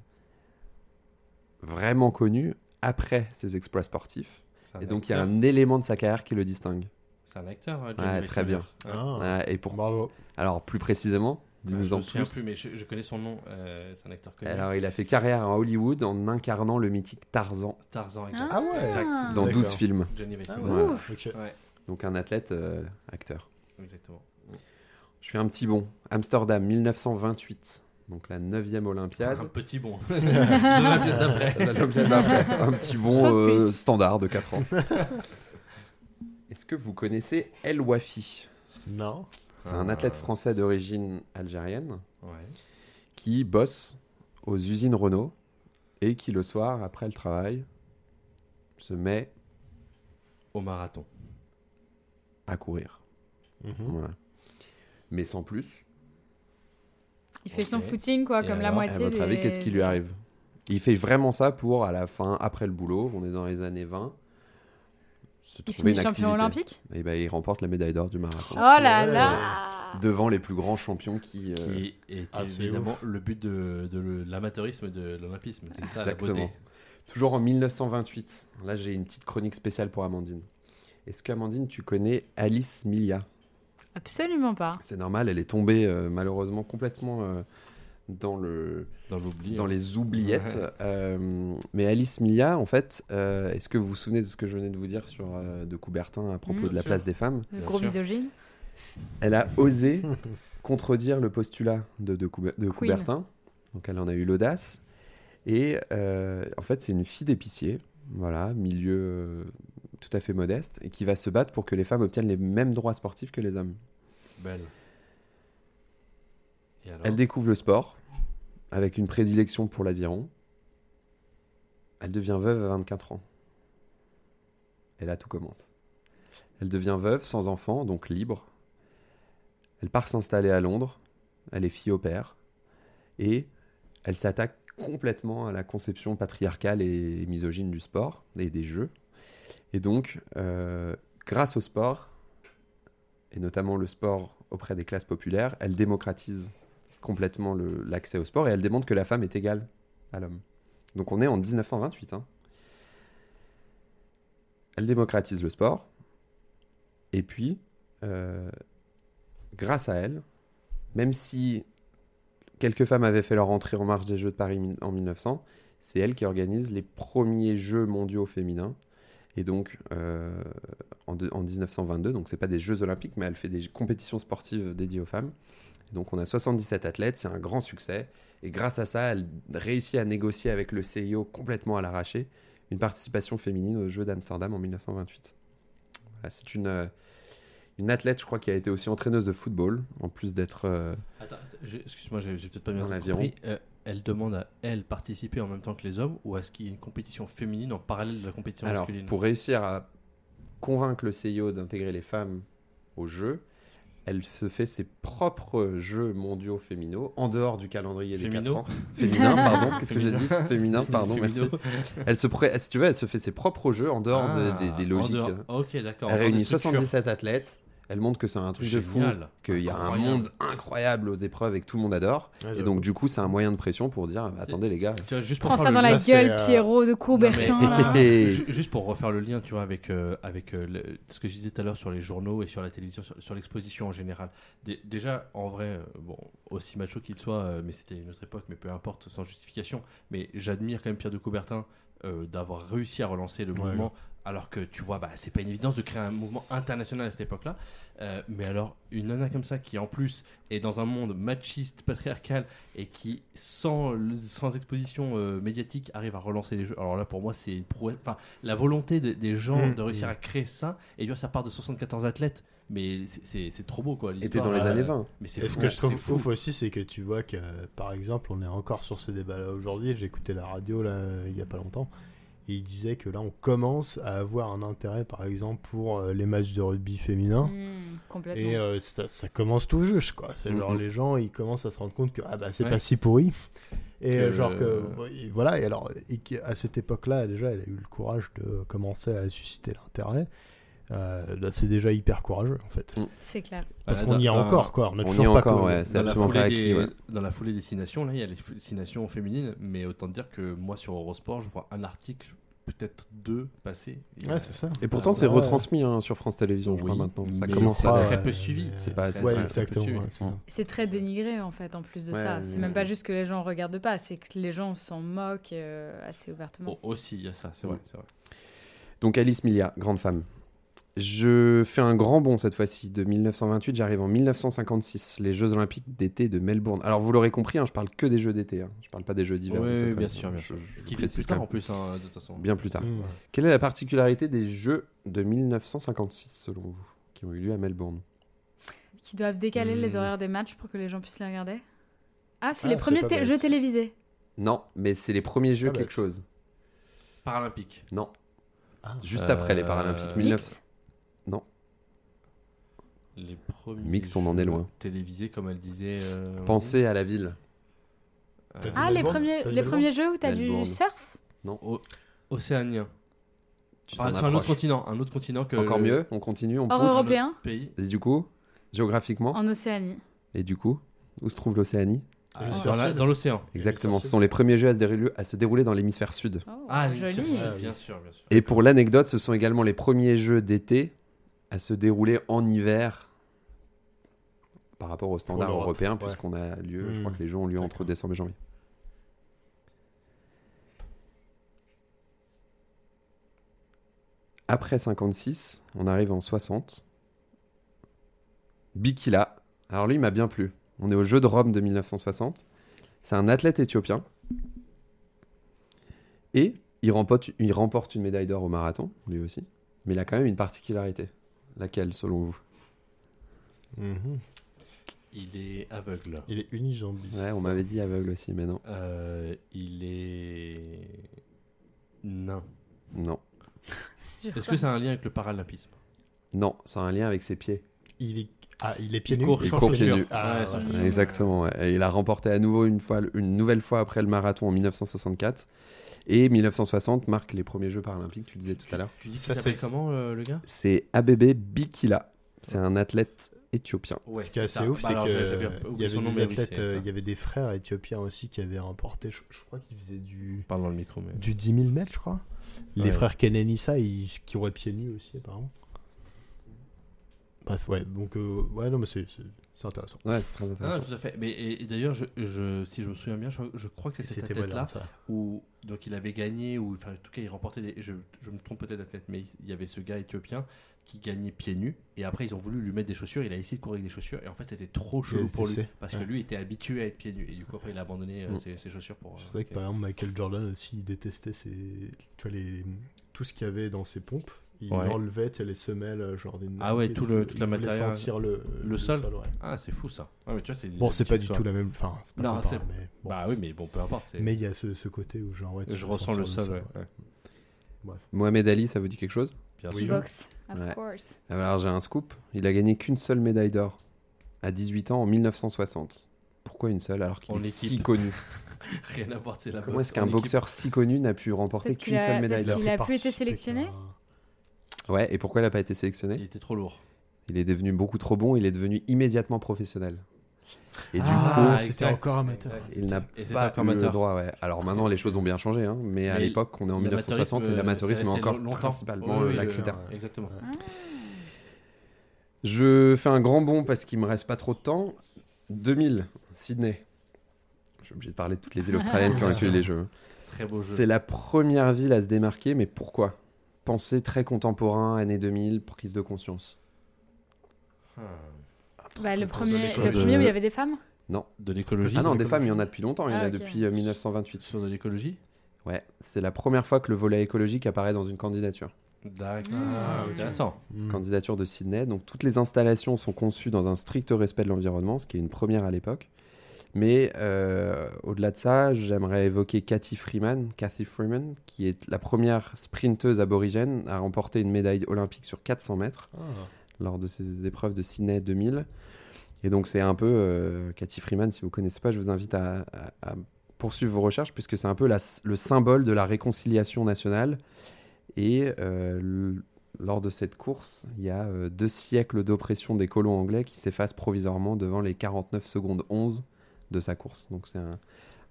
[SPEAKER 2] vraiment connu après ses exploits sportifs.
[SPEAKER 1] C'est un
[SPEAKER 2] Et donc il y a
[SPEAKER 1] acteur.
[SPEAKER 2] un élément de sa carrière qui le distingue.
[SPEAKER 1] C'est un acteur, hein,
[SPEAKER 2] Ouais,
[SPEAKER 1] Johnny
[SPEAKER 2] très bien.
[SPEAKER 1] Weissmuller. Ouais.
[SPEAKER 4] Ah,
[SPEAKER 2] Ah, et pour...
[SPEAKER 4] Bravo.
[SPEAKER 2] Alors, plus précisément,
[SPEAKER 1] Bah,
[SPEAKER 2] dis-nous
[SPEAKER 1] je
[SPEAKER 2] en
[SPEAKER 1] me souviens
[SPEAKER 2] plus.
[SPEAKER 1] plus, mais je, je connais son nom. euh, c'est un acteur connu.
[SPEAKER 2] Alors, il a fait carrière à Hollywood en incarnant le mythique Tarzan
[SPEAKER 1] Tarzan, exact.
[SPEAKER 4] Ah ouais.
[SPEAKER 1] Exact, c'est ça.
[SPEAKER 2] dans
[SPEAKER 4] D'accord.
[SPEAKER 2] 12 films.
[SPEAKER 1] Johnny
[SPEAKER 4] Ah
[SPEAKER 1] Weissmuller.
[SPEAKER 4] ouais.
[SPEAKER 3] Ouf.
[SPEAKER 4] ok.
[SPEAKER 1] Ouais,
[SPEAKER 2] Donc, un athlète euh, acteur.
[SPEAKER 1] exactement.
[SPEAKER 2] Je fais un petit bond. Amsterdam, 1928. Donc, la 9e Olympiade.
[SPEAKER 1] Un petit
[SPEAKER 2] *laughs*
[SPEAKER 1] bon. L'Olympiade d'après.
[SPEAKER 2] La Olympiade après. un petit bon
[SPEAKER 3] Sans
[SPEAKER 2] euh,
[SPEAKER 3] cuisse.
[SPEAKER 2] standard de 4 ans. *laughs* Est-ce que vous connaissez El Wafi
[SPEAKER 4] Non.
[SPEAKER 2] C'est un athlète
[SPEAKER 1] Ah.
[SPEAKER 2] français d'origine algérienne
[SPEAKER 1] Ouais.
[SPEAKER 2] qui bosse aux usines Renault et qui le soir, après le travail, se met
[SPEAKER 1] Au marathon.
[SPEAKER 2] à courir.
[SPEAKER 4] Mhm.
[SPEAKER 2] Voilà. Mais sans plus.
[SPEAKER 3] Il fait son
[SPEAKER 1] Ok.
[SPEAKER 3] footing, quoi,
[SPEAKER 1] Et
[SPEAKER 3] comme la
[SPEAKER 1] alors, à
[SPEAKER 2] À
[SPEAKER 3] moitié.
[SPEAKER 2] votre
[SPEAKER 3] des-
[SPEAKER 2] avis, qu'est-ce qui lui arrive Il fait vraiment ça pour, à la fin, après le boulot, on est dans les années 20, se trouver
[SPEAKER 3] Il finit
[SPEAKER 2] une activité.
[SPEAKER 3] champion olympique
[SPEAKER 2] Et ben, il remporte la médaille d'or du marathon.
[SPEAKER 3] Oh là
[SPEAKER 4] ouais.
[SPEAKER 3] là
[SPEAKER 2] Devant les plus grands champions qui... euh,
[SPEAKER 1] Qui est
[SPEAKER 4] Ah, c'est
[SPEAKER 1] évidemment le but de, de le- l'amateurisme et de l'olympisme. C'est ça la
[SPEAKER 2] Exactement.
[SPEAKER 1] beauté.
[SPEAKER 2] Toujours en 1928. Là, j'ai une petite chronique spéciale pour Amandine. Est-ce qu'Amandine, tu connais Alice Milia
[SPEAKER 3] Absolument pas.
[SPEAKER 2] C'est normal, elle est tombée euh, malheureusement complètement euh, dans, le,
[SPEAKER 1] Dans l'oubli.
[SPEAKER 2] dans
[SPEAKER 1] hein.
[SPEAKER 2] les oubliettes. Euh, mais Alice Milia, en fait, euh, est-ce que vous vous souvenez de ce que je venais de vous dire sur, euh, de Coubertin à propos
[SPEAKER 3] Bien
[SPEAKER 2] de la
[SPEAKER 1] sûr.
[SPEAKER 2] place des femmes
[SPEAKER 3] Le
[SPEAKER 1] Bien
[SPEAKER 3] gros
[SPEAKER 1] sûr.
[SPEAKER 3] misogyne.
[SPEAKER 2] Elle a osé contredire le postulat de, de, Coube- de Coubertin. Donc elle en a eu l'audace. Et euh, en fait, c'est une fille d'épicier, voilà, milieu euh, tout à fait modeste, et qui va se battre pour que les femmes obtiennent les mêmes droits sportifs que les hommes.
[SPEAKER 1] Belle. Et alors
[SPEAKER 2] Elle découvre le sport, avec une prédilection pour l'aviron. Elle devient veuve à 24 ans. Et là, tout commence. Elle devient veuve, sans enfant, donc libre. Elle part s'installer à Londres. Elle est fille au père. Et elle s'attaque complètement à la conception patriarcale et misogyne du sport et des jeux. Et donc, euh, grâce au sport, et notamment le sport auprès des classes populaires, elle démocratise complètement le- l'accès au sport et elle démontre que la femme est égale à l'homme. Donc on est en 1928. hein. Elle démocratise le sport. Et puis, euh, grâce à elle, même si quelques femmes avaient fait leur entrée en marge des Jeux de Paris mi- en 1900, c'est elle qui organise les premiers Jeux mondiaux féminins. Et donc, euh, en, de- en 1922, donc c'est pas des Jeux olympiques, mais elle fait des compétitions sportives dédiées aux femmes. Et donc on a 77 athlètes, c'est un grand succès. Et grâce à ça, elle réussit à négocier avec le CIO complètement à l'arraché une participation féminine aux Jeux d'Amsterdam en 1928. Voilà, c'est une, euh, une athlète, je crois, qui a été aussi entraîneuse de football, en plus d'être... euh,
[SPEAKER 1] Attends, attends, j'ai- excuse-moi, j'ai j'ai peut-être pas bien
[SPEAKER 2] Dans l'aviron.
[SPEAKER 1] compris. Euh, elle demande à elle participer en même temps que les hommes ou est-ce qu'il y a une compétition féminine en parallèle de la compétition
[SPEAKER 2] Alors,
[SPEAKER 1] masculine
[SPEAKER 2] pour réussir à convaincre le CIO d'intégrer les femmes au jeu, elle se fait ses propres jeux mondiaux féminaux, en dehors du calendrier des 4
[SPEAKER 1] Féminaux.
[SPEAKER 2] ans.
[SPEAKER 1] *laughs*
[SPEAKER 2] Féminin, pardon, qu'est-ce que j'ai dit
[SPEAKER 1] Féminin.
[SPEAKER 2] Féminin, pardon, merci.
[SPEAKER 1] Féminin.
[SPEAKER 2] Elle se pré- Si tu veux, elle se fait ses propres jeux, en dehors de-
[SPEAKER 1] Ah,
[SPEAKER 2] des, des
[SPEAKER 1] en
[SPEAKER 2] logiques.
[SPEAKER 1] dehors- Ok, d'accord. en
[SPEAKER 2] Elle
[SPEAKER 1] dehors
[SPEAKER 2] réunit
[SPEAKER 1] des structures.
[SPEAKER 2] 77 athlètes. Elle montre que c'est un truc de fou,
[SPEAKER 1] Génial.
[SPEAKER 2] qu'il y a un
[SPEAKER 1] Incroyable.
[SPEAKER 2] monde incroyable aux épreuves et que tout le monde adore.
[SPEAKER 4] Ouais,
[SPEAKER 2] Et
[SPEAKER 4] Ah, j'avoue.
[SPEAKER 2] donc, du coup, c'est un moyen de pression pour dire bah, attendez, les gars,
[SPEAKER 1] Tu vois, juste pour
[SPEAKER 3] Prends
[SPEAKER 1] faire
[SPEAKER 3] ça
[SPEAKER 1] le
[SPEAKER 3] dans la
[SPEAKER 4] ça,
[SPEAKER 3] gueule,
[SPEAKER 4] c'est, euh,
[SPEAKER 3] Pierrot de Coubertin.
[SPEAKER 1] non,
[SPEAKER 4] Ah.
[SPEAKER 1] *laughs*
[SPEAKER 3] là.
[SPEAKER 2] Et-
[SPEAKER 1] Ju- Juste pour refaire le lien, tu vois, avec, euh, avec euh, le- ce que je disais tout à l'heure sur les journaux et sur la télévision, sur, sur l'exposition en général. Dé- déjà, en vrai, euh, bon, aussi macho qu'il soit, euh, mais c'était une autre époque, mais peu importe, sans justification. Mais j'admire quand même Pierre de Coubertin euh, d'avoir réussi à relancer le
[SPEAKER 4] Ouais.
[SPEAKER 1] mouvement, alors que tu vois, bah, c'est pas une évidence de créer un mouvement international à cette époque-là. Euh, mais alors, une nana comme ça qui, en plus, est dans un monde machiste, patriarcal, et qui, sans, le- sans exposition euh, médiatique, arrive à relancer les jeux. Alors là, pour moi, c'est une prouesse. Enfin, la volonté de- des gens
[SPEAKER 4] Mm,
[SPEAKER 1] de réussir
[SPEAKER 4] mm.
[SPEAKER 1] à créer ça, et tu vois, ça part de 74 athlètes, mais c'est- c'est c'est trop beau, quoi.
[SPEAKER 2] était
[SPEAKER 1] l'histoire,
[SPEAKER 2] dans les
[SPEAKER 1] euh,
[SPEAKER 2] années 20.
[SPEAKER 1] Mais c'est
[SPEAKER 4] Et ce
[SPEAKER 1] fou,
[SPEAKER 4] que je trouve
[SPEAKER 1] c'est fou.
[SPEAKER 4] ouf aussi, c'est que tu vois que, euh, par exemple, on est encore sur ce débat-là aujourd'hui. J'écoutais la radio là, euh, il y a pas longtemps. Et il disait que là, on commence à avoir un intérêt, par exemple, pour euh, les matchs de rugby féminin.
[SPEAKER 3] Hmm,
[SPEAKER 4] euh, Et
[SPEAKER 3] Complètement.
[SPEAKER 4] euh, ça, ça commence tout juste, quoi. C'est genre,
[SPEAKER 2] Mhm.
[SPEAKER 4] les gens, ils commencent à se rendre compte que ah, bah, c'est
[SPEAKER 1] Ouais.
[SPEAKER 4] pas si pourri.
[SPEAKER 1] Que-
[SPEAKER 4] Et euh, genre que et voilà et alors et que- à cette époque-là déjà elle a eu le courage de commencer à susciter l'intérêt. Euh, bah, c'est déjà hyper courageux en fait
[SPEAKER 3] C'est clair.
[SPEAKER 4] parce
[SPEAKER 1] Voilà,
[SPEAKER 4] qu'on y est
[SPEAKER 1] Bah, dans-
[SPEAKER 4] encore quoi. On, a
[SPEAKER 2] On y est
[SPEAKER 4] toujours pas
[SPEAKER 2] encore,
[SPEAKER 4] con-
[SPEAKER 2] ouais, c'est
[SPEAKER 1] dans la,
[SPEAKER 2] absolument
[SPEAKER 1] foulée
[SPEAKER 2] pas
[SPEAKER 1] des,
[SPEAKER 2] acquis. ouais.
[SPEAKER 1] dans la foulée des six nations, là, il y a les six nations féminines, mais autant dire que moi, sur Eurosport, je vois un article peut-être deux passés. Et, euh,
[SPEAKER 4] Ouais, c'est ça.
[SPEAKER 2] Et pourtant,
[SPEAKER 4] Ah,
[SPEAKER 2] c'est
[SPEAKER 4] ouais.
[SPEAKER 2] retransmis hein, sur France Télévisions, je
[SPEAKER 1] Oui,
[SPEAKER 2] crois, maintenant. Ça
[SPEAKER 1] mais
[SPEAKER 2] commence
[SPEAKER 1] c'est
[SPEAKER 2] à.
[SPEAKER 1] très peu suivi.
[SPEAKER 2] C'est pas- c'est
[SPEAKER 4] Ouais,
[SPEAKER 2] très-
[SPEAKER 4] exactement.
[SPEAKER 1] très peu
[SPEAKER 4] ouais,
[SPEAKER 1] suivi.
[SPEAKER 4] c'est ça.
[SPEAKER 3] C'est très dénigré en fait, en plus de
[SPEAKER 2] Ouais,
[SPEAKER 3] ça.
[SPEAKER 2] ouais,
[SPEAKER 3] C'est
[SPEAKER 2] ouais,
[SPEAKER 3] même
[SPEAKER 2] ouais.
[SPEAKER 3] pas juste que les gens regardent pas, c'est que les gens s'en moquent euh, assez
[SPEAKER 4] Mm.
[SPEAKER 3] ouvertement.
[SPEAKER 1] oh, aussi, il y a ça, c'est vrai. c'est vrai.
[SPEAKER 2] Donc Alice Milia, grande femme. Je fais un grand bond cette fois-ci de 1928, j'arrive en 1956, les Jeux Olympiques d'été de Melbourne. Alors vous l'aurez compris, hein, je parle que des Jeux d'été, hein. je parle pas des Jeux d'hiver.
[SPEAKER 1] Ouais,
[SPEAKER 2] hein, c'est
[SPEAKER 1] ouais,
[SPEAKER 2] quand
[SPEAKER 1] bien
[SPEAKER 2] même-
[SPEAKER 1] sûr, bien
[SPEAKER 2] je-
[SPEAKER 1] sûr.
[SPEAKER 2] je
[SPEAKER 1] Qui vient plus
[SPEAKER 2] précise quand
[SPEAKER 1] tard
[SPEAKER 2] même.
[SPEAKER 1] en plus, hein, de toute façon.
[SPEAKER 2] Bien plus tard.
[SPEAKER 4] Mmh.
[SPEAKER 2] Quelle est la particularité des Jeux de 1956 selon vous, qui ont eu lieu à Melbourne
[SPEAKER 3] Qui doivent décaler les
[SPEAKER 1] Hmm.
[SPEAKER 3] horaires des matchs pour que les gens puissent les regarder. Ah, c'est
[SPEAKER 4] Ah,
[SPEAKER 3] les
[SPEAKER 4] c'est
[SPEAKER 3] premiers
[SPEAKER 4] pas
[SPEAKER 3] té-
[SPEAKER 4] bête.
[SPEAKER 3] jeux télévisés.
[SPEAKER 2] Non, mais c'est les premiers Jeux
[SPEAKER 4] Ah,
[SPEAKER 2] quelque
[SPEAKER 4] bah,
[SPEAKER 2] chose.
[SPEAKER 1] Paralympique.
[SPEAKER 2] Non,
[SPEAKER 4] Ah.
[SPEAKER 2] juste après les
[SPEAKER 1] Euh,
[SPEAKER 2] Paralympiques. 19...
[SPEAKER 3] Mixtes.
[SPEAKER 1] Les premiers.
[SPEAKER 2] Mixte, on en est
[SPEAKER 1] jeux
[SPEAKER 2] loin.
[SPEAKER 1] Télévisés, comme elle disait. euh,
[SPEAKER 2] Pensez à la ville.
[SPEAKER 1] euh,
[SPEAKER 3] Ah, les
[SPEAKER 4] Melbourne,
[SPEAKER 3] premiers,
[SPEAKER 4] t'as dit
[SPEAKER 3] les
[SPEAKER 4] Melbourne
[SPEAKER 3] premiers jeux où t'as
[SPEAKER 2] Melbourne.
[SPEAKER 3] du surf
[SPEAKER 1] o- Océanien.
[SPEAKER 2] Tu
[SPEAKER 1] Ah,
[SPEAKER 2] t'en
[SPEAKER 1] sur un autre
[SPEAKER 2] approches.
[SPEAKER 1] continent. Un autre continent que.
[SPEAKER 2] Encore
[SPEAKER 1] le
[SPEAKER 2] mieux, on continue, on
[SPEAKER 3] Hors
[SPEAKER 2] pousse.
[SPEAKER 3] européen
[SPEAKER 1] Pays.
[SPEAKER 2] Et du coup, géographiquement
[SPEAKER 3] en Océanie.
[SPEAKER 2] Et du coup, où se trouve l'Océanie
[SPEAKER 4] Ah,
[SPEAKER 1] Dans la- dans l'océan.
[SPEAKER 2] Exactement,
[SPEAKER 4] l'hémisphère
[SPEAKER 2] ce sont les premiers jeux à se dérouler, à se dérouler dans l'hémisphère sud.
[SPEAKER 3] Oh,
[SPEAKER 1] Ah,
[SPEAKER 3] joli.
[SPEAKER 1] l'hémisphère
[SPEAKER 4] Ah,
[SPEAKER 1] sud,
[SPEAKER 4] oui.
[SPEAKER 1] Bien sûr, bien sûr.
[SPEAKER 2] Et pour l'anecdote, ce sont également les premiers jeux d'été à se dérouler en hiver par rapport aux standards
[SPEAKER 4] l'Europe,
[SPEAKER 2] européens,
[SPEAKER 4] ouais.
[SPEAKER 2] puisqu'on a lieu, je
[SPEAKER 4] Hmm,
[SPEAKER 2] crois que les jeux ont lieu entre
[SPEAKER 4] d'accord.
[SPEAKER 2] décembre et janvier. Après 56, on arrive en 60. Bikila. Alors lui, il m'a bien plu. On est au Jeux de Rome de 1960. C'est un athlète éthiopien. Et il remporte, il remporte une médaille d'or au marathon, lui aussi. Mais il a quand même une particularité. Laquelle, selon vous
[SPEAKER 4] Mhm.
[SPEAKER 1] Il est aveugle.
[SPEAKER 4] Il est unijambiste.
[SPEAKER 2] Ouais, on m'avait dit aveugle aussi, mais non.
[SPEAKER 1] Euh, il est. Non.
[SPEAKER 2] Non.
[SPEAKER 3] Je
[SPEAKER 1] Est-ce
[SPEAKER 3] crois.
[SPEAKER 1] que ça a un lien avec le paralympisme
[SPEAKER 2] Non, ça a un lien avec ses pieds.
[SPEAKER 4] Il est... Ah, il est pieds
[SPEAKER 1] Il
[SPEAKER 4] nus.
[SPEAKER 1] court
[SPEAKER 2] Il
[SPEAKER 1] sans
[SPEAKER 2] court pieds
[SPEAKER 1] chaussures.
[SPEAKER 2] nus.
[SPEAKER 4] Ah,
[SPEAKER 1] Ouais, sans
[SPEAKER 4] ouais.
[SPEAKER 1] chaussures.
[SPEAKER 2] Exactement. ouais. Et il a remporté à nouveau une, fois, une nouvelle fois après le marathon en 1964. Et 1960 marque les premiers Jeux paralympiques, tu le disais tout à l'heure.
[SPEAKER 1] Tu dis
[SPEAKER 4] Ça,
[SPEAKER 1] ça s'appelle comment euh, le gars
[SPEAKER 2] C'est Abebe Bikila. C'est un athlète éthiopien.
[SPEAKER 1] Ouais,
[SPEAKER 4] Ce qui est
[SPEAKER 1] c'est
[SPEAKER 4] assez
[SPEAKER 1] ça.
[SPEAKER 4] ouf,
[SPEAKER 1] Bah
[SPEAKER 4] c'est
[SPEAKER 1] alors,
[SPEAKER 4] que
[SPEAKER 1] j'avais
[SPEAKER 4] euh, il y
[SPEAKER 1] oublié
[SPEAKER 4] avait
[SPEAKER 1] son nom,
[SPEAKER 4] des
[SPEAKER 1] mais oui,
[SPEAKER 4] athlètes,
[SPEAKER 1] c'est
[SPEAKER 4] euh,
[SPEAKER 1] ça.
[SPEAKER 4] il y avait des frères éthiopiens aussi qui avaient remporté. Je, je crois qu'ils faisaient du
[SPEAKER 1] Parle dans le micro, mais.
[SPEAKER 4] du 10 000 mètres, je crois.
[SPEAKER 1] Ouais.
[SPEAKER 4] Les frères Kenenisa, ils qui auraient pieds nus aussi apparemment. Bref, ouais. Donc euh, ouais, non, mais c'est c'est- c'est intéressant.
[SPEAKER 2] Ouais, c'est très
[SPEAKER 1] Ah,
[SPEAKER 2] intéressant.
[SPEAKER 1] non, tout à fait. Mais et, et d'ailleurs, je, je- si je me souviens bien, je, je crois que c'est cette
[SPEAKER 4] voilà,
[SPEAKER 1] athlète-là
[SPEAKER 4] ça.
[SPEAKER 1] où donc il avait gagné ou enfin en tout cas il remportait. Des, je, je me trompe peut-être d'athlète, mais il y avait ce gars éthiopien qui gagnait pieds nus et après ils ont voulu lui mettre des chaussures. Il a essayé de courir avec des chaussures et en fait c'était trop chelou
[SPEAKER 4] était
[SPEAKER 1] pour lui
[SPEAKER 4] blessé.
[SPEAKER 1] parce que
[SPEAKER 4] Ouais.
[SPEAKER 1] lui était habitué à être pieds nus et du coup après il a abandonné euh,
[SPEAKER 2] Mm.
[SPEAKER 1] ses, ses chaussures pour. euh,
[SPEAKER 4] C'est vrai que
[SPEAKER 1] rester-
[SPEAKER 4] par exemple Michael Jordan aussi, il détestait ses... tu vois, les... tout ce qu'il y avait dans ses pompes. Il
[SPEAKER 1] Ouais.
[SPEAKER 4] enlevait tu sais, les semelles, euh, genre des
[SPEAKER 1] Ah ouais,
[SPEAKER 4] Nike et
[SPEAKER 1] tout le- toute
[SPEAKER 4] Il
[SPEAKER 1] la
[SPEAKER 4] voulait
[SPEAKER 1] matériel.
[SPEAKER 4] sentir le,
[SPEAKER 1] sol.
[SPEAKER 4] ouais.
[SPEAKER 1] Ah c'est fou ça. Ouais, mais tu vois,
[SPEAKER 4] Bon, c'est pas du
[SPEAKER 1] l'habitude,
[SPEAKER 4] tout
[SPEAKER 1] quoi.
[SPEAKER 4] la même. Enfin, c'est pas
[SPEAKER 1] Non,
[SPEAKER 4] comparable,
[SPEAKER 1] c'est-
[SPEAKER 4] mais bon.
[SPEAKER 1] Bah oui mais bon peu importe. c'est-
[SPEAKER 4] Mais il y a ce, ce côté où genre ouais, tu
[SPEAKER 1] Je
[SPEAKER 4] peux
[SPEAKER 1] ressens le
[SPEAKER 4] sentir
[SPEAKER 1] sol. ouais.
[SPEAKER 2] Mohamed Ali, ça vous dit quelque chose
[SPEAKER 1] Bien
[SPEAKER 4] Oui.
[SPEAKER 1] sûr. *laughs*
[SPEAKER 3] Box, of
[SPEAKER 2] Ouais.
[SPEAKER 4] Ah,
[SPEAKER 3] course.
[SPEAKER 2] Alors j'ai un scoop. Il a gagné qu'une seule médaille d'or à 18 ans en 1960. Pourquoi une seule alors qu'il
[SPEAKER 1] En
[SPEAKER 2] est
[SPEAKER 1] équipe. *laughs*
[SPEAKER 2] si connu
[SPEAKER 1] Rien à voir, c'est la
[SPEAKER 2] Comment
[SPEAKER 1] boxe
[SPEAKER 2] est-ce
[SPEAKER 1] en
[SPEAKER 2] qu'un
[SPEAKER 1] équipe.
[SPEAKER 2] boxeur si connu n'a pu remporter
[SPEAKER 3] Parce qu'il
[SPEAKER 2] qu'une
[SPEAKER 3] a-
[SPEAKER 2] seule
[SPEAKER 3] parce
[SPEAKER 2] médaille
[SPEAKER 3] qu'il
[SPEAKER 2] d'or
[SPEAKER 3] a plus été
[SPEAKER 4] participé
[SPEAKER 3] sélectionné
[SPEAKER 4] qu'à un-
[SPEAKER 2] Ouais, et pourquoi il n'a pas été
[SPEAKER 1] Il
[SPEAKER 2] sélectionné
[SPEAKER 1] était trop lourd.
[SPEAKER 2] Il est devenu beaucoup trop bon, il est devenu immédiatement professionnel. Et
[SPEAKER 4] Ah,
[SPEAKER 2] du coup,
[SPEAKER 4] c'était encore amateur.
[SPEAKER 2] il n'a
[SPEAKER 1] Et c'était
[SPEAKER 2] pas
[SPEAKER 1] encore
[SPEAKER 2] eu le
[SPEAKER 1] amateur.
[SPEAKER 2] droit. ouais. Alors maintenant, les choses ont bien changé, hein, mais, à
[SPEAKER 1] Mais
[SPEAKER 2] l'époque, on est en 1960
[SPEAKER 1] euh,
[SPEAKER 2] et l'amateurisme est encore principalement
[SPEAKER 4] Oui,
[SPEAKER 2] euh, la
[SPEAKER 4] le-
[SPEAKER 2] critère.
[SPEAKER 1] Exactement.
[SPEAKER 2] Je fais un grand bond parce qu'il me reste pas trop de temps. 2000, Sydney. Je suis obligé de parler de toutes les villes australiennes
[SPEAKER 1] *laughs*
[SPEAKER 2] qui ont accueilli les Jeux.
[SPEAKER 1] Très beau jeu.
[SPEAKER 2] C'est la première ville à se démarquer, mais pourquoi Pensée très contemporain, année 2000, prise de conscience.
[SPEAKER 1] Ah.
[SPEAKER 3] Bah, le
[SPEAKER 4] Dans
[SPEAKER 3] premier,
[SPEAKER 4] l'école
[SPEAKER 3] le
[SPEAKER 2] de-
[SPEAKER 3] premier où il y avait des femmes
[SPEAKER 1] De l'écologie.
[SPEAKER 2] Ah non,
[SPEAKER 1] de
[SPEAKER 2] des femmes, il y en a depuis longtemps, il y en
[SPEAKER 3] Ah,
[SPEAKER 2] a
[SPEAKER 3] ok.
[SPEAKER 2] depuis euh, 1928.
[SPEAKER 1] Sur de l'écologie
[SPEAKER 2] Ouais, c'est la première fois que le volet écologique apparaît dans une candidature.
[SPEAKER 1] D'accord.
[SPEAKER 3] Ah, ok.
[SPEAKER 1] Intéressant.
[SPEAKER 4] Mm.
[SPEAKER 2] Candidature de Sydney, donc toutes les installations sont conçues dans un strict respect de l'environnement, ce qui est une première à l'époque. Mais euh, au-delà de ça, j'aimerais évoquer Cathy Freeman, Cathy Freeman, qui est la première sprinteuse aborigène à remporter une médaille olympique sur 400 mètres.
[SPEAKER 4] Ah.
[SPEAKER 2] lors de ces épreuves de Sydney 2000. Et donc c'est un peu, euh, Cathy Freeman, si vous ne connaissez pas, je vous invite à, à- à poursuivre vos recherches, puisque c'est un peu la- le symbole de la réconciliation nationale. Et euh, l- lors de cette course, il y a euh, deux siècles d'oppression des colons anglais qui s'effacent provisoirement devant les 49 secondes 11 de sa course. Donc c'est un,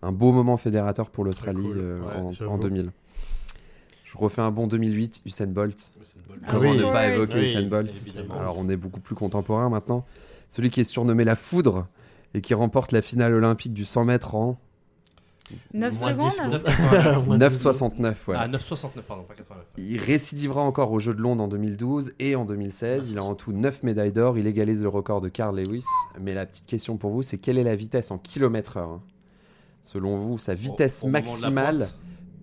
[SPEAKER 2] un beau moment fédérateur pour l'Australie
[SPEAKER 4] cool,
[SPEAKER 2] euh,
[SPEAKER 4] ouais,
[SPEAKER 2] en- en,
[SPEAKER 4] j'avoue.
[SPEAKER 2] 2000. Je refais un bon 2008, Usain Bolt.
[SPEAKER 3] Ah
[SPEAKER 2] Comment
[SPEAKER 4] oui.
[SPEAKER 2] ne pas évoquer
[SPEAKER 4] Oui,
[SPEAKER 2] Usain Bolt
[SPEAKER 1] évidemment.
[SPEAKER 2] Alors on est beaucoup plus contemporain maintenant. Celui qui est surnommé la foudre et qui remporte la finale olympique du 100 mètres en
[SPEAKER 3] 9
[SPEAKER 4] Moins de
[SPEAKER 3] secondes
[SPEAKER 1] 9,89.
[SPEAKER 4] Moins de
[SPEAKER 2] 9,69. *laughs* Ouais.
[SPEAKER 1] Ah, 9,69, pardon, pas 89.
[SPEAKER 2] Il récidivera encore aux Jeux de Londres en 2012 et en 2016. Il a en tout 9 médailles d'or. Il égalise le record de Carl Lewis. Mais la petite question pour vous, c'est quelle est la vitesse en kilomètre-heure hein Selon vous, sa vitesse
[SPEAKER 1] Au- au moment de la
[SPEAKER 2] maximale,
[SPEAKER 1] pointe,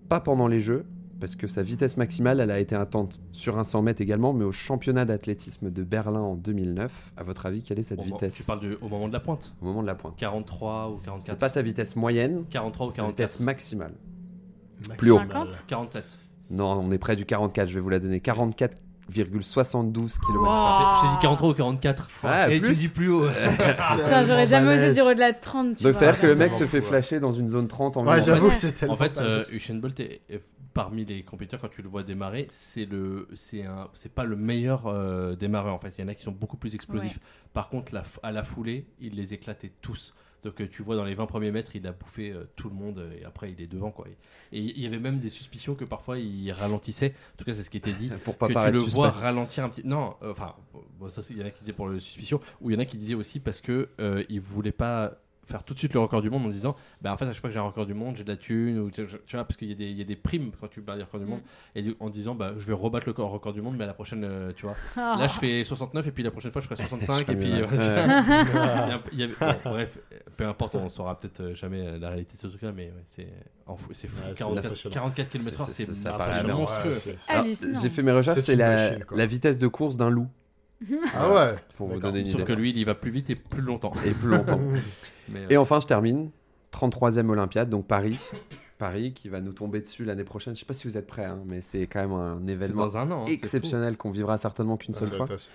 [SPEAKER 2] pas pendant les Jeux, parce que sa vitesse maximale, elle a été atteinte sur un 100 mètres également, mais au championnat d'athlétisme de Berlin en 2009. À votre avis, quelle est cette
[SPEAKER 1] au moment-
[SPEAKER 2] vitesse
[SPEAKER 1] Tu parles de- au moment de la pointe
[SPEAKER 2] au moment de la pointe
[SPEAKER 1] 43 ou
[SPEAKER 2] C'est
[SPEAKER 1] 44
[SPEAKER 2] pas sa vitesse moyenne,
[SPEAKER 1] 43 ou
[SPEAKER 2] c'est sa
[SPEAKER 1] 44
[SPEAKER 2] vitesse maximale.
[SPEAKER 4] secondes.
[SPEAKER 2] Plus haut.
[SPEAKER 3] 50.
[SPEAKER 1] 47.
[SPEAKER 2] Non, on est près du 44, je vais vous la donner. 44,72 km.
[SPEAKER 3] Wow. Ah.
[SPEAKER 1] Je t'ai dit 43 ou 44.
[SPEAKER 2] Ah,
[SPEAKER 1] Et tu
[SPEAKER 2] plus
[SPEAKER 1] dis plus
[SPEAKER 2] *laughs*
[SPEAKER 1] haut.
[SPEAKER 3] Putain, j'aurais jamais osé dire au-delà de 30. tu
[SPEAKER 2] Donc
[SPEAKER 3] vois.
[SPEAKER 2] c'est-à-dire que le
[SPEAKER 4] c'est
[SPEAKER 2] mec
[SPEAKER 4] tellement
[SPEAKER 2] se fait
[SPEAKER 4] fou, ouais.
[SPEAKER 2] flasher dans une zone 30 en
[SPEAKER 4] Ouais,
[SPEAKER 2] même temps.
[SPEAKER 4] j'avoue que c'est tellement
[SPEAKER 1] En fait,
[SPEAKER 4] pas
[SPEAKER 1] euh,
[SPEAKER 4] possible.
[SPEAKER 1] Usain Bolt est, est parmi les compétiteurs quand tu le vois démarrer, c'est le, c'est un, c'est pas le meilleur euh, démarreur en fait. Il y en a qui sont beaucoup plus explosifs. Par contre, la f- à la foulée, il les éclatait tous. Donc euh, tu vois dans les 20 premiers mètres, il a bouffé euh, tout le monde euh, et après il est devant quoi. Et il y avait même des suspicions que parfois il ralentissait. En tout cas, c'est ce qui était dit.
[SPEAKER 2] Pour pas
[SPEAKER 1] que tu
[SPEAKER 2] paraître
[SPEAKER 1] le
[SPEAKER 2] suspect.
[SPEAKER 1] vois ralentir un petit. Non, euh, enfin, bon, ça, c'est- il y en a qui disaient pour le suspicion, ou il y en a qui disaient aussi parce que euh, ils voulaient pas faire tout de suite le record du monde en disant, bah en fait à chaque fois que j'ai un record du monde, j'ai de la thune, ou tu tu vois, parce qu'il y, a des- il y a des primes quand tu bats les records du monde,
[SPEAKER 4] Mm.
[SPEAKER 1] et du- en disant, bah je vais rebattre le cor- record du monde, mais à la prochaine, euh, tu vois.
[SPEAKER 3] Ah.
[SPEAKER 1] Là je fais 69 et puis la prochaine fois je ferai 65
[SPEAKER 2] *laughs* Je
[SPEAKER 1] et puis. *laughs*
[SPEAKER 2] ferai mieux,
[SPEAKER 1] euh, tu
[SPEAKER 2] ouais.
[SPEAKER 4] *laughs*
[SPEAKER 1] vois. Il y
[SPEAKER 4] Ah,
[SPEAKER 1] a- il y avait- bon, bref, euh, peu importe, on saura peut-être euh, jamais euh, la réalité de ce truc-là, mais ouais, c'est en fou, c'est fou.
[SPEAKER 4] Ouais, c'est
[SPEAKER 1] 44,
[SPEAKER 4] impressionnant.
[SPEAKER 1] 44 km/h,
[SPEAKER 2] C'est-
[SPEAKER 1] c'est
[SPEAKER 2] c'est- ça paraît
[SPEAKER 1] c'est
[SPEAKER 2] aberrant.
[SPEAKER 1] monstrueux.
[SPEAKER 3] Ah
[SPEAKER 2] Alors,
[SPEAKER 3] Hallucinant.
[SPEAKER 2] J'ai fait mes recherches,
[SPEAKER 4] C'est
[SPEAKER 2] c'est
[SPEAKER 4] une
[SPEAKER 2] la,
[SPEAKER 4] machine, quoi.
[SPEAKER 2] la vitesse de course d'un loup.
[SPEAKER 4] Ah ouais.
[SPEAKER 2] Pour vous
[SPEAKER 4] D'accord.
[SPEAKER 2] donner une
[SPEAKER 1] Sauf
[SPEAKER 2] idée.
[SPEAKER 1] que lui, il y va plus vite et plus longtemps.
[SPEAKER 2] Et plus longtemps.
[SPEAKER 1] Mais, euh,
[SPEAKER 2] Et enfin, je termine. 33e Olympiade, donc Paris. Paris qui va nous tomber dessus l'année prochaine. Je sais pas si vous êtes prêts, hein, mais c'est quand même un
[SPEAKER 1] C'est
[SPEAKER 2] événement
[SPEAKER 1] dans un an. hein, c'est
[SPEAKER 2] exceptionnel qu'on vivra certainement qu'une
[SPEAKER 4] Ah,
[SPEAKER 2] seule
[SPEAKER 4] ça
[SPEAKER 2] fois,
[SPEAKER 4] va être assez-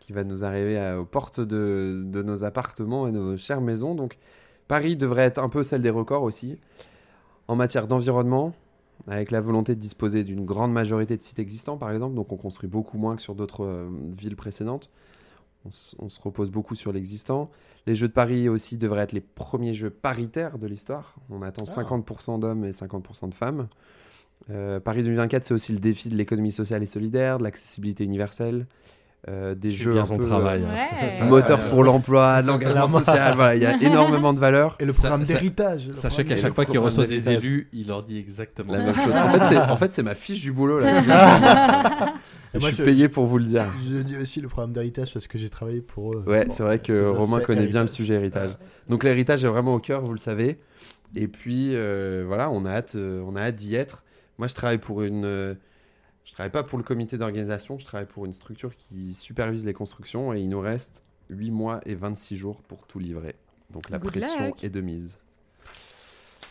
[SPEAKER 2] qui va nous arriver à- aux portes de, de nos appartements et nos chères maisons. Donc Paris devrait être un peu celle des records aussi. En matière d'environnement, avec la volonté de disposer d'une grande majorité de sites existants, par exemple, donc on construit beaucoup moins que sur d'autres euh, villes précédentes. On, s- on se repose beaucoup sur l'existant. Les Jeux de Paris aussi devraient être les premiers Jeux paritaires de l'histoire. On attend
[SPEAKER 4] Ah.
[SPEAKER 2] 50% d'hommes et 50% de femmes. Euh, Paris 2024, c'est aussi le défi de l'économie sociale et solidaire, de l'accessibilité universelle, euh, des
[SPEAKER 1] fou.
[SPEAKER 2] jeux
[SPEAKER 1] Bien
[SPEAKER 2] un
[SPEAKER 1] son
[SPEAKER 2] peu, euh,
[SPEAKER 1] travail. hein.
[SPEAKER 3] Ouais.
[SPEAKER 4] Ça-
[SPEAKER 2] moteur
[SPEAKER 4] Ouais.
[SPEAKER 2] pour l'emploi, de l'engagement
[SPEAKER 4] Clairement.
[SPEAKER 2] social. Voilà, *laughs* il y a énormément de valeurs.
[SPEAKER 4] Et le
[SPEAKER 1] Ça-
[SPEAKER 4] programme
[SPEAKER 1] ça-
[SPEAKER 4] d'héritage. le
[SPEAKER 1] Sachez
[SPEAKER 4] programme
[SPEAKER 1] qu'à chaque
[SPEAKER 2] le
[SPEAKER 1] fois qu'il
[SPEAKER 2] programme
[SPEAKER 1] reçoit
[SPEAKER 2] de
[SPEAKER 1] des
[SPEAKER 2] l'héritage.
[SPEAKER 1] élus, il leur dit exactement
[SPEAKER 2] La
[SPEAKER 1] ça.
[SPEAKER 2] même chose. En fait, c'est, en fait, c'est ma fiche du boulot. *laughs* Là. je
[SPEAKER 4] Et moi,
[SPEAKER 2] suis
[SPEAKER 4] je-
[SPEAKER 2] payé pour vous le dire.
[SPEAKER 4] d'héritage. Je dis aussi le programme d'héritage parce que j'ai travaillé pour eux.
[SPEAKER 2] Ouais,
[SPEAKER 4] Bon,
[SPEAKER 2] c'est vrai que
[SPEAKER 4] tous les
[SPEAKER 2] Romain
[SPEAKER 4] aspects
[SPEAKER 2] connaît bien le
[SPEAKER 4] héritage.
[SPEAKER 2] sujet héritage. Donc l'héritage est vraiment au cœur, vous le savez. Et puis euh, voilà, on a hâte, euh, on a hâte d'y être. Moi, je travaille pour une, euh, je travaille pas pour le comité d'organisation, je travaille pour une structure qui supervise les constructions et il nous reste 8 mois et 26 jours pour tout livrer. Donc la
[SPEAKER 3] Good
[SPEAKER 2] pression
[SPEAKER 3] luck.
[SPEAKER 2] est de mise.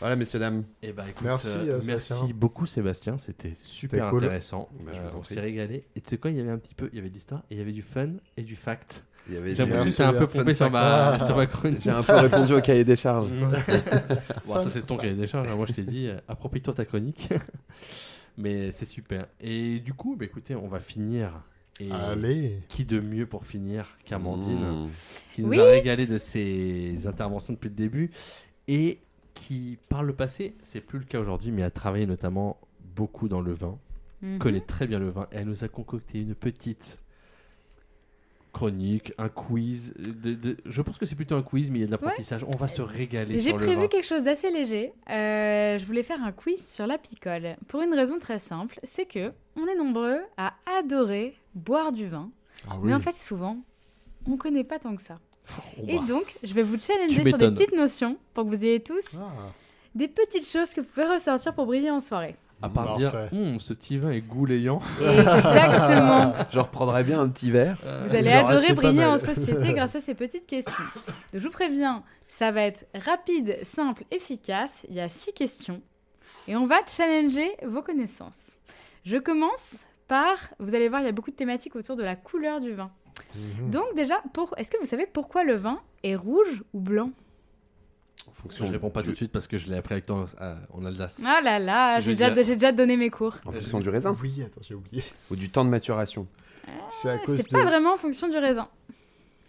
[SPEAKER 2] Voilà, messieurs dames.
[SPEAKER 1] Eh ben, écoute,
[SPEAKER 4] Merci,
[SPEAKER 1] euh,
[SPEAKER 4] euh,
[SPEAKER 1] merci
[SPEAKER 4] Sébastien.
[SPEAKER 1] beaucoup Sébastien, c'était super
[SPEAKER 4] cool.
[SPEAKER 1] intéressant.
[SPEAKER 2] Bah, je
[SPEAKER 1] Euh,
[SPEAKER 2] vous en
[SPEAKER 1] on
[SPEAKER 2] prie.
[SPEAKER 1] s'est régalé. Et tu sais quoi, il y avait un petit peu, il y avait de l'histoire, et il y avait du fun et du fact.
[SPEAKER 2] Il y avait
[SPEAKER 1] J'ai
[SPEAKER 2] des-
[SPEAKER 1] l'impression que
[SPEAKER 4] merci,
[SPEAKER 1] t'as un peu
[SPEAKER 4] euh,
[SPEAKER 1] pompé
[SPEAKER 4] fun
[SPEAKER 1] sur
[SPEAKER 4] fact.
[SPEAKER 1] ma,
[SPEAKER 4] Ah.
[SPEAKER 1] sur ma chronique. *laughs*
[SPEAKER 2] j'ai un peu répondu au cahier des charges.
[SPEAKER 1] Bon, ça c'est ton cahier des charges. hein. Moi je t'ai dit, euh, approprie-toi ta chronique. *laughs* Mais c'est super. Et du coup, bah, écoutez, on va finir. Et
[SPEAKER 4] Allez.
[SPEAKER 1] qui de mieux pour finir qu'Amandine
[SPEAKER 2] Mmh.
[SPEAKER 1] qui nous
[SPEAKER 3] Oui.
[SPEAKER 1] a régalé de ses interventions depuis le début et qui, par le passé, c'est plus le cas aujourd'hui, mais a travaillé notamment beaucoup dans le vin,
[SPEAKER 3] Mhm.
[SPEAKER 1] connaît très bien le vin. Et elle nous a concocté une petite chronique, un quiz. de- de- je pense que c'est plutôt un quiz, mais il y a de l'apprentissage. On va se régaler
[SPEAKER 3] J'ai
[SPEAKER 1] sur le
[SPEAKER 3] prévu
[SPEAKER 1] vin.
[SPEAKER 3] quelque chose d'assez léger. Euh, je voulais faire un quiz sur la picole. Pour une raison très simple, c'est que on est nombreux à adorer boire du vin. Mais en fait, souvent, on connaît pas tant que ça.
[SPEAKER 1] On
[SPEAKER 3] Et
[SPEAKER 1] boit.
[SPEAKER 3] donc, je vais vous
[SPEAKER 1] Tu
[SPEAKER 3] challenger sur des
[SPEAKER 1] m'étonnes.
[SPEAKER 3] petites notions pour que vous ayez tous
[SPEAKER 4] Ah.
[SPEAKER 3] des petites choses que vous pouvez ressortir pour briller
[SPEAKER 4] *laughs*
[SPEAKER 3] en soirée.
[SPEAKER 1] à part
[SPEAKER 4] Parfait.
[SPEAKER 1] dire, Hum, ce petit vin est gouléant.
[SPEAKER 3] Exactement.
[SPEAKER 2] Je reprendrai bien un petit verre.
[SPEAKER 3] Vous allez
[SPEAKER 4] Genre,
[SPEAKER 3] adorer
[SPEAKER 4] c'est pas
[SPEAKER 3] briller
[SPEAKER 4] mal.
[SPEAKER 3] en société grâce à ces petites questions. Donc, je vous préviens, ça va être rapide, simple, efficace. Il y a six questions. Et on va challenger vos connaissances. Je commence par, vous allez voir, il y a beaucoup de thématiques autour de la couleur du vin.
[SPEAKER 4] Mhm.
[SPEAKER 3] Donc déjà, pour, est-ce que vous savez pourquoi le vin est rouge ou blanc
[SPEAKER 2] En
[SPEAKER 1] Je
[SPEAKER 2] fonction
[SPEAKER 1] réponds pas
[SPEAKER 2] du-
[SPEAKER 1] tout de suite parce que je l'ai appris avec toi euh, en Alsace.
[SPEAKER 3] Ah là là,
[SPEAKER 1] Je
[SPEAKER 3] j'ai
[SPEAKER 1] veux
[SPEAKER 3] déjà,
[SPEAKER 1] dire-
[SPEAKER 3] j'ai déjà donné mes cours.
[SPEAKER 2] En fonction du raisin
[SPEAKER 4] Oui, attends, j'ai oublié.
[SPEAKER 2] ou du temps de maturation.
[SPEAKER 4] C'est à cause
[SPEAKER 3] Ah, C'est
[SPEAKER 4] de.
[SPEAKER 3] pas vraiment en fonction du raisin.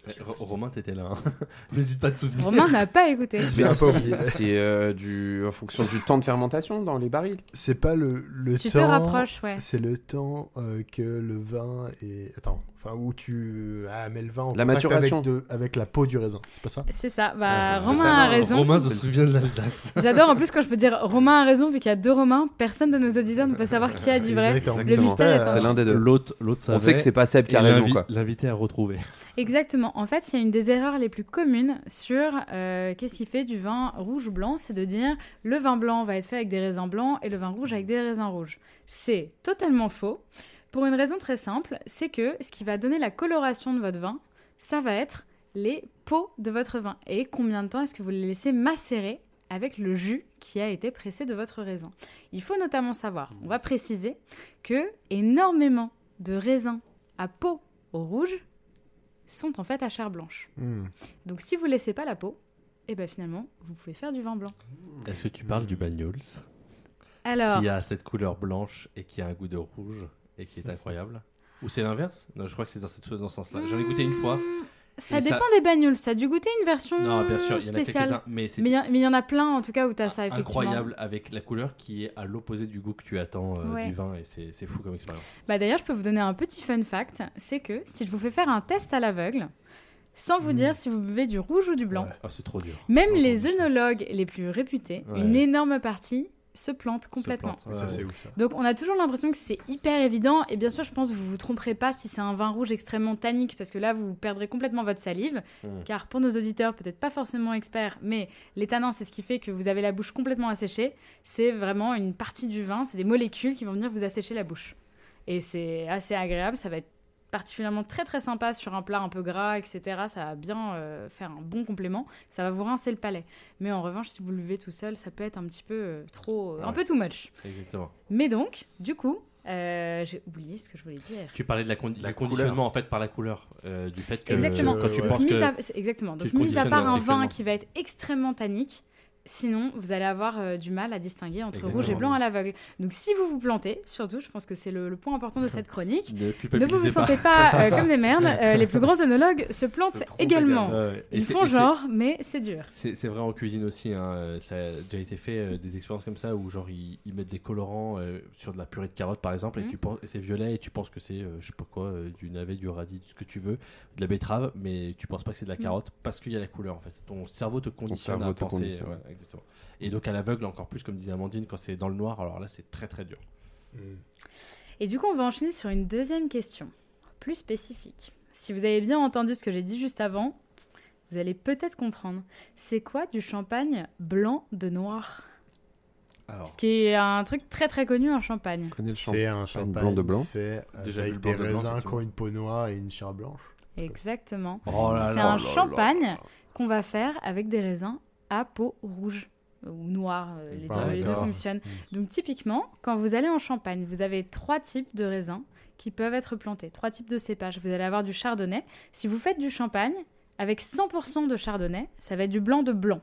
[SPEAKER 1] Eh, Ro- Romain, t'étais là. hein. *laughs* N'hésite pas de souvenir. *laughs*
[SPEAKER 3] Romain n'a pas écouté.
[SPEAKER 4] J'ai
[SPEAKER 2] Mais
[SPEAKER 4] un peu oublié.
[SPEAKER 2] c'est c'est, euh, du, en fonction du temps de fermentation dans les barils.
[SPEAKER 4] C'est pas le, le
[SPEAKER 3] Tu te
[SPEAKER 4] temps.
[SPEAKER 3] rapproches, ouais.
[SPEAKER 4] C'est le temps euh, que le vin est. Attends, enfin, où tu ah, mets le vin en
[SPEAKER 2] La
[SPEAKER 4] contact
[SPEAKER 2] maturation.
[SPEAKER 4] avec, de- avec la peau du raisin, c'est pas ça
[SPEAKER 3] C'est ça. Bah,
[SPEAKER 2] Ah,
[SPEAKER 3] Romain
[SPEAKER 2] putain,
[SPEAKER 3] a
[SPEAKER 2] non,
[SPEAKER 3] raison.
[SPEAKER 1] Romain se souvient de l'Alsace.
[SPEAKER 3] J'adore en plus quand je peux dire Romain a raison, vu qu'il y a deux Romains, personne de nos auditeurs ne peut savoir qui a dit vrai.
[SPEAKER 4] Exactement.
[SPEAKER 3] Le mystère est
[SPEAKER 2] Ah. C'est l'un des deux.
[SPEAKER 1] L'autre, l'autre savait.
[SPEAKER 2] On sait que c'est pas Seb qui a
[SPEAKER 1] et
[SPEAKER 2] raison,
[SPEAKER 1] l'invi-
[SPEAKER 2] quoi.
[SPEAKER 1] L'invité à retrouver.
[SPEAKER 3] Exactement. En fait, il y a une des erreurs les plus communes sur euh, qu'est-ce qui fait du vin rouge ou blanc, c'est de dire le vin blanc va être fait avec des raisins blancs et le vin rouge avec des raisins rouges. C'est totalement faux. Pour une raison très simple, c'est que ce qui va donner la coloration de votre vin, ça va être les peaux de votre vin. Et combien de temps est-ce que vous les laissez macérer avec le jus qui a été pressé de votre raisin Il faut notamment savoir, on va préciser, que énormément de raisins à peau au rouge sont en fait à chair blanche.
[SPEAKER 4] Hmm.
[SPEAKER 3] Donc si vous laissez pas la peau, et ben finalement, vous pouvez faire du vin blanc.
[SPEAKER 1] Est-ce que tu parles du Bagnols
[SPEAKER 3] Alors,
[SPEAKER 1] qui a cette couleur blanche et qui a un goût de rouge et qui est incroyable Ou c'est l'inverse Non, je crois que c'est dans, cette, dans ce sens-là. J'en ai goûté une fois.
[SPEAKER 3] hmm, Ça
[SPEAKER 1] et ça-
[SPEAKER 3] dépend des bagnoles. Ça a dû goûter une version
[SPEAKER 1] Non, bien sûr, il y en a
[SPEAKER 3] spéciale.
[SPEAKER 1] quelques-uns, mais c'est Ah,
[SPEAKER 3] Mais il y en- mais il y, en a plein en tout cas où tu as ça effectivement.
[SPEAKER 1] incroyable avec la couleur qui est à l'opposé du goût que tu attends euh,
[SPEAKER 3] Ouais.
[SPEAKER 1] du vin et c'est c'est fou comme expérience.
[SPEAKER 3] Bah d'ailleurs, je peux vous donner un petit fun fact, c'est que si je vous fais faire un test à l'aveugle, sans vous
[SPEAKER 1] Hmm.
[SPEAKER 4] Mm.
[SPEAKER 3] dire si vous buvez du rouge ou du blanc,
[SPEAKER 1] Ah, c'est trop dur.
[SPEAKER 3] même
[SPEAKER 1] J'ai
[SPEAKER 3] les
[SPEAKER 1] entendu ça.
[SPEAKER 3] œnologues les plus réputés,
[SPEAKER 1] Ouais.
[SPEAKER 3] une énorme partie se plante complètement.
[SPEAKER 1] Se plantent,
[SPEAKER 4] Ça,
[SPEAKER 1] ouais.
[SPEAKER 4] c'est ouf, ça.
[SPEAKER 3] Donc on a toujours l'impression que c'est hyper évident et bien sûr je pense que vous vous tromperez pas si c'est un vin rouge extrêmement tannique parce que là vous perdrez complètement votre salive
[SPEAKER 1] Mm.
[SPEAKER 3] car pour nos auditeurs peut-être pas forcément experts mais les tanins c'est ce qui fait que vous avez la bouche complètement asséchée c'est vraiment une partie du vin c'est des molécules qui vont venir vous assécher la bouche et c'est assez agréable ça va être particulièrement très très sympa sur un plat un peu gras etc ça va bien euh, faire un bon complément ça va vous rincer le palais mais en revanche si vous le buvez tout seul ça peut être un petit peu euh, trop un
[SPEAKER 1] Ouais.
[SPEAKER 3] peu too much
[SPEAKER 1] Exactement.
[SPEAKER 3] mais donc, du coup, euh, j'ai oublié ce que je voulais dire.
[SPEAKER 1] Tu parlais de la, con- du conditionnement en fait par la couleur, euh, du fait que
[SPEAKER 3] Exactement.
[SPEAKER 1] quand tu
[SPEAKER 4] Ouais.
[SPEAKER 1] penses
[SPEAKER 3] Mis
[SPEAKER 1] que
[SPEAKER 3] à- c'est- Exactement.
[SPEAKER 1] tu
[SPEAKER 3] Donc, mis à
[SPEAKER 1] conditionnes
[SPEAKER 3] part un
[SPEAKER 1] intellectuellement.
[SPEAKER 3] vin qui va être extrêmement tannique, sinon vous allez avoir euh, du mal à distinguer entre rouge et
[SPEAKER 1] Exactement.
[SPEAKER 3] blanc à l'aveugle. Donc, si vous vous plantez, surtout, je pense que c'est le, le point important de
[SPEAKER 1] *laughs*
[SPEAKER 3] cette chronique,
[SPEAKER 1] ne
[SPEAKER 3] ne
[SPEAKER 1] culpabilisez
[SPEAKER 3] vous vous
[SPEAKER 1] pas.
[SPEAKER 3] sentez pas euh, comme des merdes.
[SPEAKER 1] *laughs*
[SPEAKER 3] Euh, les plus grands onologues se
[SPEAKER 2] Se
[SPEAKER 3] plantent
[SPEAKER 2] trompent
[SPEAKER 3] également.
[SPEAKER 2] également.
[SPEAKER 1] Ouais, ouais. Et
[SPEAKER 3] Ils
[SPEAKER 1] c'est-
[SPEAKER 3] font
[SPEAKER 1] et c'est-
[SPEAKER 3] genre, mais c'est dur.
[SPEAKER 1] C'est c'est vrai en cuisine aussi, hein, euh, ça a déjà été fait euh, des expériences comme ça où genre ils, ils mettent des colorants euh, sur de la purée de carottes par exemple et
[SPEAKER 3] Mhm.
[SPEAKER 1] tu penses et c'est violet et tu penses que c'est euh, je sais pas quoi euh, du navet, du radis, ce que tu veux, de la betterave mais tu penses pas que c'est de la
[SPEAKER 3] Mhm.
[SPEAKER 1] carotte parce qu'il y a la couleur en fait. Ton cerveau te conditionne
[SPEAKER 2] cerveau
[SPEAKER 1] à
[SPEAKER 2] te
[SPEAKER 1] penser
[SPEAKER 2] conditionne.
[SPEAKER 1] ouais, exactement. Et donc à l'aveugle encore plus comme disait Amandine quand c'est dans le noir alors là c'est très très dur.
[SPEAKER 4] Hmm.
[SPEAKER 3] Et du coup, on va enchaîner sur une deuxième question, plus spécifique. Si vous avez bien entendu ce que j'ai dit juste avant, vous allez peut-être comprendre. C'est quoi du champagne blanc de noir
[SPEAKER 1] Alors
[SPEAKER 3] Ce qui est un truc très très connu en Champagne.
[SPEAKER 2] On connaît le champ.
[SPEAKER 4] C'est un champagne
[SPEAKER 2] blanc de blanc.
[SPEAKER 4] fait
[SPEAKER 1] Déjà vu
[SPEAKER 4] avec
[SPEAKER 1] le
[SPEAKER 4] des
[SPEAKER 1] blanc de blanc,
[SPEAKER 4] raisins qui
[SPEAKER 1] effectivement.
[SPEAKER 4] ont une peau noire et une chair blanche.
[SPEAKER 3] Exactement.
[SPEAKER 1] Oh là
[SPEAKER 3] C'est
[SPEAKER 1] là
[SPEAKER 3] un
[SPEAKER 1] là là.
[SPEAKER 3] champagne qu'on va faire avec des raisins à peau rouge ou noire, euh, les,
[SPEAKER 4] D'accord.
[SPEAKER 3] deux, les deux fonctionnent.
[SPEAKER 1] Mm.
[SPEAKER 3] Donc typiquement, quand vous allez en Champagne, vous avez trois types de raisins qui peuvent être plantés, trois types de cépages. Vous allez avoir du chardonnay. Si vous faites du champagne avec 100% de chardonnay, ça va être du blanc de blanc.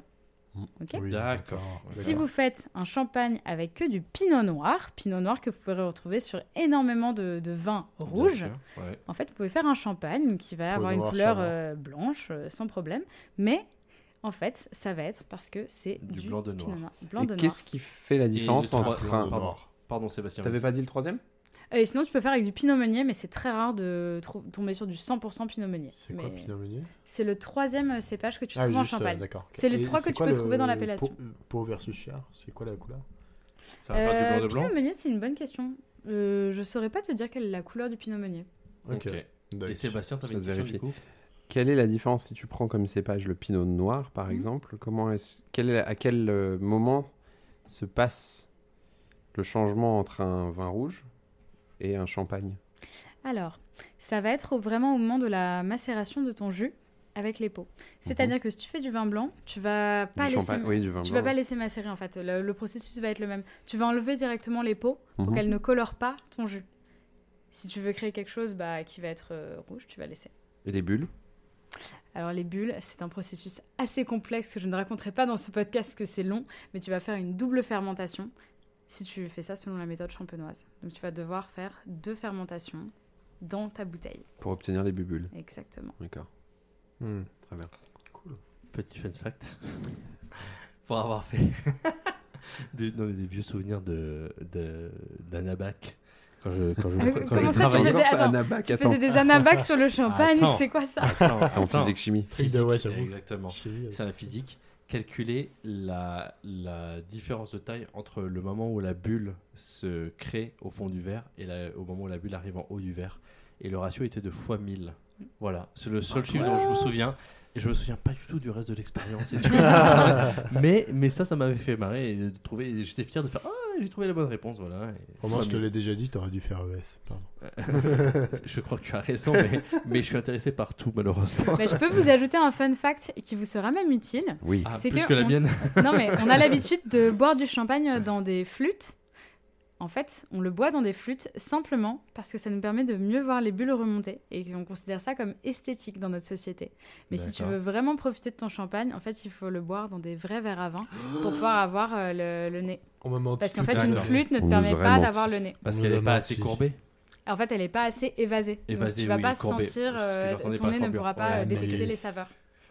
[SPEAKER 3] Ok.
[SPEAKER 4] Oui,
[SPEAKER 1] Mm. D'accord.
[SPEAKER 3] Si vous faites un champagne avec que du pinot noir, pinot noir que vous pouvez retrouver sur énormément de, de vins
[SPEAKER 1] Bien
[SPEAKER 3] rouges,
[SPEAKER 1] sûr, ouais.
[SPEAKER 3] en fait, vous pouvez faire un champagne qui va
[SPEAKER 4] Peau
[SPEAKER 3] avoir une
[SPEAKER 4] noire,
[SPEAKER 3] couleur
[SPEAKER 4] chardonnay.
[SPEAKER 3] euh, blanche euh, sans problème, mais en fait, ça va être parce que c'est
[SPEAKER 1] Du
[SPEAKER 3] du,
[SPEAKER 1] blanc de
[SPEAKER 3] pinot
[SPEAKER 1] noir.
[SPEAKER 3] noir. Blanc
[SPEAKER 2] Mais
[SPEAKER 3] de noir.
[SPEAKER 2] qu'est-ce qui fait la différence
[SPEAKER 1] le
[SPEAKER 2] entre
[SPEAKER 1] trois-
[SPEAKER 2] un.
[SPEAKER 1] pardon. Pardon Sébastien.
[SPEAKER 2] T'avais
[SPEAKER 1] vas-y.
[SPEAKER 2] pas dit le troisième
[SPEAKER 3] Euh, Et sinon, tu peux faire avec du pinot meunier, mais c'est très rare de trou- tomber sur du 100% pinot meunier.
[SPEAKER 4] C'est
[SPEAKER 3] Mais
[SPEAKER 4] quoi Pinot Meunier
[SPEAKER 3] C'est le troisième euh, cépage que tu
[SPEAKER 4] Ah,
[SPEAKER 3] trouves en
[SPEAKER 4] juste, euh,
[SPEAKER 3] champagne.
[SPEAKER 4] d'accord. Ok.
[SPEAKER 3] C'est les
[SPEAKER 4] Et
[SPEAKER 3] trois que tu
[SPEAKER 4] quoi
[SPEAKER 3] peux
[SPEAKER 4] le
[SPEAKER 3] trouver dans l'appellation.
[SPEAKER 4] Peau, peau versus chair, c'est quoi la couleur
[SPEAKER 1] Ça va faire du
[SPEAKER 3] Euh,
[SPEAKER 1] blanc de blanc.
[SPEAKER 3] Pinot meunier, c'est une bonne question. Euh, je saurais pas te dire quelle est la couleur du pinot meunier.
[SPEAKER 1] Ok. Et Sébastien t'avais
[SPEAKER 2] Ça
[SPEAKER 1] une
[SPEAKER 2] se
[SPEAKER 1] question
[SPEAKER 2] vérifie.
[SPEAKER 1] du coup
[SPEAKER 2] Quelle est la différence si tu prends comme cépage le pinot noir, par
[SPEAKER 3] Mhm.
[SPEAKER 2] exemple Comment est quel est- À quel euh, moment se passe le changement entre un vin rouge et un champagne
[SPEAKER 3] Alors, ça va être au- vraiment au moment de la macération de ton jus avec les peaux. C'est-à-dire que si tu fais du vin blanc, tu vas pas
[SPEAKER 2] Du
[SPEAKER 3] laisser
[SPEAKER 2] champagne Oui, du vin
[SPEAKER 3] Tu
[SPEAKER 2] blanc.
[SPEAKER 3] vas pas laisser macérer en fait, le, le processus va être le même. Tu vas enlever directement les peaux pour
[SPEAKER 2] Mhm.
[SPEAKER 3] qu'elles ne colorent pas ton jus. Si tu veux créer quelque chose bah, qui va être euh, rouge, tu vas laisser.
[SPEAKER 2] Et les bulles
[SPEAKER 3] Alors les bulles, c'est un processus assez complexe que je ne raconterai pas dans ce podcast parce que c'est long, mais tu vas faire une double fermentation si tu fais ça selon la méthode champenoise. Donc tu vas devoir faire deux fermentations dans ta bouteille.
[SPEAKER 2] pour obtenir les bulles.
[SPEAKER 3] Exactement.
[SPEAKER 2] D'accord.
[SPEAKER 4] Hmm.
[SPEAKER 2] Très bien.
[SPEAKER 1] Petit fun fact. *laughs* Pour avoir fait *laughs* des, non, mais des vieux souvenirs de, de, d'Anabac. Quand je, quand je,
[SPEAKER 3] Ah oui,
[SPEAKER 1] quand je
[SPEAKER 3] comment ça, tu
[SPEAKER 1] travaillais-
[SPEAKER 3] faisais- attends,
[SPEAKER 2] Anabac,
[SPEAKER 3] Tu
[SPEAKER 2] attends.
[SPEAKER 3] faisais des anabacs sur le champagne,
[SPEAKER 1] Attends.
[SPEAKER 3] c'est quoi ça
[SPEAKER 1] Attends,
[SPEAKER 2] En
[SPEAKER 1] attends.
[SPEAKER 2] physique chimie.
[SPEAKER 1] Physique,
[SPEAKER 4] Ah ouais, j'avoue.
[SPEAKER 1] exactement.
[SPEAKER 4] Chérie,
[SPEAKER 1] C'est la physique. Calculer la, la différence de taille entre le moment où la bulle se crée au fond du verre et la- au moment où la bulle arrive en haut du verre. Et le ratio était de fois 1000. Voilà, c'est le seul chiffre dont je me souviens. Et je me souviens pas du tout du reste de
[SPEAKER 4] *laughs*
[SPEAKER 1] l'expérience. *laughs* et tout. mais, mais ça, ça m'avait fait marrer. Et de trouver, et j'étais fier de faire Ah, j'ai trouvé la bonne réponse. Voilà. Et
[SPEAKER 4] Romain,
[SPEAKER 1] fois
[SPEAKER 4] je te
[SPEAKER 1] 1000.
[SPEAKER 4] l'ai déjà dit, t'aurais dû faire ES. Pardon.
[SPEAKER 1] Je crois que tu as raison, mais, mais je suis intéressé par tout, malheureusement.
[SPEAKER 3] Bah, Je peux vous ajouter un fun fact qui vous sera même utile.
[SPEAKER 2] Oui.
[SPEAKER 1] Ah,
[SPEAKER 3] C'est
[SPEAKER 1] plus
[SPEAKER 3] que
[SPEAKER 1] que la
[SPEAKER 3] on-
[SPEAKER 1] mienne.
[SPEAKER 3] Non, mais on a l'habitude de boire du champagne dans des flûtes. En fait, on le boit dans des flûtes simplement parce que ça nous permet de mieux voir les bulles remonter et qu'on considère ça comme esthétique dans notre société. Mais si tu
[SPEAKER 1] D'accord.
[SPEAKER 3] veux vraiment profiter de ton champagne, en fait, il faut le boire dans des vrais verres à vin pour pouvoir avoir euh, le, le nez.
[SPEAKER 4] On m'a menti.
[SPEAKER 3] Parce qu'en
[SPEAKER 4] tout
[SPEAKER 3] fait,
[SPEAKER 4] à
[SPEAKER 3] une
[SPEAKER 4] l'heure.
[SPEAKER 3] flûte ne te
[SPEAKER 2] On nous
[SPEAKER 3] permet
[SPEAKER 2] aurait
[SPEAKER 3] pas
[SPEAKER 2] menti.
[SPEAKER 3] d'avoir le nez.
[SPEAKER 1] Parce
[SPEAKER 4] Nous
[SPEAKER 1] qu'elle
[SPEAKER 4] a
[SPEAKER 1] n'est pas
[SPEAKER 4] menti.
[SPEAKER 1] assez courbée.
[SPEAKER 3] En fait, elle n'est pas assez évasée.
[SPEAKER 1] Évasée,
[SPEAKER 3] Donc, tu vas
[SPEAKER 1] oui,
[SPEAKER 3] pas
[SPEAKER 1] courbée. C'est ce
[SPEAKER 3] sentir,
[SPEAKER 1] que
[SPEAKER 3] euh,
[SPEAKER 1] j'entendais
[SPEAKER 3] ton
[SPEAKER 1] par
[SPEAKER 3] nez ne
[SPEAKER 1] courbure.
[SPEAKER 3] pourra pas
[SPEAKER 1] Ouais,
[SPEAKER 3] euh,
[SPEAKER 1] mais-
[SPEAKER 3] détecter les saveurs.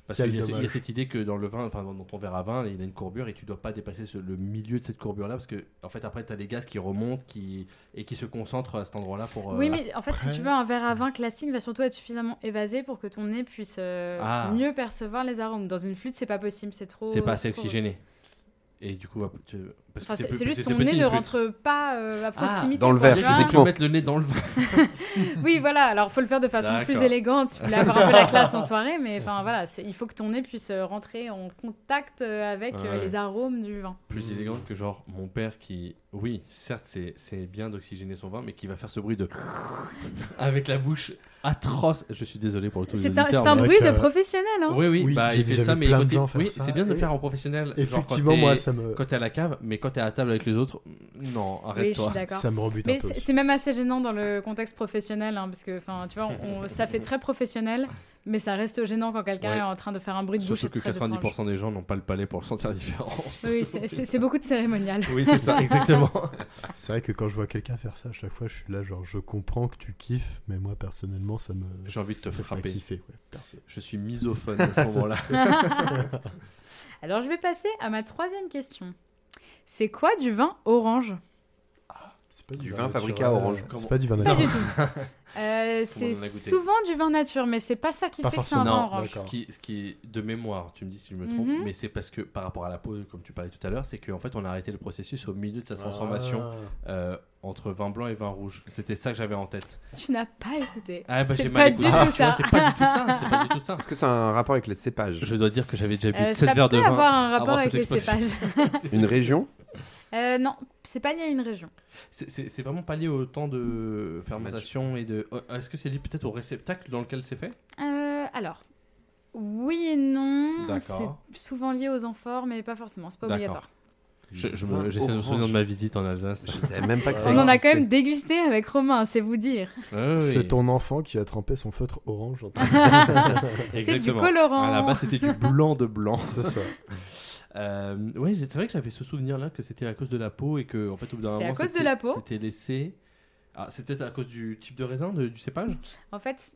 [SPEAKER 1] Parce
[SPEAKER 4] Quel
[SPEAKER 1] qu'il y, a ce- il y a
[SPEAKER 4] dommage.
[SPEAKER 1] cette idée que dans le vin, enfin dans ton verre à vin, il a une courbure et tu dois pas dépasser ce- le milieu de cette courbure-là parce que en fait après tu as des gaz qui remontent qui, et qui se concentrent à cet endroit-là pour. euh,
[SPEAKER 3] Oui, mais en fait, si
[SPEAKER 4] Après-
[SPEAKER 3] tu veux, un verre à vin classique va surtout être suffisamment évasé pour que ton nez puisse euh,
[SPEAKER 1] Ah.
[SPEAKER 3] mieux percevoir les arômes. Dans une flûte, c'est pas possible, c'est trop.
[SPEAKER 1] c'est pas
[SPEAKER 3] c'est
[SPEAKER 1] assez
[SPEAKER 3] trop-
[SPEAKER 1] oxygéné. Et du coup, bah, tu- parce
[SPEAKER 3] Enfin,
[SPEAKER 1] que
[SPEAKER 3] c'est
[SPEAKER 1] plus-
[SPEAKER 3] c'est
[SPEAKER 1] plus-
[SPEAKER 3] juste
[SPEAKER 1] c'est
[SPEAKER 3] ton
[SPEAKER 1] petit,
[SPEAKER 3] nez
[SPEAKER 1] une
[SPEAKER 3] ne
[SPEAKER 1] flûte.
[SPEAKER 3] rentre pas euh, à proximité.
[SPEAKER 2] dans le
[SPEAKER 3] quoi,
[SPEAKER 2] verre,
[SPEAKER 3] tu
[SPEAKER 1] Ah,
[SPEAKER 3] vois.
[SPEAKER 1] il faut
[SPEAKER 2] physiquement.
[SPEAKER 1] mettre le nez dans le vin.
[SPEAKER 3] Oui, voilà. Alors, faut le faire de façon plus
[SPEAKER 1] D'accord.
[SPEAKER 3] élégante. Il faut avoir un peu
[SPEAKER 1] *laughs*
[SPEAKER 3] la classe en soirée, mais enfin voilà, c'est- il faut que ton nez puisse euh, rentrer en contact euh, avec euh,
[SPEAKER 1] Ouais.
[SPEAKER 3] les arômes du vin.
[SPEAKER 1] Plus élégante que genre mon père qui, oui, certes c'est- c'est bien d'oxygéner son vin, mais qui va faire ce bruit de *laughs* avec la bouche atroce. Je suis désolé pour le tout.
[SPEAKER 3] C'est un, c'est un bruit de
[SPEAKER 4] euh,
[SPEAKER 3] professionnel, hein.
[SPEAKER 1] Oui, oui,
[SPEAKER 4] Oui,
[SPEAKER 1] bah,
[SPEAKER 4] j'ai
[SPEAKER 1] il fait
[SPEAKER 4] déjà
[SPEAKER 1] ça,
[SPEAKER 4] vu
[SPEAKER 1] mais
[SPEAKER 4] plein de
[SPEAKER 1] côté-
[SPEAKER 4] gens faire
[SPEAKER 1] oui,
[SPEAKER 4] ça,
[SPEAKER 1] c'est bien de le
[SPEAKER 4] et-
[SPEAKER 1] faire en professionnel.
[SPEAKER 4] Effectivement,
[SPEAKER 1] genre, quand
[SPEAKER 4] moi,
[SPEAKER 1] t'es-
[SPEAKER 4] ça me,
[SPEAKER 1] Quand t'es à la cave, mais quand t'es à la table avec les autres, mm, non,
[SPEAKER 3] Oui, je
[SPEAKER 1] arrête-toi.
[SPEAKER 3] suis d'accord.
[SPEAKER 4] ça me rebute un
[SPEAKER 3] Mais
[SPEAKER 4] peu.
[SPEAKER 3] c'est
[SPEAKER 4] aussi.
[SPEAKER 3] c'est même assez gênant dans le contexte professionnel, hein, parce que, enfin, tu vois, on- on- ça fait très professionnel, mais ça reste gênant quand quelqu'un
[SPEAKER 1] Ouais.
[SPEAKER 3] est en train de faire un bruit de bouche.
[SPEAKER 1] Surtout
[SPEAKER 3] et
[SPEAKER 1] que
[SPEAKER 3] très étrange.
[SPEAKER 1] 90% des gens n'ont pas le palais pour sentir la différence.
[SPEAKER 3] *laughs* Oui, c'est- c'est c'est beaucoup de cérémonial.
[SPEAKER 1] Oui, c'est ça, exactement.
[SPEAKER 4] C'est vrai que quand je vois quelqu'un faire ça, à chaque fois, je suis là, genre, je comprends que tu kiffes, mais moi, personnellement, ça me.
[SPEAKER 1] *laughs* J'ai envie de te
[SPEAKER 4] me fait pas
[SPEAKER 1] frapper.
[SPEAKER 4] kiffer, ouais, perso.
[SPEAKER 1] Je suis misophone à ce
[SPEAKER 3] *laughs*
[SPEAKER 1] moment-là.
[SPEAKER 3] Alors, je vais passer à ma troisième question. C'est quoi du vin orange
[SPEAKER 4] C'est pas
[SPEAKER 2] Du vin fabriqué
[SPEAKER 4] naturel,
[SPEAKER 2] à Orange.
[SPEAKER 4] euh,
[SPEAKER 1] Comment-
[SPEAKER 4] C'est pas du vin
[SPEAKER 3] Pas du *laughs*
[SPEAKER 4] naturel.
[SPEAKER 3] tout.
[SPEAKER 1] *laughs*
[SPEAKER 3] Euh,
[SPEAKER 1] on en
[SPEAKER 3] c'est
[SPEAKER 1] a goûté.
[SPEAKER 3] souvent du vin nature, mais c'est pas ça qui
[SPEAKER 4] Pas
[SPEAKER 3] fait que c'est un vin
[SPEAKER 1] non,
[SPEAKER 3] orange.
[SPEAKER 1] ce qui, ce qui est de mémoire, tu me dis si je me trompe,
[SPEAKER 3] Mhm.
[SPEAKER 1] mais c'est parce que par rapport à la peau, comme tu parlais tout à l'heure, c'est qu'en fait on a arrêté le processus au milieu de sa transformation
[SPEAKER 4] Ah.
[SPEAKER 1] euh, entre vin blanc et vin rouge. C'était ça que j'avais en tête.
[SPEAKER 3] Tu n'as pas écouté.
[SPEAKER 1] Ah bah j'ai
[SPEAKER 3] c'est
[SPEAKER 1] mal
[SPEAKER 3] pas du
[SPEAKER 1] écouté.
[SPEAKER 3] tout
[SPEAKER 1] Ah, tu vois,
[SPEAKER 3] ça.
[SPEAKER 1] C'est pas du tout ça. C'est pas
[SPEAKER 3] *laughs*
[SPEAKER 1] du tout ça.
[SPEAKER 2] Est-ce que ça a un rapport avec les cépages
[SPEAKER 1] Je dois dire que j'avais déjà bu
[SPEAKER 3] Euh,
[SPEAKER 1] 7
[SPEAKER 3] ça
[SPEAKER 1] verres
[SPEAKER 3] peut
[SPEAKER 1] de vin.
[SPEAKER 3] avoir un
[SPEAKER 1] avant
[SPEAKER 3] rapport avec les
[SPEAKER 1] cette exposition.
[SPEAKER 3] cépages.
[SPEAKER 2] Une région
[SPEAKER 3] Euh, non, c'est pas lié à une région.
[SPEAKER 1] C'est- C'est c'est vraiment pas lié au temps de fermentation et de. Oh, Est-ce que c'est lié peut-être au réceptacle dans lequel c'est fait
[SPEAKER 3] Euh, alors, oui et non. C'est
[SPEAKER 1] D'accord.
[SPEAKER 3] souvent lié aux amphores, mais pas forcément. C'est pas
[SPEAKER 1] D'accord.
[SPEAKER 3] obligatoire.
[SPEAKER 1] Je- je
[SPEAKER 2] Vin
[SPEAKER 1] me- J'essaie de me souvenir
[SPEAKER 2] orange.
[SPEAKER 1] de ma visite en Alsace.
[SPEAKER 2] Je savais même pas que ça
[SPEAKER 3] On en a
[SPEAKER 2] existait.
[SPEAKER 3] quand même dégusté avec Romain, c'est
[SPEAKER 1] *laughs*
[SPEAKER 3] vous dire.
[SPEAKER 1] *laughs* Ah oui,
[SPEAKER 4] C'est ton enfant qui a trempé son feutre orange. dans ta-
[SPEAKER 3] *laughs* C'est du
[SPEAKER 1] exactement.
[SPEAKER 3] colorant.
[SPEAKER 1] Ah, Là-bas, c'était du blanc de blanc.
[SPEAKER 4] C'est ça.
[SPEAKER 1] Euh, ouais, j'ai- c'est vrai que j'avais ce souvenir-là que c'était à cause de la peau et que, en fait, au bout d'un
[SPEAKER 3] C'est à
[SPEAKER 1] moment,
[SPEAKER 3] cause de
[SPEAKER 1] c'était-
[SPEAKER 3] la peau.
[SPEAKER 1] C'était laissé. Ah, c'était à cause du type de raisin, de- du cépage
[SPEAKER 3] En fait,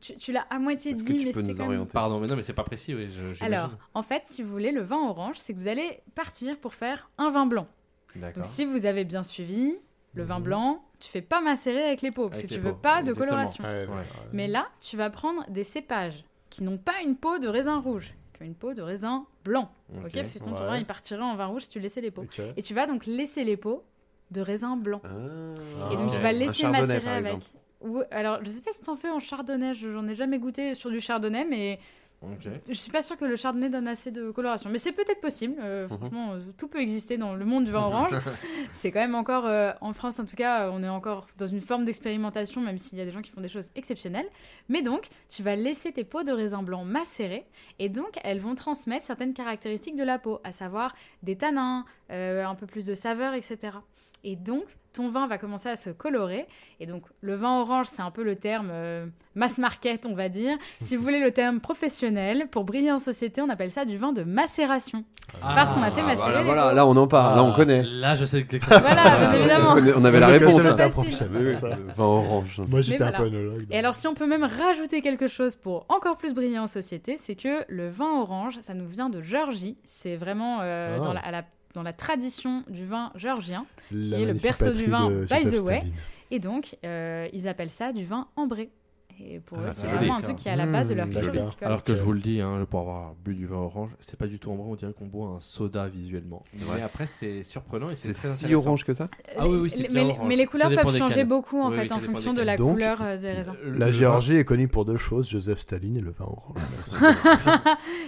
[SPEAKER 3] tu, tu l'as à moitié
[SPEAKER 2] Est-ce que
[SPEAKER 3] dit,
[SPEAKER 2] tu
[SPEAKER 3] mais
[SPEAKER 2] peux
[SPEAKER 3] c'était
[SPEAKER 2] nous
[SPEAKER 3] quand même...
[SPEAKER 2] orienter
[SPEAKER 1] Pardon, mais non, mais c'est pas précis. Oui, je- j'imagine.
[SPEAKER 3] Alors, en fait, si vous voulez, le vin orange, c'est que vous allez partir pour faire un vin blanc.
[SPEAKER 1] D'accord. Mhm.
[SPEAKER 3] Donc, si vous avez bien suivi, le vin blanc, tu fais pas macérer avec les peaux, parce
[SPEAKER 1] Avec
[SPEAKER 3] que
[SPEAKER 1] les
[SPEAKER 3] tu veux
[SPEAKER 1] peaux,
[SPEAKER 3] pas de
[SPEAKER 1] exactement.
[SPEAKER 3] coloration.
[SPEAKER 1] Ouais.
[SPEAKER 3] Mais là, tu vas prendre des cépages qui n'ont pas une peau de raisin rouge, qui ont une peau de raisin blanc.
[SPEAKER 1] Ok.
[SPEAKER 3] Ok, parce que sinon ton
[SPEAKER 4] ouais.
[SPEAKER 3] vin il partirait en vin rouge si tu laissais les peaux.
[SPEAKER 4] Ok.
[SPEAKER 3] Et tu vas donc laisser les peaux de raisin blanc.
[SPEAKER 2] Ah.
[SPEAKER 3] Et donc
[SPEAKER 1] ok.
[SPEAKER 3] tu vas
[SPEAKER 2] Un
[SPEAKER 3] laisser
[SPEAKER 2] chardonnay,
[SPEAKER 3] macérer
[SPEAKER 2] par
[SPEAKER 3] avec.
[SPEAKER 2] exemple.
[SPEAKER 3] Ou- alors je sais pas si t'en fais en chardonnay, je- j'en ai jamais goûté sur du chardonnay, mais
[SPEAKER 1] Ok.
[SPEAKER 3] je suis pas sûre que le chardonnay donne assez de coloration. Mais c'est peut-être possible,
[SPEAKER 2] Mhm.
[SPEAKER 3] euh, franchement, euh, tout peut exister dans le monde du vin orange. c'est quand même encore, euh, en France en tout cas, euh, on est encore dans une forme d'expérimentation, même s'il y a des gens qui font des choses exceptionnelles. Mais donc, tu vas laisser tes peaux de raisin blanc macérer, et donc elles vont transmettre certaines caractéristiques de la peau, à savoir des tanins, euh, un peu plus de saveur, etc. Et donc, ton vin va commencer à se colorer. Et donc, le vin orange, c'est un peu le terme euh, mass market, on va dire. Si vous voulez le terme professionnel, pour briller en société, on appelle ça du vin de macération. Parce qu'on a fait
[SPEAKER 2] Ah,
[SPEAKER 3] macérer.
[SPEAKER 2] voilà,
[SPEAKER 3] les
[SPEAKER 2] voilà, là on en parle, là on connaît.
[SPEAKER 1] Bah, Ah, Là, je sais exactement.
[SPEAKER 3] Voilà, Ah,
[SPEAKER 1] *laughs*
[SPEAKER 3] bien évidemment.
[SPEAKER 2] On, connaît- on avait la
[SPEAKER 4] Donc,
[SPEAKER 2] réponse.
[SPEAKER 4] ça,
[SPEAKER 3] hein.
[SPEAKER 4] t'as appris, je
[SPEAKER 3] Facile.
[SPEAKER 4] savais ça.
[SPEAKER 2] Le vin orange.
[SPEAKER 4] Moi, j'étais un
[SPEAKER 3] voilà.
[SPEAKER 4] peu analogue.
[SPEAKER 3] Et alors, si on peut même rajouter quelque chose pour encore plus briller en société, c'est que le vin orange, ça nous vient de Géorgie. C'est vraiment euh,
[SPEAKER 4] Ah.
[SPEAKER 3] dans, la, à la- dans la tradition du vin géorgien.
[SPEAKER 4] La
[SPEAKER 3] qui est le
[SPEAKER 4] magnifique
[SPEAKER 3] berceau du
[SPEAKER 4] patrie
[SPEAKER 3] vin,
[SPEAKER 4] de
[SPEAKER 3] by
[SPEAKER 4] Joseph
[SPEAKER 3] the way.
[SPEAKER 4] Staline.
[SPEAKER 3] Et donc, euh, ils appellent ça du vin ambré. Et pour
[SPEAKER 1] Ah,
[SPEAKER 3] eux, c'est
[SPEAKER 1] joli,
[SPEAKER 3] vraiment un
[SPEAKER 1] ça.
[SPEAKER 3] truc qui est à la base de leur
[SPEAKER 4] Mmh,
[SPEAKER 3] culture
[SPEAKER 4] joli.
[SPEAKER 3] viticole.
[SPEAKER 1] Alors que je vous le dis, hein, pour avoir bu du vin orange, c'est pas du tout ambré, on dirait qu'on boit un soda visuellement. Mais après, c'est surprenant et
[SPEAKER 2] C'est
[SPEAKER 1] c'est très
[SPEAKER 2] si
[SPEAKER 1] intéressant.
[SPEAKER 2] orange que ça
[SPEAKER 1] Ah oui, oui, c'est
[SPEAKER 3] Les-
[SPEAKER 1] bien
[SPEAKER 3] mais,
[SPEAKER 1] orange.
[SPEAKER 3] mais les
[SPEAKER 1] Ça
[SPEAKER 3] couleurs
[SPEAKER 1] dépend
[SPEAKER 3] peuvent
[SPEAKER 1] des
[SPEAKER 3] changer
[SPEAKER 1] cannes.
[SPEAKER 3] beaucoup en
[SPEAKER 1] Oui, oui,
[SPEAKER 3] fait
[SPEAKER 1] ça
[SPEAKER 3] en
[SPEAKER 1] dépend des
[SPEAKER 3] fonction de
[SPEAKER 1] cannes.
[SPEAKER 3] la
[SPEAKER 4] Donc,
[SPEAKER 3] couleur euh, des raisins.
[SPEAKER 1] Le-
[SPEAKER 4] La
[SPEAKER 1] le
[SPEAKER 4] Géorgie est connue pour deux choses, Joseph Staline et le vin orange. *laughs*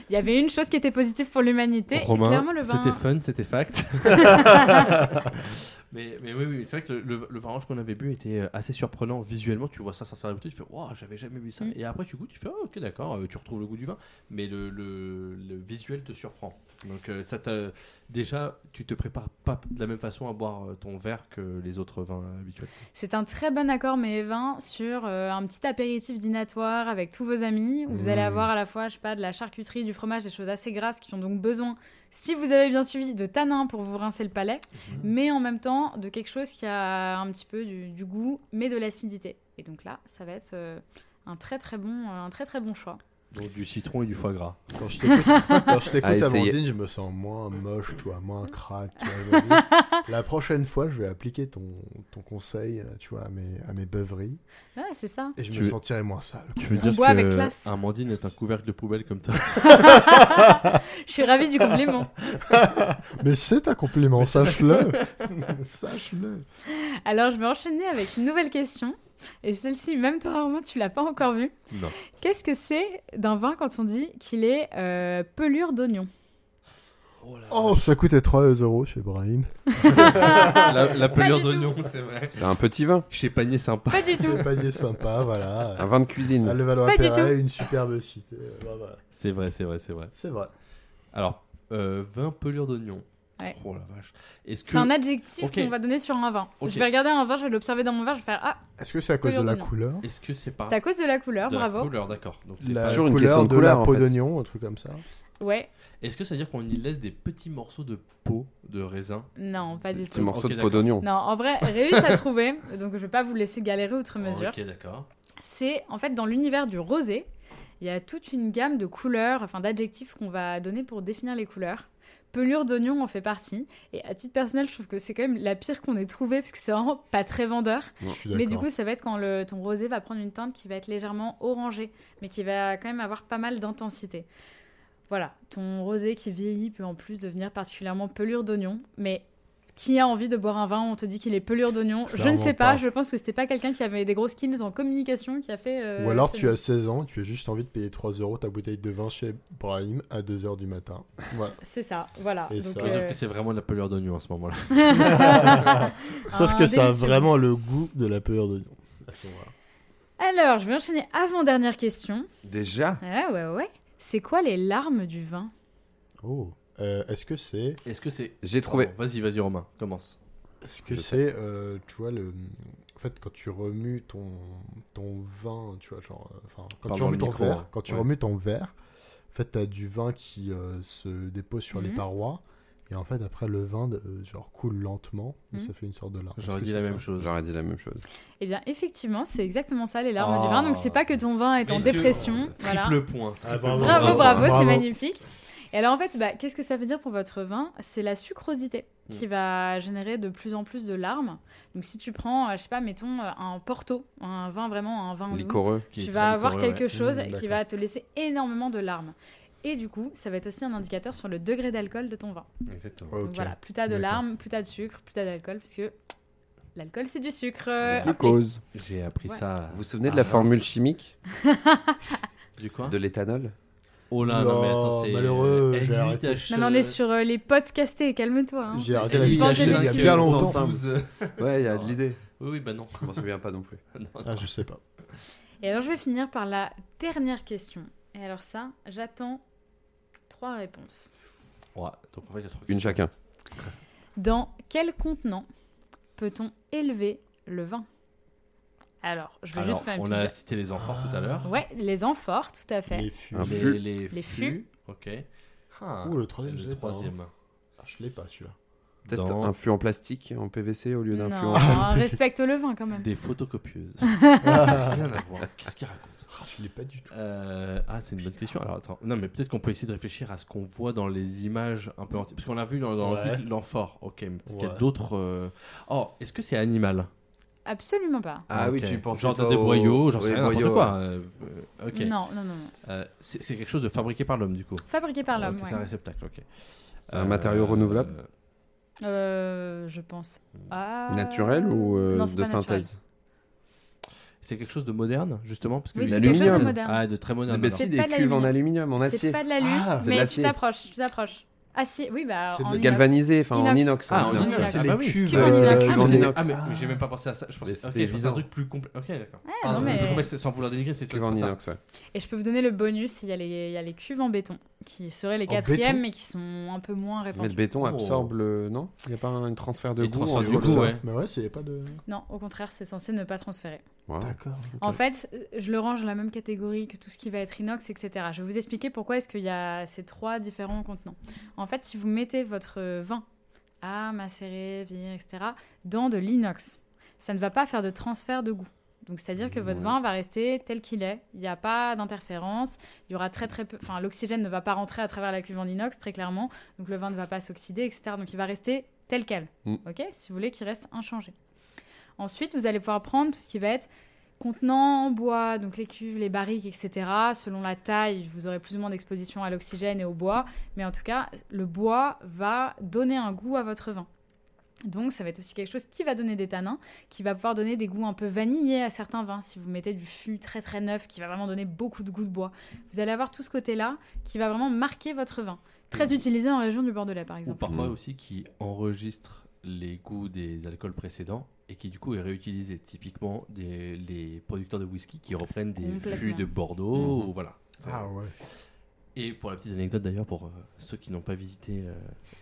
[SPEAKER 3] Il y avait une chose qui était positive pour l'humanité. et
[SPEAKER 1] Romain,
[SPEAKER 3] clairement, le vin.
[SPEAKER 1] c'était fun, c'était
[SPEAKER 3] *laughs*
[SPEAKER 1] fact. *laughs* mais, mais oui, oui, mais c'est vrai que le, le- le vin orange qu'on avait bu était euh, assez surprenant visuellement. Tu vois ça sortir de la bouteille, tu fais Waouh, j'avais jamais vu ça.
[SPEAKER 3] Mm.
[SPEAKER 1] Et après, tu goûtes, tu fais Ah, Ok, d'accord, euh, tu retrouves le goût du vin. Mais le, le- le visuel te surprend. Donc, euh, ça t'a- déjà, tu te prépares pas de la même façon à boire euh, ton verre que les autres vins habituels.
[SPEAKER 3] C'est un très bon accord, mais et vin, sur euh, un petit apéritif dînatoire avec tous vos amis, où vous allez
[SPEAKER 2] Mmh.
[SPEAKER 3] avoir à la fois, je sais pas, de la charcuterie, du fromage, des choses assez grasses qui ont donc besoin, si vous avez bien suivi, de tanin pour vous rincer le palais, mais en même temps de quelque chose qui a un petit peu du, du goût, mais de l'acidité. Et donc là, ça va être euh, un très très bon, euh, un très très bon choix.
[SPEAKER 1] Donc, du citron et du foie gras.
[SPEAKER 4] Quand je t'écoute- *laughs* quand je t'écoute,
[SPEAKER 2] À essayer.
[SPEAKER 4] Amandine, je me sens moins moche, tu vois, moins crack. tu vois,
[SPEAKER 3] *laughs*
[SPEAKER 4] Amandine. La prochaine fois, je vais appliquer ton, ton conseil, euh, tu vois, à mes, à mes beuveries.
[SPEAKER 3] Ouais, c'est ça.
[SPEAKER 4] Et je
[SPEAKER 1] Tu
[SPEAKER 4] me
[SPEAKER 1] veux-
[SPEAKER 4] sentirai moins sale.
[SPEAKER 1] Tu veux
[SPEAKER 3] On
[SPEAKER 1] dire
[SPEAKER 3] boit avec
[SPEAKER 1] que
[SPEAKER 3] classe.
[SPEAKER 1] Amandine est un couvercle de poubelle comme toi
[SPEAKER 3] Je suis ravie du compliment.
[SPEAKER 4] Mais c'est un compliment, sache-le. *laughs* sache-le.
[SPEAKER 3] Alors, je vais enchaîner avec une nouvelle question. Et celle-ci, même toi, Romain, tu l'as pas encore vue.
[SPEAKER 1] Non.
[SPEAKER 3] Qu'est-ce que c'est d'un vin quand on dit qu'il est euh, pelure d'oignon
[SPEAKER 1] *laughs*
[SPEAKER 4] Oh, ça coûtait 3 euros chez Brahim.
[SPEAKER 1] la, la pelure
[SPEAKER 3] du tout.
[SPEAKER 1] d'oignon, c'est vrai.
[SPEAKER 2] C'est un petit vin.
[SPEAKER 1] Chez Panier Sympa.
[SPEAKER 3] Pas
[SPEAKER 1] *laughs*
[SPEAKER 3] du tout.
[SPEAKER 4] C'est pas dit sympa, voilà. Ah,
[SPEAKER 2] Un vin de
[SPEAKER 4] À
[SPEAKER 2] cuisine.
[SPEAKER 3] Pas du
[SPEAKER 4] Levallois-Perret, une superbe cité. euh, voilà, voilà.
[SPEAKER 1] C'est vrai, c'est vrai, c'est vrai.
[SPEAKER 4] C'est vrai.
[SPEAKER 1] Alors, euh, 20 pelures d'oignon.
[SPEAKER 3] Ouais.
[SPEAKER 1] Oh la vache. Est-ce que
[SPEAKER 3] C'est un adjectif
[SPEAKER 1] Ok.
[SPEAKER 3] qu'on va donner sur un vin.
[SPEAKER 1] Ok.
[SPEAKER 3] Je vais regarder un vin, je vais l'observer dans mon verre, je vais faire Ah,
[SPEAKER 4] Est-ce que c'est à cause de
[SPEAKER 3] Couleur
[SPEAKER 4] la
[SPEAKER 3] d'oignon.
[SPEAKER 4] couleur
[SPEAKER 1] est-ce que c'est par
[SPEAKER 3] c'est à cause de la couleur,
[SPEAKER 1] de la
[SPEAKER 3] bravo.
[SPEAKER 1] couleur, d'accord. Donc c'est
[SPEAKER 4] La
[SPEAKER 1] pas-
[SPEAKER 2] Toujours une
[SPEAKER 4] couleur
[SPEAKER 2] question de
[SPEAKER 4] de,
[SPEAKER 2] couleur,
[SPEAKER 4] la
[SPEAKER 2] en
[SPEAKER 4] peau
[SPEAKER 2] fait.
[SPEAKER 4] d'oignon, un truc comme ça.
[SPEAKER 3] Ouais,
[SPEAKER 1] Est-ce que ça veut dire qu'on y laisse des petits morceaux de peau de raisin
[SPEAKER 3] non, pas du
[SPEAKER 2] Petit
[SPEAKER 3] tout.
[SPEAKER 1] mort.
[SPEAKER 2] morceau
[SPEAKER 1] Ok,
[SPEAKER 2] de peau
[SPEAKER 1] d'accord.
[SPEAKER 2] d'oignon.
[SPEAKER 3] Non, en vrai, réussi à trouver, donc je vais pas vous laisser galérer outre mesure.
[SPEAKER 1] Ok, d'accord.
[SPEAKER 3] C'est en fait dans l'univers du rosé, il y a toute une gamme de couleurs, enfin d'adjectifs qu'on va donner pour définir les couleurs. Pelure d'oignon en fait partie. Et à titre personnel, je trouve que c'est quand même la pire qu'on ait trouvée parce que c'est vraiment pas très vendeur.
[SPEAKER 4] Je suis
[SPEAKER 3] Mais du
[SPEAKER 4] d'accord.
[SPEAKER 3] coup, ça va être quand le, ton rosé va prendre une teinte qui va être légèrement orangée, mais qui va quand même avoir pas mal d'intensité. Voilà, ton rosé qui vieillit peut en plus devenir particulièrement pelure d'oignon, mais qui a envie de boire un vin où On te dit qu'il est pelure d'oignon. Je ne
[SPEAKER 4] Clairement
[SPEAKER 3] sais pas,
[SPEAKER 4] pas.
[SPEAKER 3] je pense que c'était pas quelqu'un qui avait des grosses skills en communication qui a fait. euh,
[SPEAKER 4] Ou alors
[SPEAKER 3] ce
[SPEAKER 4] tu
[SPEAKER 3] nom.
[SPEAKER 4] as 16 ans, tu as juste envie de payer 3 euros ta bouteille de vin chez Brahim à 2h du matin. Voilà.
[SPEAKER 3] C'est ça, voilà.
[SPEAKER 4] Et
[SPEAKER 3] Donc,
[SPEAKER 4] ça-
[SPEAKER 1] Ça veut dire
[SPEAKER 3] euh,
[SPEAKER 1] que c'est vraiment de la pelure d'oignon à ce moment-là.
[SPEAKER 4] *laughs* Sauf
[SPEAKER 3] *laughs*
[SPEAKER 4] que ça a
[SPEAKER 3] Ah, délicieux.
[SPEAKER 4] vraiment le goût de la pelure d'oignon.
[SPEAKER 3] Alors, je vais enchaîner avant-dernière question.
[SPEAKER 2] Déjà
[SPEAKER 3] Ouais, ouais, ouais. C'est quoi les larmes du vin
[SPEAKER 4] Oh. Euh, Est-ce que c'est.
[SPEAKER 1] Est-ce que c'est
[SPEAKER 2] J'ai trouvé.
[SPEAKER 1] Pardon, Vas-y, vas-y Romain, commence.
[SPEAKER 4] Est-ce que
[SPEAKER 2] Je
[SPEAKER 4] c'est. euh, tu vois, le. En fait, quand tu remues ton, ton vin, tu vois, genre. euh, Enfin, quand
[SPEAKER 1] Parle
[SPEAKER 4] tu
[SPEAKER 1] dans
[SPEAKER 4] remues
[SPEAKER 1] le
[SPEAKER 4] ton
[SPEAKER 1] micro,
[SPEAKER 4] verre,
[SPEAKER 1] hein.
[SPEAKER 4] quand tu
[SPEAKER 1] Ouais.
[SPEAKER 4] remues ton verre, en fait, t'as du vin qui euh, se dépose sur les
[SPEAKER 3] Mhm.
[SPEAKER 4] parois. Et en fait, après, le vin, euh, genre, coule lentement. Et
[SPEAKER 3] Mhm.
[SPEAKER 4] ça fait une sorte de larme. Est-ce
[SPEAKER 1] J'aurais
[SPEAKER 4] que
[SPEAKER 1] dit la
[SPEAKER 4] c'est
[SPEAKER 1] même
[SPEAKER 4] ça
[SPEAKER 1] chose.
[SPEAKER 2] Oh, J'aurais dit la même chose.
[SPEAKER 3] Eh bien, effectivement, c'est exactement ça, les larmes du
[SPEAKER 1] Ah.
[SPEAKER 3] vin. Donc, c'est pas que ton vin est en
[SPEAKER 1] Messieurs, euh,
[SPEAKER 3] dépression.
[SPEAKER 1] Triple E.
[SPEAKER 3] Voilà.
[SPEAKER 1] point. triple
[SPEAKER 4] Ah, bravo.
[SPEAKER 1] point.
[SPEAKER 3] Bravo, bravo,
[SPEAKER 4] Bravo.
[SPEAKER 3] c'est magnifique. Et alors, en fait, bah, qu'est-ce que ça veut dire pour votre vin C'est la sucrosité qui va générer de plus en plus de larmes. Donc, si tu prends, euh, je sais pas, mettons euh, un porto, un vin vraiment, un vin doux,
[SPEAKER 2] Licoreux.
[SPEAKER 1] Qui est
[SPEAKER 3] tu
[SPEAKER 1] très
[SPEAKER 3] vas avoir
[SPEAKER 1] liquoreux, ouais.
[SPEAKER 3] quelque chose
[SPEAKER 4] Mmh,
[SPEAKER 3] qui
[SPEAKER 4] d'accord.
[SPEAKER 3] va te laisser énormément de larmes. Et du coup, ça va être aussi un indicateur sur le degré d'alcool de ton vin.
[SPEAKER 1] Exactement.
[SPEAKER 4] Ah, Ok.
[SPEAKER 3] Donc voilà, plus t'as de
[SPEAKER 4] D'accord.
[SPEAKER 3] larmes, plus t'as de sucre, plus t'as d'alcool, parce que l'alcool, c'est du sucre.
[SPEAKER 1] Voilà.
[SPEAKER 3] Appelez.
[SPEAKER 2] Glucose.
[SPEAKER 1] J'ai appris
[SPEAKER 3] Ouais.
[SPEAKER 1] ça.
[SPEAKER 2] Vous vous souvenez de
[SPEAKER 1] Ah,
[SPEAKER 2] la
[SPEAKER 1] mince.
[SPEAKER 2] formule chimique
[SPEAKER 1] Du quoi
[SPEAKER 2] de l'éthanol
[SPEAKER 1] Oh là, non mais attends,
[SPEAKER 4] Oh,
[SPEAKER 1] c'est
[SPEAKER 4] malheureux, j'ai arrêté.
[SPEAKER 1] NUTH,
[SPEAKER 3] Non, mais on est sur euh, les podcastés, calme-toi. hein.
[SPEAKER 4] J'ai arrêté
[SPEAKER 1] euh,
[SPEAKER 4] la
[SPEAKER 3] Si,
[SPEAKER 4] cigarette il y a
[SPEAKER 3] Benjamin.
[SPEAKER 4] bien longtemps.
[SPEAKER 2] Ensemble. Ouais, il y a de l'idée.
[SPEAKER 1] E. Oui, oui, bah non. *laughs*
[SPEAKER 2] Je m'en souviens pas non plus.
[SPEAKER 1] Non, non.
[SPEAKER 4] Ah, je sais pas.
[SPEAKER 3] Et alors, je vais finir par la dernière question. Et alors, ça, j'attends trois réponses.
[SPEAKER 1] Ouais, donc en fait, il y a trois
[SPEAKER 2] Une
[SPEAKER 1] questions.
[SPEAKER 2] chacun.
[SPEAKER 3] Dans quel contenant peut peut-on élever le vin Alors, je vais
[SPEAKER 1] Alors,
[SPEAKER 3] juste faire une
[SPEAKER 1] on
[SPEAKER 3] petite... Ah,
[SPEAKER 1] a cité les amphores tout à l'heure.
[SPEAKER 3] Ouais, les amphores, tout à fait.
[SPEAKER 4] Les fûts.
[SPEAKER 2] Un
[SPEAKER 1] Les,
[SPEAKER 2] fût.
[SPEAKER 1] les
[SPEAKER 3] Les
[SPEAKER 1] fûts. Ok. Ah,
[SPEAKER 4] Ouh, le troisième, je
[SPEAKER 1] le
[SPEAKER 4] l'ai pas, hein.
[SPEAKER 1] troisième.
[SPEAKER 4] Ah, je l'ai pas celui-là.
[SPEAKER 2] Peut-être
[SPEAKER 1] Dans
[SPEAKER 2] un fût en plastique, en PVC au lieu d'un fût
[SPEAKER 3] Non,
[SPEAKER 2] en.
[SPEAKER 3] respecte le vin quand même.
[SPEAKER 1] des
[SPEAKER 3] *laughs*
[SPEAKER 1] photocopieuses. Rien à voir. Qu'est-ce qu'il raconte
[SPEAKER 4] Ah, je l'ai pas du tout.
[SPEAKER 1] Euh, ah, c'est une bonne question. Alors attends, non, mais peut-être qu'on peut essayer de réfléchir à ce qu'on voit dans les images un peu antiques. Parce qu'on a vu dans, dans le
[SPEAKER 4] Ouais.
[SPEAKER 1] titre l'amphore. Ok, mais peut-être qu'il y a
[SPEAKER 4] Ouais.
[SPEAKER 1] d'autres. euh, Oh, est-ce que c'est animal
[SPEAKER 3] Absolument pas.
[SPEAKER 2] Ah oui,
[SPEAKER 1] ok.
[SPEAKER 2] tu penses.
[SPEAKER 1] Genre des boyaux, genre c'est n'importe quoi. euh, euh, ok.
[SPEAKER 3] Non, non, non. non.
[SPEAKER 1] Euh, c'est c'est quelque chose de fabriqué par l'homme du coup.
[SPEAKER 3] Fabriqué par l'homme,
[SPEAKER 1] Ah, Ok,
[SPEAKER 3] ouais.
[SPEAKER 1] C'est un réceptacle, ok.
[SPEAKER 2] C'est un matériau renouvelable
[SPEAKER 1] euh,
[SPEAKER 3] Euh, je pense. Ah...
[SPEAKER 2] Naturel ou euh,
[SPEAKER 3] Non, c'est
[SPEAKER 2] de
[SPEAKER 3] pas naturel.
[SPEAKER 2] synthèse
[SPEAKER 1] C'est quelque chose de moderne, justement parce que
[SPEAKER 3] Oui,
[SPEAKER 2] de
[SPEAKER 3] c'est quelque chose
[SPEAKER 2] l'aluminium.
[SPEAKER 3] de moderne.
[SPEAKER 1] Ah, de très moderne.
[SPEAKER 2] Mais
[SPEAKER 1] alors.
[SPEAKER 2] Eh ben si,
[SPEAKER 3] C'est
[SPEAKER 2] des
[SPEAKER 3] pas de
[SPEAKER 2] cuves en
[SPEAKER 3] l'aluminium.
[SPEAKER 2] aluminium, en
[SPEAKER 3] C'est
[SPEAKER 2] acier.
[SPEAKER 3] pas de l'alu,
[SPEAKER 4] Ah,
[SPEAKER 2] c'est de
[SPEAKER 3] mais tu
[SPEAKER 2] l'acier.
[SPEAKER 3] t'approches, tu t'approches. Acier, oui, bah
[SPEAKER 4] C'est de
[SPEAKER 3] en
[SPEAKER 4] la
[SPEAKER 3] inox.
[SPEAKER 2] Galvanisé, enfin en
[SPEAKER 3] Inox.
[SPEAKER 2] inox. hein,
[SPEAKER 1] Ah, en
[SPEAKER 2] inox,
[SPEAKER 1] inox,
[SPEAKER 2] ouais.
[SPEAKER 1] c'est les cuves,
[SPEAKER 3] Cuves en euh, inox.
[SPEAKER 2] cuves en
[SPEAKER 1] c'est-
[SPEAKER 2] inox.
[SPEAKER 1] Ah, mais mais j'ai même pas pensé à ça. Je
[SPEAKER 2] Mais
[SPEAKER 1] pensais,
[SPEAKER 2] c'était
[SPEAKER 1] ok, je pensais à un
[SPEAKER 2] évident.
[SPEAKER 1] truc plus complexe. Ok, d'accord.
[SPEAKER 3] non,
[SPEAKER 1] Pardon,
[SPEAKER 3] mais-
[SPEAKER 1] plus complexe, sans vouloir dénigrer, c'est c'est
[SPEAKER 2] Cuves
[SPEAKER 1] pour
[SPEAKER 2] en
[SPEAKER 1] ça.
[SPEAKER 2] inox, ouais.
[SPEAKER 3] Et je peux vous donner le bonus, il y a les, il y a les cuves en béton, qui seraient les
[SPEAKER 4] En
[SPEAKER 3] quatrièmes,
[SPEAKER 4] béton
[SPEAKER 3] mais qui sont un peu moins
[SPEAKER 2] Mais le
[SPEAKER 3] répandues.
[SPEAKER 2] béton
[SPEAKER 1] Oh.
[SPEAKER 2] absorbe le. Non Il n'y a pas un une transfert de
[SPEAKER 1] Il
[SPEAKER 2] goût euh,
[SPEAKER 1] transfère
[SPEAKER 2] entre
[SPEAKER 1] du
[SPEAKER 2] le
[SPEAKER 1] goût,
[SPEAKER 2] sol
[SPEAKER 1] ouais.
[SPEAKER 4] Mais ouais, c'est pas de.
[SPEAKER 3] Non, au contraire, c'est censé ne pas transférer.
[SPEAKER 2] Wow.
[SPEAKER 4] D'accord.
[SPEAKER 3] En fait, je le range dans la même catégorie que tout ce qui va être inox, etc. Je vais vous expliquer pourquoi est-ce qu'il y a ces trois différents contenants. En fait, si vous mettez votre euh, vin à macérer, vieillir, etc., dans de l'inox, ça ne va pas faire de transfert de goût. Donc, c'est-à-dire que votre
[SPEAKER 2] Ouais.
[SPEAKER 3] vin va rester tel qu'il est. Il n'y a pas d'interférence. Il y aura très très peu. Enfin, l'oxygène ne va pas rentrer à travers la cuve en inox, très clairement. Donc, le vin ne va pas s'oxyder, etc. Donc, il va rester tel quel.
[SPEAKER 2] Mm.
[SPEAKER 3] Ok Si vous voulez qu'il reste inchangé. Ensuite, vous allez pouvoir prendre tout ce qui va être contenant en bois, donc les cuves, les barriques, etc. Selon la taille, vous aurez plus ou moins d'exposition à l'oxygène et au bois, mais en tout cas, le bois va donner un goût à votre vin. Donc, ça va être aussi quelque chose qui va donner des tanins, qui va pouvoir donner des goûts un peu vanillés à certains vins. Si vous mettez du fût très très neuf, qui va vraiment donner beaucoup de goût de bois, vous allez avoir tout ce côté-là qui va vraiment marquer votre vin. Très utilisé en région du Bordelais, par
[SPEAKER 1] Mmh. Ou
[SPEAKER 3] exemple.
[SPEAKER 1] parfois
[SPEAKER 2] Mm.
[SPEAKER 1] aussi qui enregistre les goûts des alcools précédents et qui du coup est réutilisé. Typiquement des, les producteurs de whisky qui reprennent des
[SPEAKER 3] Complètement.
[SPEAKER 1] fûts de Bordeaux.
[SPEAKER 2] Mhm.
[SPEAKER 1] ou voilà.
[SPEAKER 4] Ah ouais.
[SPEAKER 1] Et pour la petite anecdote d'ailleurs, pour euh, ceux qui n'ont pas visité euh,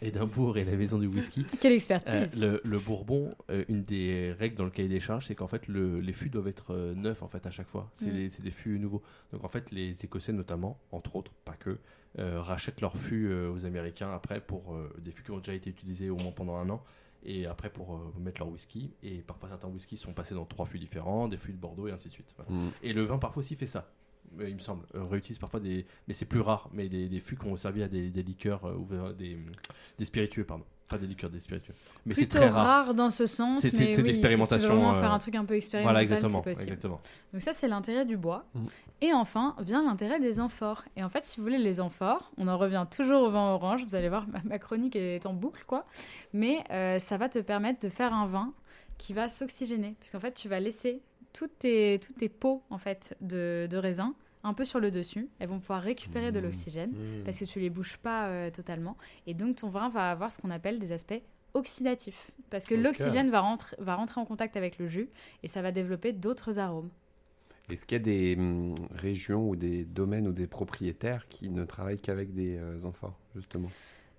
[SPEAKER 1] Édimbourg et la maison du whisky,
[SPEAKER 3] Quelle
[SPEAKER 1] euh,
[SPEAKER 3] expertise
[SPEAKER 1] le, le bourbon, euh, une des règles dans le cahier des charges, c'est qu'en fait le- les fûts doivent être euh, neufs en fait à chaque fois. C'est
[SPEAKER 3] Mm.
[SPEAKER 1] les- c'est des fûts nouveaux. Donc en fait les Écossais notamment, entre autres, pas que, euh, rachètent leurs fûts euh, aux Américains après pour euh, des fûts qui ont déjà été utilisés au moins pendant un an et après pour euh, mettre leur whisky. Et parfois certains whiskies sont passés dans trois fûts différents, des fûts de Bordeaux et ainsi de suite. Voilà.
[SPEAKER 2] Mm.
[SPEAKER 1] Et le vin parfois aussi fait ça. euh, Il me semble, Euh, réutilise parfois des, mais c'est plus rare, mais des, des fûts qui ont servi à des, des liqueurs euh, ou vers- des, des spiritueux, pardon, pas des liqueurs, des spiritueux. Mais c'est
[SPEAKER 3] Plutôt
[SPEAKER 1] très rare.
[SPEAKER 3] dans ce sens,
[SPEAKER 1] C'est- c'est-
[SPEAKER 3] mais
[SPEAKER 1] c'est
[SPEAKER 3] oui,
[SPEAKER 1] d'expérimentation,
[SPEAKER 3] Si tu veux vraiment
[SPEAKER 1] euh,
[SPEAKER 3] faire un truc un peu expérimental,
[SPEAKER 1] Voilà, exactement,
[SPEAKER 3] c'est possible.
[SPEAKER 1] exactement.
[SPEAKER 3] Donc ça, c'est l'intérêt du bois.
[SPEAKER 2] Mm.
[SPEAKER 3] Et enfin, vient l'intérêt des amphores. Et en fait, si vous voulez, les amphores, on en revient toujours au vin orange. Vous allez voir, ma- ma chronique est en boucle, quoi. Mais euh, ça va te permettre de faire un vin qui va s'oxygéner. Parce qu'en fait, tu vas laisser toutes tes, toutes tes peaux, en fait, de, de raisin un peu sur le dessus. Elles vont pouvoir récupérer de
[SPEAKER 2] Mm.
[SPEAKER 3] l'oxygène
[SPEAKER 4] Mmh. Hmm.
[SPEAKER 3] parce que tu les bouges pas euh, totalement. Et donc ton vin va avoir ce qu'on appelle des aspects oxydatifs, parce que
[SPEAKER 4] Ok.
[SPEAKER 3] l'oxygène va, rentrer- va rentrer en contact avec le jus et ça va développer d'autres arômes.
[SPEAKER 2] Est-ce qu'il y a des hum, régions ou des domaines ou des propriétaires qui ne travaillent qu'avec des euh, amphores, justement,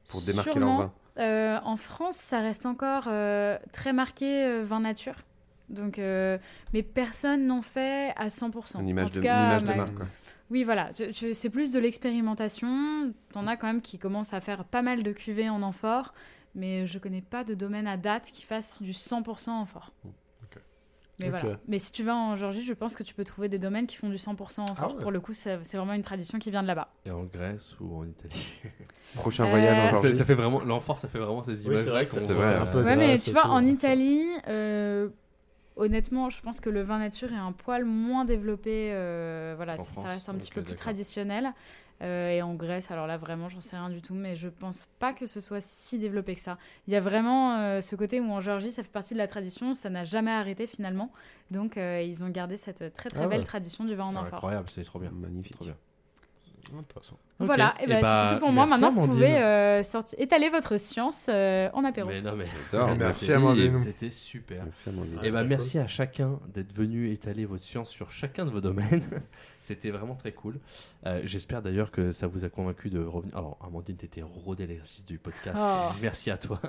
[SPEAKER 2] pour démarquer
[SPEAKER 3] Sûrement,
[SPEAKER 2] leur vin
[SPEAKER 3] euh, en France, ça reste encore euh, très marqué euh, vin nature. Donc, euh, mais personne n'en fait à 100%.
[SPEAKER 2] Une
[SPEAKER 3] En
[SPEAKER 2] image,
[SPEAKER 3] tout
[SPEAKER 2] de, une
[SPEAKER 3] cas,
[SPEAKER 2] image de
[SPEAKER 3] ma-
[SPEAKER 2] marque, quoi.
[SPEAKER 3] Oui, voilà, Tu- tu- c'est plus de l'expérimentation. T'en as quand même qui commencent à faire pas mal de cuvées en amphore, mais je connais pas de domaine à date qui fasse du 100% amphore.
[SPEAKER 4] Ok.
[SPEAKER 3] Mais
[SPEAKER 4] Ok.
[SPEAKER 3] voilà. Mais si tu vas en Géorgie, je pense que tu peux trouver des domaines qui font du 100% amphore.
[SPEAKER 4] Ah ouais.
[SPEAKER 3] Pour le coup, ça- c'est vraiment une tradition qui vient de là-bas.
[SPEAKER 1] Et en Grèce ou en Italie.
[SPEAKER 4] *laughs*
[SPEAKER 2] Prochain
[SPEAKER 3] Euh,
[SPEAKER 2] voyage en
[SPEAKER 3] Ça-
[SPEAKER 1] Ça,
[SPEAKER 2] Georgie.
[SPEAKER 1] fait vraiment, l'enfort, ça fait vraiment ces
[SPEAKER 4] Oui,
[SPEAKER 1] images.
[SPEAKER 4] c'est vrai que ça
[SPEAKER 2] qu'on
[SPEAKER 4] fait
[SPEAKER 2] voit,
[SPEAKER 4] un
[SPEAKER 2] euh,
[SPEAKER 4] peu.
[SPEAKER 2] Ouais,
[SPEAKER 3] Ouais,
[SPEAKER 4] de
[SPEAKER 3] mais
[SPEAKER 4] race
[SPEAKER 3] tu
[SPEAKER 4] et
[SPEAKER 3] vois,
[SPEAKER 4] tout,
[SPEAKER 3] en
[SPEAKER 4] ouais.
[SPEAKER 3] Italie, euh, honnêtement, je pense que le vin nature est un poil moins développé. euh, voilà,
[SPEAKER 1] En
[SPEAKER 3] ça-
[SPEAKER 1] France,
[SPEAKER 3] ça reste un
[SPEAKER 1] ok,
[SPEAKER 3] petit peu plus
[SPEAKER 1] d'accord.
[SPEAKER 3] traditionnel. Euh, et en Grèce, alors là, vraiment, j'en sais rien du tout, mais je pense pas que ce soit si développé que ça. Il y a vraiment euh, ce côté où en Géorgie, ça fait partie de la tradition, ça n'a jamais arrêté finalement. Donc, euh, ils ont gardé cette très très
[SPEAKER 4] Ah ouais.
[SPEAKER 3] belle tradition du vin en
[SPEAKER 1] C'est
[SPEAKER 3] amphore.
[SPEAKER 1] incroyable, c'est trop bien.
[SPEAKER 2] Magnifique.
[SPEAKER 1] Trop bien.
[SPEAKER 4] Intéressant.
[SPEAKER 3] Voilà, et
[SPEAKER 1] Eh
[SPEAKER 3] ben,
[SPEAKER 1] bah,
[SPEAKER 3] c'est tout pour moi.
[SPEAKER 1] merci,
[SPEAKER 3] Maintenant, vous
[SPEAKER 1] Amandine.
[SPEAKER 3] pouvez euh, sorti- étaler votre science euh, en apéro.
[SPEAKER 1] Mais non, mais.
[SPEAKER 2] J'adore.
[SPEAKER 1] *laughs* mais
[SPEAKER 4] Merci,
[SPEAKER 1] c'était-
[SPEAKER 4] Amandine.
[SPEAKER 1] C'était super.
[SPEAKER 2] Merci, Amandine.
[SPEAKER 1] Et ben
[SPEAKER 4] d'accord.
[SPEAKER 1] merci à chacun d'être venu étaler votre science sur chacun de vos domaines. *laughs* C'était vraiment très cool. Euh, J'espère d'ailleurs que ça vous a convaincu de revenir. Alors, Amandine, t'étais rodée à l'exercice du podcast.
[SPEAKER 3] Oh.
[SPEAKER 1] *laughs* Merci à toi.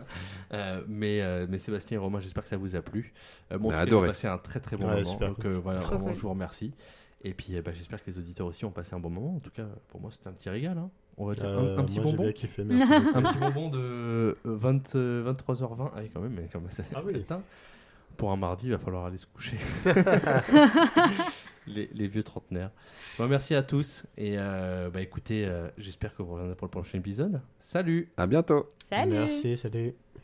[SPEAKER 1] Euh, mais, euh, mais Sébastien et Romain, j'espère que ça vous a plu. Euh, moi,
[SPEAKER 2] On
[SPEAKER 1] en
[SPEAKER 2] a
[SPEAKER 1] tout cas,
[SPEAKER 2] adoré.
[SPEAKER 1] j'ai passé un très très bon
[SPEAKER 4] Bah, Ouais,
[SPEAKER 1] moment.
[SPEAKER 4] super
[SPEAKER 1] Donc euh, voilà,
[SPEAKER 3] Trop
[SPEAKER 1] vraiment,
[SPEAKER 3] cool.
[SPEAKER 1] je vous remercie. Et puis, eh ben, j'espère que les auditeurs aussi ont passé un bon moment. En tout cas, pour moi, c'était un petit régal. hein. On va dire un-
[SPEAKER 4] Euh,
[SPEAKER 1] un, petit
[SPEAKER 4] moi,
[SPEAKER 1] bonbon
[SPEAKER 4] J'ai bien kiffé,
[SPEAKER 1] *laughs*
[SPEAKER 4] merci. beaucoup.
[SPEAKER 1] un petit bonbon de 20, euh, 23h20. Ah, oui, quand même, mais comme ça,
[SPEAKER 4] Ah oui.
[SPEAKER 1] atteint. Pour un mardi, il va falloir aller se
[SPEAKER 4] *laughs*
[SPEAKER 1] coucher. les, les vieux trentenaires. Bon, merci à tous. Et euh, bah, écoutez, euh, j'espère que vous reviendrez pour le prochain épisode. Salut!
[SPEAKER 2] À bientôt.
[SPEAKER 3] Salut
[SPEAKER 4] Merci, salut.